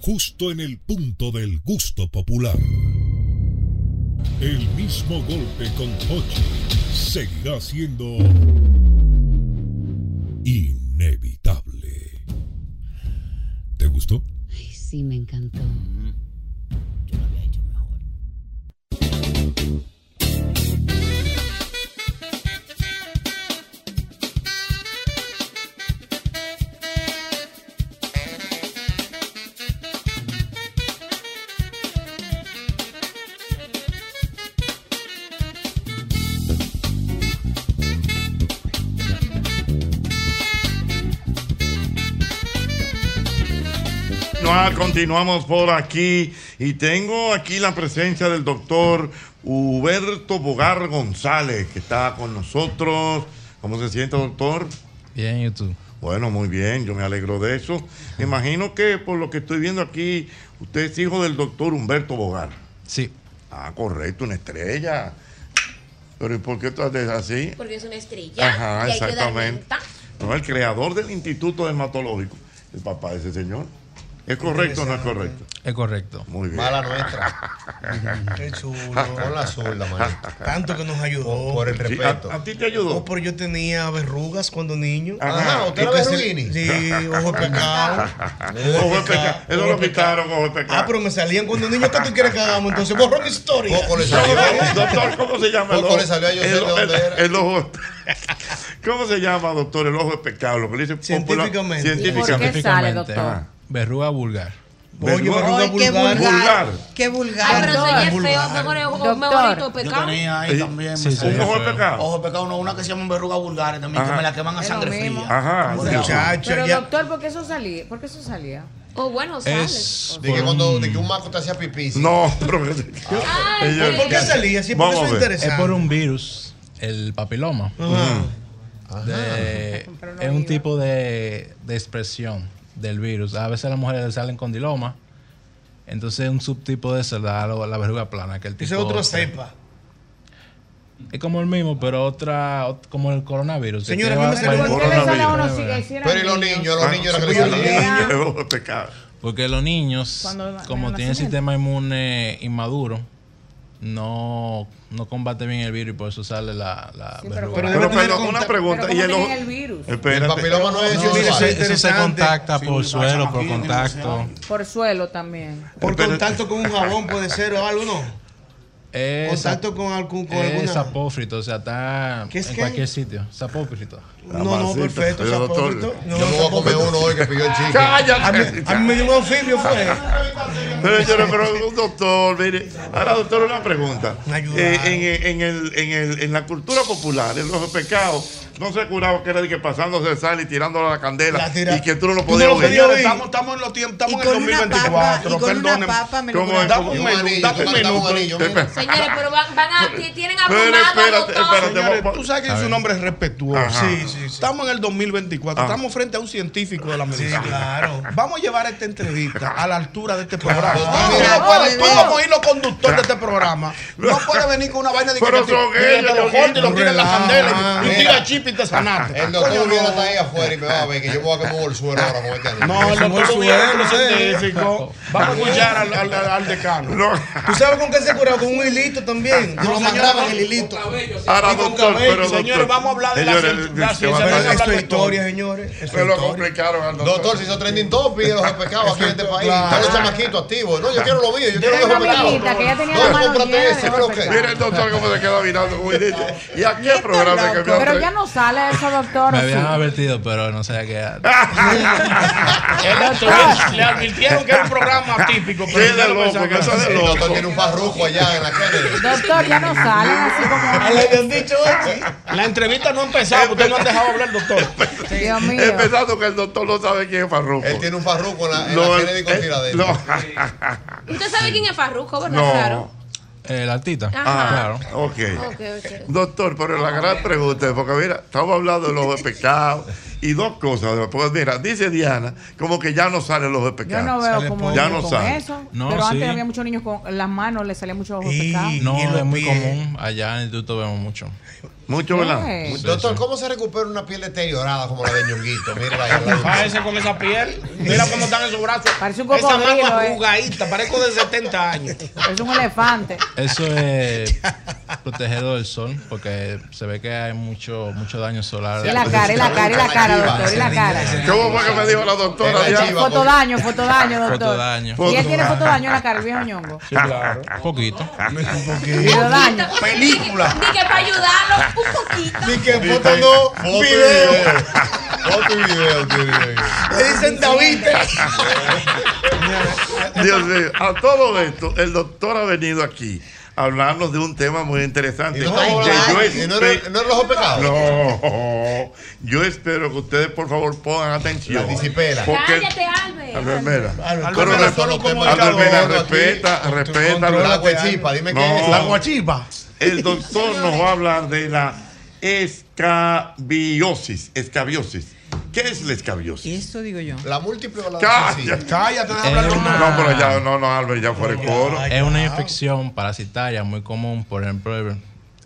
[SPEAKER 22] justo en el punto del gusto popular. El mismo golpe con Hochi seguirá siendo inevitable. ¿Te gustó?
[SPEAKER 21] Ay, sí, me encantó.
[SPEAKER 2] Continuar, continuamos por aquí y tengo aquí la presencia del doctor Huberto Bogar González, que está con nosotros. ¿Cómo se siente, doctor?
[SPEAKER 23] Bien, YouTube.
[SPEAKER 2] Bueno, muy bien, yo me alegro de eso. Me imagino que por lo que estoy viendo aquí, usted es hijo del doctor Humberto Bogar.
[SPEAKER 23] Sí.
[SPEAKER 2] Ah, correcto, una estrella. Pero ¿y por qué estás así?
[SPEAKER 8] Porque es una estrella.
[SPEAKER 2] Ajá,
[SPEAKER 8] y hay que darle
[SPEAKER 2] exactamente.
[SPEAKER 8] ventaja.
[SPEAKER 2] No, el creador del Instituto Dermatológico, el papá de ese señor. ¿Es correcto o no es correcto?
[SPEAKER 23] Es correcto.
[SPEAKER 2] Muy bien.
[SPEAKER 4] Mala nuestra.
[SPEAKER 3] Qué chulo.
[SPEAKER 4] Con la zurda, manito.
[SPEAKER 3] Tanto que nos ayudó. Por,
[SPEAKER 4] el Sí, respeto. a- a
[SPEAKER 2] ti te ayudó?
[SPEAKER 3] No, porque yo tenía verrugas cuando niño.
[SPEAKER 4] Ajá,
[SPEAKER 3] Ah,
[SPEAKER 4] ¿usted era
[SPEAKER 3] entonces-
[SPEAKER 4] verruguini?
[SPEAKER 3] Sí, ojo de pecado.
[SPEAKER 2] Ojo de pecado. Eso lo quitaron, ojo de pecado.
[SPEAKER 3] Ah, pero me salían cuando niño. ¿Qué tú quieres que hagamos? Entonces borró mi historia.
[SPEAKER 4] Poco le salió.
[SPEAKER 2] Doctor, ¿cómo se llama
[SPEAKER 4] Poco le salió a José
[SPEAKER 2] el,
[SPEAKER 4] de dónde
[SPEAKER 2] el-
[SPEAKER 4] era.
[SPEAKER 2] el ojo. ¿Cómo se llama, doctor? El ojo espectáculo. que le dicen popular-
[SPEAKER 23] Científicamente.
[SPEAKER 2] Científicamente. Ah.
[SPEAKER 23] Científicamente.
[SPEAKER 2] Ajá.
[SPEAKER 23] Verruga vulgar.
[SPEAKER 2] Oye, verruga
[SPEAKER 10] Ay, qué vulgar.
[SPEAKER 2] Vulgar.
[SPEAKER 10] Qué vulgar.
[SPEAKER 8] Ay, pero
[SPEAKER 10] Doctor.
[SPEAKER 8] soy es feo, mejor es
[SPEAKER 10] Doctor.
[SPEAKER 8] bonito
[SPEAKER 10] Yo
[SPEAKER 8] pecado.
[SPEAKER 10] tenía-
[SPEAKER 3] Ahí
[SPEAKER 2] Sí.
[SPEAKER 3] también.
[SPEAKER 2] Sí, sí. Un ojo de pecado.
[SPEAKER 3] Ojo de pecado, no, una que se llama verruga vulgar también, que
[SPEAKER 2] Ajá.
[SPEAKER 3] me la queman a
[SPEAKER 12] Es lo
[SPEAKER 3] sangre
[SPEAKER 12] mismo.
[SPEAKER 3] fría.
[SPEAKER 2] Ajá.
[SPEAKER 3] Muchacha,
[SPEAKER 12] Pero
[SPEAKER 3] ya-
[SPEAKER 12] doctor, ¿por qué eso salía? ¿Por qué eso salía?
[SPEAKER 8] Oh, bueno,
[SPEAKER 23] Es
[SPEAKER 4] De que
[SPEAKER 23] por
[SPEAKER 4] cuando
[SPEAKER 23] un-
[SPEAKER 4] de que un maco te hacía pipí.
[SPEAKER 2] No, pero.
[SPEAKER 23] Ella-
[SPEAKER 3] Ah, ¿Por qué salía? Sí, porque
[SPEAKER 23] Vamos
[SPEAKER 3] eso es
[SPEAKER 23] a ver.
[SPEAKER 3] interesante.
[SPEAKER 23] Es por un virus, el papiloma.
[SPEAKER 3] Ajá.
[SPEAKER 23] De- es un tipo de, de expresión del virus. A veces las mujeres le salen con diloma. Entonces un subtipo de eso le da lo- la verruga plana. Que el tipo
[SPEAKER 3] Ese otro cepa.
[SPEAKER 23] Es como el mismo, pero otra, ot- como el coronavirus. que
[SPEAKER 3] Señora,
[SPEAKER 23] lleva
[SPEAKER 3] a mí me salió-
[SPEAKER 23] varios-
[SPEAKER 3] ¿Por qué le sale a uno
[SPEAKER 23] Coronavirus.
[SPEAKER 12] si que hicieran
[SPEAKER 4] Pero y los niños, los niños eran que le salían.
[SPEAKER 2] El ojo de pecado.
[SPEAKER 23] Porque los niños,
[SPEAKER 12] Cuando va-
[SPEAKER 23] como
[SPEAKER 12] en el
[SPEAKER 23] tienen
[SPEAKER 12] nacimiento.
[SPEAKER 23] sistema inmune inmaduro, no, no combate bien el virus y por eso sale la, la verruga.
[SPEAKER 2] Pero, pero, una pregunta.
[SPEAKER 12] pero
[SPEAKER 2] ¿Y el
[SPEAKER 12] ¿cómo
[SPEAKER 2] ojo?
[SPEAKER 12] tienen el virus?
[SPEAKER 2] Espérate.
[SPEAKER 23] El papiloma no es No, eso, sexual. se- eso se
[SPEAKER 3] Interesante.
[SPEAKER 23] contacta
[SPEAKER 3] Sí,
[SPEAKER 23] por
[SPEAKER 3] la
[SPEAKER 23] suelo, por
[SPEAKER 3] chamaquilla,
[SPEAKER 23] contacto.
[SPEAKER 12] Por suelo también.
[SPEAKER 3] Por contacto con un jabón puede ser o algo, ¿no? Eh,
[SPEAKER 23] Es,
[SPEAKER 3] Contacto con, algún- con
[SPEAKER 23] es
[SPEAKER 3] alguna...
[SPEAKER 23] sapófrito, o sea, está
[SPEAKER 3] ¿Qué es
[SPEAKER 23] en
[SPEAKER 3] qué?
[SPEAKER 23] cualquier sitio. Sapófrito.
[SPEAKER 3] No, no, perfecto, sapófrito. No,
[SPEAKER 4] Yo me voy a comer
[SPEAKER 3] sapófrito.
[SPEAKER 4] uno hoy que pidió el chico.
[SPEAKER 2] Cállate.
[SPEAKER 3] A mí, a mí me dio un anfibio, fue.
[SPEAKER 2] Pero yo le pregunto, doctor, mire, ahora doctor una pregunta.
[SPEAKER 3] ayuda.
[SPEAKER 2] Eh, en, en el, en, el, en la cultura popular, el ojo de pecado, no se curaba que era de que pasándose sal y tirándole la candela
[SPEAKER 5] La tira-
[SPEAKER 2] y que tú no lo
[SPEAKER 5] Tú no
[SPEAKER 2] podías
[SPEAKER 5] lo
[SPEAKER 2] oír.
[SPEAKER 5] podías oír. Estamos, estamos en los tiempos, estamos en el 2024, perdónenme.
[SPEAKER 2] ¿Cómo es?
[SPEAKER 5] Dame un
[SPEAKER 2] ¿Cómo es?
[SPEAKER 5] menú, dame un menú.
[SPEAKER 8] Señores, pero van, van a, ti- tienen
[SPEAKER 5] Pero
[SPEAKER 8] abrumado al doctor.
[SPEAKER 5] Señores, tú sabes
[SPEAKER 2] A
[SPEAKER 5] que su
[SPEAKER 2] ver.
[SPEAKER 5] nombre es respetuoso.
[SPEAKER 2] Ajá.
[SPEAKER 5] Sí, sí, sí. Estamos en el 2024,
[SPEAKER 2] Ah.
[SPEAKER 5] estamos frente a un científico de la medicina.
[SPEAKER 3] Sí, claro.
[SPEAKER 5] Vamos a llevar esta entrevista a la altura de este programa.
[SPEAKER 3] Claro.
[SPEAKER 5] Tú no
[SPEAKER 3] Claro,
[SPEAKER 5] puedes- tú
[SPEAKER 3] claro.
[SPEAKER 5] como hilo conductor de este programa, no puedes venir con una vaina de que
[SPEAKER 4] Pero
[SPEAKER 5] te-
[SPEAKER 4] son Ah.
[SPEAKER 5] que te
[SPEAKER 4] ellos,
[SPEAKER 5] lo corte y lo
[SPEAKER 4] un
[SPEAKER 5] tira en la
[SPEAKER 4] relajo.
[SPEAKER 5] candela y y
[SPEAKER 4] Mira.
[SPEAKER 5] tira chip y te sanaste.
[SPEAKER 4] El doctor
[SPEAKER 5] Coño,
[SPEAKER 4] Hubiera
[SPEAKER 5] no.
[SPEAKER 4] está ahí afuera y me va a ver que yo voy a quemar el suelo ahora con este anillo.
[SPEAKER 5] No, el doctor Hubiera es científico. Vamos a escuchar al, al- al decano.
[SPEAKER 3] ¿Tú sabes con qué se curaba? Con un hilito también.
[SPEAKER 5] No,
[SPEAKER 3] Yo lo
[SPEAKER 5] señor,
[SPEAKER 3] amarraban
[SPEAKER 5] no.
[SPEAKER 3] el hilito.
[SPEAKER 2] Ahora,
[SPEAKER 3] Y con
[SPEAKER 2] doctor,
[SPEAKER 3] cabello.
[SPEAKER 2] pero
[SPEAKER 3] Señores,
[SPEAKER 2] doctor,
[SPEAKER 3] vamos a hablar de la
[SPEAKER 2] señores, eh, se va
[SPEAKER 3] ciencia- la
[SPEAKER 2] a
[SPEAKER 3] ciencia.
[SPEAKER 2] hablar de
[SPEAKER 3] Esto es
[SPEAKER 2] todo.
[SPEAKER 3] historia, señores. Esto es
[SPEAKER 2] Se lo
[SPEAKER 3] historia.
[SPEAKER 2] complicaron al doctor.
[SPEAKER 4] Doctor, se hizo trending topic el ojo de pecado aquí en este país.
[SPEAKER 3] Claro.
[SPEAKER 4] Están los chamaquitos activos. No, yo quiero los míos, yo quiero los ojo
[SPEAKER 12] tengo
[SPEAKER 4] de
[SPEAKER 12] una
[SPEAKER 4] pecado.
[SPEAKER 12] amiguita que ella tenía
[SPEAKER 4] No,
[SPEAKER 12] la mano
[SPEAKER 4] cómprate
[SPEAKER 12] llena de
[SPEAKER 4] ese,
[SPEAKER 12] ojo
[SPEAKER 4] pero
[SPEAKER 12] de
[SPEAKER 4] ¿qué?
[SPEAKER 2] Mira el doctor cómo se queda mirando, como dice. ¿Y a qué programa que me
[SPEAKER 12] Pero ya no sale eso, doctor.
[SPEAKER 23] Me
[SPEAKER 12] ¿o sí?
[SPEAKER 23] habían advertido, pero no sabía qué era.
[SPEAKER 12] doctor.
[SPEAKER 5] Le advirtieron que era un programa típico.
[SPEAKER 2] Sí, de loco, eso es de
[SPEAKER 4] El doctor
[SPEAKER 2] loco.
[SPEAKER 4] tiene un farruco allá en la calle.
[SPEAKER 12] Doctor, ya no salen así
[SPEAKER 4] Ah,
[SPEAKER 12] como.
[SPEAKER 5] Le habían dicho eso. La entrevista no ha
[SPEAKER 2] Eh,
[SPEAKER 5] empezado, porque ustedes no han dejado hablar, doctor.
[SPEAKER 12] Dios mío.
[SPEAKER 2] Empezando que el doctor no sabe quién es Farruko.
[SPEAKER 4] Él tiene un farruco en la, en
[SPEAKER 2] No,
[SPEAKER 4] la Kennedy con
[SPEAKER 2] él-
[SPEAKER 4] Filadelfia.
[SPEAKER 8] Usted sabe quién es Farruko, ¿verdad? Claro.
[SPEAKER 2] No. Ah,
[SPEAKER 23] Eh, la artista.
[SPEAKER 8] Ajá.
[SPEAKER 23] Claro.
[SPEAKER 2] Ok.
[SPEAKER 8] Ok, ok.
[SPEAKER 2] Doctor, pero la gran pregunta es, porque mira, estamos hablando de los pescados y dos cosas. Pues mira, dice Diana, como que ya no salen los
[SPEAKER 12] Yo
[SPEAKER 2] pescados.
[SPEAKER 12] no veo como
[SPEAKER 2] Ya no
[SPEAKER 12] con
[SPEAKER 2] salen.
[SPEAKER 12] eso.
[SPEAKER 23] No,
[SPEAKER 12] pero antes
[SPEAKER 23] sí.
[SPEAKER 12] había muchos niños con las manos, le salían muchos ojos
[SPEAKER 23] Y-
[SPEAKER 12] pecados.
[SPEAKER 23] no,
[SPEAKER 3] y en los
[SPEAKER 23] es muy
[SPEAKER 3] pies.
[SPEAKER 23] común. Allá en el instituto vemos mucho.
[SPEAKER 2] Mucho,
[SPEAKER 12] ¿verdad? Sí,
[SPEAKER 4] Doctor, ¿cómo se recupera una piel deteriorada Ah, como la de Ñonguito? Mírala ahí.
[SPEAKER 5] Ah,
[SPEAKER 4] la-
[SPEAKER 5] ese con esa piel. Mira cómo están esos brazos.
[SPEAKER 12] Parece un
[SPEAKER 5] Esa
[SPEAKER 12] cocodrilo,
[SPEAKER 5] mano
[SPEAKER 12] eh.
[SPEAKER 5] arrugadita, parezco de 70 años.
[SPEAKER 12] Es un elefante.
[SPEAKER 23] Eso es protegerlo del sol porque se ve que hay mucho, mucho daño solar.
[SPEAKER 12] Es la cara, es la cara, es la cara, doctor, es la cara.
[SPEAKER 2] ¿Cómo fue que me dijo la doctora? ya?
[SPEAKER 12] Fotodaño, fotodaño, doctor.
[SPEAKER 23] Fotodaño.
[SPEAKER 12] Y él tiene fotodaño en la cara, el viejo ñongo.
[SPEAKER 23] Sí, claro. Poquito.
[SPEAKER 12] Fotodaño.
[SPEAKER 8] Película. Ni que para ayudarlo un poquito.
[SPEAKER 4] Ni que foto no, video. Foto y video tiene ahí.
[SPEAKER 3] Le dicen David.
[SPEAKER 2] Dios mío, a todo esto, el doctor ha venido aquí a hablarnos de un tema muy interesante.
[SPEAKER 4] Y no
[SPEAKER 2] Que
[SPEAKER 4] vamos a hablar, y no era-
[SPEAKER 2] espe-
[SPEAKER 4] ¿eh? no era los pecados.
[SPEAKER 2] No, yo espero que ustedes, por favor, pongan atención.
[SPEAKER 4] La disipela.
[SPEAKER 2] Porque-
[SPEAKER 8] Cállate, Albert.
[SPEAKER 2] Albert Mera.
[SPEAKER 4] Albert,
[SPEAKER 2] Pero
[SPEAKER 4] Albert,
[SPEAKER 2] respeto-
[SPEAKER 4] solo como
[SPEAKER 2] Albert Mera,
[SPEAKER 4] educador aquí,
[SPEAKER 2] respeta, respeta.
[SPEAKER 4] controla la
[SPEAKER 2] Albert.
[SPEAKER 4] guachipa, dime qué es.
[SPEAKER 3] La
[SPEAKER 2] guachipa. El doctor nos va a hablar de la escabiosis. Escabiosis. ¿Qué es la escabiosis?
[SPEAKER 10] Eso digo yo.
[SPEAKER 4] La múltiple o la
[SPEAKER 2] Cállate,
[SPEAKER 4] cállate,
[SPEAKER 2] deja hablar con- No, pero ya, no, no, Albert, ya fuera el coro.
[SPEAKER 23] Es una infección parasitaria muy común, por ejemplo,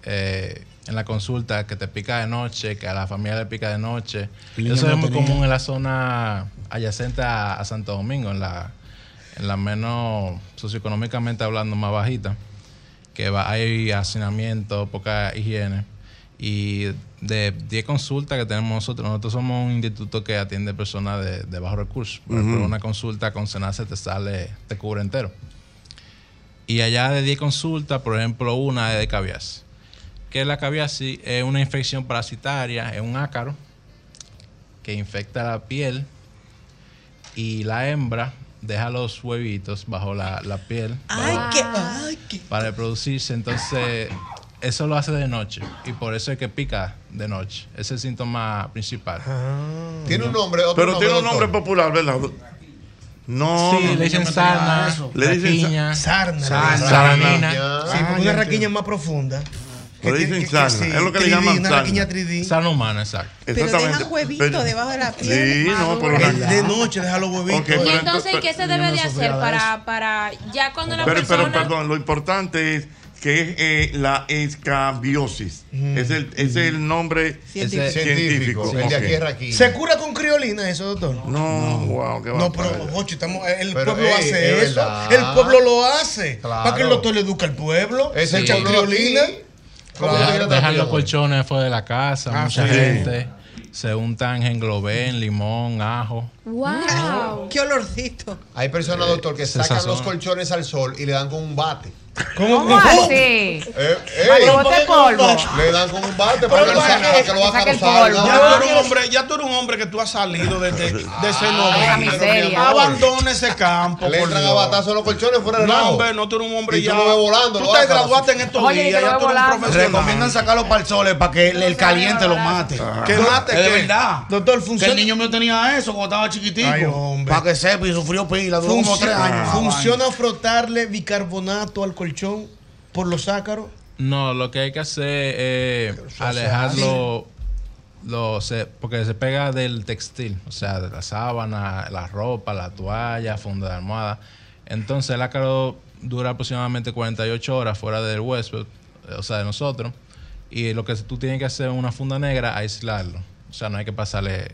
[SPEAKER 23] eh, en la consulta que te pica de noche, que a la familia le pica de noche.
[SPEAKER 24] Lina
[SPEAKER 23] Eso
[SPEAKER 24] no
[SPEAKER 23] es muy
[SPEAKER 24] tenía.
[SPEAKER 23] común en la zona adyacente a, a Santo Domingo, en la, en la menos socioeconómicamente hablando más bajita, que va, hay hacinamiento, poca higiene. Y de 10 consultas que tenemos nosotros, nosotros somos un instituto que atiende personas de, de bajo recursos. Por ejemplo,
[SPEAKER 24] Ujú.
[SPEAKER 23] una consulta con Senasa te sale, te cubre entero. Y allá de 10 consultas, por ejemplo, una es de caviasis. Que la caviasis es una infección parasitaria, es un ácaro que infecta la piel y la hembra deja los huevitos bajo la, la piel para, para reproducirse. Entonces, eso lo hace de noche y por eso es que pica de noche. Ese es el síntoma principal.
[SPEAKER 4] Tiene un nombre, otro
[SPEAKER 2] Pero tiene un nombre popular, ¿verdad? No.
[SPEAKER 23] Sí, le dicen sarna,
[SPEAKER 2] Le dicen sa-
[SPEAKER 23] raquiña,
[SPEAKER 3] Sarna.
[SPEAKER 23] sarna,
[SPEAKER 4] Ah,
[SPEAKER 3] Sarna.
[SPEAKER 23] raquiña.
[SPEAKER 3] Sí, porque una raquiña más profunda.
[SPEAKER 23] Pero
[SPEAKER 3] Que-
[SPEAKER 23] dicen
[SPEAKER 3] que- que
[SPEAKER 23] sarna,
[SPEAKER 3] sí,
[SPEAKER 23] es lo que le
[SPEAKER 3] 3D,
[SPEAKER 23] llaman
[SPEAKER 3] una
[SPEAKER 23] sarna.
[SPEAKER 3] raquiña 3D.
[SPEAKER 23] Sarna humana, exacto.
[SPEAKER 10] Pero dejan huevitos debajo de la piel.
[SPEAKER 2] Sí, no, pero
[SPEAKER 3] El
[SPEAKER 2] la-
[SPEAKER 3] de noche, deja los huevitos.
[SPEAKER 8] Y entonces, ¿qué se debe de hacer para, para ya cuando la
[SPEAKER 2] Pero, pero,
[SPEAKER 8] persona...
[SPEAKER 2] perdón, lo importante es que es eh, la escabiosis. Es, el, es el nombre
[SPEAKER 3] Científico.
[SPEAKER 2] Mm. científico.
[SPEAKER 4] Científico, el de
[SPEAKER 2] ok.
[SPEAKER 4] aquí es raquiña.
[SPEAKER 3] ¿Se cura con criolina eso, doctor?
[SPEAKER 2] No, wow, qué
[SPEAKER 3] No, pero, Jochi, estamos, el
[SPEAKER 4] Pero, eh,
[SPEAKER 3] pueblo
[SPEAKER 4] ey,
[SPEAKER 3] hace
[SPEAKER 4] es
[SPEAKER 3] eso.
[SPEAKER 4] verdad.
[SPEAKER 3] El pueblo lo hace.
[SPEAKER 4] Claro.
[SPEAKER 3] Para que el doctor le eduque al pueblo.
[SPEAKER 4] Es el
[SPEAKER 3] echa
[SPEAKER 4] pueblo aquí.
[SPEAKER 3] criolina.
[SPEAKER 23] Deja-
[SPEAKER 3] Claro.
[SPEAKER 23] dejan los colchones fuera de la casa,
[SPEAKER 3] Ah,
[SPEAKER 23] mucha
[SPEAKER 3] sí.
[SPEAKER 23] gente. Se untan en globén, limón, ajo. Eh,
[SPEAKER 10] Wow. Qué olorcito.
[SPEAKER 4] Hay personas, doctor, que
[SPEAKER 23] se
[SPEAKER 4] sacan
[SPEAKER 23] sazona.
[SPEAKER 4] los colchones al sol y le dan con un bate.
[SPEAKER 12] ¿Cómo así?
[SPEAKER 4] Eh,
[SPEAKER 12] Para que bote polvo.
[SPEAKER 4] Le dan con un bate para que lo
[SPEAKER 12] para
[SPEAKER 4] salga,
[SPEAKER 12] que-
[SPEAKER 4] que lo haga
[SPEAKER 12] saque
[SPEAKER 4] no
[SPEAKER 12] el polvo.
[SPEAKER 4] salga.
[SPEAKER 12] Ya
[SPEAKER 3] Ya tú, eres un hombre, ya tú eres un hombre que tú has salido de, de, de ese nombre. Abandona ese campo.
[SPEAKER 4] Le
[SPEAKER 3] por
[SPEAKER 4] entran a
[SPEAKER 3] Dios.
[SPEAKER 4] batazo los colchones fuera del
[SPEAKER 3] No,
[SPEAKER 4] lado.
[SPEAKER 3] hombre, no tú eres un hombre
[SPEAKER 4] Y tú
[SPEAKER 3] ya.
[SPEAKER 4] lo ves volando,
[SPEAKER 3] Tú te
[SPEAKER 4] lo bajas.
[SPEAKER 3] graduaste en estos
[SPEAKER 4] Oye, y
[SPEAKER 3] días,
[SPEAKER 4] te lo
[SPEAKER 3] ya
[SPEAKER 4] ves
[SPEAKER 3] tú eres un
[SPEAKER 4] volando.
[SPEAKER 3] profesional.
[SPEAKER 4] Recomiendan
[SPEAKER 3] sacarlo para el sol para que el
[SPEAKER 6] caliente lo mate.
[SPEAKER 4] Ah.
[SPEAKER 3] Que mate,
[SPEAKER 6] Es de
[SPEAKER 3] que-
[SPEAKER 6] verdad.
[SPEAKER 3] Doctor,
[SPEAKER 6] Que
[SPEAKER 3] funciona.
[SPEAKER 6] el niño mío tenía eso cuando estaba
[SPEAKER 3] Ay,
[SPEAKER 6] chiquitico.
[SPEAKER 3] hombre. Ah,
[SPEAKER 6] Para que sepa y sufrió pila, duró como
[SPEAKER 3] Funcio-
[SPEAKER 6] tres años.
[SPEAKER 3] ¿Funciona frotarle bicarbonato al colchón por los ácaros?
[SPEAKER 23] No, lo que hay que hacer es alejarlo. Lo, se- porque se pega del textil, o sea, de la sábana, la ropa, la toalla, funda de almohada. Entonces el ácaro dura aproximadamente 48 horas fuera del huésped, eh, o sea, de nosotros. Y lo que tú tienes que hacer en una funda negra, aislarlo. O sea, no hay que pasarle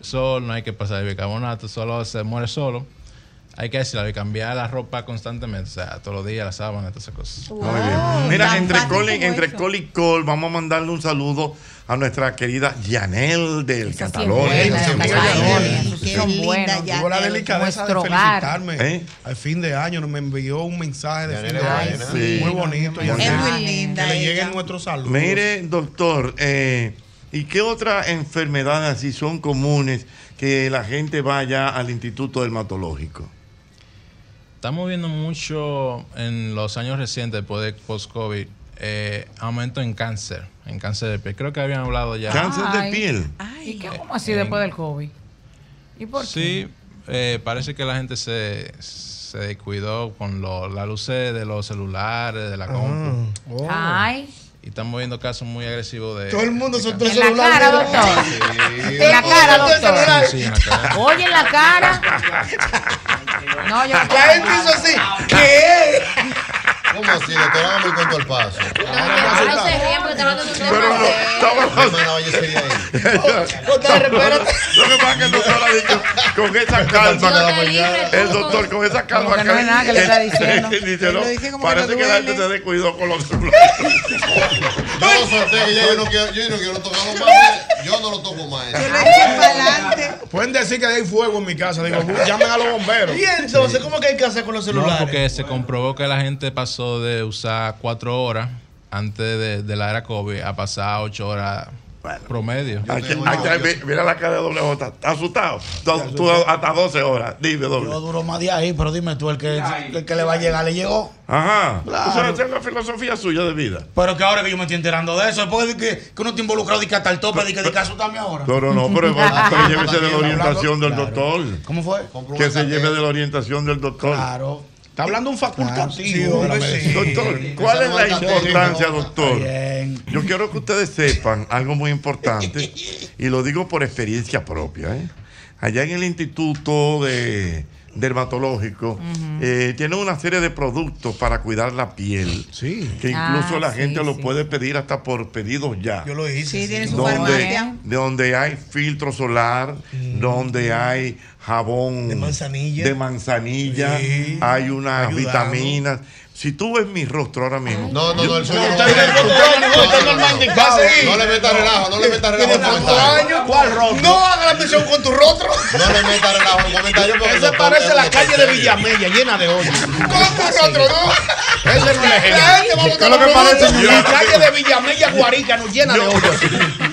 [SPEAKER 23] sol, no hay que pasarle bicarbonato, solo se muere solo. Hay que aislarlo y cambiar la ropa constantemente, o sea, todos los días, la sábana, todas esas cosas.
[SPEAKER 2] Muy bien. Mira, entre col, y- entre col y col, vamos a mandarle un saludo a nuestra querida Yanel del Catalón.
[SPEAKER 3] buena,
[SPEAKER 2] Esa sí
[SPEAKER 3] esa sí
[SPEAKER 2] es
[SPEAKER 3] es
[SPEAKER 2] buena.
[SPEAKER 3] buena.
[SPEAKER 10] Qué
[SPEAKER 3] Son
[SPEAKER 10] linda
[SPEAKER 3] buenos.
[SPEAKER 10] ya
[SPEAKER 3] Tuvo la
[SPEAKER 10] es
[SPEAKER 3] delicadeza de
[SPEAKER 10] nuestro hogar.
[SPEAKER 3] felicitarme.
[SPEAKER 2] ¿Eh?
[SPEAKER 3] Al fin de año me envió un mensaje de fin de
[SPEAKER 2] era
[SPEAKER 3] año.
[SPEAKER 2] buena. Sí.
[SPEAKER 3] Muy bonito.
[SPEAKER 2] Es
[SPEAKER 3] Yanel.
[SPEAKER 2] muy
[SPEAKER 10] linda
[SPEAKER 3] Que le lleguen nuestros saludos.
[SPEAKER 2] Mire, doctor, eh, ¿y qué otras enfermedades así son comunes que la gente vaya al Instituto Dermatológico?
[SPEAKER 23] Estamos viendo mucho en los años recientes, después de post-COVID, eh, aumento en cáncer, en cáncer de piel. Creo que habían hablado ya.
[SPEAKER 12] Ay. ¿Y qué, cómo así
[SPEAKER 23] Eh,
[SPEAKER 12] después del COVID? ¿Y por
[SPEAKER 23] Sí, eh, parece que la gente se, se descuidó con lo- las luces de los celulares, de la
[SPEAKER 3] Ah.
[SPEAKER 23] compu.
[SPEAKER 12] qué? Ay.
[SPEAKER 23] Y estamos viendo casos muy agresivos de...
[SPEAKER 3] Oh. Todo el mundo soltó el
[SPEAKER 12] En la
[SPEAKER 3] celular.
[SPEAKER 12] cara,
[SPEAKER 3] mira.
[SPEAKER 12] doctor.
[SPEAKER 23] Sí.
[SPEAKER 12] En la cara,
[SPEAKER 3] Todo el mundo soltó el celular.
[SPEAKER 12] doctor.
[SPEAKER 23] Sí, en la cara.
[SPEAKER 12] Oye, en la cara. No, yo
[SPEAKER 3] La gente hizo así. ¿Qué?
[SPEAKER 4] ¿Cómo así? Doctor, hágame el cuento al paso.
[SPEAKER 8] Ahora se ríen porque te van a dar un
[SPEAKER 4] Pero no, Hermano, yo soy de ahí.
[SPEAKER 2] Lo que pasa es que el doctor ha dicho con esa calma. El doctor con esa calma.
[SPEAKER 12] Como que no es nada que le está diciendo.
[SPEAKER 2] Dice, no,
[SPEAKER 12] Lo dice como que
[SPEAKER 2] parece
[SPEAKER 12] le
[SPEAKER 2] que la gente se descuidó con los celulares.
[SPEAKER 4] Yo lo solté que ya yo no quiero, yo no quiero tocarlo más. Yo no lo toco más.
[SPEAKER 5] Pueden decir que hay fuego en mi casa. Digo, bu- llamen a los bomberos.
[SPEAKER 3] Y entonces, ¿cómo que hay que hacer con los
[SPEAKER 5] celulares?
[SPEAKER 23] No, porque se comprobó que la gente pasó de usar cuatro horas antes de, de la era COVID a pasar ocho horas promedio.
[SPEAKER 2] Ay, que- ay, que- mi- mira la cara de doble J. ¿Estás asustado? Tú, tú hasta 12 horas. Dime,
[SPEAKER 6] Yo
[SPEAKER 2] doble.
[SPEAKER 6] duro más de ahí, pero dime tú, el que, el que le va a llegar le llegó.
[SPEAKER 2] Ajá.
[SPEAKER 6] Claro.
[SPEAKER 2] Tú sabes, esa es la filosofía suya de vida.
[SPEAKER 6] Pero que ahora que yo me estoy enterando de eso, es porque que, que uno está involucrado de que hasta el tope, de que de que asustarme ahora.
[SPEAKER 2] No, no, no, pero, bueno, pero llévese de la orientación del
[SPEAKER 6] Claro.
[SPEAKER 2] doctor.
[SPEAKER 6] ¿Cómo fue?
[SPEAKER 2] Que se lleve de la orientación del doctor. Claro.
[SPEAKER 5] Está hablando un
[SPEAKER 6] Ah,
[SPEAKER 5] facultativo. de la medicina.
[SPEAKER 2] Doctor, ¿cuál es la
[SPEAKER 5] Facultativo.
[SPEAKER 2] importancia, doctor? Yo quiero que ustedes sepan algo muy importante y lo digo por experiencia propia. ¿eh? Allá en el Instituto de Dermatológico eh, tienen una serie de productos para cuidar la piel. Que incluso
[SPEAKER 5] Ah,
[SPEAKER 2] la
[SPEAKER 5] sí,
[SPEAKER 2] gente lo puede pedir hasta por pedidos ya.
[SPEAKER 3] Yo lo hice.
[SPEAKER 10] Sí, tiene su
[SPEAKER 2] donde,
[SPEAKER 10] farmacia.
[SPEAKER 2] donde hay filtro solar,
[SPEAKER 3] Mm.
[SPEAKER 2] donde hay jabón de manzanilla, hay unas vitaminas. Si tú ves mi rostro ahora mismo. No, no, no, el suyo.
[SPEAKER 4] No le metas relajo, no le metas relajo. al comentario.
[SPEAKER 3] ¿Cuál rostro? Ah, No haga la presión con tu rostro.
[SPEAKER 4] No le metas relajo al comentario. porque
[SPEAKER 3] Eso
[SPEAKER 4] el doctor
[SPEAKER 3] parece
[SPEAKER 4] es
[SPEAKER 3] la
[SPEAKER 4] muy
[SPEAKER 3] calle de
[SPEAKER 4] serio.
[SPEAKER 3] Villamella, llena de hoyos. Con tu
[SPEAKER 4] rostro,
[SPEAKER 3] no.
[SPEAKER 4] Ese no es el ejemplo.
[SPEAKER 3] ¿Qué es lo que parece? La calle de Villamella, Guarica, nos llena de hoyos.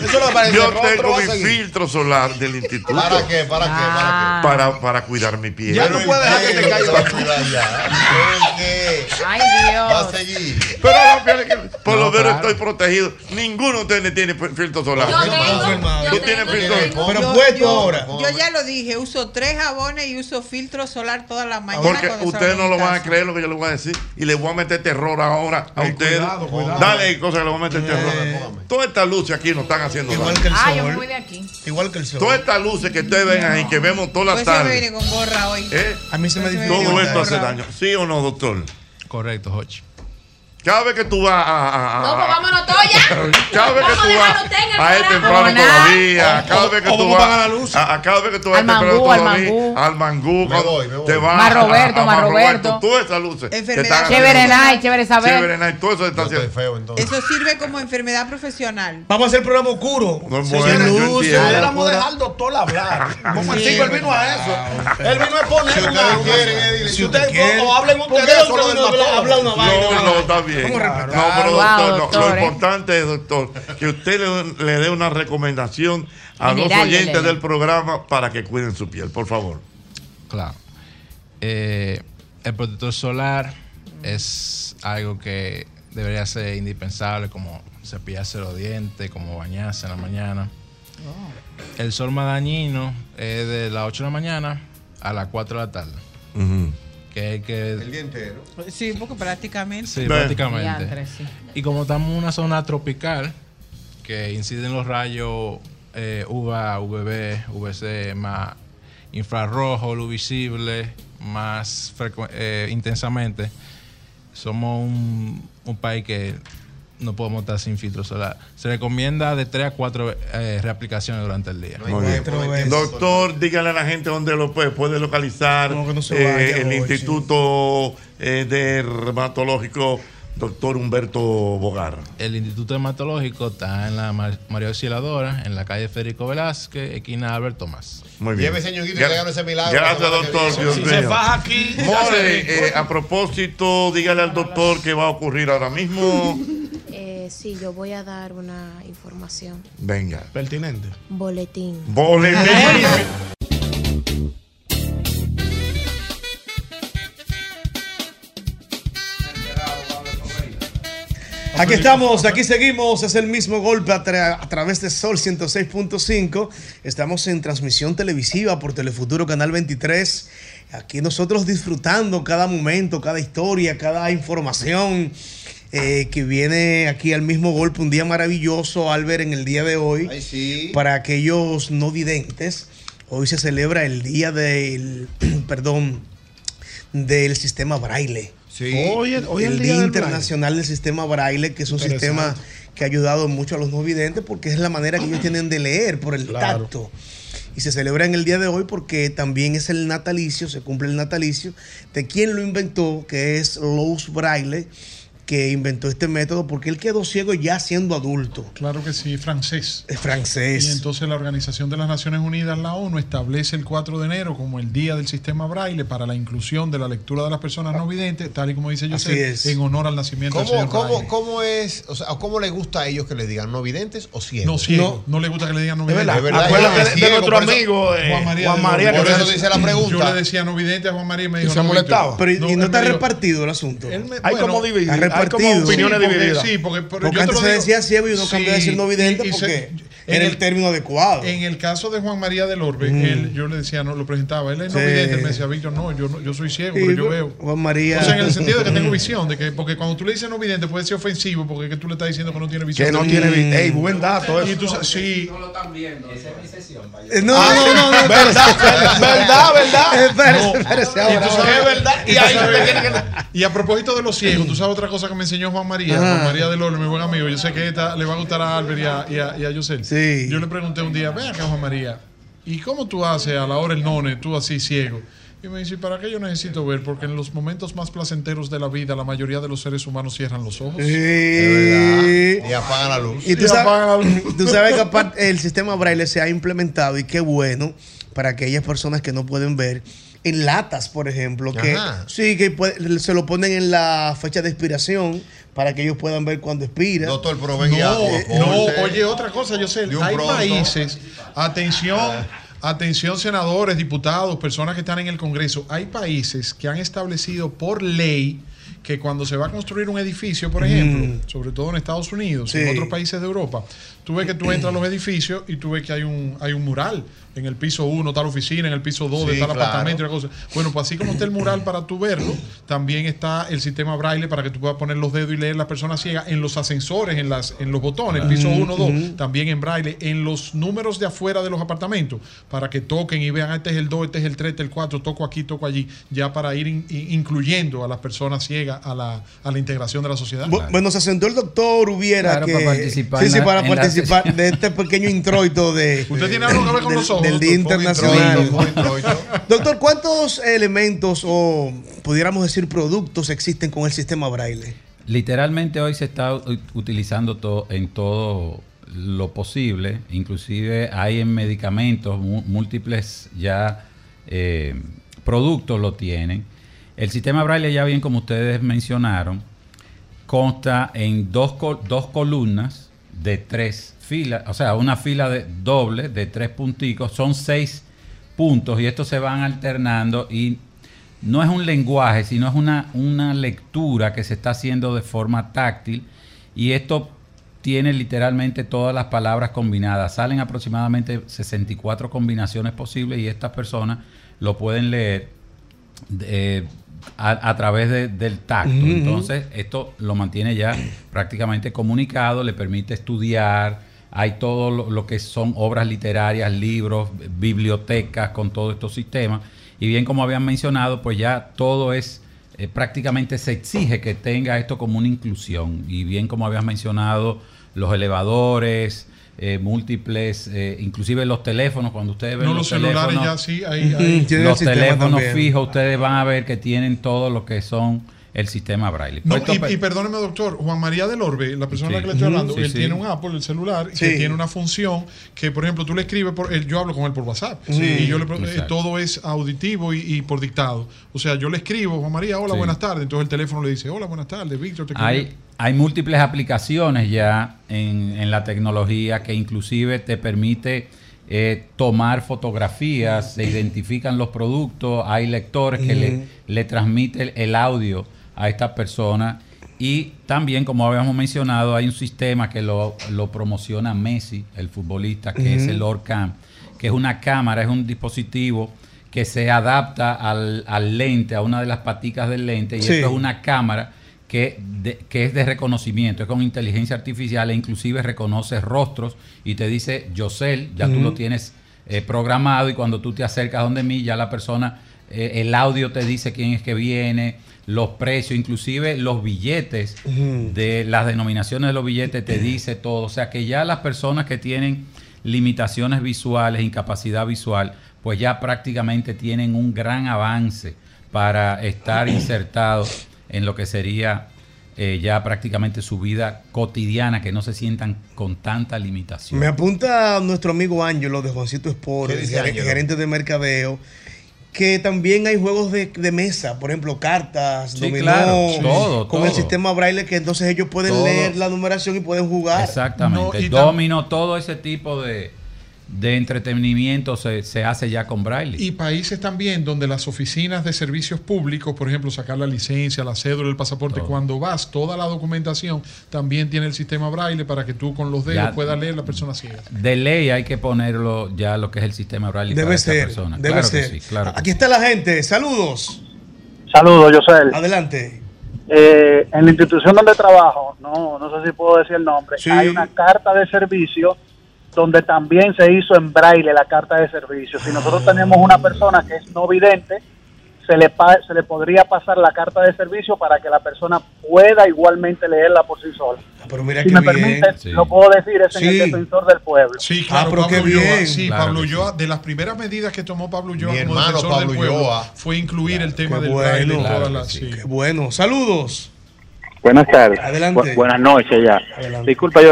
[SPEAKER 3] Eso lo parece.
[SPEAKER 2] Yo
[SPEAKER 3] el rostro
[SPEAKER 2] tengo
[SPEAKER 3] va a
[SPEAKER 2] mi
[SPEAKER 3] seguir.
[SPEAKER 2] filtro solar del instituto.
[SPEAKER 4] ¿Para qué? ¿Para qué?
[SPEAKER 12] Ah.
[SPEAKER 4] ¿Para
[SPEAKER 2] Para, para cuidar mi piel.
[SPEAKER 3] Ya no puedes dejar que te caiga.
[SPEAKER 12] Ay,
[SPEAKER 4] Va
[SPEAKER 12] Dios.
[SPEAKER 4] a seguir.
[SPEAKER 2] Pero la piel es que por lo menos estoy protegido. Ninguno de ustedes tiene filtro solar.
[SPEAKER 10] Yo tengo, yo
[SPEAKER 2] ¿Tú tienes
[SPEAKER 10] tengo,
[SPEAKER 2] filtro?
[SPEAKER 10] yo tengo. Yo- yo- Yo ya lo dije, uso tres jabones y uso filtro solar toda la mañana.
[SPEAKER 2] Porque
[SPEAKER 10] cuando
[SPEAKER 2] ustedes no
[SPEAKER 10] salgo de
[SPEAKER 2] lo
[SPEAKER 10] mi
[SPEAKER 2] van a
[SPEAKER 10] casa.
[SPEAKER 2] creer lo que yo les voy a decir. Y les voy a meter terror ahora a ustedes.
[SPEAKER 5] cuidado.
[SPEAKER 2] Dale cosas que les voy a meter terror. Todas estas luces aquí nos están haciendo
[SPEAKER 3] Eh, Igual
[SPEAKER 2] daño.
[SPEAKER 3] que el
[SPEAKER 12] Ay, Ah, yo me voy de aquí.
[SPEAKER 3] Igual que el sol.
[SPEAKER 2] Todas estas luces que ustedes ven ahí, que vemos todas las
[SPEAKER 10] Pues se me
[SPEAKER 2] tardes.
[SPEAKER 10] viene con gorra hoy.
[SPEAKER 2] ¿eh?
[SPEAKER 3] A mí
[SPEAKER 12] Pues
[SPEAKER 3] se me dificulta.
[SPEAKER 2] Todo esto hace
[SPEAKER 10] Correcto.
[SPEAKER 2] daño. ¿Sí o no, doctor? Correcto, Jochi. Cada vez que tú vas a. a- a-
[SPEAKER 8] No, pues vámonos todos ya.
[SPEAKER 2] Cada vez ah. que
[SPEAKER 8] Vamos a
[SPEAKER 2] tú vas
[SPEAKER 8] dejarlo usted en el
[SPEAKER 2] a este
[SPEAKER 8] programa.
[SPEAKER 2] temprano todavía, cada vez que
[SPEAKER 3] o
[SPEAKER 2] tú
[SPEAKER 3] vamos a apagar la
[SPEAKER 2] vas a, a cada vez que tú vas
[SPEAKER 12] Al
[SPEAKER 2] temprano
[SPEAKER 12] mangú, al
[SPEAKER 2] todavía,
[SPEAKER 12] mangú.
[SPEAKER 2] al mangú, cuando te vas
[SPEAKER 12] Más
[SPEAKER 2] a- a-
[SPEAKER 12] Roberto,
[SPEAKER 2] a
[SPEAKER 12] más Roberto.
[SPEAKER 2] todas esas luces.
[SPEAKER 10] Enfermedad.
[SPEAKER 2] te están
[SPEAKER 12] Chévere
[SPEAKER 2] haciendo-
[SPEAKER 12] night, chévere
[SPEAKER 2] Chévere
[SPEAKER 12] saber.
[SPEAKER 2] night, todo eso te está haciendo.
[SPEAKER 10] Eso sirve como enfermedad profesional.
[SPEAKER 3] Vamos a hacer programa oscuro.
[SPEAKER 2] No es
[SPEAKER 3] Sin
[SPEAKER 2] bueno, yo
[SPEAKER 3] luz,
[SPEAKER 2] entiendo.
[SPEAKER 3] Deberíamos dejar al doctor hablar. Como el chico, él vino a eso. Él vino a poner
[SPEAKER 4] Si
[SPEAKER 3] una-
[SPEAKER 4] ustedes quieren, eh, dile,
[SPEAKER 3] Si
[SPEAKER 4] si
[SPEAKER 3] ustedes
[SPEAKER 4] ustedes
[SPEAKER 3] o, o hablen ustedes
[SPEAKER 4] quieren.
[SPEAKER 3] solo del
[SPEAKER 4] Porque
[SPEAKER 3] doctor. Habla una vaina.
[SPEAKER 2] No, no, está bien.
[SPEAKER 3] Vamos a respetar.
[SPEAKER 2] No, pero
[SPEAKER 3] Wow,
[SPEAKER 2] doctor, no,
[SPEAKER 3] doctor,
[SPEAKER 2] lo
[SPEAKER 3] ¿eh?
[SPEAKER 2] importante es, doctor, que usted le, le dé una recomendación a los
[SPEAKER 23] General,
[SPEAKER 2] oyentes
[SPEAKER 23] dele.
[SPEAKER 2] del programa para que cuiden su piel, por favor.
[SPEAKER 23] Claro. Eh, el protector solar es algo que debería ser indispensable, como cepillarse los dientes, como bañarse en la mañana. El sol más dañino es de las 8 de la mañana a las 4 de la tarde. Que es que.
[SPEAKER 4] El día entero.
[SPEAKER 10] Sí, porque prácticamente.
[SPEAKER 23] Sí, prácticamente. Y como estamos en una zona tropical, que inciden los rayos eh, UVA, UVB, VC, más infrarrojo, luz visible, más frecu- eh, intensamente, somos un, un país que no podemos estar sin filtro solar. Se recomienda de 3 a 4 reaplicaciones durante el día.
[SPEAKER 2] Muy bien. Doctor, dígale a la gente dónde lo puede, puede localizar
[SPEAKER 23] se
[SPEAKER 2] eh,
[SPEAKER 23] vaya,
[SPEAKER 2] el
[SPEAKER 23] Jorge.
[SPEAKER 2] Instituto eh, Dermatológico Doctor Humberto Bogar.
[SPEAKER 23] El Instituto Dermatológico está en la Mar- María Osciladora, en la calle Federico Velázquez, esquina Albert Tomás.
[SPEAKER 2] Muy bien.
[SPEAKER 4] Llévese, ñonguito, y
[SPEAKER 2] Gra-
[SPEAKER 4] traigan ese milagro
[SPEAKER 2] Gracias,
[SPEAKER 4] la semana que
[SPEAKER 2] doctor.
[SPEAKER 4] viene.
[SPEAKER 2] Dios
[SPEAKER 4] Si se
[SPEAKER 2] mío.
[SPEAKER 4] faja aquí, ya
[SPEAKER 2] More,
[SPEAKER 4] se le
[SPEAKER 2] eh, a propósito, dígale al doctor qué va a ocurrir ahora mismo.
[SPEAKER 8] Eh, sí, yo voy a dar una información.
[SPEAKER 2] Venga.
[SPEAKER 5] Pertinente.
[SPEAKER 8] Boletín.
[SPEAKER 2] Boletín.
[SPEAKER 3] Aquí estamos, aquí seguimos, es el mismo golpe a, tra- a través de Sol 106.5. Estamos en transmisión televisiva por Telefuturo Canal 23. Aquí nosotros disfrutando cada momento, cada historia, cada información eh, que viene aquí al mismo golpe. Un día maravilloso, Albert, en el día de hoy. Para aquellos no videntes, hoy se celebra el día del, perdón, del sistema braille. Sí. Hoy,
[SPEAKER 5] es- hoy es
[SPEAKER 3] el,
[SPEAKER 5] el día
[SPEAKER 3] Día
[SPEAKER 5] del
[SPEAKER 3] Internacional del Sistema Braille, que es un sistema
[SPEAKER 5] Interesante.
[SPEAKER 3] que ha ayudado mucho a los no videntes porque es la manera que ellos tienen de leer por el
[SPEAKER 5] Claro.
[SPEAKER 3] tacto. Y se celebra en el día de hoy porque también es el natalicio, se cumple el natalicio de quien lo inventó, que es Louis Braille, que inventó este método porque él quedó ciego ya siendo adulto.
[SPEAKER 16] Claro que sí, francés.
[SPEAKER 3] Es francés.
[SPEAKER 16] Y entonces la Organización de las Naciones Unidas, la ONU, establece el 4 de enero como el Día del Sistema Braille para la inclusión de la lectura de las personas no videntes, tal y como dice
[SPEAKER 3] Así
[SPEAKER 16] José,
[SPEAKER 3] es.
[SPEAKER 16] en honor al nacimiento del
[SPEAKER 4] ¿Cómo,
[SPEAKER 16] señor
[SPEAKER 4] cómo,
[SPEAKER 16] Braille.
[SPEAKER 4] cómo es, o sea, cómo le gusta a ellos que le digan no videntes o ciegos?
[SPEAKER 16] No, ciego. No, le gusta que le digan no
[SPEAKER 4] Es
[SPEAKER 16] vidente.
[SPEAKER 4] verdad. Acuérdate de- de nuestro amigo, eh, Juan María, que
[SPEAKER 16] te
[SPEAKER 4] por eso hice la pregunta.
[SPEAKER 16] Yo le decía no vidente a Juan María y me dijo.
[SPEAKER 3] se
[SPEAKER 16] no,
[SPEAKER 3] molestaba.
[SPEAKER 16] Víctor.
[SPEAKER 3] Pero ¿y- y no
[SPEAKER 16] él
[SPEAKER 3] está
[SPEAKER 16] me dijo-
[SPEAKER 3] repartido el asunto.
[SPEAKER 16] Él me-
[SPEAKER 3] hay
[SPEAKER 16] bueno,
[SPEAKER 3] como dividido.
[SPEAKER 16] está
[SPEAKER 3] Hay como
[SPEAKER 16] repartido.
[SPEAKER 3] opiniones
[SPEAKER 16] Sí, porque-
[SPEAKER 3] divididas.
[SPEAKER 16] sí, porque- pero
[SPEAKER 3] Porque
[SPEAKER 16] yo te
[SPEAKER 3] antes
[SPEAKER 16] lo
[SPEAKER 3] se
[SPEAKER 16] digo.
[SPEAKER 3] decía ciego y uno cambió a decir no vidente
[SPEAKER 16] y- y se-
[SPEAKER 3] porque era el término adecuado.
[SPEAKER 16] En el caso de Juan María del Orbe,
[SPEAKER 3] Mm.
[SPEAKER 16] él, yo le decía, no, lo presentaba, él es no
[SPEAKER 3] Sí.
[SPEAKER 16] vidente, él me decía, Víctor, no, yo, no- yo soy ciego,
[SPEAKER 3] Sí,
[SPEAKER 16] pero
[SPEAKER 3] pero
[SPEAKER 16] yo veo.
[SPEAKER 3] Juan María-
[SPEAKER 16] O sea, en el sentido de que tengo visión, de que, porque cuando tú le dices no vidente puede ser ofensivo, porque es que tú le estás diciendo que no tiene visión.
[SPEAKER 5] Que no tiene vi- Ey, buen dato
[SPEAKER 16] Y tú sa- sí. No lo están viendo, esa es mi sesión.
[SPEAKER 3] Eh, No, Ah, no, no, no,
[SPEAKER 5] verdad, verdad, verdad.
[SPEAKER 3] Espérese, espérese ahora. Es verdad, y ahí usted tiene
[SPEAKER 16] Y a propósito de los ciegos, tú sabes otra cosa que me enseñó Juan María,
[SPEAKER 3] Ah.
[SPEAKER 16] Juan María del Oro, mi buen amigo. Yo sé que esta le va a gustar a Albert y a, y a, y a Yosel. Yo le pregunté un día, ven acá, Juan María, ¿y cómo tú haces a la hora el none, tú así ciego? Y me dice, "¿Y ¿para qué yo necesito ver? Porque en los momentos más placenteros de la vida, la mayoría de los seres humanos cierran los ojos.
[SPEAKER 3] Sí.
[SPEAKER 4] Y apagan la luz.
[SPEAKER 3] Y tú sabes, tú sabes que aparte el sistema braille se ha implementado y qué bueno para aquellas personas que no pueden ver en latas, por ejemplo, que
[SPEAKER 4] Ajá.
[SPEAKER 3] sí que puede- se lo ponen en la fecha de expiración para que ellos puedan ver cuando expira.
[SPEAKER 4] Doctor, pero
[SPEAKER 16] No, no, oye, otra cosa, yo sé,
[SPEAKER 3] un
[SPEAKER 16] hay
[SPEAKER 3] pronto. Ah.
[SPEAKER 16] países, atención, atención senadores, diputados, personas que están en el Congreso, hay países que han establecido por ley que cuando se va a construir un edificio, por ejemplo, sobre todo en Estados Unidos y en
[SPEAKER 3] Mm. Sí.
[SPEAKER 16] otros países de Europa, tú ves que tú entras a los edificios y tú ves que hay un, hay un mural. En el piso 1 tal oficina, en el piso 2
[SPEAKER 3] Sí,
[SPEAKER 16] tal
[SPEAKER 3] claro.
[SPEAKER 16] apartamento y una cosa. Bueno, pues así como está el mural para tú verlo, también está el sistema braille para que tú puedas poner los dedos y leer las personas ciegas en los ascensores, en, las, en los botones, el piso
[SPEAKER 3] Ujú,
[SPEAKER 16] 1, 2,
[SPEAKER 3] ujú.
[SPEAKER 16] también en braille, en los números de afuera de los apartamentos, para que toquen y vean, este es el 2, este es el 3, este es el 4, toco aquí, toco allí, ya para ir in- in- incluyendo a las personas ciegas a la, a la integración de la sociedad.
[SPEAKER 3] Bu- Bueno, se sentó el doctor Hubiera
[SPEAKER 16] Claro,
[SPEAKER 3] que,
[SPEAKER 16] para participar
[SPEAKER 3] sí,
[SPEAKER 16] en
[SPEAKER 3] sí,
[SPEAKER 16] la-
[SPEAKER 3] para
[SPEAKER 16] en la
[SPEAKER 3] participar de este pequeño introito de
[SPEAKER 16] Usted tiene algo que ver con
[SPEAKER 3] del-
[SPEAKER 16] los ojos,
[SPEAKER 3] del Día
[SPEAKER 16] doctor, fue un
[SPEAKER 3] Internacional.
[SPEAKER 16] introito, fue
[SPEAKER 3] Doctor, ¿cuántos elementos o pudiéramos decir productos existen con el sistema Braille?
[SPEAKER 24] Literalmente hoy se está u- utilizando to- en todo lo posible, inclusive hay en medicamentos mu- múltiples ya eh, productos lo tienen. El sistema Braille ya bien como ustedes mencionaron consta en dos, col- dos columnas de tres filas, o sea, una fila de doble de tres punticos, son seis puntos y estos se van alternando y no es un lenguaje, sino es una, una lectura que se está haciendo de forma táctil y esto tiene literalmente todas las palabras combinadas. Salen aproximadamente 64 combinaciones posibles y estas personas lo pueden leer eh, a, a través de- del tacto.
[SPEAKER 3] Ujú.
[SPEAKER 24] Entonces, esto lo mantiene ya prácticamente comunicado, le permite estudiar. Hay todo lo, lo que son obras literarias, libros, bibliotecas con todos estos sistemas. Y bien como habían mencionado, pues ya todo es, eh, prácticamente se exige que tenga esto como una inclusión. Y bien como habías mencionado, los elevadores, eh, múltiples, eh, inclusive los teléfonos, cuando ustedes ven
[SPEAKER 16] No, los celulares
[SPEAKER 24] teléfonos,
[SPEAKER 16] ya sí, ahí- ahí. Tienen el
[SPEAKER 24] Los
[SPEAKER 16] sistema
[SPEAKER 24] teléfonos
[SPEAKER 16] también.
[SPEAKER 24] fijos, ustedes van a ver que tienen todo lo que son el sistema Braille.
[SPEAKER 16] No,
[SPEAKER 24] Puesto
[SPEAKER 16] y,
[SPEAKER 24] pe-
[SPEAKER 16] y perdóneme, doctor, Juan María del Orbe, la persona a la
[SPEAKER 24] Sí.
[SPEAKER 16] que le estoy
[SPEAKER 24] Ujú.
[SPEAKER 16] hablando,
[SPEAKER 24] Sí,
[SPEAKER 16] él
[SPEAKER 24] sí.
[SPEAKER 16] tiene un Apple, el celular, que
[SPEAKER 24] Sí.
[SPEAKER 16] tiene una función que, por ejemplo, tú le escribes, por, él- yo hablo con él por WhatsApp,
[SPEAKER 24] Sí.
[SPEAKER 16] y yo le pre-
[SPEAKER 24] Exacto.
[SPEAKER 16] eh, todo es auditivo y, y por dictado. O sea, yo le escribo, Juan María, hola,
[SPEAKER 24] Sí.
[SPEAKER 16] buenas tardes. Entonces el teléfono le dice, hola, buenas tardes, Víctor, te
[SPEAKER 24] hay, hay múltiples aplicaciones ya en, en la tecnología que inclusive te permite eh, tomar fotografías, se identifican los productos, hay lectores que le,
[SPEAKER 3] Ujú.
[SPEAKER 24] le transmite el, el audio a esta persona y también, como habíamos mencionado, hay un sistema que lo, lo promociona Messi, el futbolista, que es
[SPEAKER 3] Ujú.
[SPEAKER 24] el OrCam, que es una cámara, es un dispositivo que se adapta al, al lente, a una de las paticas del lente, y
[SPEAKER 3] Sí.
[SPEAKER 24] esto es una cámara que, de- que es de reconocimiento, es con inteligencia artificial e inclusive reconoce rostros y te dice, Yosel, ya tú
[SPEAKER 3] Ujú.
[SPEAKER 24] lo tienes eh, programado y cuando tú te acercas donde mí, ya la persona eh, el audio te dice quién es que viene, los precios, inclusive los billetes de las denominaciones de los billetes te dice todo. O sea que ya las personas que tienen limitaciones visuales, incapacidad visual, pues ya prácticamente tienen un gran avance para estar insertados en lo que sería eh, ya prácticamente su vida cotidiana, que no se sientan con tanta limitación.
[SPEAKER 3] Me apunta nuestro amigo Ángelo de Juancito Sport,
[SPEAKER 24] ¿Qué dice
[SPEAKER 3] ger-
[SPEAKER 24] Ángelo?
[SPEAKER 3] gerente de mercadeo, que también hay juegos de, de mesa, por ejemplo, cartas,
[SPEAKER 24] Sí,
[SPEAKER 3] dominó,
[SPEAKER 24] claro, sí. Todo,
[SPEAKER 3] con
[SPEAKER 24] todo.
[SPEAKER 3] el sistema braille que entonces ellos pueden
[SPEAKER 24] Todo.
[SPEAKER 3] leer la numeración y pueden jugar.
[SPEAKER 24] Exactamente. Domino, todo ese tipo de, de entretenimiento se, se hace ya con braille.
[SPEAKER 16] Y países también donde las oficinas de servicios públicos, por ejemplo, sacar la licencia, la cédula, el pasaporte, cuando vas, toda la documentación también tiene el sistema braille para que tú con los dedos
[SPEAKER 24] Ya.
[SPEAKER 16] puedas leer la persona ciega.
[SPEAKER 24] De ley hay que ponerlo ya lo que es el sistema braille
[SPEAKER 3] Debe
[SPEAKER 24] para esa
[SPEAKER 3] ser,
[SPEAKER 24] persona.
[SPEAKER 3] debe
[SPEAKER 24] claro
[SPEAKER 3] ser.
[SPEAKER 24] Que sí, claro que
[SPEAKER 3] Aquí está la gente, saludos.
[SPEAKER 25] Saludos, José.
[SPEAKER 3] Adelante.
[SPEAKER 25] Eh, en la institución donde trabajo, no, no sé si puedo decir el nombre,
[SPEAKER 3] Sí.
[SPEAKER 25] hay una carta de servicio donde también se hizo en braille la carta de servicio. Si nosotros
[SPEAKER 3] Ah.
[SPEAKER 25] tenemos una persona que es no vidente, se le, pa- se le podría pasar la carta de servicio para que la persona pueda igualmente leerla por sí sola.
[SPEAKER 3] Ah, Pero mira
[SPEAKER 25] si
[SPEAKER 3] qué
[SPEAKER 25] me
[SPEAKER 3] bien.
[SPEAKER 25] permite,
[SPEAKER 3] Sí.
[SPEAKER 25] lo puedo decir, es en
[SPEAKER 3] Sí.
[SPEAKER 25] el defensor del pueblo.
[SPEAKER 16] Sí,
[SPEAKER 3] Ah,
[SPEAKER 16] claro, Pablo
[SPEAKER 25] bien.
[SPEAKER 16] Ulloa, sí,
[SPEAKER 25] Claro
[SPEAKER 16] Pablo
[SPEAKER 25] que
[SPEAKER 16] Ulloa, de las primeras medidas que tomó Pablo Ulloa
[SPEAKER 3] Mi
[SPEAKER 16] como
[SPEAKER 3] hermano
[SPEAKER 16] defensor
[SPEAKER 3] Pablo
[SPEAKER 16] del pueblo
[SPEAKER 3] Ulloa.
[SPEAKER 16] fue incluir el tema
[SPEAKER 3] Qué
[SPEAKER 16] del
[SPEAKER 3] bueno,
[SPEAKER 16] braille en
[SPEAKER 3] claro
[SPEAKER 16] todas
[SPEAKER 3] que
[SPEAKER 16] las- sí.
[SPEAKER 3] Qué bueno, saludos.
[SPEAKER 25] Buenas tardes.
[SPEAKER 3] Adelante.
[SPEAKER 25] Bu- buenas noches ya.
[SPEAKER 3] Adelante.
[SPEAKER 25] Disculpa, yo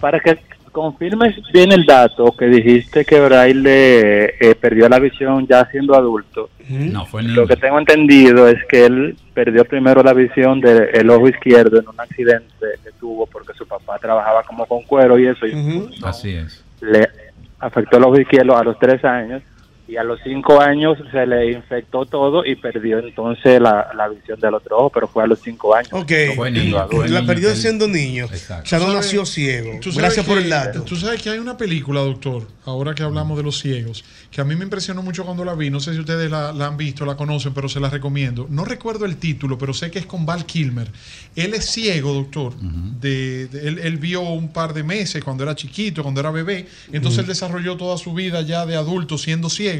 [SPEAKER 25] para que confirmes bien el dato que dijiste que Braille eh, perdió la visión ya siendo adulto.
[SPEAKER 24] sí. No, fue niño.
[SPEAKER 25] Lo que tengo entendido es que él perdió primero la visión del ojo izquierdo en un accidente que tuvo porque su papá trabajaba como con cuero y pues, eso. y
[SPEAKER 24] Así es.
[SPEAKER 25] le afectó el ojo izquierdo a los tres años y a los cinco años se le infectó todo y perdió entonces la, la visión del otro ojo, pero fue a los cinco años.
[SPEAKER 3] Ok,
[SPEAKER 25] Fue niño, adulto.
[SPEAKER 3] la perdió siendo niño. O sea, no
[SPEAKER 16] Tú sabes-
[SPEAKER 3] nació ciego.
[SPEAKER 16] tú sabes
[SPEAKER 3] Gracias por
[SPEAKER 16] que-
[SPEAKER 3] el dato.
[SPEAKER 16] Tú sabes que hay una película, doctor, ahora que hablamos de los ciegos, que a mí me impresionó mucho cuando la vi. No sé si ustedes la, la han visto, la conocen, pero se la recomiendo. No recuerdo el título, pero sé que es con Val Kilmer. Él es ciego, doctor. de, de- él, él vio un par de meses cuando era chiquito, cuando era bebé. Entonces
[SPEAKER 7] Ujú.
[SPEAKER 16] él desarrolló toda su vida ya de adulto siendo ciego.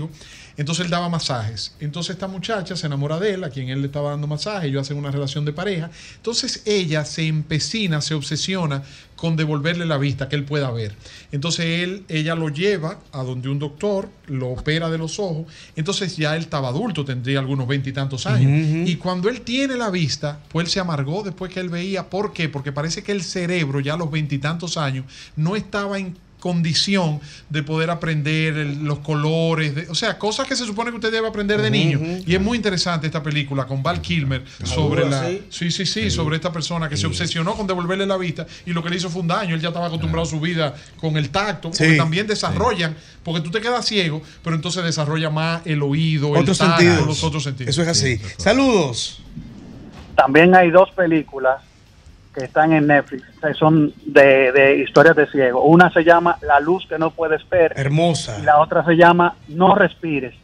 [SPEAKER 16] Entonces él daba masajes. Entonces esta muchacha se enamora de él, a quien él le estaba dando masaje, ellos hacen una relación de pareja. Entonces ella se empecina, se obsesiona con devolverle la vista, que él pueda ver. Entonces él, ella lo lleva a donde un doctor lo opera de los ojos. Entonces ya él estaba adulto, tendría algunos veintitantos años.
[SPEAKER 7] Ujú.
[SPEAKER 16] Y cuando él tiene la vista, pues él se amargó después que él veía. ¿Por qué? Porque parece que el cerebro ya a los veintitantos años no estaba en condición de poder aprender el- los colores, de- o sea, cosas que se supone que usted debe aprender de niño. Y es muy interesante esta película con Val Kilmer sobre la...
[SPEAKER 7] sí?
[SPEAKER 16] Sí, sí, sí, sobre esta persona que se obsesionó con devolverle la vista y lo que le hizo fue un daño, él ya estaba acostumbrado a su vida con el tacto, porque
[SPEAKER 7] Sí.
[SPEAKER 16] también desarrollan, porque tú te quedas ciego, pero entonces desarrolla más el oído, el
[SPEAKER 3] Otros
[SPEAKER 16] tacto,
[SPEAKER 3] sentidos.
[SPEAKER 16] los otros sentidos.
[SPEAKER 3] Eso es así. Saludos.
[SPEAKER 25] También hay dos películas que están en Netflix, que son de, de historias de ciego. Una se llama La luz que no puedes ver.
[SPEAKER 3] Hermosa.
[SPEAKER 25] Y la otra se llama No respires.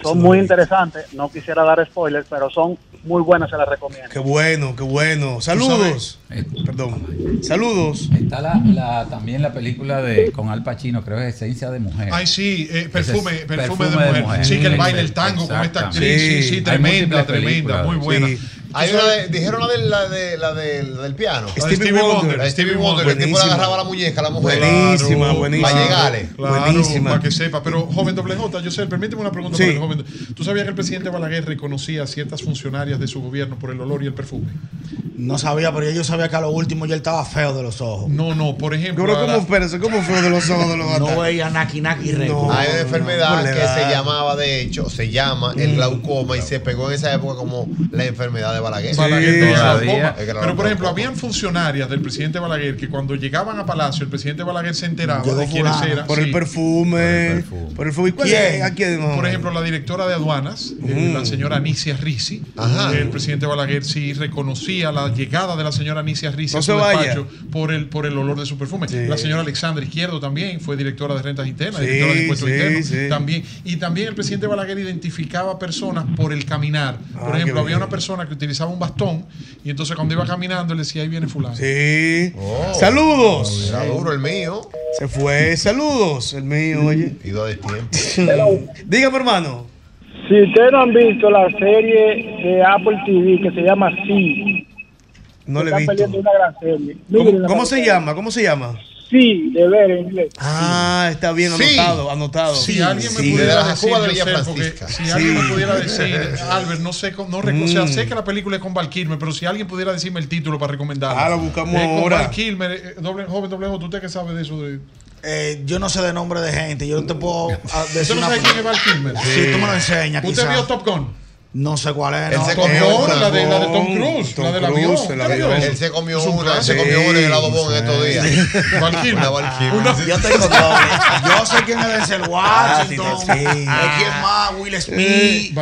[SPEAKER 25] Son muy interesantes, no quisiera dar spoilers, pero son muy buenas, se las recomiendo.
[SPEAKER 3] Qué bueno, qué bueno. Saludos.
[SPEAKER 24] Perdón.
[SPEAKER 3] Saludos.
[SPEAKER 24] Está la, la- también la película de con Al Pacino, creo que es Esencia de Mujer.
[SPEAKER 16] Ay, sí, eh, perfume,
[SPEAKER 24] Ese es
[SPEAKER 16] perfume, de, mujer. Sí, que el baile, el tango con esta actriz. Sí, sí,
[SPEAKER 24] Hay
[SPEAKER 16] tremenda,
[SPEAKER 24] múltiples
[SPEAKER 16] tremenda,
[SPEAKER 24] películas.
[SPEAKER 16] muy buena.
[SPEAKER 24] Sí.
[SPEAKER 4] Hay una de, dijeron la, de, la, de, la, de- la del piano.
[SPEAKER 16] La de Stevie Stevie Wonder, Wonder.
[SPEAKER 4] La de Stevie
[SPEAKER 16] Stevie
[SPEAKER 4] Wonder. que El tipo le
[SPEAKER 16] Buenísima.
[SPEAKER 4] agarraba la muñeca a la mujer.
[SPEAKER 16] Claro,
[SPEAKER 4] Para
[SPEAKER 16] claro,
[SPEAKER 4] llegarle.
[SPEAKER 16] claro, Para que sepa. Pero, joven WJ, yo sé, permíteme una pregunta
[SPEAKER 4] Sí.
[SPEAKER 16] para el joven. ¿Tú sabías que el presidente Balaguer reconocía a ciertas funcionarias de su gobierno por el olor y el perfume?
[SPEAKER 7] No sabía, pero ya yo sabía que a lo último ya él estaba feo de los ojos.
[SPEAKER 16] No, no, por ejemplo.
[SPEAKER 7] Pero
[SPEAKER 16] ahora-
[SPEAKER 7] como
[SPEAKER 3] ¿cómo fue de los ojos de los
[SPEAKER 7] No veía naki naki récord.
[SPEAKER 4] Hay una enfermedad
[SPEAKER 7] no, no,
[SPEAKER 4] que
[SPEAKER 7] no.
[SPEAKER 4] se llamaba, de hecho, se llama
[SPEAKER 16] Mm.
[SPEAKER 4] el glaucoma y se pegó en esa época como la enfermedad de Balaguer.
[SPEAKER 16] Balaguer tenía glaucoma.
[SPEAKER 4] Es que la
[SPEAKER 16] Pero, por ejemplo, habían funcionarias del presidente Balaguer que cuando llegaban a Palacio, el presidente Balaguer se enteraba
[SPEAKER 3] Llegó
[SPEAKER 16] de quiénes
[SPEAKER 3] fulano,
[SPEAKER 16] eran.
[SPEAKER 3] por el
[SPEAKER 16] Sí.
[SPEAKER 3] perfume. Por el perfume. ¿Y ¿Quién? ¿A quién? Mm.
[SPEAKER 16] Por ejemplo, la directora de aduanas, eh, la señora Anicia Risi.
[SPEAKER 3] Ajá.
[SPEAKER 16] El presidente Balaguer sí reconocía la llegada de la señora Anicia Risi
[SPEAKER 3] No
[SPEAKER 16] a
[SPEAKER 3] se
[SPEAKER 16] su
[SPEAKER 3] vaya.
[SPEAKER 16] despacho por el, por el olor de su perfume. La señora Alexandra Izquierdo también fue directora de rentas internas,
[SPEAKER 3] Sí,
[SPEAKER 16] directora de impuestos
[SPEAKER 3] sí,
[SPEAKER 16] internos.
[SPEAKER 3] sí.
[SPEAKER 16] También, y también el presidente Balaguer identificaba personas por el caminar.
[SPEAKER 3] Ah,
[SPEAKER 16] Por
[SPEAKER 3] qué
[SPEAKER 16] ejemplo, había
[SPEAKER 3] bien.
[SPEAKER 16] una persona que utilizaba un bastón y entonces cuando iba caminando le decía, ahí viene fulano.
[SPEAKER 3] Sí.
[SPEAKER 16] Oh.
[SPEAKER 3] Saludos.
[SPEAKER 16] Era duro
[SPEAKER 4] el mío.
[SPEAKER 3] Se fue. Saludos. El mío, oye.
[SPEAKER 4] Ido de tiempo.
[SPEAKER 3] Dígame, hermano.
[SPEAKER 7] Si ustedes no han visto la serie de Apple TV que se llama Sí,
[SPEAKER 3] No le he
[SPEAKER 7] están
[SPEAKER 3] visto.
[SPEAKER 7] perdiendo una gran serie. Miren
[SPEAKER 3] ¿Cómo,
[SPEAKER 7] la
[SPEAKER 3] cómo se
[SPEAKER 7] pantalla.
[SPEAKER 3] llama? ¿Cómo se llama?
[SPEAKER 7] Sí, de ver en inglés.
[SPEAKER 3] Ah, está bien
[SPEAKER 7] Sí.
[SPEAKER 3] anotado, anotado.
[SPEAKER 16] Si alguien me pudiera decir, yo sé, porque si alguien me pudiera decir, Albert, no sé, cómo- no recu- o sea,
[SPEAKER 3] Mm.
[SPEAKER 16] sé que la película es con Val Kilmer, pero si alguien pudiera decirme el título para recomendarla.
[SPEAKER 3] Ah, la buscamos
[SPEAKER 16] Es con
[SPEAKER 3] ahora.
[SPEAKER 16] Val Kilmer, eh, doble, joven, doble, O, ¿tú usted qué sabe de eso? De,
[SPEAKER 11] Eh, yo no sé de nombre de gente, yo no te puedo ah, decir
[SPEAKER 16] ¿Usted no
[SPEAKER 11] una
[SPEAKER 16] sabe quién es Val Kilmer?
[SPEAKER 11] Sí, tú me lo enseñas.
[SPEAKER 16] ¿Usted
[SPEAKER 11] quizá.
[SPEAKER 16] vio Top Gun?
[SPEAKER 11] No sé cuál es.
[SPEAKER 16] El
[SPEAKER 11] no.
[SPEAKER 16] se comió una, la de- la de Tom Cruise, la del avión.
[SPEAKER 4] el avión. Él se comió una, él se comió una en el lado bon estos días. Una Valkyrie.
[SPEAKER 11] Yo estoy con doble. Yo sé quién es Denzel Washington.
[SPEAKER 3] Ah.
[SPEAKER 11] ¿Quién más? Will
[SPEAKER 3] Eh,
[SPEAKER 11] Smith.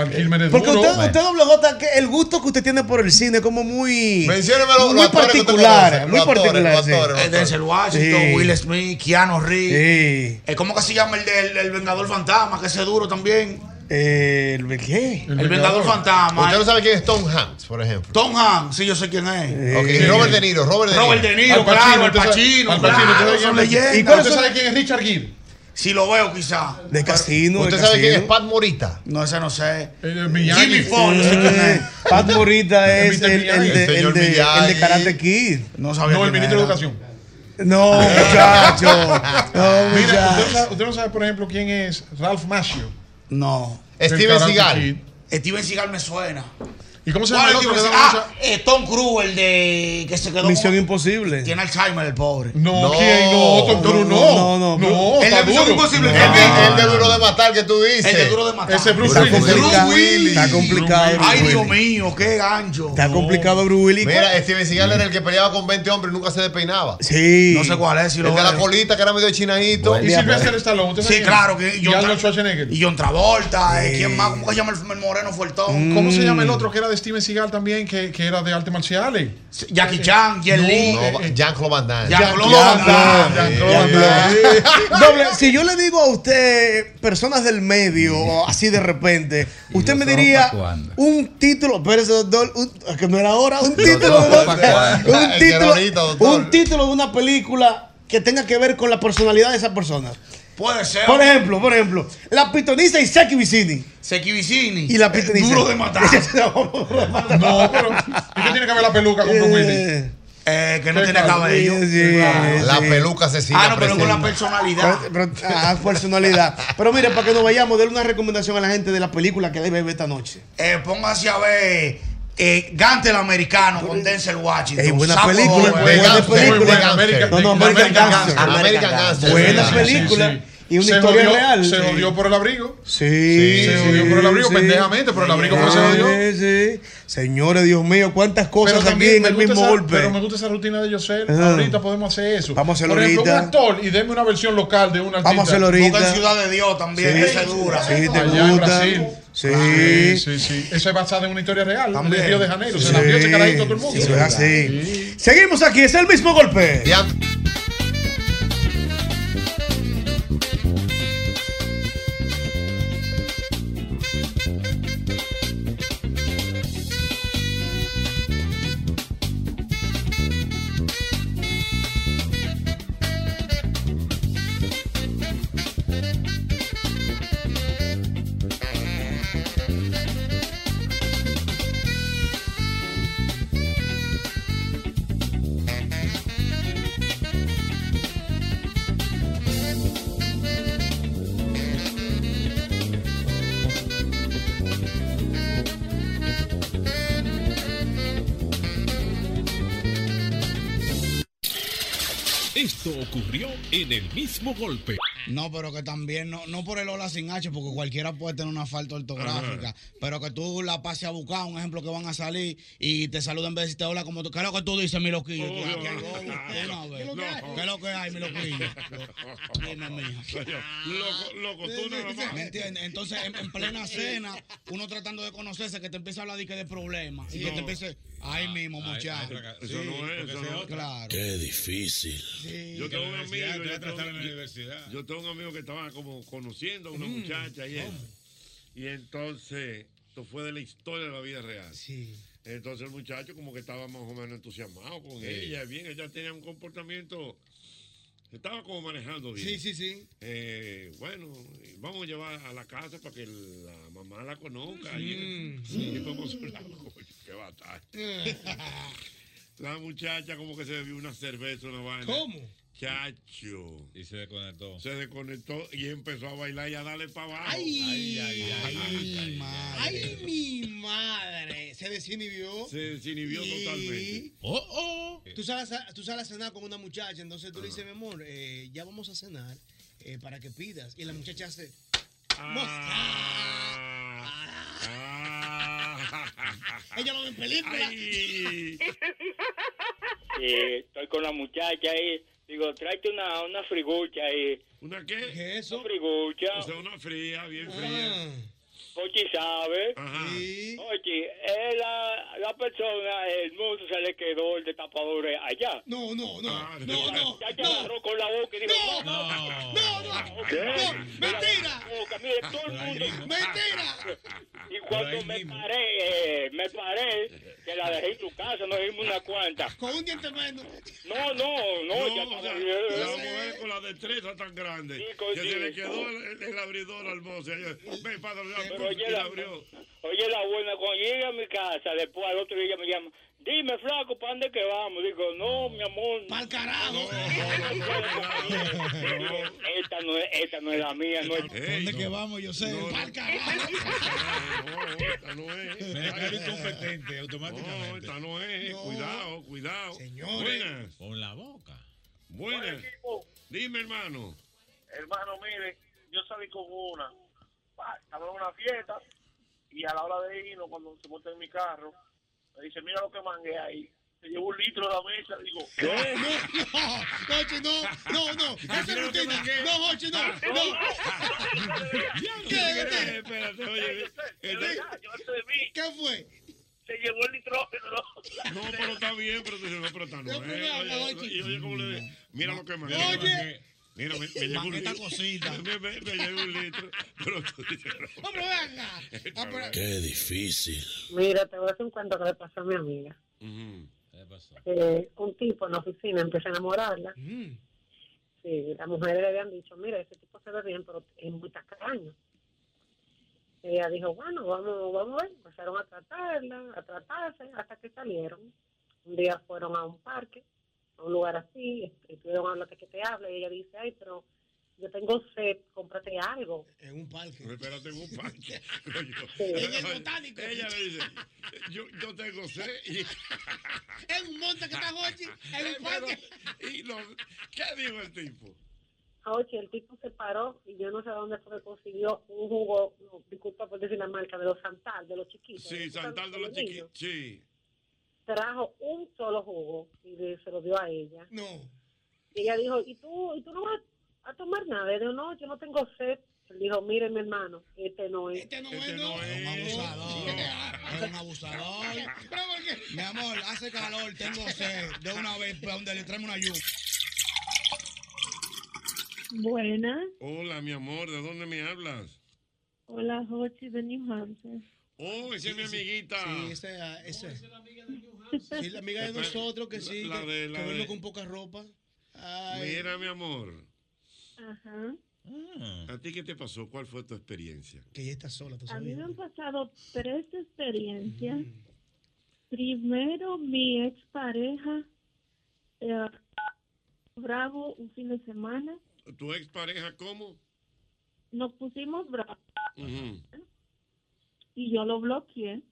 [SPEAKER 3] Porque usted, usted doble J, que el gusto que usted tiene por el cine es como muy.
[SPEAKER 11] Mencióneme los- los
[SPEAKER 3] muy
[SPEAKER 11] actores que usted
[SPEAKER 3] particular.
[SPEAKER 11] conoce,
[SPEAKER 3] Muy
[SPEAKER 11] los actores,
[SPEAKER 3] particular.
[SPEAKER 11] los
[SPEAKER 3] sí.
[SPEAKER 11] actores, los actores. Denzel Washington,
[SPEAKER 3] Sí.
[SPEAKER 11] Will Smith, Keanu Reeves.
[SPEAKER 3] Sí.
[SPEAKER 11] Eh, ¿Cómo que se llama el del el Vengador Fantasma? Que ese es duro también.
[SPEAKER 3] Eh, ¿El qué?
[SPEAKER 11] El Vengador Fantasma.
[SPEAKER 4] Usted no sabe quién es Tom Hanks, por ejemplo.
[SPEAKER 11] Tom Hanks, sí, yo sé quién
[SPEAKER 3] Eh,
[SPEAKER 11] es.
[SPEAKER 4] Ok, y Robert De Niro, Robert De Niro.
[SPEAKER 11] Robert De Niro,
[SPEAKER 4] Al Pacino,
[SPEAKER 11] claro, Al
[SPEAKER 4] usted sabe-
[SPEAKER 11] Pacino.
[SPEAKER 4] Al Pacino,
[SPEAKER 11] claro,
[SPEAKER 4] usted sabe
[SPEAKER 11] son
[SPEAKER 4] quién es.
[SPEAKER 11] leyendas.
[SPEAKER 4] ¿Y cuáles
[SPEAKER 11] ¿Usted
[SPEAKER 4] son-
[SPEAKER 11] sabe quién es Richard Gere? Si lo veo, quizá.
[SPEAKER 3] De casino.
[SPEAKER 4] ¿Usted
[SPEAKER 3] de
[SPEAKER 4] sabe quién es
[SPEAKER 3] casino.
[SPEAKER 4] Pat Morita?
[SPEAKER 11] No, ese no sé.
[SPEAKER 3] Miyagi.
[SPEAKER 11] Jimmy Ford, yo sé quién es.
[SPEAKER 3] Eh, Pat Morita es el, el de,
[SPEAKER 11] El
[SPEAKER 3] el,
[SPEAKER 11] señor
[SPEAKER 3] de,
[SPEAKER 11] Miyagi.
[SPEAKER 3] el de Karate Kid.
[SPEAKER 11] No sabía No, el quién ministro era. de
[SPEAKER 16] Educación.
[SPEAKER 3] No, muchacho. No,
[SPEAKER 16] Mira, usted, no
[SPEAKER 3] muchacho.
[SPEAKER 16] sabe- usted no sabe, por ejemplo, quién es Ralph Macchio.
[SPEAKER 11] No.
[SPEAKER 16] El Steven Karate Seagal. Kid.
[SPEAKER 11] Steven Seagal me suena.
[SPEAKER 16] ¿Y cómo se llama
[SPEAKER 11] ¿Cuál
[SPEAKER 16] el otro
[SPEAKER 11] Steven
[SPEAKER 16] que
[SPEAKER 11] Seagal?
[SPEAKER 16] daba
[SPEAKER 11] Ah, eh, Tom Cruise, el de que se quedó.
[SPEAKER 3] Misión
[SPEAKER 11] con-
[SPEAKER 3] Imposible.
[SPEAKER 11] Tiene Alzheimer el pobre.
[SPEAKER 16] No, ¿quién? No, Tom Cruise, no.
[SPEAKER 3] No, no,
[SPEAKER 16] No,
[SPEAKER 4] El de
[SPEAKER 16] está
[SPEAKER 4] Misión
[SPEAKER 16] duro.
[SPEAKER 4] Imposible,
[SPEAKER 16] No.
[SPEAKER 4] el de Duro de Matar que tú dices.
[SPEAKER 11] El de Duro de Matar.
[SPEAKER 4] Ese
[SPEAKER 3] Está complicado. Está complicado.
[SPEAKER 11] Ay,
[SPEAKER 3] Bruce
[SPEAKER 11] Dios
[SPEAKER 3] Willis.
[SPEAKER 11] mío, qué gancho.
[SPEAKER 3] Está complicado, Bruce Willis.
[SPEAKER 4] Mira, Steven Seagal era el que peleaba con 20 hombres y nunca se despeinaba.
[SPEAKER 3] Sí.
[SPEAKER 11] No sé cuál es, si lo
[SPEAKER 4] el de la
[SPEAKER 11] veo.
[SPEAKER 4] colita que era medio chinadito.
[SPEAKER 11] Buen Y día, Sylvester brother. Stallone, ¿usted sabe
[SPEAKER 4] Sí,
[SPEAKER 11] quién es?
[SPEAKER 4] claro. Que
[SPEAKER 11] Y Arnold
[SPEAKER 4] Tra-
[SPEAKER 16] Schwarzenegger.
[SPEAKER 11] Y John Travolta, eh, ¿quién más? ¿Cómo que se llama el, el moreno fuertón?
[SPEAKER 16] ¿Cómo se llama el otro que era de Steven Seagal también, que, que era de artes marciales? Eh,
[SPEAKER 11] Jackie Chan, Jet Li. No,
[SPEAKER 4] Jean-Claude Van Damme.
[SPEAKER 11] Jean-Claude Van Damme.
[SPEAKER 16] Jean-Claude
[SPEAKER 11] Van Damme.
[SPEAKER 3] Doble, si yo le digo a usted, personas del medio, así de repente, usted me diría un título, pero eso, Dol- un- que no era ahora, un título, de,
[SPEAKER 4] ¿pa' cuándo?
[SPEAKER 3] un,
[SPEAKER 4] El que era
[SPEAKER 3] título
[SPEAKER 4] ahorita, doctor.
[SPEAKER 3] un título de una película que tenga que ver con la personalidad de esa persona.
[SPEAKER 11] Puede ser.
[SPEAKER 3] Por ejemplo, por ejemplo, la pitonista Isaki Vicini.
[SPEAKER 11] Seki Vicini.
[SPEAKER 3] Y la
[SPEAKER 5] Eh,
[SPEAKER 3] pitonisa.
[SPEAKER 11] Duro de matar.
[SPEAKER 16] no, pero. ¿Y qué tiene que ver la peluca con Bruce Willis?
[SPEAKER 11] Eh, que no
[SPEAKER 16] Qué
[SPEAKER 11] tiene
[SPEAKER 16] cabrón.
[SPEAKER 11] cabello.
[SPEAKER 3] Eh, Sí,
[SPEAKER 11] Ah,
[SPEAKER 4] La peluca asesina.
[SPEAKER 11] Ah, no, pero con
[SPEAKER 4] presenta.
[SPEAKER 11] la personalidad.
[SPEAKER 3] Pero- pero- ah, personalidad. Pero mire, para que nos vayamos, denle una recomendación a la gente de la película que debe ver esta noche.
[SPEAKER 11] Eh, póngase a ver eh, Gante el Americano con Denzel Washington.
[SPEAKER 3] Ey, buena
[SPEAKER 11] Sapo
[SPEAKER 3] película,
[SPEAKER 11] Joven.
[SPEAKER 3] buena
[SPEAKER 11] Gangster,
[SPEAKER 3] película.
[SPEAKER 11] muy buena.
[SPEAKER 3] American-
[SPEAKER 11] No, no,
[SPEAKER 3] American
[SPEAKER 11] American
[SPEAKER 3] Gangster.
[SPEAKER 11] Gangster.
[SPEAKER 3] American Gangster.
[SPEAKER 11] Buena
[SPEAKER 3] Sí,
[SPEAKER 11] película.
[SPEAKER 3] sí, sí. Y una historia
[SPEAKER 16] jodió,
[SPEAKER 3] real,
[SPEAKER 16] Se
[SPEAKER 3] sí.
[SPEAKER 16] jodió por el abrigo.
[SPEAKER 3] Sí,
[SPEAKER 16] se jodió por el abrigo,
[SPEAKER 3] sí.
[SPEAKER 16] pendejamente, por el abrigo fue que se jodió.
[SPEAKER 3] Sí, sí. Señores, Dios mío, cuántas cosas aquí
[SPEAKER 16] Pero también
[SPEAKER 3] en
[SPEAKER 16] me
[SPEAKER 3] el
[SPEAKER 16] gusta
[SPEAKER 3] mismo
[SPEAKER 16] esa-
[SPEAKER 3] golpe.
[SPEAKER 16] Pero me gusta esa rutina de Yosel.
[SPEAKER 3] Ah.
[SPEAKER 16] Ahorita podemos hacer eso.
[SPEAKER 3] Vamos a hacerlo
[SPEAKER 16] Por ejemplo,
[SPEAKER 3] ahorita.
[SPEAKER 16] un actor y denme una versión local de un artista.
[SPEAKER 3] Vamos a hacerlo ahorita.
[SPEAKER 11] Busca en Ciudad de Dios también,
[SPEAKER 16] Sí.
[SPEAKER 11] esa es dura.
[SPEAKER 3] Sí, te
[SPEAKER 16] Allá en
[SPEAKER 3] gusta.
[SPEAKER 16] Brasil.
[SPEAKER 3] Sí.
[SPEAKER 16] Sí, sí, sí. Eso es basado en una historia real.
[SPEAKER 3] También.
[SPEAKER 16] De Río de Janeiro.
[SPEAKER 3] Sí.
[SPEAKER 16] Se la vio ese carajito a todo el mundo.
[SPEAKER 3] Eso es así. Seguimos aquí, es el mismo golpe.
[SPEAKER 13] Esto ocurrió en el mismo golpe.
[SPEAKER 5] No, pero que también, no, no por el hola sin H, porque cualquiera puede tener una falta ortográfica,
[SPEAKER 13] Ajá.
[SPEAKER 5] pero que tú la pases a buscar, un ejemplo que van a salir y te saludan en vez de decirte hola como tú. ¿Qué es lo que tú dices, mi loquillo? Tú, ah, qué bobo, una vez. ¿Qué es lo que hay, mi loquillo? Dime, mija.
[SPEAKER 2] Loco, loco, tú no nomás.
[SPEAKER 5] ¿Me entiendes? Entonces, en, en plena cena, uno tratando de conocerse, que te empieza a hablar de, que de problemas y que te empiece ahí mismo, muchacho.
[SPEAKER 2] Eso no es, eso no es.
[SPEAKER 5] Claro.
[SPEAKER 13] Qué difícil.
[SPEAKER 2] Yo tengo un amigo.
[SPEAKER 5] universidad,
[SPEAKER 2] yo
[SPEAKER 5] ya
[SPEAKER 2] tengo-
[SPEAKER 5] trataron en la Mm,
[SPEAKER 2] yo-
[SPEAKER 13] universidad.
[SPEAKER 2] Yo tengo un amigo que estaba como conociendo a una muchacha y eso. Y entonces, esto fue de la historia de la vida real. Entonces el muchacho como que estaba más o menos entusiasmado con
[SPEAKER 13] Sí.
[SPEAKER 2] ella. Bien, ella tenía un comportamiento Estaba como manejando bien.
[SPEAKER 1] Sí, sí, sí.
[SPEAKER 2] Eh, bueno, vamos a llevar a la casa para que la mamá la conozca.
[SPEAKER 1] Mm.
[SPEAKER 2] Y, y vamos a hablar. Coño, qué
[SPEAKER 1] Ah.
[SPEAKER 4] Mm.
[SPEAKER 2] batalla. la muchacha como que se bebió una cerveza, una vaina.
[SPEAKER 1] ¿Cómo?
[SPEAKER 2] Chacho. Y se desconectó. Se desconectó y empezó a bailar y a darle para abajo.
[SPEAKER 1] Ay,
[SPEAKER 2] ay, ay, ay,
[SPEAKER 1] Ay, mi madre. Se desinhibió.
[SPEAKER 2] Se desinhibió totalmente.
[SPEAKER 1] Oh, oh. Tú sales, a, tú sales a cenar con una muchacha, entonces tú le dices, mi amor, eh, ya vamos a cenar eh, para que pidas. Y la muchacha hace.
[SPEAKER 2] Ah.
[SPEAKER 1] Ella lo ve en película.
[SPEAKER 14] Eh, estoy con la muchacha ahí. Digo, tráete una, una frigucha ahí.
[SPEAKER 2] ¿Una qué?
[SPEAKER 14] ¿Qué eso? Una frigucha.
[SPEAKER 2] O sea, una fría,
[SPEAKER 1] Ah.
[SPEAKER 2] bien fría.
[SPEAKER 14] Ochi sabe. Ochi, es la, la persona, el mundo se le quedó el de tapadores allá.
[SPEAKER 1] No, no, no.
[SPEAKER 2] Ah,
[SPEAKER 14] no,
[SPEAKER 1] no, no,
[SPEAKER 14] Ya te agarró con la boca y dijo, no, no, no, mentira. mire, todo el mundo. mentira. Y cuando me paré, eh, me paré, que la dejé en su casa, nos dimos una cuanta.
[SPEAKER 1] Con un diente menos.
[SPEAKER 14] No, no, no, ya
[SPEAKER 2] o
[SPEAKER 14] estaba
[SPEAKER 2] sea,
[SPEAKER 14] bien. ¿eh?
[SPEAKER 2] la mujer con la destreza tan grande que se le quedó el, el abridor al mozo. Ella, Ven, pásale, ya,
[SPEAKER 14] Pero oye,
[SPEAKER 2] y la
[SPEAKER 14] la,
[SPEAKER 2] abrió.
[SPEAKER 14] oye, la buena, cuando llegue a mi casa, después al otro día me llama, dime, flaco, ¿para dónde que vamos? Digo, no, mi amor. ¡Pa'l
[SPEAKER 1] carajo!
[SPEAKER 14] Esta no es, esta no es la mía, no es.
[SPEAKER 1] ¿Dónde que vamos? Yo sé. Pa'l carajo.
[SPEAKER 2] competente automáticamente. No, esta no es. Cuidado, cuidado. Buenas. Con la boca. Buenas. Dime, hermano.
[SPEAKER 7] Hermano, mire, yo salí con una, pa, estaba en una fiesta y a la hora de irnos, cuando se monta en mi carro, me dice, mira lo que mangué ahí. Se llevó un litro de la mesa, digo,
[SPEAKER 1] No, no, Jochi, no, Ah, no, Ah, no, Ah, esa es rutina. No, Jochi, no, no. ¿Qué?
[SPEAKER 2] Espérate, oye.
[SPEAKER 1] ¿Qué fue?
[SPEAKER 7] Se llevó el nitrógeno.
[SPEAKER 2] No, pero está bien, pero, pero, pero está no.
[SPEAKER 1] No,
[SPEAKER 2] eh,
[SPEAKER 1] cuidado,
[SPEAKER 2] oye,
[SPEAKER 1] oye.
[SPEAKER 2] y oye, ¿cómo le Mira lo que me
[SPEAKER 1] Oye.
[SPEAKER 2] Mira, me, me llegó un
[SPEAKER 1] Mangueta
[SPEAKER 2] litro. Me, me, me llegó un litro. Pero tú dices, no.
[SPEAKER 1] Hombre, venga. Ah, pero-
[SPEAKER 26] Qué difícil.
[SPEAKER 27] Mira, te voy a hacer un cuento que le pasó a mi amiga. Eh, un tipo en la oficina empieza a enamorarla. Sí, las mujeres le habían dicho, mira, ese tipo se ve bien, pero es muy tacaño. Ella dijo, bueno, vamos, vamos a ver. Empezaron a tratarla, a tratarse, hasta que salieron. Un día fueron a un parque, a un lugar así, est- estuvieron hablando que te habla, y ella dice, ay, pero yo tengo sed, cómprate algo.
[SPEAKER 1] En un parque.
[SPEAKER 2] Espérate, en un parque. Coño.
[SPEAKER 1] En el botánico.
[SPEAKER 2] Ella le dice, yo, yo tengo sed y...
[SPEAKER 1] En un monte que está Jochi, en un parque.
[SPEAKER 2] y lo, ¿Qué dijo el tipo?
[SPEAKER 27] Oye, Ah, el tipo se paró y yo no sé dónde fue que consiguió un jugo, no, disculpa por decir la marca, de los Santal, de los chiquitos.
[SPEAKER 2] Sí,
[SPEAKER 27] Santal
[SPEAKER 2] Santal de los chiquitos. Sí.
[SPEAKER 27] Trajo un solo jugo y le- se lo dio a ella.
[SPEAKER 1] No.
[SPEAKER 27] Y ella dijo, ¿y tú, ¿y tú no vas a tomar nada? Y dijo, no, yo no tengo sed. Él dijo, mire, mi hermano, este no es.
[SPEAKER 1] Este no es, no. Es un abusador. Es un abusador. Pero porque.
[SPEAKER 3] Mi amor, hace calor, tengo sed. De una vez, para donde le traemos una yuca.
[SPEAKER 27] Buena.
[SPEAKER 2] Hola, mi amor, ¿de dónde me hablas?
[SPEAKER 27] Hola, Jochi de New Hampshire.
[SPEAKER 2] Oh, esa es mi amiguita.
[SPEAKER 3] Sí, esa, esa. Sí, la amiga de nosotros que sí,
[SPEAKER 2] La
[SPEAKER 3] que,
[SPEAKER 2] de- la
[SPEAKER 3] que
[SPEAKER 2] de-
[SPEAKER 3] verlo con poca ropa. Ay.
[SPEAKER 2] Mira, mi amor.
[SPEAKER 27] Ajá.
[SPEAKER 20] Mm.
[SPEAKER 2] ¿A ti qué te pasó? ¿Cuál fue tu experiencia?
[SPEAKER 3] Ah. Que ella está sola, tú
[SPEAKER 27] A mí
[SPEAKER 3] sabes.
[SPEAKER 27] me han pasado tres experiencias.
[SPEAKER 2] Mm.
[SPEAKER 27] Primero, mi expareja eh, bravo un fin de semana.
[SPEAKER 2] ¿Tu expareja cómo?
[SPEAKER 27] Nos pusimos bravo
[SPEAKER 2] Ujú,
[SPEAKER 27] y yo lo bloqueé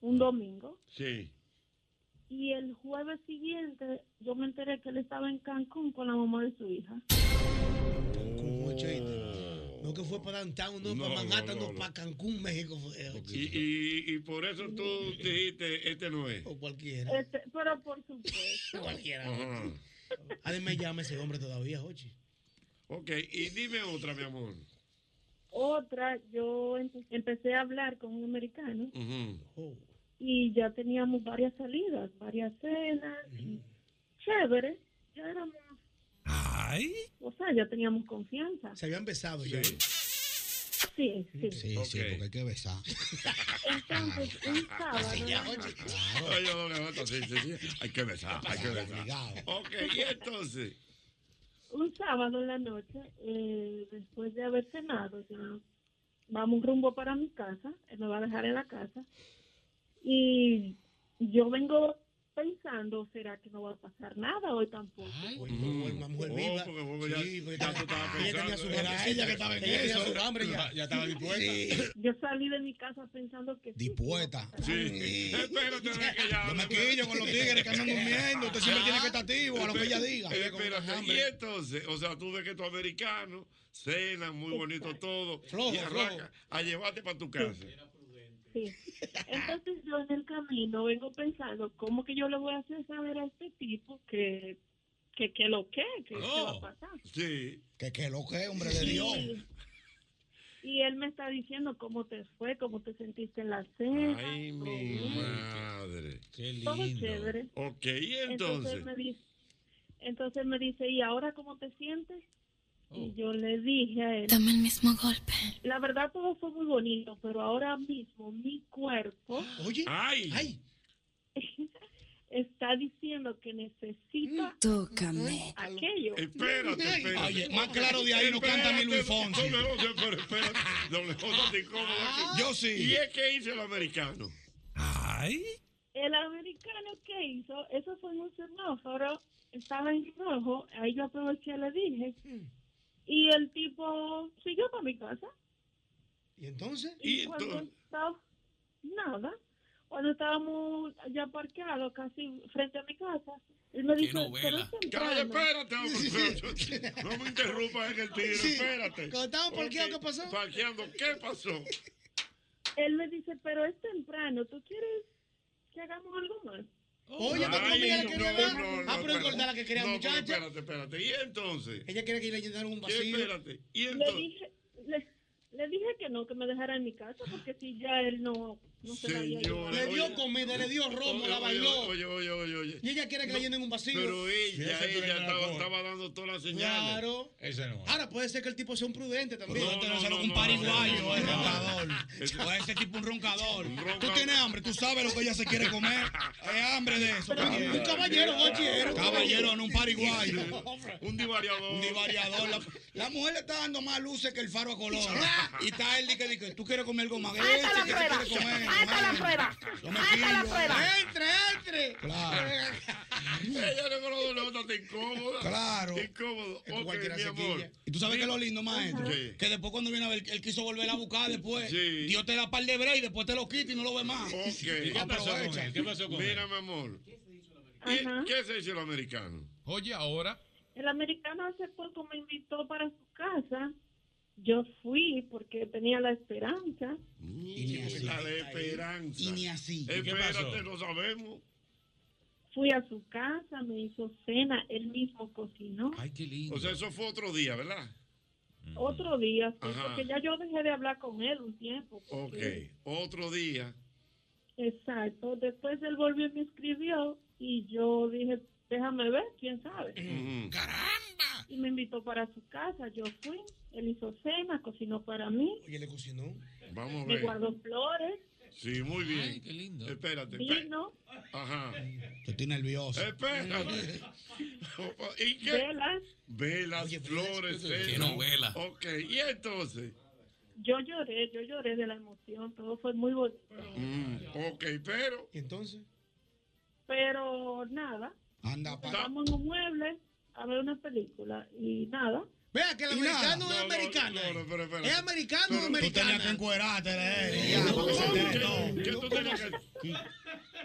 [SPEAKER 27] un domingo.
[SPEAKER 2] Sí.
[SPEAKER 27] Y el jueves siguiente yo me enteré que él estaba en Cancún con la mamá de su hija.
[SPEAKER 3] No que fue para Downtown, no,
[SPEAKER 2] No,
[SPEAKER 3] para Manhattan,
[SPEAKER 2] no,
[SPEAKER 3] no,
[SPEAKER 2] no, no.
[SPEAKER 3] para Cancún, México fue. eh,
[SPEAKER 2] Y, y, y por eso tú dijiste, este no es.
[SPEAKER 3] O cualquiera.
[SPEAKER 27] Este, pero por supuesto.
[SPEAKER 3] Cualquiera.
[SPEAKER 2] Ajá.
[SPEAKER 3] Alguien me llama ese hombre todavía, Ochi.
[SPEAKER 2] Ok, y dime otra, mi amor.
[SPEAKER 27] Otra, yo empe- empecé a hablar con un americano
[SPEAKER 2] Ujú.
[SPEAKER 27] y ya teníamos varias salidas, varias cenas, y chévere, ya éramos, o sea, ya teníamos confianza.
[SPEAKER 3] Se habían besado ya.
[SPEAKER 27] Sí, sí.
[SPEAKER 3] porque hay que besar.
[SPEAKER 27] Entonces, un
[SPEAKER 11] Ah,
[SPEAKER 3] Sí, ya,
[SPEAKER 27] sábado,
[SPEAKER 3] Ochi.
[SPEAKER 2] Oye, don Leonardo, sí, sí, sí. Hay que besar, hay que besar. Ok, y entonces.
[SPEAKER 20] un sábado en la noche, eh, después de haber cenado, ya vamos rumbo para mi casa, él me va a dejar en la casa. Y yo vengo pensando, ¿será que no va a pasar nada hoy tampoco?
[SPEAKER 2] Una mujer viva. Sí, Mm. Oh, porque ya tú estabas pensando. Era ella que estaba en
[SPEAKER 11] Ella tenía
[SPEAKER 2] eso.
[SPEAKER 11] su hambre ya.
[SPEAKER 2] Ya estaba dispuesta.
[SPEAKER 20] Yo salí de mi casa pensando que...
[SPEAKER 11] Dispuesta.
[SPEAKER 2] Sí. Espérate, ve que ya.
[SPEAKER 11] Yo me quillo con los tigres que andan durmiendo. Usted siempre
[SPEAKER 2] Ah.
[SPEAKER 11] tiene que estar activo a lo que ella diga.
[SPEAKER 2] Eh, Espérate. Y entonces, o sea, tú ves que tu americano cena muy bonito todo.
[SPEAKER 11] Flojo,
[SPEAKER 2] y arranca a llevarte para tu casa.
[SPEAKER 20] Sí. Entonces yo en el camino vengo pensando, ¿cómo que yo le voy a hacer saber a este tipo que, que, que lo que, que, que va a pasar?
[SPEAKER 2] Sí.
[SPEAKER 11] Que que lo que, hombre de Dios.
[SPEAKER 20] Y él me está diciendo cómo te fue, cómo te sentiste en la cena.
[SPEAKER 2] Ay, mi madre. Qué
[SPEAKER 20] Todo chévere.
[SPEAKER 2] Ok, y entonces.
[SPEAKER 20] me dice, entonces me dice, ¿y ahora cómo te sientes?
[SPEAKER 2] Oh.
[SPEAKER 20] Y yo le dije a él. Dame el mismo golpe. La verdad todo fue muy bonito, pero ahora mismo mi cuerpo.
[SPEAKER 2] Oye. Ay.
[SPEAKER 20] Está diciendo que necesita
[SPEAKER 2] Tócame.
[SPEAKER 20] aquello.
[SPEAKER 2] Espérate, espérate.
[SPEAKER 11] Oye, más claro de ahí no canta ni Luis Fonsi. Ah.
[SPEAKER 2] No, no, no, pero espérate. Doble Fonsi te incómodo aquí.
[SPEAKER 11] Yo sí.
[SPEAKER 2] ¿Y es que hizo el americano? Ay.
[SPEAKER 20] El americano que hizo, eso fue en un semáforo, estaba en rojo, ahí yo aproveché, le dije.
[SPEAKER 11] Hmm.
[SPEAKER 20] Y el tipo siguió para mi casa.
[SPEAKER 1] ¿Y entonces?
[SPEAKER 20] Y cuando estaba, nada, cuando estábamos ya parqueados casi frente a mi casa, él me dijo,
[SPEAKER 2] novela.
[SPEAKER 20] "Pero es
[SPEAKER 2] Cállate,
[SPEAKER 20] temprano".
[SPEAKER 2] espérate, hombre. No me interrumpas en el tiro,
[SPEAKER 20] Sí.
[SPEAKER 2] espérate.
[SPEAKER 20] Cuando estábamos parqueados,
[SPEAKER 2] Ok, Parqueando, ¿qué pasó?
[SPEAKER 20] Él me dice, pero es temprano, ¿tú quieres que hagamos algo más?
[SPEAKER 11] Oye, pero
[SPEAKER 2] Ay,
[SPEAKER 11] mira que
[SPEAKER 2] no,
[SPEAKER 11] le da.
[SPEAKER 2] no, no,
[SPEAKER 11] Ah, pero
[SPEAKER 2] espérate.
[SPEAKER 11] engordar la que quería,
[SPEAKER 2] No,
[SPEAKER 11] muchacha.
[SPEAKER 2] pero Espérate, espérate. ¿Y entonces?
[SPEAKER 11] Ella quiere que le llenaron un
[SPEAKER 2] ¿Y
[SPEAKER 11] vacío.
[SPEAKER 2] Espérate. ¿Y
[SPEAKER 20] le
[SPEAKER 2] entonces?
[SPEAKER 20] dije, le, le dije que no, que me dejara en mi casa, porque si ya él no, no se la había llevado.
[SPEAKER 2] Señora,
[SPEAKER 11] Le dio
[SPEAKER 2] oye.
[SPEAKER 11] comida, le dio romo,
[SPEAKER 2] Oye,
[SPEAKER 11] la
[SPEAKER 2] oye,
[SPEAKER 11] bailó.
[SPEAKER 2] Oye, oye, oye, oye.
[SPEAKER 11] Y ella quiere que le llenen un vacío.
[SPEAKER 2] Pero
[SPEAKER 11] Sí,
[SPEAKER 2] ella,
[SPEAKER 11] ese
[SPEAKER 2] ella
[SPEAKER 11] tú eres
[SPEAKER 2] estaba,
[SPEAKER 11] dragón.
[SPEAKER 2] estaba dando todas las señales.
[SPEAKER 11] Claro.
[SPEAKER 2] Ese no.
[SPEAKER 11] Ahora puede ser que el tipo sea un prudente también.
[SPEAKER 2] No, no, no,
[SPEAKER 11] un
[SPEAKER 2] no,
[SPEAKER 11] pariguayo,
[SPEAKER 2] no, no,
[SPEAKER 11] un
[SPEAKER 2] no.
[SPEAKER 11] roncador. O ese tipo un roncador. Tú
[SPEAKER 2] roncador.
[SPEAKER 11] tienes hambre, tú sabes lo que ella se quiere comer. Es hambre de eso. también.
[SPEAKER 2] Un caballero, bachillero.
[SPEAKER 11] Caballero, no un pariguayo.
[SPEAKER 2] Un divariador.
[SPEAKER 11] Un divariador. La, la mujer le está dando más luces que el faro a Colón. Y está él, dice, dice, tú quieres comer algo más.
[SPEAKER 2] Ahí está
[SPEAKER 11] Ese
[SPEAKER 2] la
[SPEAKER 11] que tú
[SPEAKER 2] prueba.
[SPEAKER 11] quieres comer,
[SPEAKER 2] Ahí está
[SPEAKER 11] comer.
[SPEAKER 2] la prueba.
[SPEAKER 11] Yo me
[SPEAKER 2] Ahí está la
[SPEAKER 11] quillo.
[SPEAKER 2] prueba.
[SPEAKER 11] Entre, entre. Claro.
[SPEAKER 2] Ella no conoce una nota incómoda.
[SPEAKER 11] Claro.
[SPEAKER 2] Incómodo.
[SPEAKER 11] Es que
[SPEAKER 2] Ok,
[SPEAKER 11] cualquiera
[SPEAKER 2] mi
[SPEAKER 11] se
[SPEAKER 2] amor.
[SPEAKER 11] quilla. Y tú sabes que es lo lindo, maestro.
[SPEAKER 2] Sí.
[SPEAKER 11] Que después cuando viene a ver, él quiso volver a buscar después.
[SPEAKER 2] Sí.
[SPEAKER 11] Dios te da par de break, después te lo quita y no lo ve más.
[SPEAKER 2] Ok.
[SPEAKER 11] Aprovecha.
[SPEAKER 2] Mira, mi amor. ¿Y ¿Qué se hizo el americano? Oye, ahora.
[SPEAKER 20] El americano hace poco me invitó para su casa. Yo fui porque tenía la esperanza.
[SPEAKER 2] Y ni así. La de esperanza.
[SPEAKER 20] Y ni así. ¿Y qué
[SPEAKER 2] Espérate,
[SPEAKER 20] pasó?
[SPEAKER 2] no sabemos.
[SPEAKER 20] Fui a su casa, me hizo cena, él mismo cocinó.
[SPEAKER 2] qué lindo. O sea, eso fue otro día, ¿verdad?
[SPEAKER 20] Otro día, sí,
[SPEAKER 2] Ajá.
[SPEAKER 20] porque ya yo dejé de hablar con él un tiempo.
[SPEAKER 2] Ok.
[SPEAKER 20] porque-
[SPEAKER 2] Otro día.
[SPEAKER 20] Exacto. Después él volvió y me escribió y yo dije, déjame ver, quién sabe.
[SPEAKER 2] Mm,
[SPEAKER 20] Y me invitó para su casa, yo fui, él hizo cena, cocinó para mí,
[SPEAKER 1] Oye, le cocinó.
[SPEAKER 2] Vamos a
[SPEAKER 20] me
[SPEAKER 2] ver.
[SPEAKER 20] guardó flores,
[SPEAKER 2] Sí, muy bien. qué lindo. Espérate. espérate.
[SPEAKER 20] vino,
[SPEAKER 2] Ajá.
[SPEAKER 11] Yo estoy nervioso.
[SPEAKER 2] Espérate. ¿Y qué?
[SPEAKER 20] velas,
[SPEAKER 2] Velas, flores,
[SPEAKER 28] Qué
[SPEAKER 2] eso.
[SPEAKER 28] novela.
[SPEAKER 2] Ok, y entonces.
[SPEAKER 20] yo lloré, yo lloré de la emoción, todo fue muy bonito.
[SPEAKER 2] Mm, ok, pero.
[SPEAKER 1] ¿Y entonces?
[SPEAKER 20] Pero nada,
[SPEAKER 11] Anda,
[SPEAKER 20] nos vamos en un mueble a ver una película y nada.
[SPEAKER 1] Vea que el
[SPEAKER 20] Y nada.
[SPEAKER 1] americano es
[SPEAKER 20] No, no,
[SPEAKER 1] americano.
[SPEAKER 11] eh.
[SPEAKER 2] no, no, pero espérate.
[SPEAKER 1] ¿Es americano o
[SPEAKER 11] Tú tenías que
[SPEAKER 1] americano?
[SPEAKER 11] encuerarte de él.
[SPEAKER 1] Ya,
[SPEAKER 11] Ya, porque
[SPEAKER 1] ¿cómo?
[SPEAKER 11] se entere,
[SPEAKER 1] ¿Qué-
[SPEAKER 11] no.
[SPEAKER 1] qué tú tenías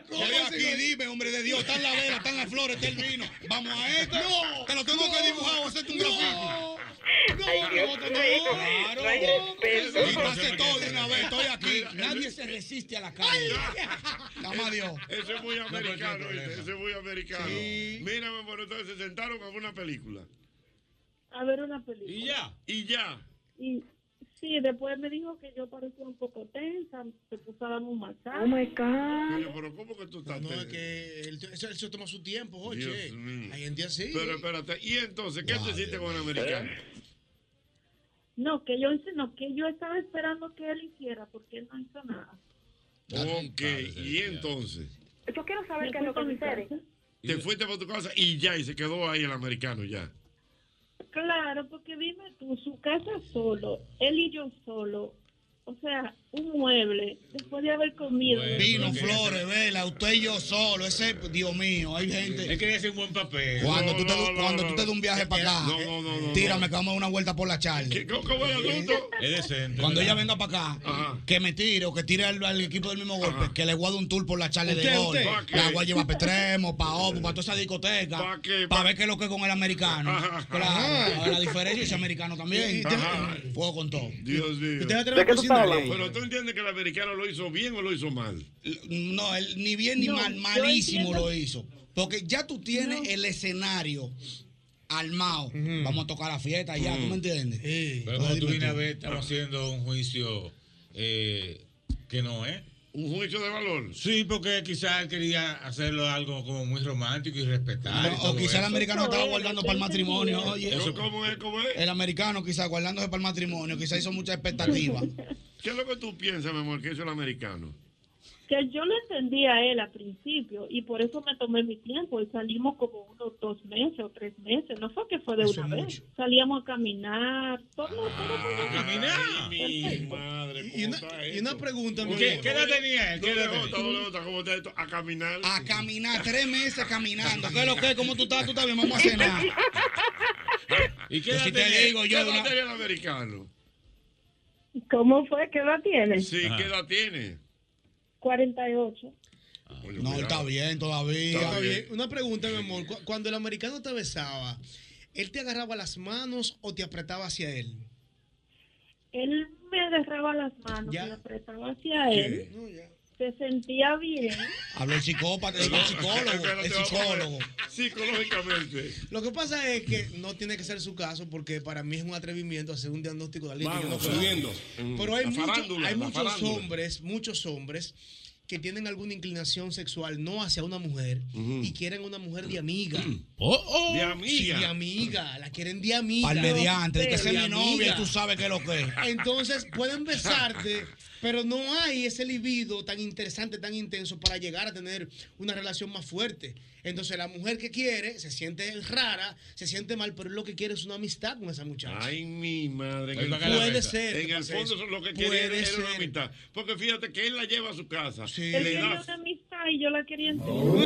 [SPEAKER 11] ¿Cómo
[SPEAKER 1] Ve
[SPEAKER 11] aquí, dime, hombre de Dios. Están las velas, están las flores, está el vino. Vamos a esto.
[SPEAKER 1] No,
[SPEAKER 11] Te lo tengo que
[SPEAKER 1] no,
[SPEAKER 11] dibujar o hacerte un
[SPEAKER 1] no.
[SPEAKER 11] grafito. No,
[SPEAKER 1] Ay, Dios
[SPEAKER 11] no, no,
[SPEAKER 1] mío,
[SPEAKER 11] claro.
[SPEAKER 1] no hay respeto.
[SPEAKER 11] Y tú haces todo de una vez. Estoy aquí.
[SPEAKER 2] Mira,
[SPEAKER 11] Nadie se resiste a la calle. Nada más Dios.
[SPEAKER 2] Eso es muy
[SPEAKER 11] pero
[SPEAKER 2] americano,
[SPEAKER 11] no hay
[SPEAKER 2] ¿viste? Eso es muy americano. Mira, mi amor, entonces se sentaron a ver una película.
[SPEAKER 20] A ver una película.
[SPEAKER 2] Y ya.
[SPEAKER 20] Y sí, después me dijo que yo parecía un poco tensa, se puso a darme un masaje.
[SPEAKER 2] Pero, pero ¿cómo que tú estás?
[SPEAKER 1] No, es que él- eso, eso toma su tiempo, oye.
[SPEAKER 2] Dios mío.
[SPEAKER 1] Ahí en día sí.
[SPEAKER 2] Pero espérate, ¿y entonces qué tú hiciste con el americano?
[SPEAKER 20] No, que yo hice, no, que yo estaba esperando que él hiciera, porque él no hizo nada.
[SPEAKER 2] Ok, y entonces.
[SPEAKER 20] Yo quiero saber qué es lo que sucede.
[SPEAKER 2] Te fuiste para tu casa y ya, y se quedó ahí el americano ya.
[SPEAKER 20] Claro, porque dime tú, su casa solo, él y yo solo. O sea, un mueble, después de haber comido.
[SPEAKER 11] Vino, flores, vela, usted y yo solo. Ese, Dios mío, hay gente.
[SPEAKER 2] Él quería hacer un buen papel.
[SPEAKER 11] Cuando
[SPEAKER 2] No,
[SPEAKER 11] tú te,
[SPEAKER 2] no, no,
[SPEAKER 11] cuando
[SPEAKER 2] no,
[SPEAKER 11] tú te
[SPEAKER 2] no.
[SPEAKER 11] das un viaje para acá,
[SPEAKER 2] No, no, no, no,
[SPEAKER 11] tírame que vamos a dar una vuelta por la charla.
[SPEAKER 2] ¿Cómo es el asunto? Es decente.
[SPEAKER 11] Cuando ella
[SPEAKER 2] ¿verdad?
[SPEAKER 11] venga para acá, que me tire o que tire al, al equipo del mismo golpe, que le guarde un tour por la charla de
[SPEAKER 2] ¿Usted,
[SPEAKER 11] gol.
[SPEAKER 2] usted? ¿Pa' qué?
[SPEAKER 11] La voy a llevar para Extremo, para Opo, para toda esa discoteca. ¿Para ver qué es lo que es con el americano. Claro,
[SPEAKER 2] Ajá.
[SPEAKER 11] la diferencia es americano también.
[SPEAKER 2] Ajá.
[SPEAKER 11] Fuego con todo.
[SPEAKER 2] Dios mío.
[SPEAKER 11] Usted va a tener ¿De qué tú estás hablando?
[SPEAKER 2] Pero tú entiendes que el americano lo hizo bien o lo hizo mal.
[SPEAKER 11] No, él ni bien ni
[SPEAKER 2] No,
[SPEAKER 11] mal,
[SPEAKER 2] yo
[SPEAKER 11] malísimo
[SPEAKER 2] entiendo.
[SPEAKER 11] lo hizo. Porque ya tú tienes el escenario armado. Vamos a tocar la fiesta ya, ¿tú
[SPEAKER 2] Mm.
[SPEAKER 11] me entiendes?
[SPEAKER 2] Pero
[SPEAKER 11] Entonces,
[SPEAKER 2] cuando tú
[SPEAKER 11] dime
[SPEAKER 2] vienes a
[SPEAKER 11] tú.
[SPEAKER 2] ver, estamos haciendo un juicio eh, que no es. ¿Un juicio de valor? Sí, porque quizás él quería hacerlo algo como muy romántico y
[SPEAKER 13] Ah,
[SPEAKER 2] respetar.
[SPEAKER 11] No, o quizás el americano estaba guardando para el matrimonio. Oye,
[SPEAKER 2] ¿Cómo es? ¿Cómo es?
[SPEAKER 11] El americano quizás guardándose para el matrimonio, quizás hizo mucha expectativa.
[SPEAKER 2] ¿Qué es lo que tú piensas, mi amor, que hizo el americano?
[SPEAKER 20] Que yo lo entendí a él al principio y por eso me tomé mi tiempo y salimos como unos dos meses o tres meses. No fue que fue de
[SPEAKER 2] Eso
[SPEAKER 20] una
[SPEAKER 2] es
[SPEAKER 20] vez. Salíamos a caminar, todo, todo fue una-
[SPEAKER 2] mi madre, ¿cómo está
[SPEAKER 3] Y una pregunta, mi
[SPEAKER 2] ¿Qué,
[SPEAKER 3] amor.
[SPEAKER 2] ¿Qué edad tenía él? ¿Qué edad
[SPEAKER 3] ¿Dónde
[SPEAKER 2] tenía?
[SPEAKER 3] está? ¿Dónde
[SPEAKER 2] ¿Cómo está esto? A caminar.
[SPEAKER 11] A caminar tres meses caminando. ¿Qué es lo que? es? ¿Cómo tú estás? ¿Tú estás bien? Vamos a cenar.
[SPEAKER 2] ¿Y qué
[SPEAKER 11] Yo
[SPEAKER 2] edad
[SPEAKER 11] sí te
[SPEAKER 2] tenía?
[SPEAKER 11] digo, yo
[SPEAKER 2] ¿Qué
[SPEAKER 11] de
[SPEAKER 2] edad
[SPEAKER 11] una-
[SPEAKER 2] tenía el americano?
[SPEAKER 20] ¿Cómo fue? ¿Qué edad tienes?
[SPEAKER 2] Sí, ¿qué edad tiene?
[SPEAKER 20] 48.
[SPEAKER 11] No, está bien todavía.
[SPEAKER 3] Está bien. Una pregunta, mi amor. Cu- Cuando el americano te besaba, ¿él te agarraba las manos o te apretaba hacia él?
[SPEAKER 20] Él me agarraba las manos,
[SPEAKER 3] Ya.
[SPEAKER 20] me apretaba hacia él. Se sentía bien.
[SPEAKER 11] Habló el psicópata, el psicólogo, el psicólogo.
[SPEAKER 2] Psicológicamente.
[SPEAKER 3] Lo que pasa es que no tiene que ser su caso porque para mí es un atrevimiento hacer un diagnóstico de alguien que yo
[SPEAKER 2] Vamos,
[SPEAKER 3] no conozco.
[SPEAKER 2] subiendo.
[SPEAKER 3] Pero hay,
[SPEAKER 2] La
[SPEAKER 3] mucho-
[SPEAKER 2] farándula,
[SPEAKER 3] hay
[SPEAKER 2] la
[SPEAKER 3] muchos
[SPEAKER 2] farándula.
[SPEAKER 3] hombres, muchos hombres que tienen alguna inclinación sexual no hacia una mujer y quieren una mujer de amiga.
[SPEAKER 11] Oh, oh.
[SPEAKER 3] Sí,
[SPEAKER 11] De amiga.
[SPEAKER 3] de amiga. La quieren de amiga.
[SPEAKER 11] Al mediante, de que sea
[SPEAKER 3] De
[SPEAKER 11] mi novia,
[SPEAKER 3] amiga.
[SPEAKER 11] tú sabes qué es lo que es.
[SPEAKER 3] Entonces pueden besarte, pero no hay ese libido tan interesante, tan intenso para llegar a tener una relación más fuerte. Entonces la mujer que quiere se siente rara, se siente mal, pero lo que quiere es una amistad con esa muchacha.
[SPEAKER 2] Ay, mi madre. en
[SPEAKER 3] Pues
[SPEAKER 2] el
[SPEAKER 3] para que
[SPEAKER 2] fondo-
[SPEAKER 3] la venda.
[SPEAKER 2] En el
[SPEAKER 3] Puede
[SPEAKER 2] fondo
[SPEAKER 3] ser.
[SPEAKER 2] lo que
[SPEAKER 3] Puede
[SPEAKER 2] quiere era- era una
[SPEAKER 3] ser.
[SPEAKER 2] amistad. Porque fíjate que él la lleva a su casa.
[SPEAKER 20] Él
[SPEAKER 2] Le
[SPEAKER 20] quería
[SPEAKER 2] da
[SPEAKER 20] una amistad y yo la quería entender.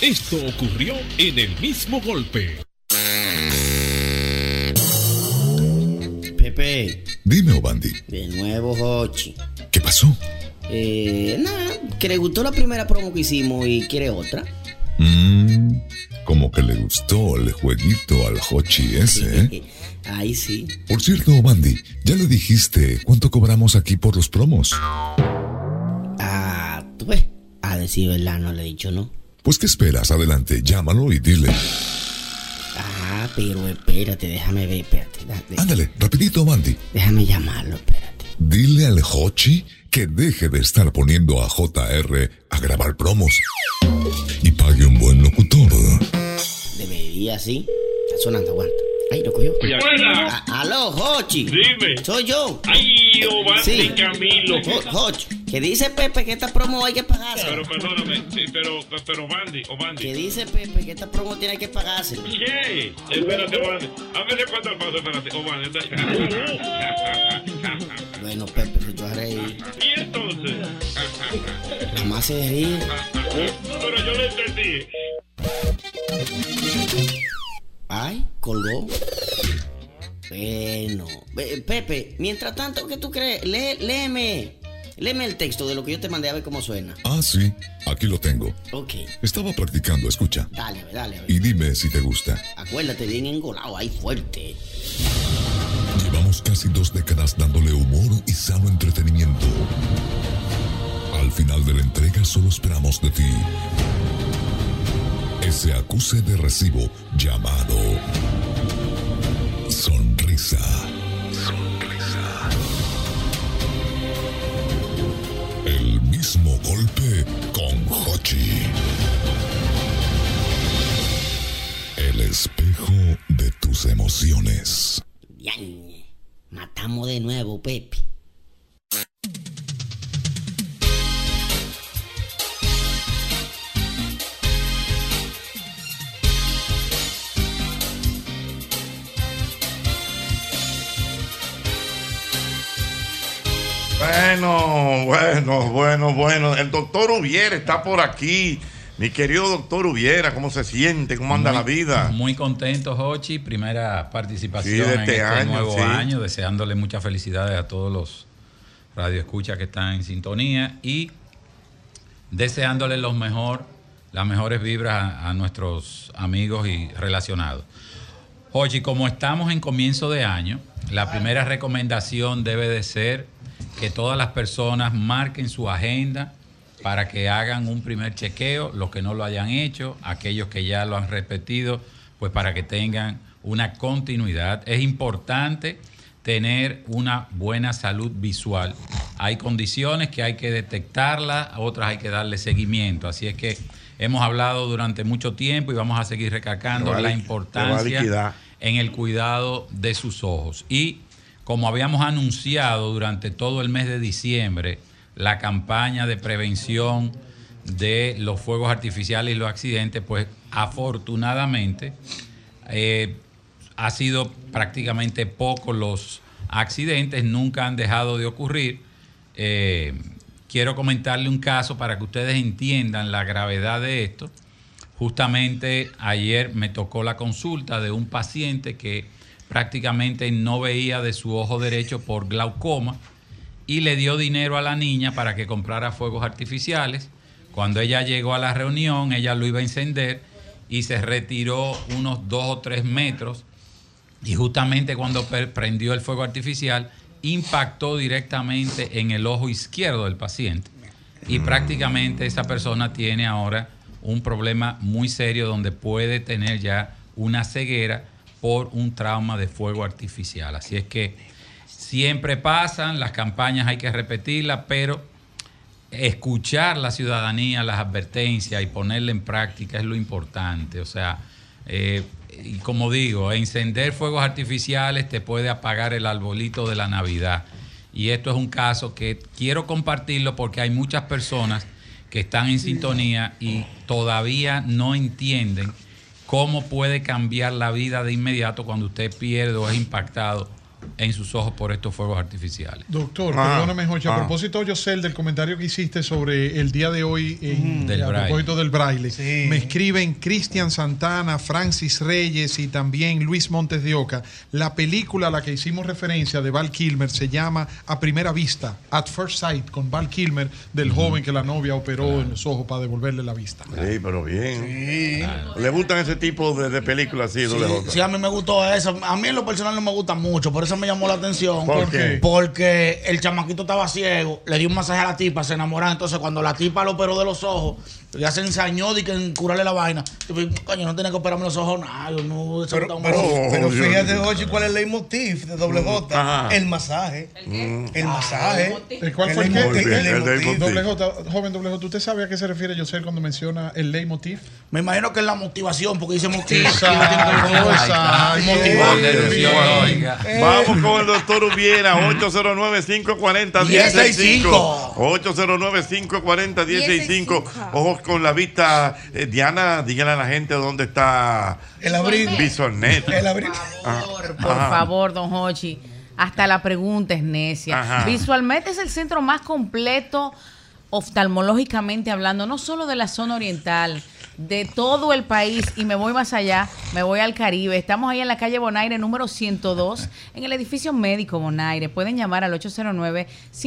[SPEAKER 22] Esto ocurrió en el mismo golpe.
[SPEAKER 9] Pepe. Dime, Obandi. De nuevo, Hochi. ¿Qué pasó? Eh, nada, que le gustó la primera promo que hicimos y quiere otra.
[SPEAKER 29] Mmm, como que le gustó el jueguito al Hochi ese, ¿eh?
[SPEAKER 9] Ahí sí.
[SPEAKER 29] Por cierto, Bandy, ya le dijiste cuánto cobramos aquí por los promos.
[SPEAKER 9] Ah, tú ves. A decir verdad, no le he dicho no.
[SPEAKER 29] Pues, ¿qué esperas? Adelante, llámalo y dile.
[SPEAKER 9] Ah, pero espérate, déjame ver, espérate. da- de-
[SPEAKER 29] Ándale, rapidito, Bandy.
[SPEAKER 9] Déjame llamarlo,
[SPEAKER 29] Dile al Hochi que deje de estar poniendo a JR a grabar promos. Y pague un buen locutor.
[SPEAKER 9] Debería, sí. Está sonando, aguanta. Ahí lo cogió. Oye, Ah, Aló, Hochi. Dime. Soy yo. Ay,
[SPEAKER 2] Giovanni Camilo.
[SPEAKER 9] Hochi. Que dice Pepe que esta promo hay que pagarse.
[SPEAKER 2] Pero perdóname, sí, pero, pero Bandy, o Bandy.
[SPEAKER 9] Que dice Pepe que esta promo tiene que pagarse.
[SPEAKER 2] ¿Qué? Espérate, Bandy. A ver de cuánto al paso, espérate. oh, O Bandy. está-
[SPEAKER 9] Bueno, Pepe, pues yo haré.
[SPEAKER 2] y entonces.
[SPEAKER 9] Nada más se ríe.
[SPEAKER 2] pero yo lo entendí.
[SPEAKER 9] Ay, colgó. Bueno. Pe- Pepe, mientras tanto, ¿qué tú crees? Lé- léeme. Léeme el texto de lo que yo te mandé a ver cómo suena.
[SPEAKER 29] Ah, sí, aquí lo tengo.
[SPEAKER 9] Ok.
[SPEAKER 29] Estaba practicando, escucha.
[SPEAKER 9] Dale, dale.
[SPEAKER 29] Y dime si te gusta.
[SPEAKER 9] Acuérdate, bien engolado, ahí fuerte.
[SPEAKER 29] Llevamos casi dos décadas dándole humor y sano entretenimiento. Al final de la entrega solo esperamos de ti ese acuse de recibo llamado sonrisa. Sonrisa. El mismo golpe con Hochi. El espejo de tus emociones.
[SPEAKER 9] Diañe. Matamos de nuevo, Pepe.
[SPEAKER 2] Bueno, bueno, bueno, bueno. El doctor Ubiera está por aquí. Mi querido doctor Ubiera, ¿cómo se siente? ¿Cómo anda
[SPEAKER 24] Muy-
[SPEAKER 2] la vida?
[SPEAKER 24] Muy contento, Hochi. Primera participación
[SPEAKER 2] Sí, de
[SPEAKER 24] en
[SPEAKER 2] este
[SPEAKER 24] este
[SPEAKER 2] año,
[SPEAKER 24] nuevo
[SPEAKER 2] sí.
[SPEAKER 24] año. Deseándole muchas felicidades a todos los radioescuchas que están en sintonía y deseándole los mejor, las mejores vibras a, a nuestros amigos y relacionados. Hochi, como estamos en comienzo de año, la primera recomendación debe de ser que todas las personas marquen su agenda para que hagan un primer chequeo, los que no lo hayan hecho, aquellos que ya lo han repetido, pues para que tengan una continuidad. Es importante tener una buena salud visual. Hay condiciones que hay que detectarlas, a otras hay que darle seguimiento. Así es que hemos hablado durante mucho tiempo y vamos a seguir recalcando
[SPEAKER 2] Te va a
[SPEAKER 24] la
[SPEAKER 2] liqui- te va a liquidar.
[SPEAKER 24] importancia en el cuidado de sus ojos. Y como habíamos anunciado durante todo el mes de diciembre, la campaña de prevención de los fuegos artificiales y los accidentes, pues afortunadamente eh, ha sido prácticamente poco los accidentes, nunca han dejado de ocurrir. Eh, quiero comentarle un caso para que ustedes entiendan la gravedad de esto. Justamente ayer me tocó la consulta de un paciente que prácticamente no veía de su ojo derecho por glaucoma y le dio dinero a la niña para que comprara fuegos artificiales. Cuando ella llegó a la reunión, ella lo iba a encender y se retiró unos dos o tres metros y justamente cuando per- prendió el fuego artificial impactó directamente en el ojo izquierdo del paciente y prácticamente esa persona tiene ahora un problema muy serio donde puede tener ya una ceguera por un trauma de fuego artificial. Así es que siempre pasan, las campañas hay que repetirlas, pero escuchar la ciudadanía, las advertencias y ponerla en práctica es lo importante. O sea, eh, y como digo, encender fuegos artificiales te puede apagar el arbolito de la Navidad. Y esto es un caso que quiero compartirlo porque hay muchas personas que están en sintonía y todavía no entienden cómo puede cambiar la vida de inmediato cuando usted pierde o es impactado en sus ojos por estos fuegos artificiales.
[SPEAKER 16] Doctor,
[SPEAKER 24] Ah,
[SPEAKER 16] perdóname, Jorge.
[SPEAKER 24] ah.
[SPEAKER 16] A propósito, yo sé del comentario que hiciste sobre el día de hoy en-
[SPEAKER 24] Del
[SPEAKER 16] a
[SPEAKER 24] braille.
[SPEAKER 16] propósito del braille. Me escriben Cristian Santana, Francis Reyes y también Luis Montes de Oca. La película a la que hicimos referencia de Val Kilmer se llama A Primera Vista, At First Sight, con Val Kilmer, del joven que la novia operó en los ojos para devolverle la vista.
[SPEAKER 2] Sí, pero bien. ¿Le gustan ese tipo de, de películas así, doble J?
[SPEAKER 11] Sí, a mí me gustó eso. A mí en lo personal no me gusta mucho, por eso me llamó la atención.
[SPEAKER 2] ¿Por qué?
[SPEAKER 11] Porque el chamaquito estaba ciego, le dio un masaje a la tipa, se enamoraron. Entonces, cuando la tipa lo operó de los ojos, ya se ensañó de que en curarle la vaina. Yo dije, coño, no tenía que operarme los ojos, nada. Yo no, eso
[SPEAKER 3] Pero,
[SPEAKER 11] está
[SPEAKER 3] pero-
[SPEAKER 2] oh,
[SPEAKER 11] mal.
[SPEAKER 3] pero fíjate, Ochi, cuál es el leitmotiv de
[SPEAKER 2] Mm,
[SPEAKER 3] doble J.
[SPEAKER 11] Ajá.
[SPEAKER 3] El masaje. El masaje.
[SPEAKER 16] ¿El cuál fue el que?
[SPEAKER 3] leitmotiv, el leitmotiv.
[SPEAKER 16] Doble J, joven doble J, ¿usted sabe a qué se refiere José cuando menciona el leitmotiv?
[SPEAKER 11] Me imagino que es la motivación, porque dice motiv.
[SPEAKER 3] Eh.
[SPEAKER 2] Vamos con el doctor Ubiera, 809-540-165. 809-540-165. Ojos con la vista. Eh, Diana, dígale a la gente dónde está Ah,
[SPEAKER 23] El abril.
[SPEAKER 2] Visornet.
[SPEAKER 23] El
[SPEAKER 2] abril.
[SPEAKER 23] Por favor, don Hochi. Hasta la pregunta es necia.
[SPEAKER 2] Ajá.
[SPEAKER 23] Visualmente es el centro más completo oftalmológicamente hablando, no solo de la zona oriental, de todo el país. Y me voy más allá, me voy al Caribe. Estamos ahí en la calle Bonaire, número 102, en el edificio médico Bonaire. Pueden llamar al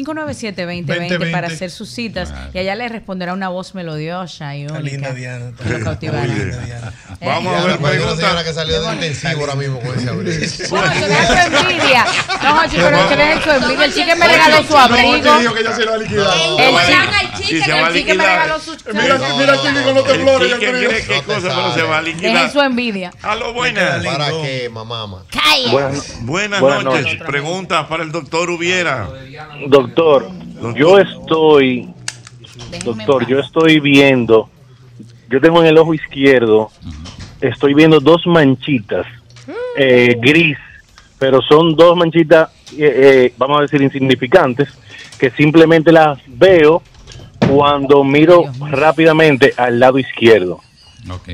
[SPEAKER 23] 809-597-2020 para
[SPEAKER 3] 2020.
[SPEAKER 23] hacer sus citas. Y allá les responderá una voz melodiosa y
[SPEAKER 3] Está
[SPEAKER 23] única. Eh,
[SPEAKER 3] linda Diana. está
[SPEAKER 23] Lo cautivará.
[SPEAKER 3] muy linda Diana.
[SPEAKER 23] Vamos a
[SPEAKER 4] ver preguntas.
[SPEAKER 23] señora
[SPEAKER 4] que salió del intensivo ahora mismo con ese abrigo.
[SPEAKER 23] Bueno, que le has hecho envidia. No, Jochi, pero que le has hecho envidia. El chique me regaló su abrigo.
[SPEAKER 16] dijo que yo se lo ha liquidado.
[SPEAKER 23] El chan al chique,
[SPEAKER 2] Y se
[SPEAKER 23] que
[SPEAKER 2] va a
[SPEAKER 23] el chique me
[SPEAKER 2] liquidar.
[SPEAKER 23] regaló su
[SPEAKER 2] Mira,
[SPEAKER 23] chan.
[SPEAKER 2] mira aquí con los temblores.
[SPEAKER 4] yo creo.
[SPEAKER 2] cree qué cosa, pero se va a liquidar.
[SPEAKER 23] Dejen su envidia.
[SPEAKER 2] A lo buena.
[SPEAKER 4] ¿Para qué, mamá?
[SPEAKER 2] Buenas, buenas
[SPEAKER 4] Buenas
[SPEAKER 2] noches.
[SPEAKER 4] noches.
[SPEAKER 2] Preguntas para el doctor Ubiera.
[SPEAKER 17] Doctor, yo estoy, doctor, yo estoy viendo, yo tengo en el ojo izquierdo, estoy viendo dos manchitas eh, gris, pero son dos manchitas, eh, eh, vamos a decir, insignificantes, que simplemente las veo cuando miro rápidamente al lado izquierdo.
[SPEAKER 24] Ok.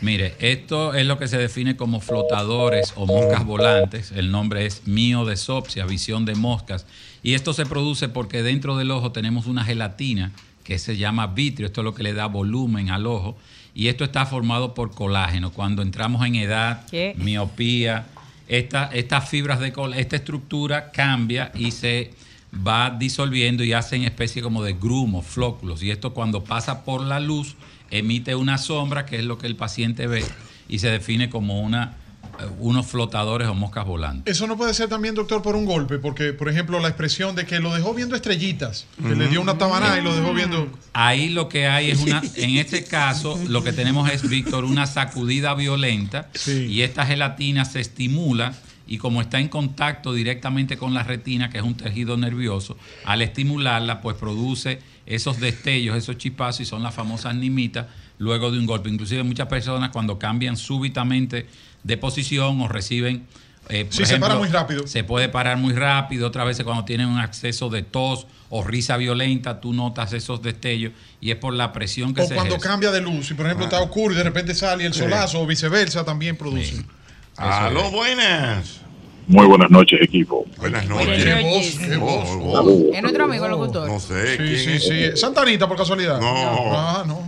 [SPEAKER 24] Mire, esto es lo que se define como flotadores o moscas volantes. El nombre es miodesopsia, visión de moscas. Y esto se produce porque dentro del ojo tenemos una gelatina que se llama vitrio, esto es lo que le da volumen al ojo, y esto está formado por colágeno. Cuando entramos en edad,
[SPEAKER 12] ¿Qué?
[SPEAKER 24] miopía, esta- estas fibras de colágeno, esta estructura cambia y se va disolviendo y hacen especie como de grumos, flóculos, y esto cuando pasa por la luz emite una sombra, que es lo que el paciente ve, y se define como una, eh, unos flotadores o moscas volantes.
[SPEAKER 16] Eso no puede ser también, doctor, por un golpe, porque, por ejemplo, la expresión de que lo dejó viendo estrellitas, que le dio una tabaná y lo
[SPEAKER 24] Mm.
[SPEAKER 16] dejó viendo.
[SPEAKER 24] Ahí lo que hay es una, en este caso, lo que tenemos es, Víctor, una sacudida violenta y esta gelatina se estimula y como está en contacto directamente con la retina, que es un tejido nervioso, al estimularla, pues produce esos destellos, esos chispazos y son las famosas nimitas luego de un golpe. Inclusive muchas personas cuando cambian súbitamente de posición o reciben... eh, por
[SPEAKER 16] Sí, se para muy rápido.
[SPEAKER 24] Se puede parar muy rápido. Otras veces cuando tienen un acceso de tos o risa violenta, tú notas esos destellos y es por la presión que
[SPEAKER 16] O
[SPEAKER 24] se
[SPEAKER 16] cuando
[SPEAKER 24] ejerce.
[SPEAKER 16] cambia de luz, si por ejemplo está oscuro y de repente sale el
[SPEAKER 24] Sí.
[SPEAKER 16] solazo o viceversa, también produce.
[SPEAKER 2] Aló, buenas.
[SPEAKER 15] Muy buenas noches, equipo.
[SPEAKER 2] Buenas
[SPEAKER 16] noches. Qué voz,
[SPEAKER 24] Oh,
[SPEAKER 16] qué voz.
[SPEAKER 12] Es nuestro amigo locutor.
[SPEAKER 2] No sé.
[SPEAKER 16] Sí, sí, sí. Santa Anita, por casualidad.
[SPEAKER 2] No.
[SPEAKER 16] Ah, no.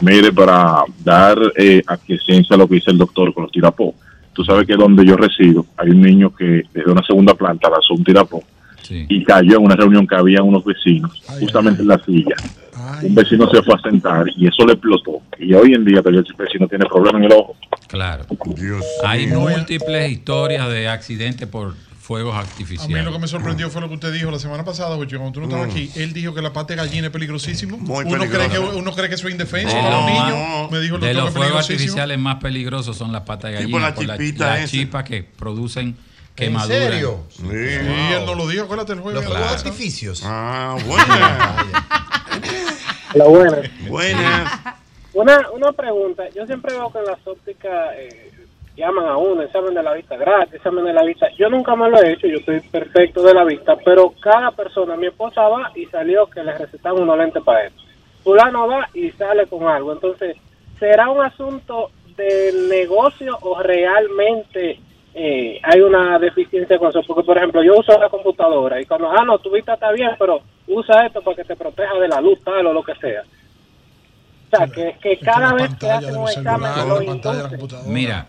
[SPEAKER 15] Mire, para dar eh, aquiescencia a lo que dice el doctor con los tirapó. Tú sabes que donde yo resido hay un niño que desde una segunda planta lanzó un tirapó y cayó en una reunión que había unos vecinos, justamente en la silla. Un vecino se fue a sentar y eso le explotó. Y hoy en día todavía ese vecino tiene problemas en el ojo.
[SPEAKER 24] Claro. Hay
[SPEAKER 16] mío.
[SPEAKER 24] múltiples historias de accidentes por fuegos
[SPEAKER 16] A mí lo que
[SPEAKER 24] artificiales.
[SPEAKER 16] me sorprendió fue lo que usted dijo la semana pasada, Jochi, cuando tú no estabas
[SPEAKER 24] Mm.
[SPEAKER 16] aquí. Él dijo que la pata de gallina es peligrosísimo. uno, cree
[SPEAKER 24] peligrosa.
[SPEAKER 16] que, uno cree que eso es indefensa
[SPEAKER 24] De
[SPEAKER 16] para
[SPEAKER 24] lo
[SPEAKER 16] los
[SPEAKER 24] más-
[SPEAKER 16] niños. Me dijo el
[SPEAKER 24] de los
[SPEAKER 16] doctor que es
[SPEAKER 24] fuegos
[SPEAKER 16] peligrosísimo.
[SPEAKER 24] artificiales más peligrosos son las patas de
[SPEAKER 16] Tipo
[SPEAKER 24] gallina,
[SPEAKER 16] la
[SPEAKER 24] por la,
[SPEAKER 16] chispita
[SPEAKER 24] la
[SPEAKER 16] esa.
[SPEAKER 24] chispa que producen
[SPEAKER 16] ¿En
[SPEAKER 24] quemaduras.
[SPEAKER 16] serio?
[SPEAKER 24] Sí.
[SPEAKER 16] Sí, él no lo dijo, acuérdate el jueves.
[SPEAKER 24] Los fuegos
[SPEAKER 16] artificios.
[SPEAKER 2] Ah, buenas.
[SPEAKER 18] Hola, buenas.
[SPEAKER 2] Buenas.
[SPEAKER 18] Una, una pregunta. Yo siempre veo que en las ópticas eh, llaman a uno, examen de la vista gratis, examen de la vista. Yo nunca más lo he hecho, yo estoy perfecto de la vista, pero cada persona, mi esposa va y salió que le recetaron unos lentes para eso. Fulano va y sale con algo. Entonces, ¿será un asunto de negocio o realmente eh, hay una deficiencia con eso? Porque, por ejemplo, yo uso la computadora y cuando, ah, no, tu vista está bien, pero usa esto para que te proteja de la luz, tal o lo que sea. O sea, que, que cada vez que hacen
[SPEAKER 24] Pues,
[SPEAKER 18] un examen lo inducen.
[SPEAKER 24] Mira,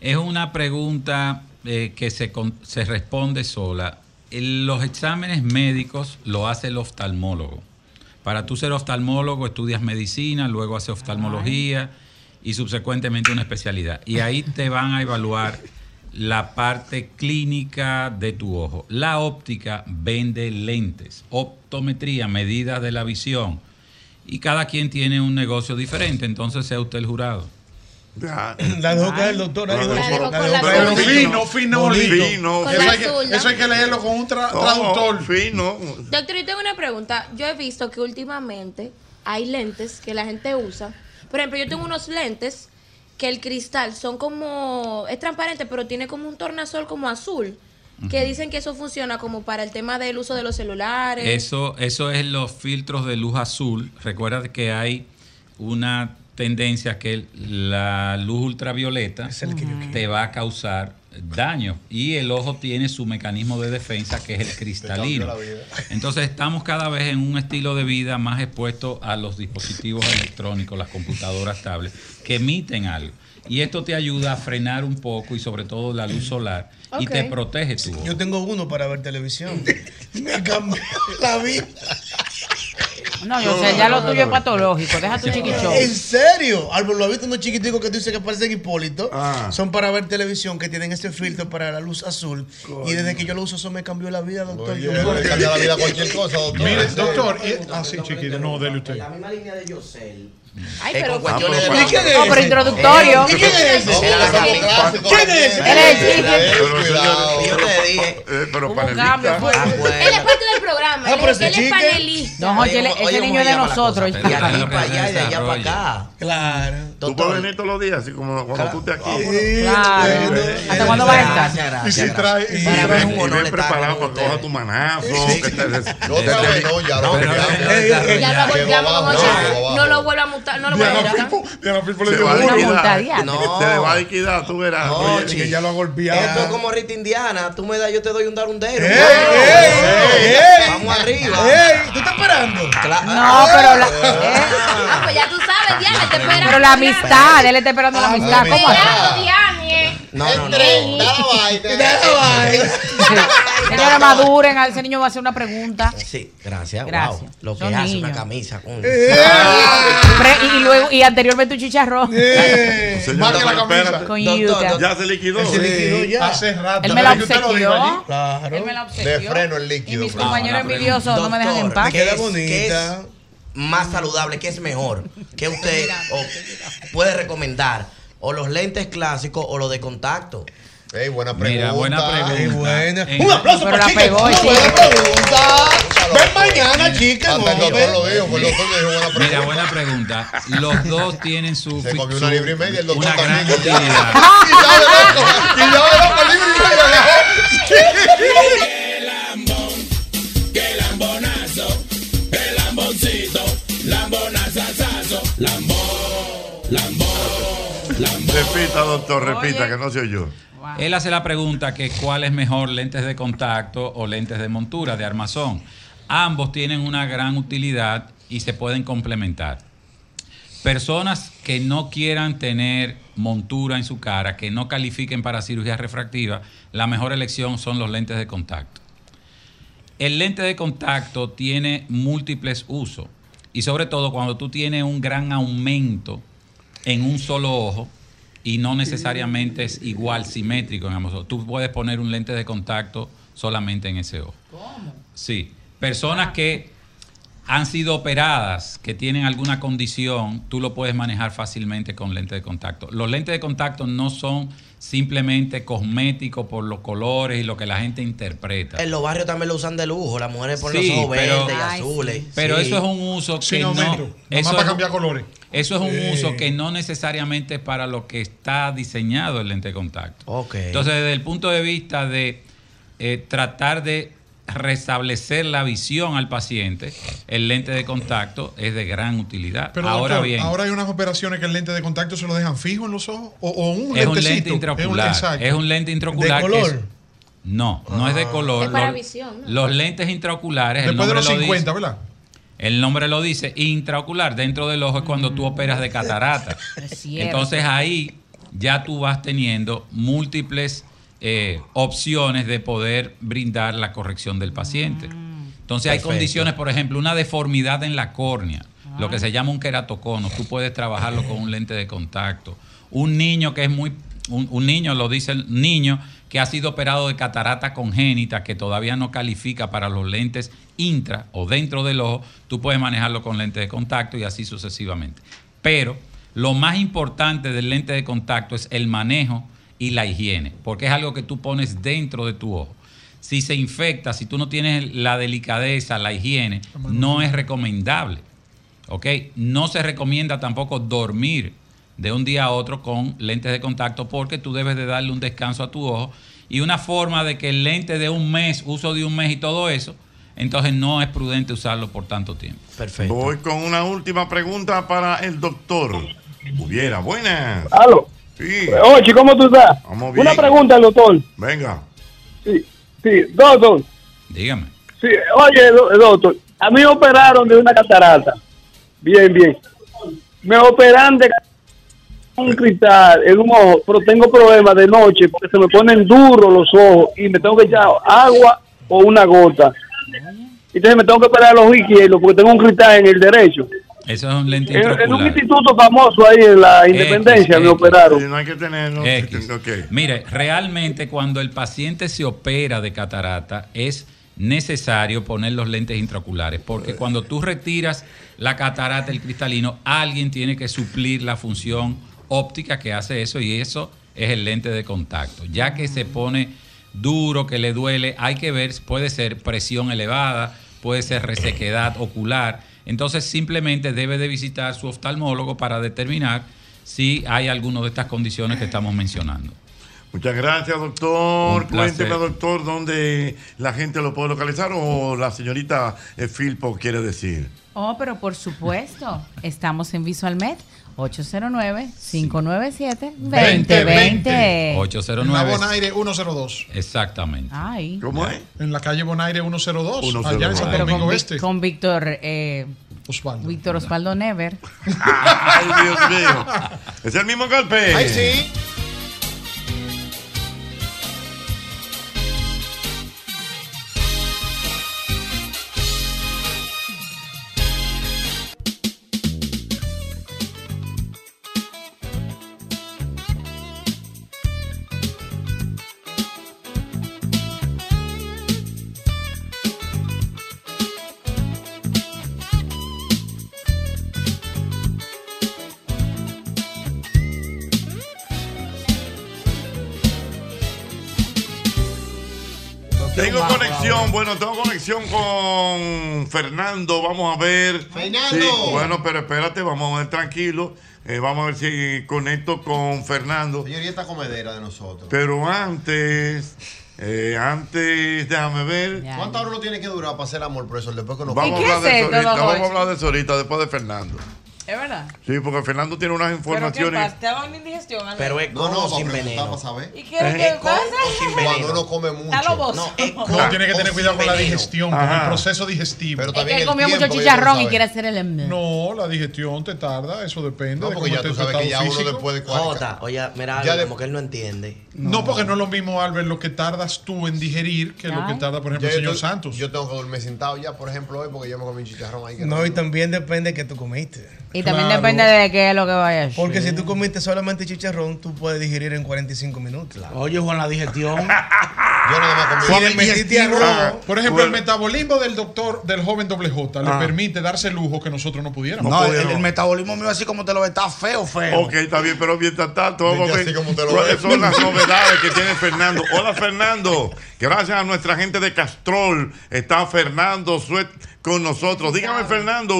[SPEAKER 24] es una pregunta eh, que se, con- se responde sola. El- los exámenes médicos lo hace el oftalmólogo. Para tú ser oftalmólogo estudias medicina, luego haces oftalmología y subsecuentemente una especialidad. Y ahí te van a evaluar la parte clínica de tu ojo. La óptica vende lentes, optometría, medidas de la visión. Y cada quien tiene un negocio diferente, entonces sea usted el jurado.
[SPEAKER 3] La dejó caer el doctor. ahí,
[SPEAKER 24] La
[SPEAKER 3] doctor.
[SPEAKER 24] dejó con
[SPEAKER 3] La dejó
[SPEAKER 24] la
[SPEAKER 3] caer.
[SPEAKER 24] azul.
[SPEAKER 16] Fino, fino,
[SPEAKER 24] Bonito.
[SPEAKER 16] fino.
[SPEAKER 24] Con
[SPEAKER 16] Eso
[SPEAKER 24] la
[SPEAKER 16] hay, que,
[SPEAKER 8] azul,
[SPEAKER 16] eso hay que leerlo con un tra- traductor.
[SPEAKER 2] Fino.
[SPEAKER 8] Doctor, yo tengo una pregunta. Yo he visto que últimamente hay lentes que la gente usa. Por ejemplo, yo tengo unos lentes que el cristal son como, es transparente, pero tiene como un tornasol como azul. Que dicen que eso funciona como para el tema del uso de los celulares.
[SPEAKER 24] Eso, eso es los filtros de luz azul. Recuerda que hay una tendencia que el- la luz ultravioleta te va a causar daño y el ojo tiene su mecanismo de defensa que es el cristalino. Entonces estamos cada vez en un estilo de vida más expuesto a los dispositivos electrónicos, las computadoras, tablets, que emiten algo. Y esto te ayuda a frenar un poco y sobre todo la luz solar y
[SPEAKER 3] Ok.
[SPEAKER 24] te protege tu ojo.
[SPEAKER 3] Yo tengo uno para ver televisión. Me ha cambiado la vida.
[SPEAKER 12] No, yo sé, ya lo tuyo es patológico. Deja tu
[SPEAKER 4] Ah.
[SPEAKER 12] chiquichón.
[SPEAKER 3] ¿En serio? Álvaro, ¿lo has visto unos chiquiticos que tú dices que parecen Hipólito?
[SPEAKER 12] Ah.
[SPEAKER 3] Son para ver televisión que tienen este filtro para la luz azul. Y desde que yo lo uso, eso me cambió la vida, doctor. Yo
[SPEAKER 4] Oye, le cambia la vida a cualquier
[SPEAKER 3] cosa, doctor.
[SPEAKER 16] Mire, doctor, y- ah, sí, chiquito, no, dele usted.
[SPEAKER 3] La misma línea de
[SPEAKER 8] Ay,
[SPEAKER 3] pero-
[SPEAKER 12] pero.
[SPEAKER 3] cuestiones de-
[SPEAKER 12] No, pero introductorio.
[SPEAKER 3] ¿Y quién es ese? ¿Quién es ese?
[SPEAKER 2] Yo te dije. eh, Pero para el Ah,
[SPEAKER 12] Cambio, pues.
[SPEAKER 8] Él es parte del programa.
[SPEAKER 12] Ah,
[SPEAKER 8] él,
[SPEAKER 12] pero
[SPEAKER 8] es-
[SPEAKER 12] ese
[SPEAKER 8] él es
[SPEAKER 12] chique.
[SPEAKER 8] panelista.
[SPEAKER 12] No, oye, él es- ese niño es de nosotros.
[SPEAKER 2] Y aquí para allá,
[SPEAKER 8] y de allá
[SPEAKER 2] para
[SPEAKER 8] acá.
[SPEAKER 3] Claro.
[SPEAKER 2] Tú puedes venir todos los días, así como cuando tú estés aquí.
[SPEAKER 12] Claro. ¿Hasta cuándo vas a estar?
[SPEAKER 2] Y si trae, y ven, y ven preparado para que coja tu manazo. que te- te- te-
[SPEAKER 4] No, ya no,
[SPEAKER 2] Pero- eh,
[SPEAKER 4] ya no.
[SPEAKER 8] Ya lo volteamos como
[SPEAKER 2] No,
[SPEAKER 8] sea, No lo vuelva a
[SPEAKER 12] multa, no lo voy a
[SPEAKER 2] Diana
[SPEAKER 12] ir a
[SPEAKER 2] Pipo, Diana Pipo le
[SPEAKER 12] Se
[SPEAKER 2] dio
[SPEAKER 12] va a
[SPEAKER 2] una
[SPEAKER 12] liquidar.
[SPEAKER 2] multa.
[SPEAKER 12] No.
[SPEAKER 2] Se le va a liquidar, tú verás.
[SPEAKER 25] No,
[SPEAKER 2] Oye,
[SPEAKER 25] chico.
[SPEAKER 2] que ya lo ha golpeado.
[SPEAKER 25] Esto es como Rita Indiana. Tú me das, yo te doy un darundero. Vamos arriba.
[SPEAKER 3] ¿Tú estás parando?
[SPEAKER 23] No, pero la,
[SPEAKER 12] Ah, pues ya tú sabes, Diana, te esperan.
[SPEAKER 23] pero la amistad, él está esperando la amistad. ¿Cómo así?
[SPEAKER 12] Cuidado, Diana, eh.
[SPEAKER 25] No, no, no.
[SPEAKER 23] Señores, maduren, a ese niño va a hacer una pregunta.
[SPEAKER 25] Sí, gracias.
[SPEAKER 23] Gracias.
[SPEAKER 25] Wow. Lo que
[SPEAKER 23] Son
[SPEAKER 25] hace
[SPEAKER 23] niños.
[SPEAKER 25] una camisa con.
[SPEAKER 12] Eh.
[SPEAKER 23] Pre- y, y luego, y anteriormente un chicharrón.
[SPEAKER 2] Señora,
[SPEAKER 23] que la
[SPEAKER 2] pero
[SPEAKER 23] camisa.
[SPEAKER 2] espérate.
[SPEAKER 23] Con Yuka.
[SPEAKER 2] Ya se liquidó.
[SPEAKER 23] Se liquidó ya.
[SPEAKER 16] Hace rato.
[SPEAKER 23] Él me la
[SPEAKER 16] ¿Qué usted lo dijo allí?
[SPEAKER 23] obsequió. Él me la obsequió.
[SPEAKER 4] De freno el líquido.
[SPEAKER 23] Y mis
[SPEAKER 4] claro.
[SPEAKER 23] compañeros
[SPEAKER 25] Ah,
[SPEAKER 23] envidiosos no me dejan en paz.
[SPEAKER 25] ¿qué es, qué es más saludable? ¿Qué es mejor? ¿Qué usted o puede recomendar? ¿O los lentes clásicos o los de contacto?
[SPEAKER 4] Ey, buena
[SPEAKER 24] Mira, buena pregunta.
[SPEAKER 4] Ey, buena.
[SPEAKER 24] En-
[SPEAKER 4] Un aplauso
[SPEAKER 24] Pero
[SPEAKER 4] para
[SPEAKER 24] la
[SPEAKER 4] Chica.
[SPEAKER 24] pegó,
[SPEAKER 4] Muy
[SPEAKER 24] Chica.
[SPEAKER 4] buena pregunta.
[SPEAKER 11] Ven mañana, chica.
[SPEAKER 4] Hasta el
[SPEAKER 11] no,
[SPEAKER 4] doctor
[SPEAKER 11] ven.
[SPEAKER 4] lo dijo, pues el doctor le dijo buena pregunta.
[SPEAKER 24] Mira, buena pregunta. Los dos tienen su.
[SPEAKER 4] Se
[SPEAKER 24] fi-
[SPEAKER 4] comió una
[SPEAKER 24] su-
[SPEAKER 4] libra y media, el doctor
[SPEAKER 24] una gran
[SPEAKER 4] también.
[SPEAKER 24] utilidad.
[SPEAKER 4] Y ya verás que libre y medio dejó.
[SPEAKER 1] ¡Qué lambonazo! ¡Qué lamboncito! ¡Lambonazazazo! ¡Lambón! ¡Lambón!
[SPEAKER 2] Repita, doctor, repita, que no se oyó.
[SPEAKER 24] Él hace la pregunta que cuál es mejor lentes de contacto o lentes de montura, de armazón. Ambos tienen una gran utilidad y se pueden complementar. Personas que no quieran tener montura en su cara, que no califiquen para cirugía refractiva, la mejor elección son los lentes de contacto. El lente de contacto tiene múltiples usos y sobre todo cuando tú tienes un gran aumento en un solo ojo y no necesariamente es igual simétrico en ambos ojos. Tú puedes poner un lente de contacto solamente en ese ojo. Sí, personas que han sido operadas, que tienen alguna condición, tú lo puedes manejar fácilmente con lente de contacto. Los lentes de contacto no son simplemente cosméticos por los colores y lo que la gente interpreta.
[SPEAKER 25] En los barrios también lo usan de lujo. Las mujeres ponen
[SPEAKER 24] Sí,
[SPEAKER 25] los ojos
[SPEAKER 24] pero-
[SPEAKER 25] verdes y
[SPEAKER 24] Ay, sí.
[SPEAKER 25] azules.
[SPEAKER 24] Pero
[SPEAKER 25] Sí.
[SPEAKER 24] eso es un uso que
[SPEAKER 25] Sin
[SPEAKER 24] no,
[SPEAKER 25] aumento,
[SPEAKER 24] eso
[SPEAKER 25] nomás para
[SPEAKER 24] es-
[SPEAKER 25] cambiar colores.
[SPEAKER 24] Eso es un
[SPEAKER 25] Sí.
[SPEAKER 24] uso que no necesariamente es para lo que está diseñado el lente de contacto. Entonces, desde el punto de vista de eh, tratar de restablecer la visión al paciente, el lente de contacto es de gran utilidad.
[SPEAKER 16] Pero
[SPEAKER 24] ahora
[SPEAKER 16] doctor,
[SPEAKER 24] bien,
[SPEAKER 16] ahora hay unas operaciones que el lente de contacto se lo dejan fijo en los ojos o, o un
[SPEAKER 24] es un lente
[SPEAKER 16] lentecito.
[SPEAKER 24] intraocular. Es un,
[SPEAKER 16] exacto.
[SPEAKER 24] lente intraocular.
[SPEAKER 16] ¿De
[SPEAKER 24] que es-
[SPEAKER 16] color? Ah.
[SPEAKER 24] no, no es de color.
[SPEAKER 12] Es para
[SPEAKER 24] Los-
[SPEAKER 12] visión, ¿no?
[SPEAKER 24] Los lentes intraoculares. el
[SPEAKER 16] Después de
[SPEAKER 24] nombre
[SPEAKER 16] los
[SPEAKER 24] lo dice.
[SPEAKER 16] 50, ¿verdad?
[SPEAKER 24] El nombre lo dice, intraocular, dentro del ojo es cuando
[SPEAKER 12] Mm.
[SPEAKER 24] tú operas de catarata.
[SPEAKER 23] cierto.
[SPEAKER 24] Entonces ahí ya tú vas teniendo múltiples eh, opciones de poder brindar la corrección del paciente.
[SPEAKER 12] Mm.
[SPEAKER 24] Entonces hay
[SPEAKER 14] Perfecto.
[SPEAKER 24] condiciones, por ejemplo, una deformidad en la córnea, lo que se llama un queratocono, tú puedes trabajarlo con un lente de contacto. Un niño que es muy, un, un niño, lo dice el niño, que ha sido operado de catarata congénita, que todavía no califica para los lentes intra o dentro del ojo, tú puedes manejarlo con lente de contacto y así sucesivamente. Pero lo más importante del lente de contacto es el manejo y la higiene, porque es algo que tú pones dentro de tu ojo. Si se infecta, si tú no tienes la delicadeza, la higiene, no es recomendable. ¿Ok? No se recomienda tampoco dormir de un día a otro con lentes de contacto porque tú debes de darle un descanso a tu ojo y una forma de que el lente de un mes, uso de un mes y todo eso, entonces no es prudente usarlo por tanto tiempo.
[SPEAKER 25] Perfecto.
[SPEAKER 2] Voy con una última pregunta para el doctor. Hubiera, buenas.
[SPEAKER 7] Aló. Eh, oh.
[SPEAKER 2] Sí.
[SPEAKER 7] Oye, ¿cómo tú estás?
[SPEAKER 2] Vamos bien.
[SPEAKER 7] Una pregunta, doctor.
[SPEAKER 2] Venga.
[SPEAKER 7] Sí, sí, doctor.
[SPEAKER 24] Dígame.
[SPEAKER 7] Sí, oye, do- doctor. A mí me operaron de una catarata. Bien, bien. Me operan de un cristal en un ojo, pero tengo problemas de noche porque se me ponen duros los ojos y me tengo que echar agua o una gota. Entonces me tengo que operar los izquierdos porque tengo un cristal en el derecho.
[SPEAKER 24] Eso es un lente
[SPEAKER 7] En, en un
[SPEAKER 24] intraocular.
[SPEAKER 7] instituto famoso ahí en la Independencia me operaron.
[SPEAKER 2] No hay que tener. no,
[SPEAKER 24] X.
[SPEAKER 2] ok.
[SPEAKER 24] Mire, realmente cuando el paciente se opera de catarata es necesario poner los lentes intraoculares, porque cuando tú retiras la catarata, el cristalino, alguien tiene que suplir la función óptica que hace eso y eso es el lente de contacto. Ya que se pone duro, que le duele, hay que ver, puede ser presión elevada, puede ser resequedad ocular, entonces simplemente debe de visitar su oftalmólogo para determinar si hay alguna de estas condiciones que estamos mencionando.
[SPEAKER 2] Muchas gracias, doctor.
[SPEAKER 24] Un placer.
[SPEAKER 2] Cuénteme, doctor, dónde la gente lo puede localizar o la señorita eh, Filpo quiere decir.
[SPEAKER 23] Oh, pero por supuesto, estamos en VisualMed 809-597-2020.
[SPEAKER 24] 809.
[SPEAKER 16] En la Bonaire 102.
[SPEAKER 24] Exactamente.
[SPEAKER 23] Ay.
[SPEAKER 2] ¿Cómo es?
[SPEAKER 16] En la calle Bonaire 102, allá en
[SPEAKER 24] 102.
[SPEAKER 16] Santo
[SPEAKER 23] Pero con,
[SPEAKER 16] Domingo
[SPEAKER 23] Vic-
[SPEAKER 16] Este.
[SPEAKER 23] con Víctor eh, Osvaldo. Víctor Osvaldo Never.
[SPEAKER 2] ¡Ay, Dios mío! ¡Es el mismo golpe!
[SPEAKER 23] Ay, sí.
[SPEAKER 2] Tengo conexión, bueno, tengo conexión con Fernando. Vamos a ver.
[SPEAKER 4] Fernando.
[SPEAKER 2] Sí, bueno, pero espérate, vamos a ver tranquilo. Eh, vamos a ver si conecto con Fernando.
[SPEAKER 4] Señorita comedera de nosotros.
[SPEAKER 2] Pero antes, eh, antes, déjame ver.
[SPEAKER 4] ¿Cuántas horas uno tiene que durar para hacer amor, profesor? Después que uno
[SPEAKER 2] Vamos a, hablar de eso ahorita, vamos a hablar de eso ahorita, después de Fernando.
[SPEAKER 23] Es verdad.
[SPEAKER 2] Sí, porque Fernando tiene unas informaciones.
[SPEAKER 23] ¿Te da una indigestión?
[SPEAKER 25] Pero es
[SPEAKER 4] No,
[SPEAKER 25] con
[SPEAKER 4] no,
[SPEAKER 25] o sin
[SPEAKER 4] para
[SPEAKER 25] veneno.
[SPEAKER 4] preguntar, para saber.
[SPEAKER 23] ¿Y
[SPEAKER 25] qué es que
[SPEAKER 4] Con o
[SPEAKER 25] pasa?
[SPEAKER 4] sin
[SPEAKER 25] Cuando
[SPEAKER 4] veneno.
[SPEAKER 25] uno
[SPEAKER 4] come
[SPEAKER 23] Da lo bozo.
[SPEAKER 16] No, tiene que tener cuidado con la digestión, con el
[SPEAKER 2] Ajá.
[SPEAKER 16] proceso digestivo. Pero
[SPEAKER 23] Es que él comió mucho chicharrón y quiere hacer el...
[SPEAKER 16] No, la digestión te tarda, eso depende de cómo esté tu estado físico.
[SPEAKER 25] Jota, oye, mira,
[SPEAKER 16] Ya
[SPEAKER 25] algo,
[SPEAKER 16] de-
[SPEAKER 25] como que él no entiende.
[SPEAKER 16] No, porque no es lo mismo, Albert, lo que tardas tú en digerir que lo que tarda, por ejemplo, el señor Sánchez.
[SPEAKER 4] Santos. Yo tengo que dormir sentado ya, por ejemplo, hoy, porque yo me comí un chicharrón ahí. que
[SPEAKER 3] No, y también depende que tú comiste.
[SPEAKER 23] Y también depende de qué es lo que vaya a hacer.
[SPEAKER 3] Porque si tú comiste solamente chicharrón, tú puedes digerir en 45 minutos.
[SPEAKER 11] Oye, Juan, la digestión.
[SPEAKER 3] Yo
[SPEAKER 16] Si
[SPEAKER 3] no
[SPEAKER 16] Ah, el digestivo-
[SPEAKER 4] Ah,
[SPEAKER 3] arroz.
[SPEAKER 16] Por ejemplo, el metabolismo del doctor, del joven doble J, le
[SPEAKER 11] Ah.
[SPEAKER 16] permite darse lujo que nosotros no pudiéramos.
[SPEAKER 11] No, el, el metabolismo mío así como te lo ves, está feo, feo.
[SPEAKER 2] Ok, está bien, pero mientras tanto, vamos a
[SPEAKER 11] Dije
[SPEAKER 2] ver
[SPEAKER 11] así como te lo
[SPEAKER 2] cuáles
[SPEAKER 11] veo.
[SPEAKER 2] son las novedades que tiene Fernando. Hola, Fernando. Gracias a nuestra gente de Castrol está Fernando Suet con nosotros. Dígame, Fernando.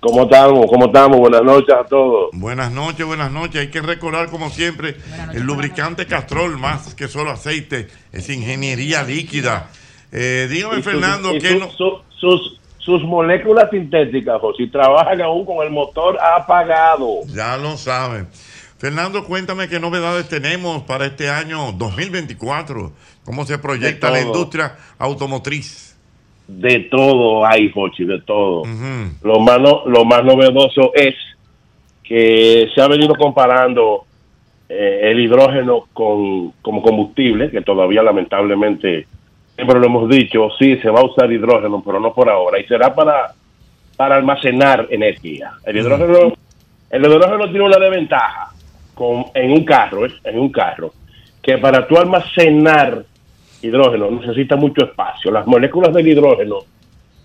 [SPEAKER 13] ¿Cómo estamos? ¿Cómo estamos? Buenas noches a todos.
[SPEAKER 2] Buenas noches, buenas noches. Hay que recordar, como siempre, el lubricante Castrol, más que solo aceite, es ingeniería líquida. Eh, dígame,
[SPEAKER 13] Y sus-
[SPEAKER 2] Fernando,
[SPEAKER 13] y
[SPEAKER 2] ¿qué
[SPEAKER 13] sus-
[SPEAKER 2] no?
[SPEAKER 13] su- sus, sus moléculas sintéticas, José, y trabajan aún con el motor apagado.
[SPEAKER 2] Ya lo saben. Fernando, cuéntame qué novedades tenemos para este año 2024. ¿Cómo se
[SPEAKER 13] De
[SPEAKER 2] proyecta la
[SPEAKER 13] todo.
[SPEAKER 2] industria automotriz?
[SPEAKER 13] De todo hay, Jochi, de todo. lo, más no- lo más novedoso es que se ha venido comparando eh, el hidrógeno con, como combustible, que todavía lamentablemente, siempre lo hemos dicho, sí, se va a usar hidrógeno, pero no por ahora, y será para, para almacenar energía. El hidrógeno, el hidrógeno tiene una desventaja con, en un carro, ¿eh? en un carro, que para tú almacenar hidrógeno necesita mucho espacio. Las moléculas del hidrógeno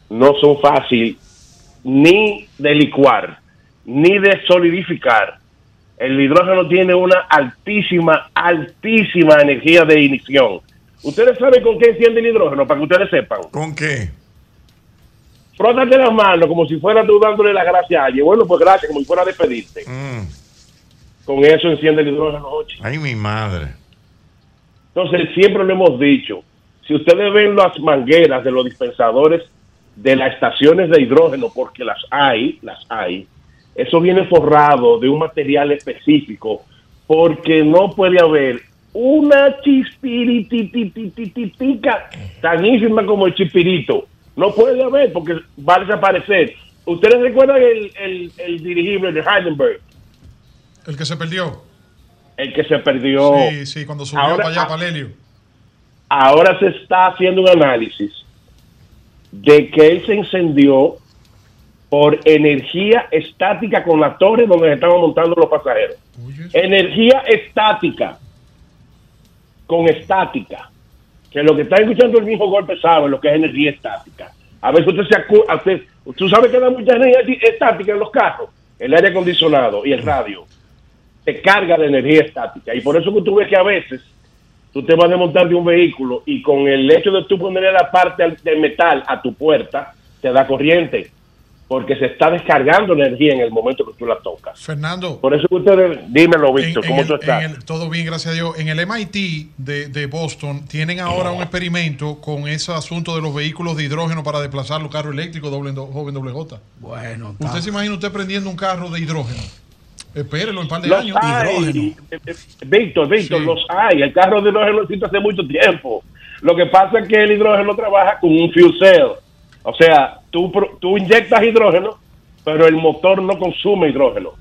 [SPEAKER 13] no son fáciles ni de licuar, ni de solidificar. El hidrógeno tiene una altísima, altísima energía de ignición. ¿Ustedes saben con qué enciende el hidrógeno? Para que ustedes sepan.
[SPEAKER 2] ¿Con qué?
[SPEAKER 13] Frótate las manos como si fuera tú dándole las gracias a alguien. Bueno, pues gracias, como si fuera a despedirte.
[SPEAKER 2] Mm,
[SPEAKER 13] Con eso enciende el hidrógeno 8.
[SPEAKER 2] Ay, mi madre.
[SPEAKER 13] Entonces, siempre lo hemos dicho. Si ustedes ven las mangueras de los dispensadores de las estaciones de hidrógeno, porque las hay, las hay, eso viene forrado de un material específico, porque no puede haber una chispiritititititica tan ínfima como el chispirito. No puede haber, porque va a desaparecer. ¿Ustedes recuerdan el, el, el dirigible de Heidenberg?
[SPEAKER 16] El que se perdió.
[SPEAKER 13] El que se perdió.
[SPEAKER 16] Sí, sí, cuando subió
[SPEAKER 13] Oh. Ahora-
[SPEAKER 16] para allá, para Lelio.
[SPEAKER 13] ahora se está haciendo un análisis de que él se encendió por energía estática con la torre donde se estaban montando los pasajeros. Energía estática con estática. Que lo que está escuchando el mismo golpe sabe lo que es energía estática. A veces usted se acu- a usted- tú sabes que da mucha energía estática en los carros, el aire acondicionado y el radio. Se carga de energía estática. Y por eso que tú ves que a veces tú te vas a desmontar de un vehículo y con el hecho de tú ponerle la parte al- de metal a tu puerta, te da corriente. porque se está descargando energía en el momento que tú la tocas.
[SPEAKER 16] Fernando.
[SPEAKER 13] Por eso que ustedes, dímelo, Víctor,
[SPEAKER 16] en
[SPEAKER 13] ¿cómo
[SPEAKER 16] el-
[SPEAKER 13] tú estás?
[SPEAKER 16] en el- todo bien, gracias a Dios. En el MIT de, de Boston tienen ahora un experimento con ese asunto de los vehículos de hidrógeno para desplazar los carros eléctricos doble, do- joven WJ.
[SPEAKER 11] Bueno,
[SPEAKER 16] ¿Usted se imagina usted prendiendo un carro de hidrógeno? Espérelo en un par de
[SPEAKER 13] Los
[SPEAKER 16] años.
[SPEAKER 13] hay. Eh, eh, Víctor, Víctor, los hay. El carro de hidrógeno existe hace mucho tiempo. Lo que pasa es que el hidrógeno trabaja con un fuel cell. O sea, tú, pro- tú inyectas hidrógeno, pero el motor no consume hidrógeno.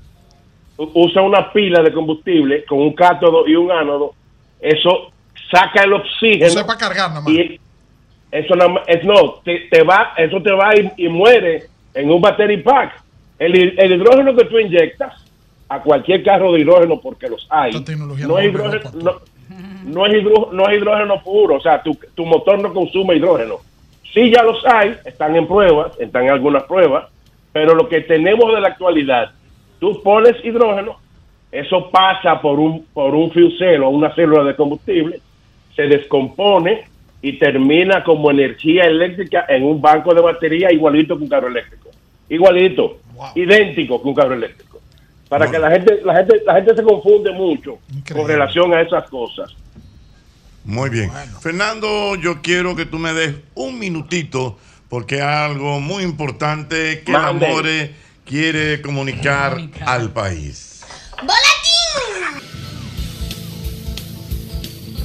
[SPEAKER 13] U- Usa una pila de combustible con un cátodo y un ánodo. Eso saca el oxígeno.
[SPEAKER 16] Eso es para cargar, nada más.
[SPEAKER 13] Y eso nada más- es, no, te, te va, eso te va y, y muere en un battery pack. El, hi- el hidrógeno que tú inyectas a cualquier carro de hidrógeno, porque los hay, no es, hidrógeno, no, no es hidro- no es hidrógeno puro, o sea, tu, tu motor no consume hidrógeno. Sí ya los hay, están en pruebas, están en algunas pruebas, pero lo que tenemos de la actualidad, tú pones hidrógeno, eso pasa por un, por un fuel cell o una célula de combustible, se descompone y termina como energía eléctrica en un banco de batería igualito que un carro eléctrico. Igualito, idéntico que un carro eléctrico. Para que la gente, la gente, la gente se confunde mucho con relación a esas cosas.
[SPEAKER 2] Muy bien. Fernando, yo quiero que tú me des un minutito porque hay algo muy importante que el
[SPEAKER 13] Mande.
[SPEAKER 2] Amore quiere comunicar al país.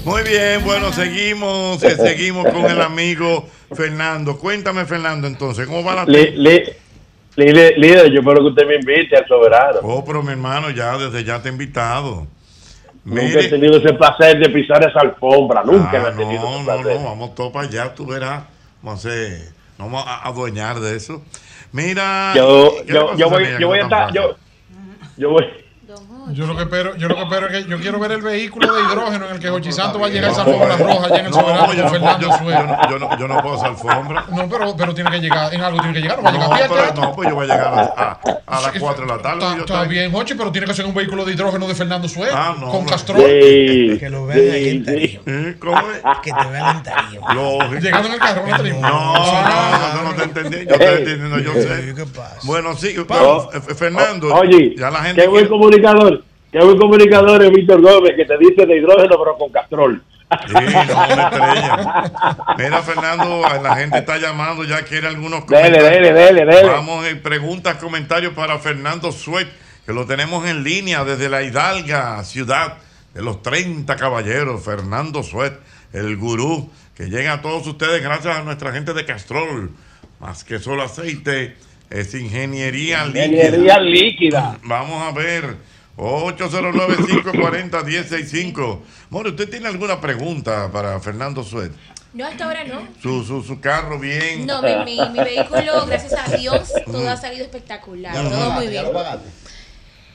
[SPEAKER 2] Muy bien, bueno, seguimos, eh, seguimos con el amigo Fernando. Cuéntame, Fernando, entonces, ¿cómo va la
[SPEAKER 13] Le- le- Líder, líder, yo espero que usted me invite al soberano.
[SPEAKER 2] Oh, pero mi hermano, ya desde ya te he invitado.
[SPEAKER 13] Nunca he tenido ese placer de pisar esa alfombra, nunca
[SPEAKER 2] Ah,
[SPEAKER 13] la he tenido
[SPEAKER 2] no,
[SPEAKER 13] ese
[SPEAKER 2] no,
[SPEAKER 13] placer.
[SPEAKER 2] no, vamos todos para allá, tú verás. Vamos a, hacer- vamos a adueñar de eso. Mira,
[SPEAKER 13] Yo-
[SPEAKER 2] ¿qué le
[SPEAKER 13] yo-
[SPEAKER 2] pasa
[SPEAKER 13] yo
[SPEAKER 2] esa
[SPEAKER 13] voy-
[SPEAKER 2] niña
[SPEAKER 13] yo
[SPEAKER 2] que
[SPEAKER 13] voy a
[SPEAKER 2] está tan
[SPEAKER 13] estar- yo-
[SPEAKER 2] fácil?
[SPEAKER 13] Yo voy.
[SPEAKER 16] Yo lo que espero, yo lo que espero es que yo quiero ver el vehículo de hidrógeno en el que Jochi Santos va a llegar esa alfombra roja allá en el
[SPEAKER 2] No,
[SPEAKER 16] soberano
[SPEAKER 2] yo
[SPEAKER 16] con
[SPEAKER 2] no puedo-
[SPEAKER 16] Fernando
[SPEAKER 2] yo- yo
[SPEAKER 16] Suero.
[SPEAKER 2] no- yo no- yo no puedo hacer alfombra.
[SPEAKER 16] No, pero, pero tiene que llegar, en algo tiene que llegar, no va a llegar bien.
[SPEAKER 2] Pero no, pues yo voy a llegar a, a- a las 4 de la tarde.
[SPEAKER 16] Está,
[SPEAKER 2] yo
[SPEAKER 16] está
[SPEAKER 2] estoy-
[SPEAKER 16] bien, Jochi, pero tiene que ser un vehículo de hidrógeno de Fernando Suero
[SPEAKER 2] Ah,
[SPEAKER 16] con Castro.
[SPEAKER 2] Que
[SPEAKER 16] lo vean ahí en
[SPEAKER 2] ¿Cómo
[SPEAKER 3] Ah,
[SPEAKER 2] es? Que te vean en
[SPEAKER 16] Llegando en el carro, no
[SPEAKER 2] No, no, no, no te entendí. Yo te
[SPEAKER 13] Ey.
[SPEAKER 2] entendiendo, yo sé. Bueno, sí,
[SPEAKER 13] Oh,
[SPEAKER 2] pero, eh, Fernando,
[SPEAKER 13] o- oye,
[SPEAKER 2] ya la gente
[SPEAKER 13] qué buen
[SPEAKER 2] quiere-
[SPEAKER 13] comunicador, qué buen comunicador es Víctor Gómez que te dice de hidrógeno pero con castrol.
[SPEAKER 2] Mira, Fernando, la gente está llamando, ya quiere algunos
[SPEAKER 13] Dele,
[SPEAKER 2] comentarios.
[SPEAKER 13] dele, dele, dele.
[SPEAKER 2] Vamos en preguntas, comentarios para Fernando Suet, que lo tenemos en línea desde la Hidalga, ciudad de los 30 caballeros. Fernando Suet, el gurú, que llega a todos ustedes gracias a nuestra gente de Castrol. Más que solo aceite, es ingeniería líquida.
[SPEAKER 13] Ingeniería líquida.
[SPEAKER 2] Vamos a ver. 809-540-1065. More, ¿usted tiene alguna pregunta para Fernando Suet?
[SPEAKER 12] No, hasta ahora no.
[SPEAKER 2] Su, su, su carro bien. Mm.
[SPEAKER 12] No, mi, mi- mi vehículo, gracias a Dios, todo ha salido espectacular.
[SPEAKER 2] Ya lo
[SPEAKER 12] Todo muy
[SPEAKER 2] pagaste,
[SPEAKER 12] bien.
[SPEAKER 2] ya lo pagaste.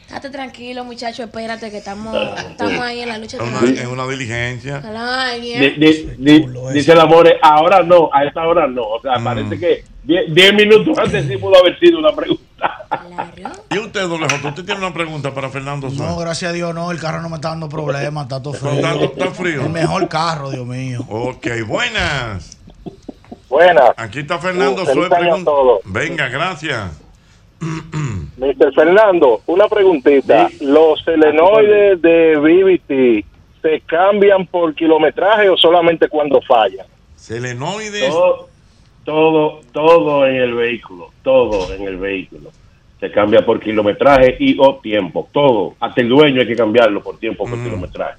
[SPEAKER 12] Estate tranquilo, muchacho, espérate que estamos, estamos ahí en la lucha.
[SPEAKER 2] Es una,
[SPEAKER 12] tranquila.
[SPEAKER 2] es una diligencia.
[SPEAKER 12] Ojalá, bien.
[SPEAKER 13] Di- di- di- dice el amor, ahora no, a esta hora no. O
[SPEAKER 2] Mm.
[SPEAKER 13] sea, parece que 10 minutos antes sí pudo haber sido una pregunta.
[SPEAKER 2] ¿Y usted, don Lejoto, usted tiene una pregunta para Fernando Suet?
[SPEAKER 11] No, gracias a Dios, no. El carro no me está dando problemas, está todo frío.
[SPEAKER 2] está, está frío.
[SPEAKER 11] El mejor carro, Dios mío.
[SPEAKER 2] Ok, buenas.
[SPEAKER 9] Buenas.
[SPEAKER 2] Aquí está Fernando
[SPEAKER 9] Uh, feliz
[SPEAKER 2] Suet.
[SPEAKER 9] año a
[SPEAKER 2] pregun-
[SPEAKER 9] todos.
[SPEAKER 2] Venga, gracias.
[SPEAKER 9] Mr. Fernando, una preguntita. ¿Los selenoides de BBT se cambian por kilometraje o solamente cuando fallan?
[SPEAKER 2] Selenoides.
[SPEAKER 13] Todo, todo, todo en el vehículo, todo en el vehículo. Se cambia por kilometraje y o tiempo, todo. Hasta el dueño hay que cambiarlo por tiempo o por kilometraje.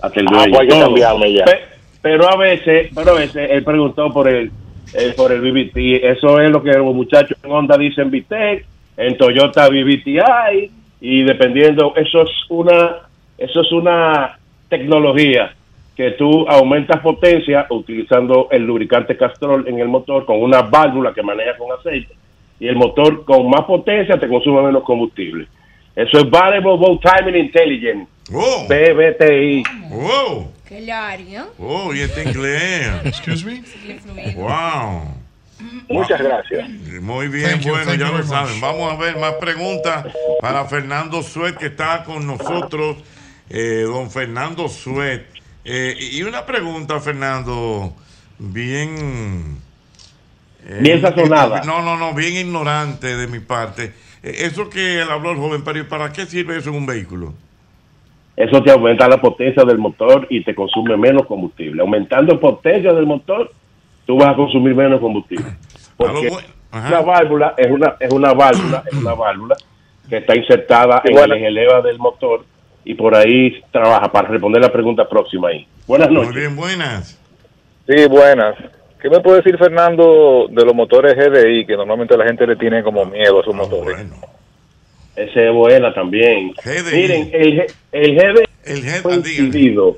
[SPEAKER 13] Hasta el
[SPEAKER 9] Mm. Ah,
[SPEAKER 13] dueño.
[SPEAKER 9] pues hay que
[SPEAKER 13] todo.
[SPEAKER 9] cambiarme ya.
[SPEAKER 13] Pe- pero a veces, pero a veces él preguntó por el, eh, por el BBT. Eso es lo que los muchachos en Honda dicen BTEC, en Toyota BBTI y dependiendo, eso es una, eso es una tecnología que tú aumentas potencia utilizando el lubricante Castrol en el motor con una válvula que maneja con aceite y el motor con más potencia te consume menos combustible. Eso es Variable Bolt Timing Intelligence, BBTI.
[SPEAKER 2] Oh,
[SPEAKER 12] Qué largo.
[SPEAKER 2] oh, y está en inglés. Excuse me. Wow.
[SPEAKER 9] Muchas gracias.
[SPEAKER 2] Muy bien,
[SPEAKER 9] Thank you,
[SPEAKER 2] bueno,
[SPEAKER 9] thank
[SPEAKER 2] ya
[SPEAKER 9] you
[SPEAKER 2] lo
[SPEAKER 9] very much.
[SPEAKER 2] saben. Vamos a ver más preguntas para Fernando Suet, que está con nosotros. Eh, don Fernando Suet. Eh, y una pregunta, Fernando, bien eh,
[SPEAKER 13] Bien sazonada.
[SPEAKER 2] No, no, no, bien ignorante de mi parte. Eh, Eso que él habló el joven, pero ¿para qué sirve eso en un vehículo?
[SPEAKER 13] Eso te aumenta la potencia del motor y te consume menos combustible. Aumentando potencia del motor, tú vas a consumir menos combustible. Porque una válvula es una, es una válvula, es una válvula que está insertada en el engeleva del motor y por ahí trabaja para responder la pregunta próxima ahí. Buenas noches.
[SPEAKER 2] Muy bien, buenas.
[SPEAKER 9] Sí, buenas. ¿Qué me puede decir Fernando de los motores GDI que normalmente la gente le tiene como miedo a sus motores?
[SPEAKER 13] Ese es Boela también. Miren, el, G- el GDI
[SPEAKER 2] el
[SPEAKER 13] fue incidido.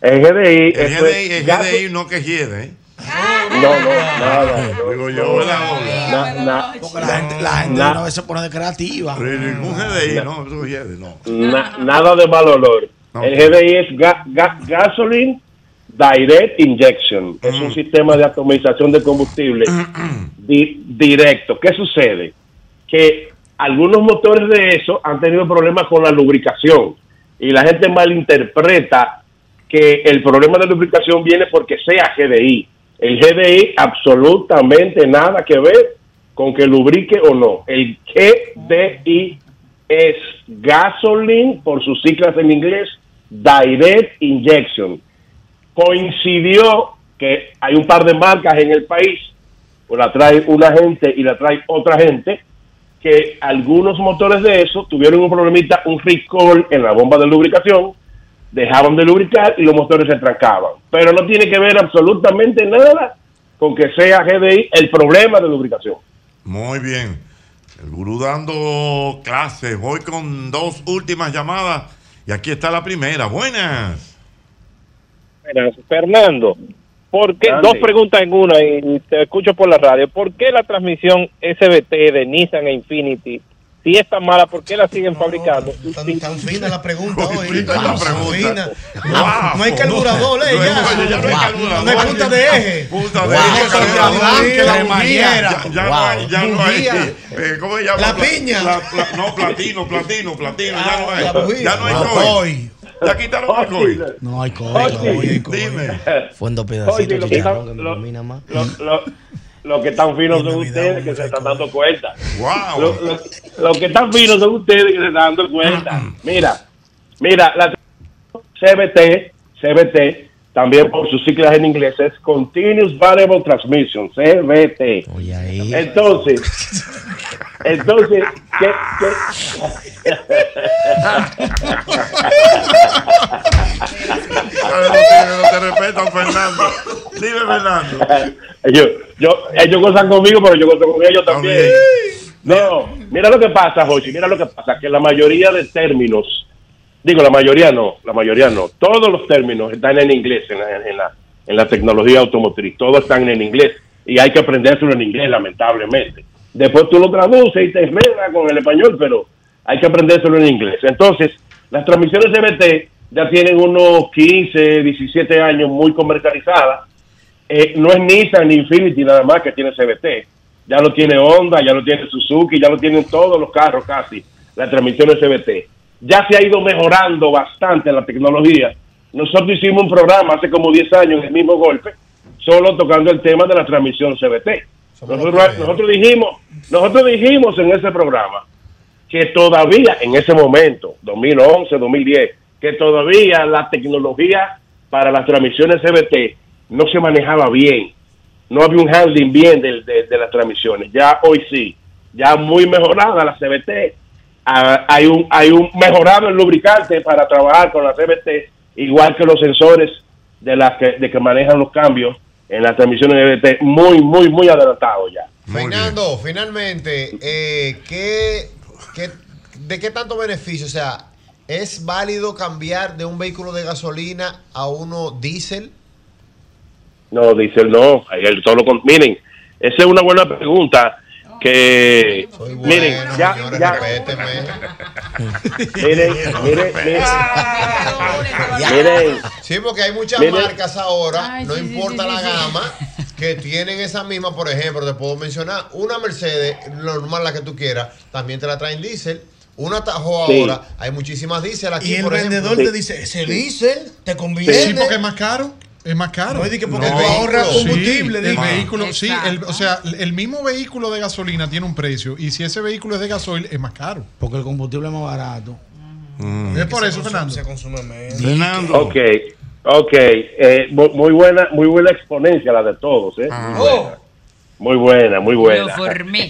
[SPEAKER 13] El GDI,
[SPEAKER 2] El
[SPEAKER 13] eso
[SPEAKER 2] GDI,
[SPEAKER 13] es
[SPEAKER 2] el
[SPEAKER 13] gaso-
[SPEAKER 2] GDI no que hiede, ¿eh?
[SPEAKER 13] No, no, nada.
[SPEAKER 2] Digo yo, la
[SPEAKER 13] Na- na-
[SPEAKER 11] Porque la gente, la gente
[SPEAKER 13] na-
[SPEAKER 11] una vez se pone creativa.
[SPEAKER 2] Un GDI, no, eso hiede, no.
[SPEAKER 13] na- nada de mal olor. El GDI es ga- ga- Gasoline Direct Injection. Es
[SPEAKER 2] Mm.
[SPEAKER 13] un sistema de atomización de combustible
[SPEAKER 23] Mm.
[SPEAKER 13] di- directo. ¿Qué sucede? Que algunos motores de eso han tenido problemas con la lubricación y la gente malinterpreta que el problema de lubricación viene porque sea GDI. El GDI absolutamente nada que ver con que lubrique o no. El GDI es gasoline, por sus siglas en inglés, direct injection. Coincidió que hay un par de marcas en el país, o la trae una gente y la trae otra gente, que algunos motores de eso tuvieron un problemita, un recall en la bomba de lubricación, dejaban de lubricar y los motores se trancaban. Pero no tiene que ver absolutamente nada con que sea GDI el problema de lubricación.
[SPEAKER 2] Muy bien. El gurú dando clases. Voy con dos últimas llamadas. Y aquí está la primera. Buenas.
[SPEAKER 9] Buenas. Fernando, ¿por qué?
[SPEAKER 2] Grande.
[SPEAKER 9] Dos preguntas en una y te escucho por la radio. ¿Por qué la transmisión SBT de Nissan e Infinity, si es tan mala, por qué la siguen fabricando?
[SPEAKER 3] Tan, tan fina la pregunta hoy.
[SPEAKER 9] la
[SPEAKER 3] Tan
[SPEAKER 9] pregunta.
[SPEAKER 3] fina. No, no hay carburador, eh, ya. No hay punta de eje.
[SPEAKER 2] Punta de
[SPEAKER 3] Guau.
[SPEAKER 2] eje, cargador,
[SPEAKER 3] Guau.
[SPEAKER 2] que la
[SPEAKER 3] Guau.
[SPEAKER 2] bañera. Ya, ya no hay, ya no hay.
[SPEAKER 3] Bujía.
[SPEAKER 2] Eh, ¿Cómo se llama?
[SPEAKER 3] La
[SPEAKER 2] Pla-
[SPEAKER 3] piña.
[SPEAKER 2] la- pla- no, platino, platino, platino. Ya no
[SPEAKER 11] la
[SPEAKER 2] hay.
[SPEAKER 11] bujía.
[SPEAKER 2] Ya no hay
[SPEAKER 11] Guau.
[SPEAKER 2] COI. Ya quitaron el COI.
[SPEAKER 11] No hay coño.
[SPEAKER 2] Dime.
[SPEAKER 11] Fondo
[SPEAKER 13] Oye, lo que están- lo- lo-
[SPEAKER 11] Mm.
[SPEAKER 13] lo- lo que están finos son ustedes que se están dando cuenta.
[SPEAKER 2] Wow.
[SPEAKER 13] Lo, lo- lo que están finos son ustedes que se están dando cuenta. Mira, mira, la CBT, CBT, también por sus siglas en inglés es Continuous Variable Transmission, CBT. Entonces, entonces, ¿qué,
[SPEAKER 2] No te respetan, Fernando. Dime, Fernando.
[SPEAKER 13] Yo, yo, ellos gozan conmigo, pero yo gozo con ellos también. No, mira lo que pasa, Jochi, mira lo que pasa, que la mayoría de términos, digo, la mayoría no, la mayoría no, todos los términos están en inglés en la, en la, en la tecnología automotriz, todos están en inglés y hay que aprendérselo en inglés, lamentablemente. Después tú lo traduces y te enredas con el español, pero hay que aprendérselo en inglés. Entonces, las transmisiones CBT ya tienen unos 15, 17 años muy comercializadas eh, no es Nissan ni Infinity nada más que tiene CBT. Ya lo tiene Honda, ya lo tiene Suzuki, ya lo tienen todos los carros casi, la transmisión de CBT. Ya se ha ido mejorando bastante la tecnología. Nosotros hicimos un programa hace como 10 años en el mismo golpe, solo tocando el tema de la transmisión CBT. Nosotros, nosotros dijimos, nosotros dijimos en ese programa que todavía en ese momento, 2011, 2010, que todavía la tecnología para las transmisiones CBT no se manejaba bien, no había un handling bien del- de, de las transmisiones. Ya hoy sí, ya muy mejorada la CBT, Ah, hay un hay un mejorado el lubricante para trabajar con la CBT, igual que los sensores de las que, de que manejan los cambios en las transmisiones CBT, muy, muy, muy adelantado ya.
[SPEAKER 4] Fernando, finalmente, eh, ¿qué- qué- de qué tanto beneficio? O sea, ¿es válido cambiar de un vehículo de gasolina a uno diésel?
[SPEAKER 13] No, dice él, no. El, todo lo con- miren, esa es una buena pregunta que... miren, ya, ya... miren, miren, miren. miren.
[SPEAKER 4] Sí, porque hay muchas
[SPEAKER 13] Miren.
[SPEAKER 4] marcas ahora,
[SPEAKER 23] Ay,
[SPEAKER 4] no
[SPEAKER 23] sí, sí,
[SPEAKER 4] importa
[SPEAKER 23] sí,
[SPEAKER 4] la
[SPEAKER 23] sí, sí.
[SPEAKER 4] gama, que tienen esa misma, por ejemplo, te puedo mencionar, una Mercedes, normal la que tú quieras, también te la traen diésel. Una Tajo
[SPEAKER 3] Sí.
[SPEAKER 4] ahora, hay muchísimas diésel aquí,
[SPEAKER 3] Y el
[SPEAKER 4] por ejemplo.
[SPEAKER 3] vendedor te dice, ese diésel te conviene.
[SPEAKER 4] Sí, porque es
[SPEAKER 3] más caro.
[SPEAKER 16] Es más caro.
[SPEAKER 3] No, es de que porque tú ahorras combustible,
[SPEAKER 16] Sí, el
[SPEAKER 3] digo.
[SPEAKER 16] vehículo, sí.
[SPEAKER 3] Exacto.
[SPEAKER 16] el- o sea, el mismo vehículo de gasolina tiene un precio. Y si ese vehículo es de gasoil, es más caro.
[SPEAKER 11] Porque el combustible es más barato.
[SPEAKER 2] Mm.
[SPEAKER 16] Es por
[SPEAKER 3] Se
[SPEAKER 16] eso,
[SPEAKER 3] consume-
[SPEAKER 16] Fernando.
[SPEAKER 3] Se consume menos.
[SPEAKER 13] Ok, ok. eh, mu- muy buena, muy buena exponencia la de todos, ¿eh? Muy buena. Muy buena, muy buena.
[SPEAKER 1] Lo formé.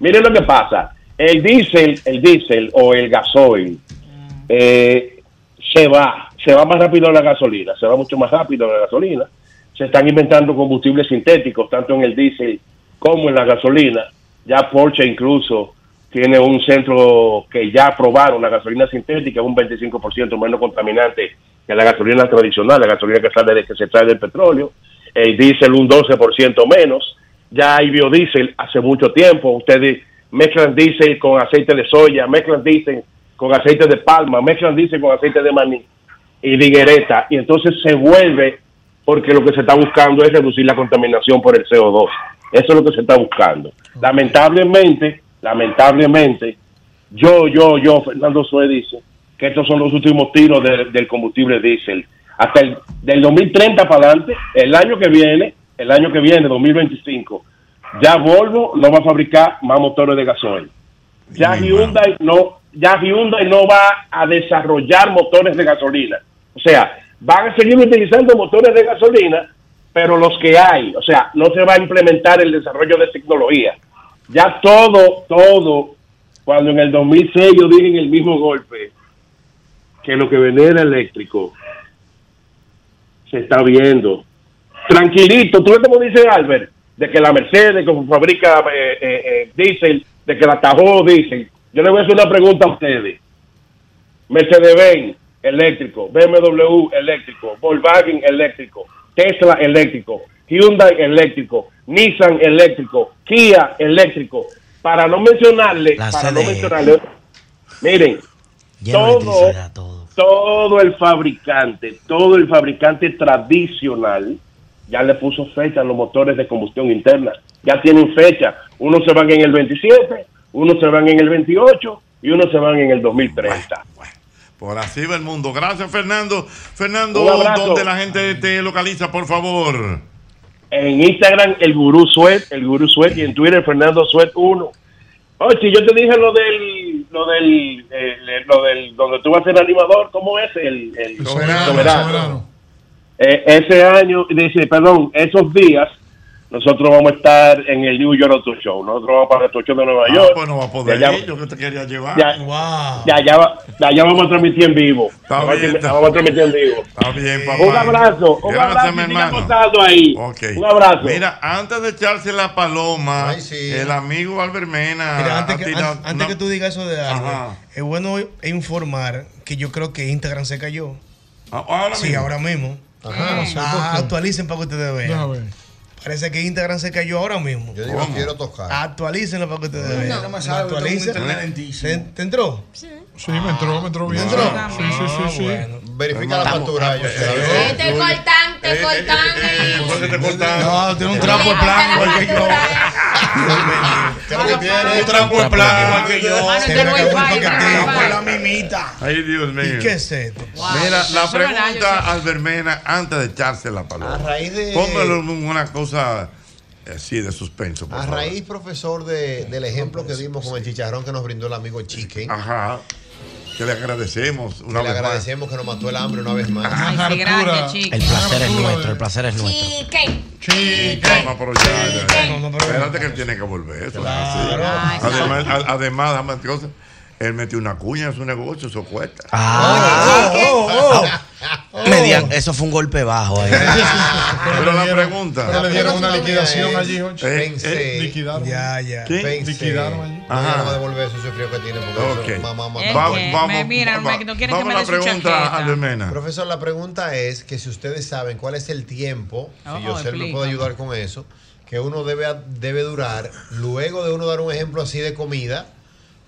[SPEAKER 13] Miren lo que pasa. El diésel, el diésel o el gasoil eh, se va, se va más rápido la gasolina, se va mucho más rápido la gasolina. Se están inventando combustibles sintéticos, tanto en el diésel como en la gasolina. Ya Porsche incluso tiene un centro que ya aprobaron la gasolina sintética, un 25% menos contaminante que la gasolina tradicional, la gasolina que sale de, que se trae del petróleo, el diésel un 12% menos, ya hay biodiesel hace mucho tiempo, ustedes mezclan diésel con aceite de soya, mezclan diésel con aceite de palma, mezclan diésel con aceite de maní y diguereta, y entonces se vuelve porque lo que se está buscando es reducir la contaminación por el CO2. Eso es lo que se está buscando. Lamentablemente, lamentablemente, yo, yo, yo, Fernando Sue dice que estos son los últimos tiros de- del combustible diésel. Hasta el del 2030 para adelante, el año que viene, el año que viene, 2025, ya Volvo no va a fabricar más motores de gasoil. Ya Hyundai no, ya Hyundai no va a desarrollar motores de gasolina. O sea, van a seguir utilizando motores de gasolina, pero los que hay, o sea, no se va a implementar el desarrollo de tecnología. Ya todo, todo, cuando en el 2006 yo dije en el mismo golpe que lo que venía era eléctrico, se está viendo. Tranquilito, tú ves como dice Albert, de que la Mercedes, que fabrica eh, eh, eh, diésel, de que la Tajo diésel. Yo le voy a hacer una pregunta a ustedes. Mercedes-Benz, eléctrico. BMW, eléctrico. Volkswagen, eléctrico. Tesla, eléctrico. Hyundai, eléctrico. Nissan, eléctrico. Kia, eléctrico. Para no mencionarle, para no
[SPEAKER 25] CDE.
[SPEAKER 13] mencionarle, miren, todo, todo el fabricante, todo el fabricante tradicional ya le puso fecha a los motores de combustión interna. Ya tienen fecha. Unos se van en el 27, unos se van en el 28 y unos se van en el 2030.
[SPEAKER 2] Por así va el mundo. Gracias, Fernando. Fernando,
[SPEAKER 13] Un abrazo.
[SPEAKER 2] ¿dónde la gente te localiza, por favor?
[SPEAKER 13] En Instagram, el gurú Suet, el gurú Suet, y en Twitter, Fernando Suet 1. Oye, yo te dije lo del, lo del, eh, lo del, donde tú vas a ser animador, ¿cómo es? El, el-
[SPEAKER 2] soberano,
[SPEAKER 13] soberano. Eh, ese año, dice, perdón, esos días, nosotros vamos a estar en el New York Auto Show. Nosotros vamos para el Auto Show de Nueva
[SPEAKER 2] Ah,
[SPEAKER 13] York.
[SPEAKER 2] pues no va a poder
[SPEAKER 13] De allá-
[SPEAKER 2] ir, yo que te quería llevar.
[SPEAKER 13] Ya, ya, ya, va- ya, ya vamos a transmitir en vivo. Vamos a
[SPEAKER 2] bien,
[SPEAKER 13] transmitir- vamos a transmitir en vivo. Un abrazo, un abrazo. y sigan votando ahí.
[SPEAKER 2] Ok.
[SPEAKER 13] Un abrazo.
[SPEAKER 2] Mira, antes de echarse la paloma, el amigo Albert Mena.
[SPEAKER 3] Mira, antes,
[SPEAKER 2] ha
[SPEAKER 3] que,
[SPEAKER 2] tirado
[SPEAKER 3] an- antes
[SPEAKER 2] una-
[SPEAKER 3] que tú digas eso de algo,
[SPEAKER 2] Ajá.
[SPEAKER 3] es bueno informar que yo creo que Instagram se cayó.
[SPEAKER 2] Ah, Ahora
[SPEAKER 3] sí,
[SPEAKER 2] mismo.
[SPEAKER 3] ahora mismo.
[SPEAKER 4] Ajá.
[SPEAKER 3] Ah, actualicen para que ustedes vean. Parece que Instagram se cayó ahora mismo. Yo
[SPEAKER 4] digo, ¿Cómo? quiero tocar.
[SPEAKER 3] Actualícenlo para que ustedes vean.
[SPEAKER 11] no me sabe, tengo un
[SPEAKER 3] Actualicen.
[SPEAKER 11] internet
[SPEAKER 3] ¿Te, te entró? Sí.
[SPEAKER 16] Sí, me entró, me entró bien.
[SPEAKER 3] ¿Me entró?
[SPEAKER 16] Sí, sí, sí. sí.
[SPEAKER 4] Verifica la factura. yo sé.
[SPEAKER 12] Te cortan, te cortan.
[SPEAKER 3] No, tiene un trapo en plan igual que yo.
[SPEAKER 2] tiene?
[SPEAKER 3] Un trapo en plan igual que yo.
[SPEAKER 2] Mano,
[SPEAKER 3] Se
[SPEAKER 2] este no
[SPEAKER 3] me
[SPEAKER 2] es
[SPEAKER 3] cayó un
[SPEAKER 2] wifi,
[SPEAKER 3] paquetito.
[SPEAKER 2] no es
[SPEAKER 3] Fue la mimita.
[SPEAKER 2] Ay, Dios mío.
[SPEAKER 3] ¿Y qué es esto?
[SPEAKER 2] Mira,
[SPEAKER 3] Wow.
[SPEAKER 2] la
[SPEAKER 3] Solo el año,
[SPEAKER 2] pregunta
[SPEAKER 3] sí.
[SPEAKER 2] al Vermena antes de echarse la paloma.
[SPEAKER 4] A raíz de-
[SPEAKER 2] Póngalo en una cosa así de suspenso. Por
[SPEAKER 4] A
[SPEAKER 2] favor.
[SPEAKER 4] raíz, profesor, de- del ejemplo que dimos con el chicharrón que nos brindó el amigo Chicken.
[SPEAKER 2] Ajá. Que le agradecemos una
[SPEAKER 4] le
[SPEAKER 2] vez más.
[SPEAKER 4] agradecemos que nos mató el hambre una vez más.
[SPEAKER 2] Ay, sí, gracias, Artura. Chicken.
[SPEAKER 25] El placer es nuestro, el placer es nuestro.
[SPEAKER 2] Chique. No, pero ya, ya, ya. Espérate que él tiene que volver. eso es así.
[SPEAKER 25] Ay,
[SPEAKER 2] Además, a- además, dame otra cosa, Él metió una cuña en su negocio, eso cuesta.
[SPEAKER 25] Ah.
[SPEAKER 9] ah.
[SPEAKER 11] Oh.
[SPEAKER 25] Median- eso fue un golpe bajo ahí.
[SPEAKER 2] Pero la pregunta.
[SPEAKER 16] Pero le dieron una liquidación
[SPEAKER 4] Eh,
[SPEAKER 16] allí, Jochi.
[SPEAKER 4] eh, Pensé.
[SPEAKER 16] Liquidaron.
[SPEAKER 3] Ya, ya.
[SPEAKER 16] ¿Qué?
[SPEAKER 4] Pensé.
[SPEAKER 16] Liquidaron allí.
[SPEAKER 4] No,
[SPEAKER 2] Ajá.
[SPEAKER 4] no va a devolver ese sufrido que tiene porque
[SPEAKER 2] Ok.
[SPEAKER 4] eso, mamá, mamá.
[SPEAKER 2] Es Va- que vamos- me miran, va- me- no quieren que vamos me a la dé su pregunta, chaqueta. Albermena.
[SPEAKER 4] Profesor, la pregunta es que si ustedes saben cuál es el tiempo,
[SPEAKER 23] Oh,
[SPEAKER 4] si Yosel me
[SPEAKER 23] explícame.
[SPEAKER 4] puede ayudar con eso, que uno debe, debe durar luego de uno dar un ejemplo así de comida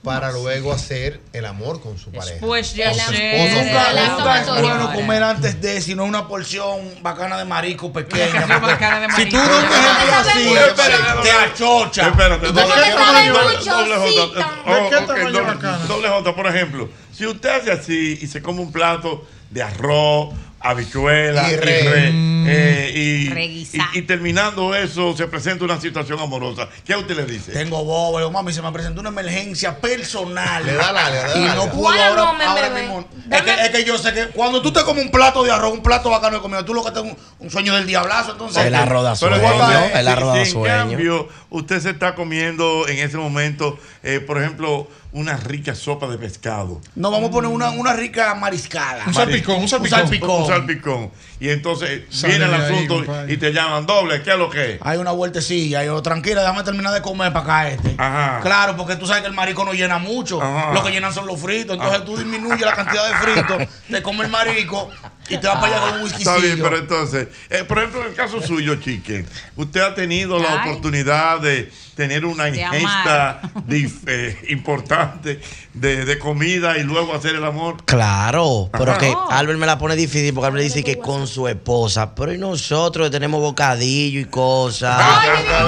[SPEAKER 4] para luego hacer el amor con su pareja.
[SPEAKER 23] Pues ya
[SPEAKER 4] Con su
[SPEAKER 23] sé.
[SPEAKER 4] esposo.
[SPEAKER 11] Nunca,
[SPEAKER 23] la
[SPEAKER 11] nunca es
[SPEAKER 23] sumatoria.
[SPEAKER 11] bueno comer antes de, sino una porción bacana de marisco pequeña.
[SPEAKER 23] bacana de
[SPEAKER 11] Si tú
[SPEAKER 23] marisco.
[SPEAKER 11] no te ejemplo así,
[SPEAKER 2] Espérate, espérate,
[SPEAKER 11] te achocha.
[SPEAKER 2] Espérate,
[SPEAKER 11] ¿De
[SPEAKER 2] doble
[SPEAKER 11] qué
[SPEAKER 2] J,
[SPEAKER 11] tamaño
[SPEAKER 2] doble
[SPEAKER 11] es
[SPEAKER 2] J, doble J.
[SPEAKER 11] chocita?
[SPEAKER 2] Oh,
[SPEAKER 11] ¿De qué
[SPEAKER 2] ok,
[SPEAKER 11] tamaño
[SPEAKER 2] doble- Doble J, por ejemplo, si usted hace así y se come un plato de arroz habichuela
[SPEAKER 4] Y
[SPEAKER 2] y
[SPEAKER 4] re.
[SPEAKER 2] re,
[SPEAKER 4] Mm.
[SPEAKER 2] eh, y-
[SPEAKER 4] Reguisá.
[SPEAKER 2] y- y terminando eso se presenta una situación amorosa. ¿Qué a usted le dice?
[SPEAKER 11] Tengo bobo, le digo, mami, se me presentó una emergencia personal.
[SPEAKER 2] Le da la- le da
[SPEAKER 11] Y
[SPEAKER 2] la-
[SPEAKER 11] no
[SPEAKER 2] le da.
[SPEAKER 11] puedo
[SPEAKER 2] ¿Cuál
[SPEAKER 11] ahora,
[SPEAKER 2] amor,
[SPEAKER 11] ahora
[SPEAKER 2] bebé?
[SPEAKER 11] mismo. Es que, es que yo sé que cuando tú te comes un plato de arroz, un plato bacano de comida, tú lo que tengo un sueño del diablazo, entonces.
[SPEAKER 2] Ok. Pero entonces, si- si En cambio, usted se está comiendo en ese momento, eh, por ejemplo, una rica sopa de pescado.
[SPEAKER 11] Nos vamos a poner una, una rica mariscada. Un salpicón.
[SPEAKER 2] Un salpicón. Y entonces
[SPEAKER 11] Sale
[SPEAKER 2] viene el
[SPEAKER 11] de ahí,
[SPEAKER 2] asunto
[SPEAKER 11] compadre.
[SPEAKER 2] y te llaman doble. ¿Qué es lo que es?
[SPEAKER 11] Hay una vueltecilla. Yo, tranquila, déjame terminar de comer para acá este. Claro, porque tú sabes que el marisco no llena mucho.
[SPEAKER 2] Ajá.
[SPEAKER 11] Lo que llenan son los fritos. Entonces
[SPEAKER 2] Ah.
[SPEAKER 11] tú disminuyes la cantidad de fritos, te comes el marisco y te vas para allá con un whisky.
[SPEAKER 2] Ah, Está bien, pero entonces, eh, por ejemplo, en el caso suyo, Chique, usted ha tenido la
[SPEAKER 11] Ay.
[SPEAKER 2] oportunidad de tener una
[SPEAKER 11] De amar.
[SPEAKER 2] ingesta dif- eh, importante de, de comida y luego hacer el amor.
[SPEAKER 9] Claro, pero
[SPEAKER 2] Ajá.
[SPEAKER 9] que Albert me la pone difícil porque Albert dice que con su esposa, pero y nosotros que tenemos bocadillo y cosas.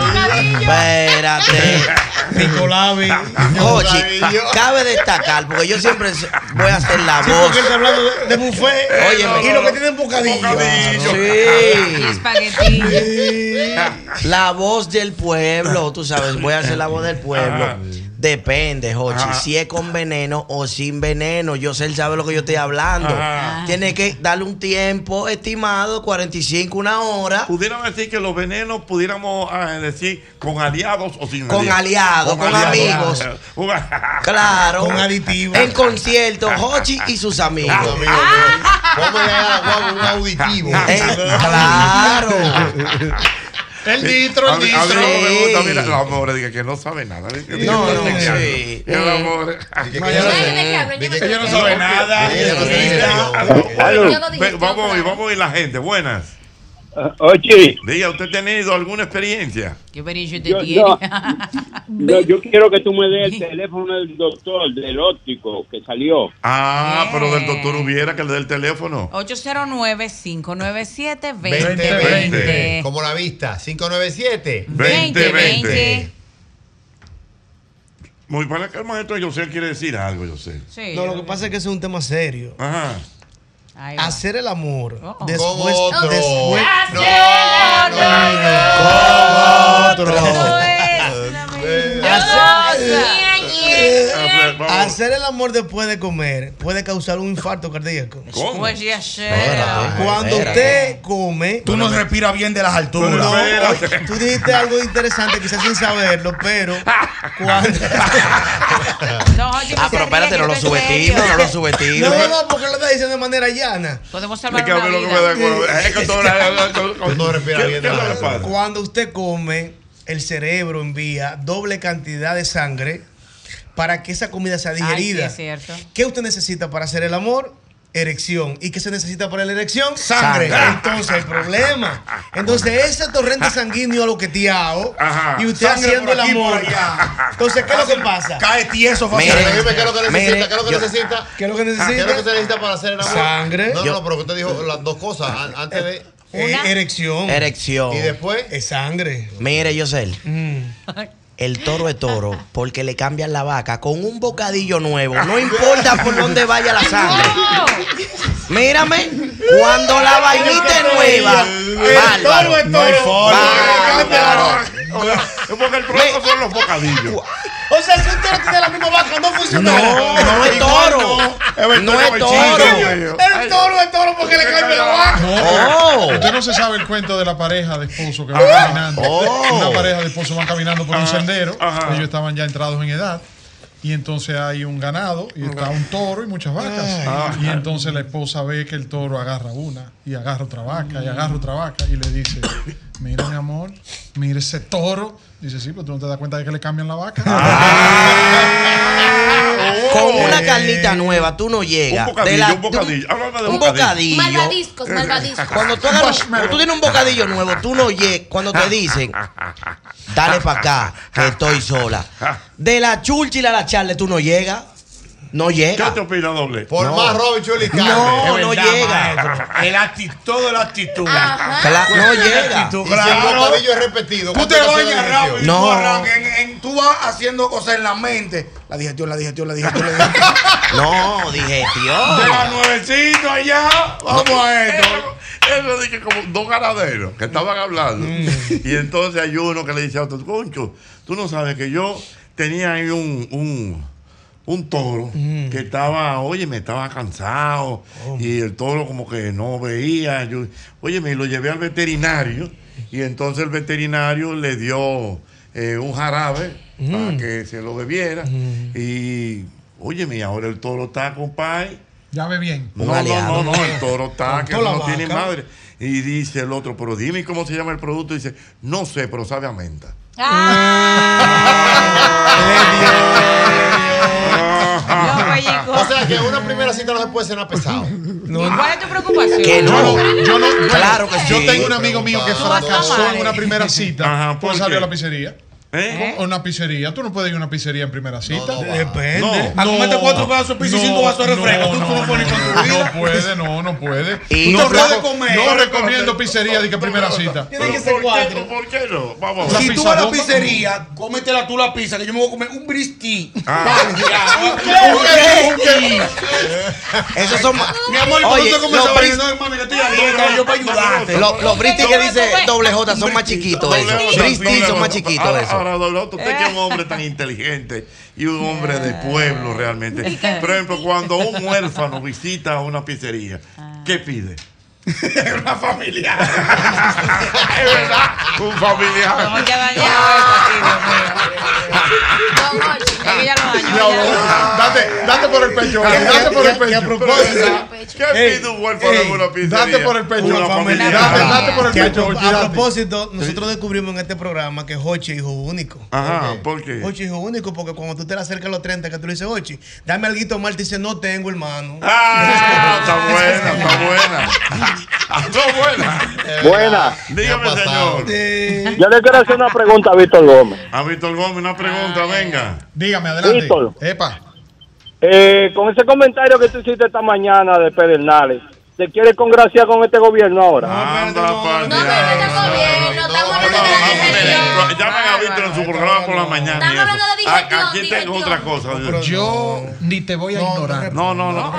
[SPEAKER 9] Espérate.
[SPEAKER 11] Nicolavi.
[SPEAKER 9] Oye, cabe destacar, porque yo siempre so- voy a hacer la
[SPEAKER 11] Sí,
[SPEAKER 9] voz.
[SPEAKER 11] porque él está hablando de, de buffet
[SPEAKER 9] Óyeme.
[SPEAKER 11] y lo Pues, que tienen bocadillo.
[SPEAKER 9] Sí.
[SPEAKER 11] espagueti.
[SPEAKER 9] La voz del pueblo, tú sabes, voy a hacer la voz del pueblo.
[SPEAKER 11] Ajá.
[SPEAKER 9] Depende, Jochi,
[SPEAKER 11] Ajá.
[SPEAKER 9] si es con veneno o sin veneno. Yo sé, él sabe lo que yo estoy hablando.
[SPEAKER 2] Ajá.
[SPEAKER 9] Tiene que darle un tiempo estimado, 45, una hora.
[SPEAKER 2] Pudiéramos decir que los venenos pudiéramos ah, decir con aliados o sin
[SPEAKER 9] Con aliados, con amigos. Claro.
[SPEAKER 2] Con
[SPEAKER 11] aditivos.
[SPEAKER 9] En concierto, Hochi y sus
[SPEAKER 4] Ah,
[SPEAKER 9] amigos.
[SPEAKER 4] agua, un auditivo.
[SPEAKER 9] Eh, claro.
[SPEAKER 4] El
[SPEAKER 2] A mí- a mí no me
[SPEAKER 4] Sí.
[SPEAKER 2] gusta, mira, la amor, diga que no sabe nada. diga que
[SPEAKER 4] No, no,
[SPEAKER 2] está
[SPEAKER 4] sí.
[SPEAKER 2] El amor.
[SPEAKER 11] Ella no sabe nada.
[SPEAKER 2] Bueno, ve- Vamos a ir, vamos a ir la gente, buenas.
[SPEAKER 30] Ah, Oye.
[SPEAKER 2] Diga, ¿usted ha tenido alguna experiencia?
[SPEAKER 12] ¿Qué experiencia usted
[SPEAKER 30] Yo-
[SPEAKER 12] tiene?
[SPEAKER 30] yo- Yo, yo quiero que tú me des el teléfono del doctor, del óptico que salió.
[SPEAKER 2] Ah, pero del doctor hubiera que le dé el teléfono.
[SPEAKER 12] 809-597-2020.
[SPEAKER 4] Como la vista, 597.
[SPEAKER 2] 2020. Muy para que el maestro José quiere decir algo, José.
[SPEAKER 3] No, lo que pasa es que ese es un tema serio. Hacer el amor después,
[SPEAKER 4] Con otro.
[SPEAKER 3] después-
[SPEAKER 4] No, no, no.
[SPEAKER 3] Con otro. Hacer- Hacer el amor después de comer puede causar un infarto cardíaco.
[SPEAKER 12] Pues ya sé.
[SPEAKER 3] Cuando usted come.
[SPEAKER 11] Tú no respiras bien de las alturas.
[SPEAKER 3] No, oye, tú dijiste algo interesante, quizás sin saberlo, pero cuando.
[SPEAKER 9] Ah, pero espérate, no lo subestimes, no lo subestimes.
[SPEAKER 3] No, no, no, porque lo está diciendo de manera llana.
[SPEAKER 12] Podemos
[SPEAKER 2] Es que a mí lo que me da cuando- es que todo la- con- con- ¿Qué- qué es lo que pasa?
[SPEAKER 3] Cuando usted come, el cerebro envía doble cantidad de sangre para que esa comida sea digerida.
[SPEAKER 12] sí, es cierto.
[SPEAKER 3] ¿Qué usted necesita para hacer el amor? Erección. ¿Y qué se necesita para la erección?
[SPEAKER 11] Sangre.
[SPEAKER 3] Entonces, el problema. Entonces, ese torrente sanguíneo aloqueteado
[SPEAKER 11] Ajá.
[SPEAKER 3] y usted
[SPEAKER 11] Sangre
[SPEAKER 3] haciendo
[SPEAKER 11] por
[SPEAKER 3] el
[SPEAKER 11] aquí,
[SPEAKER 3] amor.
[SPEAKER 11] por allá.
[SPEAKER 3] Entonces, ¿qué es lo que pasa?
[SPEAKER 11] Cae tieso
[SPEAKER 4] Mire, dime qué es lo que necesita,
[SPEAKER 3] mire,
[SPEAKER 4] qué es lo que
[SPEAKER 3] yo-
[SPEAKER 4] necesita.
[SPEAKER 3] ¿Qué es lo que necesita?
[SPEAKER 4] ¿Qué es lo que se necesita para hacer el amor?
[SPEAKER 3] Sangre.
[SPEAKER 4] No,
[SPEAKER 3] Yo-
[SPEAKER 4] no, pero usted dijo las dos cosas an- antes de.
[SPEAKER 3] Eh, erección.
[SPEAKER 9] Erección.
[SPEAKER 4] Y después.
[SPEAKER 3] Es sangre.
[SPEAKER 9] Mire, Yosel.
[SPEAKER 11] Mm.
[SPEAKER 9] El toro es toro porque le cambian la vaca con un bocadillo nuevo. No importa por dónde vaya la sangre. Mírame, cuando la vainita es nueva.
[SPEAKER 2] El toro es
[SPEAKER 9] bárbaro.
[SPEAKER 2] toro.
[SPEAKER 9] Bárbaro.
[SPEAKER 2] Porque el problema son los bocadillos.
[SPEAKER 3] O sea, si usted no tiene la misma vaca, no funciona.
[SPEAKER 2] No, no es toro. No es toro.
[SPEAKER 3] El toro es toro porque le cambia la vaca.
[SPEAKER 16] No,
[SPEAKER 3] Oh.
[SPEAKER 16] usted no se sabe el cuento de la pareja de esposo que van
[SPEAKER 3] Ah.
[SPEAKER 16] caminando.
[SPEAKER 3] Oh.
[SPEAKER 16] Una pareja de esposos van caminando
[SPEAKER 2] Ah.
[SPEAKER 16] por un
[SPEAKER 3] Ajá,
[SPEAKER 16] sendero.
[SPEAKER 3] ajá.
[SPEAKER 16] Ellos estaban ya entrados en edad. Y entonces hay un ganado y está un toro y muchas vacas.
[SPEAKER 2] Ah.
[SPEAKER 16] Y entonces la esposa ve que el toro agarra una y agarra otra
[SPEAKER 3] Mm.
[SPEAKER 16] vaca y agarra otra vaca y le dice, mira mi amor, mira ese toro. Dice, sí, pero tú no te das cuenta de que le cambian la vaca.
[SPEAKER 3] Ah.
[SPEAKER 9] Con
[SPEAKER 3] Eh.
[SPEAKER 9] una carnita nueva, tú no llegas.
[SPEAKER 2] Eh. Un bocadillo,
[SPEAKER 9] De la-
[SPEAKER 2] un bocadillo. Háblame de
[SPEAKER 9] un
[SPEAKER 2] bocadillo. Eh.
[SPEAKER 9] bocadillo.
[SPEAKER 1] Malvadiscos, malvadiscos.
[SPEAKER 9] Cuando tú, agarras- cuando tú tienes un bocadillo nuevo, tú no llegas. Cuando te dicen, dale para acá, que estoy sola. De la chulchila a la charla, tú no llegas. No llega.
[SPEAKER 2] ¿Qué te opina, doble?
[SPEAKER 4] Por
[SPEAKER 9] No.
[SPEAKER 4] más Robin Chuli
[SPEAKER 9] No, no llega.
[SPEAKER 11] El actitud, todo la actitud.
[SPEAKER 9] Cla- no llega.
[SPEAKER 11] Actitud,
[SPEAKER 4] Y si el
[SPEAKER 11] claro.
[SPEAKER 4] bocadillo es repetido.
[SPEAKER 11] Tú te
[SPEAKER 4] ¿cuántas veces
[SPEAKER 11] bañas
[SPEAKER 4] lo
[SPEAKER 11] rápido. y
[SPEAKER 4] repitió?
[SPEAKER 11] tú arrancas en- en- Tú vas haciendo cosas en la mente. La digestión, la digestión, la digestión, la digestión.
[SPEAKER 9] No, digestión.
[SPEAKER 11] De la nuevecito allá. Vamos a esto.
[SPEAKER 2] Eh, Eso dije como dos ganaderos que estaban hablando.
[SPEAKER 11] Mm.
[SPEAKER 2] Y entonces hay uno que le dice a otro, concho, tú no sabes que yo tenía ahí un, un, un toro
[SPEAKER 11] Mm.
[SPEAKER 2] que estaba, oye, me estaba cansado.
[SPEAKER 11] Oh.
[SPEAKER 2] Y el toro como que no veía. Yo, oye, me lo llevé al veterinario. Y entonces el veterinario le dio eh, un jarabe
[SPEAKER 11] Mm.
[SPEAKER 2] para que se lo bebiera. Y, oye, mi ahora el toro está, compadre.
[SPEAKER 16] Ya ve bien.
[SPEAKER 2] No, no, no, no, el toro está
[SPEAKER 16] Con
[SPEAKER 2] que
[SPEAKER 16] toda la
[SPEAKER 2] no tiene
[SPEAKER 16] vaca.
[SPEAKER 2] madre. Y dice el otro, pero dime cómo se llama el producto. Y dice, no sé, pero sabe a menta.
[SPEAKER 4] O sea que en una primera cita no se puede cenar pesado.
[SPEAKER 1] ¿Cuál es tu preocupación?
[SPEAKER 4] Que no.
[SPEAKER 16] Yo no, bueno,
[SPEAKER 4] Claro que
[SPEAKER 16] Yo
[SPEAKER 4] sí.
[SPEAKER 16] tengo un amigo mío que
[SPEAKER 4] Tú vas a
[SPEAKER 16] fracasó
[SPEAKER 4] amar,
[SPEAKER 16] en una
[SPEAKER 4] eh.
[SPEAKER 16] primera cita.
[SPEAKER 2] Ajá, ¿por
[SPEAKER 16] pues salió a
[SPEAKER 2] qué?
[SPEAKER 16] la pizzería.
[SPEAKER 2] ¿Eh?
[SPEAKER 16] O Una pizzería. Tú no puedes ir a una pizzería en primera cita.
[SPEAKER 11] Depende. A comerte cuatro vasos de pizza y cinco vasos de refresco. Tú no puedes ni con tu vida.
[SPEAKER 16] No puede, no, no puede.
[SPEAKER 11] Y
[SPEAKER 16] no
[SPEAKER 11] no puede
[SPEAKER 16] reco-
[SPEAKER 11] comer.
[SPEAKER 16] No recomiendo pizzería de que primera cita.
[SPEAKER 11] Tiene que ser cuatro. ¿Por qué no?
[SPEAKER 16] Vamos a ver.
[SPEAKER 11] Si tú
[SPEAKER 16] La
[SPEAKER 11] vas a la
[SPEAKER 16] pizza bomba.
[SPEAKER 11] pizzería, cómetela tú la pizza, que yo me voy a comer un bristí.
[SPEAKER 9] Ah.
[SPEAKER 11] ¿Un
[SPEAKER 9] ¿Un qué?
[SPEAKER 11] qué? Un qué.
[SPEAKER 9] Esos son.
[SPEAKER 11] Mi amor,
[SPEAKER 9] Oye,
[SPEAKER 11] ¿cómo te comes
[SPEAKER 9] los
[SPEAKER 11] esa vaina?
[SPEAKER 9] bris-
[SPEAKER 11] No, mami, que estoy a dieta, yo para ayudarte.
[SPEAKER 9] Los, los bristis que dice doble J son más chiquitos. Esos. Bristis son más chiquitos.
[SPEAKER 2] Ahora,
[SPEAKER 9] Esos.
[SPEAKER 2] ahora doble J, usted
[SPEAKER 11] Eh.
[SPEAKER 2] que es un hombre tan inteligente y un hombre de pueblo realmente. Por ejemplo, cuando un huérfano visita una pizzería,
[SPEAKER 11] Ah.
[SPEAKER 2] ¿qué pide?
[SPEAKER 11] Una familia.
[SPEAKER 2] Es verdad, un familiar. Ah,
[SPEAKER 1] No, ya dañaron esto aquí, Dios mío. Ella lo dañó.
[SPEAKER 16] No, date, date por el
[SPEAKER 9] Ah,
[SPEAKER 16] pecho. Ale, Date por el pecho.
[SPEAKER 2] ¿Qué pide un huérfano en una pizzería?
[SPEAKER 16] Date por el pecho.
[SPEAKER 2] Una familia.
[SPEAKER 16] Date, date por el
[SPEAKER 3] Que a,
[SPEAKER 16] pecho.
[SPEAKER 3] pro- a
[SPEAKER 16] olvídate.
[SPEAKER 3] propósito, nosotros descubrimos en este programa que Hochi es hijo único.
[SPEAKER 2] Ajá, ¿por qué?
[SPEAKER 3] Hochi es hijo único porque cuando tú te le acercas a los 30, que tú le dices, Hochi, dame algo más, él te dice, no tengo, hermano.
[SPEAKER 2] Ah, está buena, está buena. Ah, Está buena.
[SPEAKER 14] Buena.
[SPEAKER 2] Dígame, señor.
[SPEAKER 14] Yo le quiero hacer una pregunta a Víctor Gómez.
[SPEAKER 2] A Víctor Gómez, una pregunta, venga.
[SPEAKER 16] Dígame, adelante.
[SPEAKER 14] Víctor,
[SPEAKER 16] Epa.
[SPEAKER 14] eh, con ese comentario que tú hiciste esta mañana de Pedernales, ¿te quieres congraciar con este gobierno
[SPEAKER 2] Ah,
[SPEAKER 14] ahora?
[SPEAKER 2] Llamen a Víctor en su programa por la mañana. y
[SPEAKER 11] Estamos
[SPEAKER 2] eso.
[SPEAKER 11] hablando de
[SPEAKER 2] A-
[SPEAKER 11] digestión,
[SPEAKER 2] Aquí tengo otra cosa.
[SPEAKER 16] Yo ni te voy a ignorar.
[SPEAKER 2] No, no, no.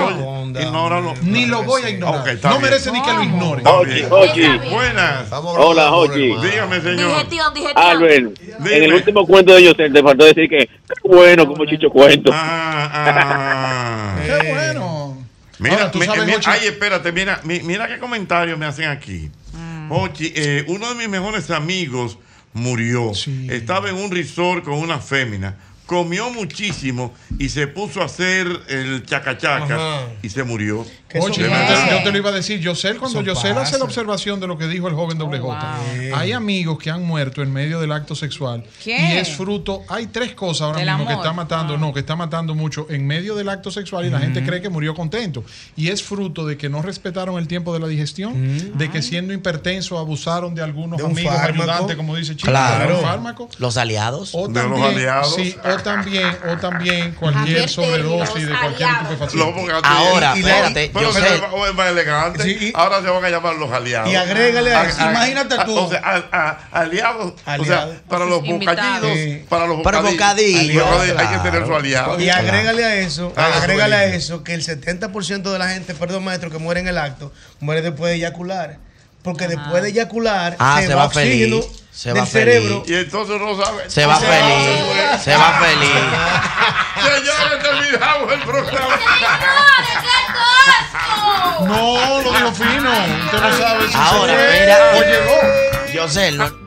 [SPEAKER 2] oye, Ignóralo.
[SPEAKER 16] Ni lo voy a ignorar.
[SPEAKER 2] Ok, está
[SPEAKER 16] no
[SPEAKER 2] bien.
[SPEAKER 16] merece ni que lo ignore.
[SPEAKER 2] Está bien.
[SPEAKER 16] Oye,
[SPEAKER 2] Buenas.
[SPEAKER 15] Hola, Jochi.
[SPEAKER 2] Dígame, señor.
[SPEAKER 31] Digestión, digestión.
[SPEAKER 15] Albert, en el último cuento de ellos te faltó decir que qué bueno como Chicho cuento.
[SPEAKER 2] ah,
[SPEAKER 16] Qué bueno.
[SPEAKER 2] Mira,
[SPEAKER 16] Ahora, tú
[SPEAKER 2] mi-
[SPEAKER 16] sabes,
[SPEAKER 2] mi-
[SPEAKER 16] Jochi-
[SPEAKER 2] ay, espérate, mira, mi- mira qué comentarios me hacen aquí. Jochi, eh, uno de mis mejores amigos murió. Estaba en un resort con una fémina. Comió muchísimo y se puso a hacer el chacachaca
[SPEAKER 16] Ajá.
[SPEAKER 2] y se murió.
[SPEAKER 16] Oye,
[SPEAKER 2] De
[SPEAKER 16] yo
[SPEAKER 2] verdad.
[SPEAKER 16] te, yo te lo iba a decir, Yosel, cuando
[SPEAKER 2] Eso
[SPEAKER 16] Yosel hace
[SPEAKER 2] pasa.
[SPEAKER 16] la observación de lo que dijo el joven WJ, hay amigos que han muerto en medio del acto sexual
[SPEAKER 1] ¿Qué?
[SPEAKER 16] y es fruto, hay tres cosas ahora
[SPEAKER 1] Del
[SPEAKER 16] mismo que
[SPEAKER 1] amor.
[SPEAKER 16] está matando, no, que está matando mucho en medio del acto sexual y la
[SPEAKER 3] Mm.
[SPEAKER 16] gente cree que murió contento y es fruto de que no respetaron el tiempo de la digestión, de que siendo hipertenso abusaron de algunos
[SPEAKER 3] De un
[SPEAKER 16] amigos
[SPEAKER 3] fármaco.
[SPEAKER 16] ayudantes, como dice Chico, de
[SPEAKER 9] Claro.
[SPEAKER 16] un fármaco.
[SPEAKER 9] Los aliados.
[SPEAKER 16] O también, sí, o también, o también cualquier
[SPEAKER 9] Javier
[SPEAKER 16] sobredosis de cualquier
[SPEAKER 9] aliados.
[SPEAKER 16] estupefaciente.
[SPEAKER 2] Lo- porque-
[SPEAKER 9] Ahora,
[SPEAKER 2] y- y-
[SPEAKER 9] espérate,
[SPEAKER 2] Pero
[SPEAKER 9] yo
[SPEAKER 2] mira,
[SPEAKER 9] sé.
[SPEAKER 2] el joven es más elegante. Ahora se van a llamar los aliados.
[SPEAKER 3] Y agrégale a eso, imagínate tú.
[SPEAKER 2] o sea, a- a- aliados. O
[SPEAKER 3] Aliados.
[SPEAKER 2] sea, para los
[SPEAKER 3] Invitados.
[SPEAKER 2] bocadillos.
[SPEAKER 3] Sí.
[SPEAKER 2] Para los
[SPEAKER 3] Para
[SPEAKER 2] bocadillos.
[SPEAKER 3] bocadillos,
[SPEAKER 2] bocadillos, Hay que tener
[SPEAKER 3] claro.
[SPEAKER 2] su aliado.
[SPEAKER 3] Y agrégale a eso,
[SPEAKER 2] Ah,
[SPEAKER 3] agrégale a
[SPEAKER 2] buenísimo.
[SPEAKER 3] eso que el 70% de la gente, perdón maestro, que muere en el acto, muere después de eyacular. Porque después de eyacular
[SPEAKER 9] Ah, se va
[SPEAKER 3] oxígeno
[SPEAKER 9] feliz, se
[SPEAKER 3] del
[SPEAKER 9] va
[SPEAKER 3] cerebro.
[SPEAKER 2] Y entonces no sabe.
[SPEAKER 9] Se va feliz. Se va feliz.
[SPEAKER 2] Señores, terminamos el programa.
[SPEAKER 16] No, lo dijo fino. Usted no sabe si
[SPEAKER 9] Ahora,
[SPEAKER 16] se fue
[SPEAKER 9] mira.
[SPEAKER 16] o llegó.
[SPEAKER 9] Yo sé, no,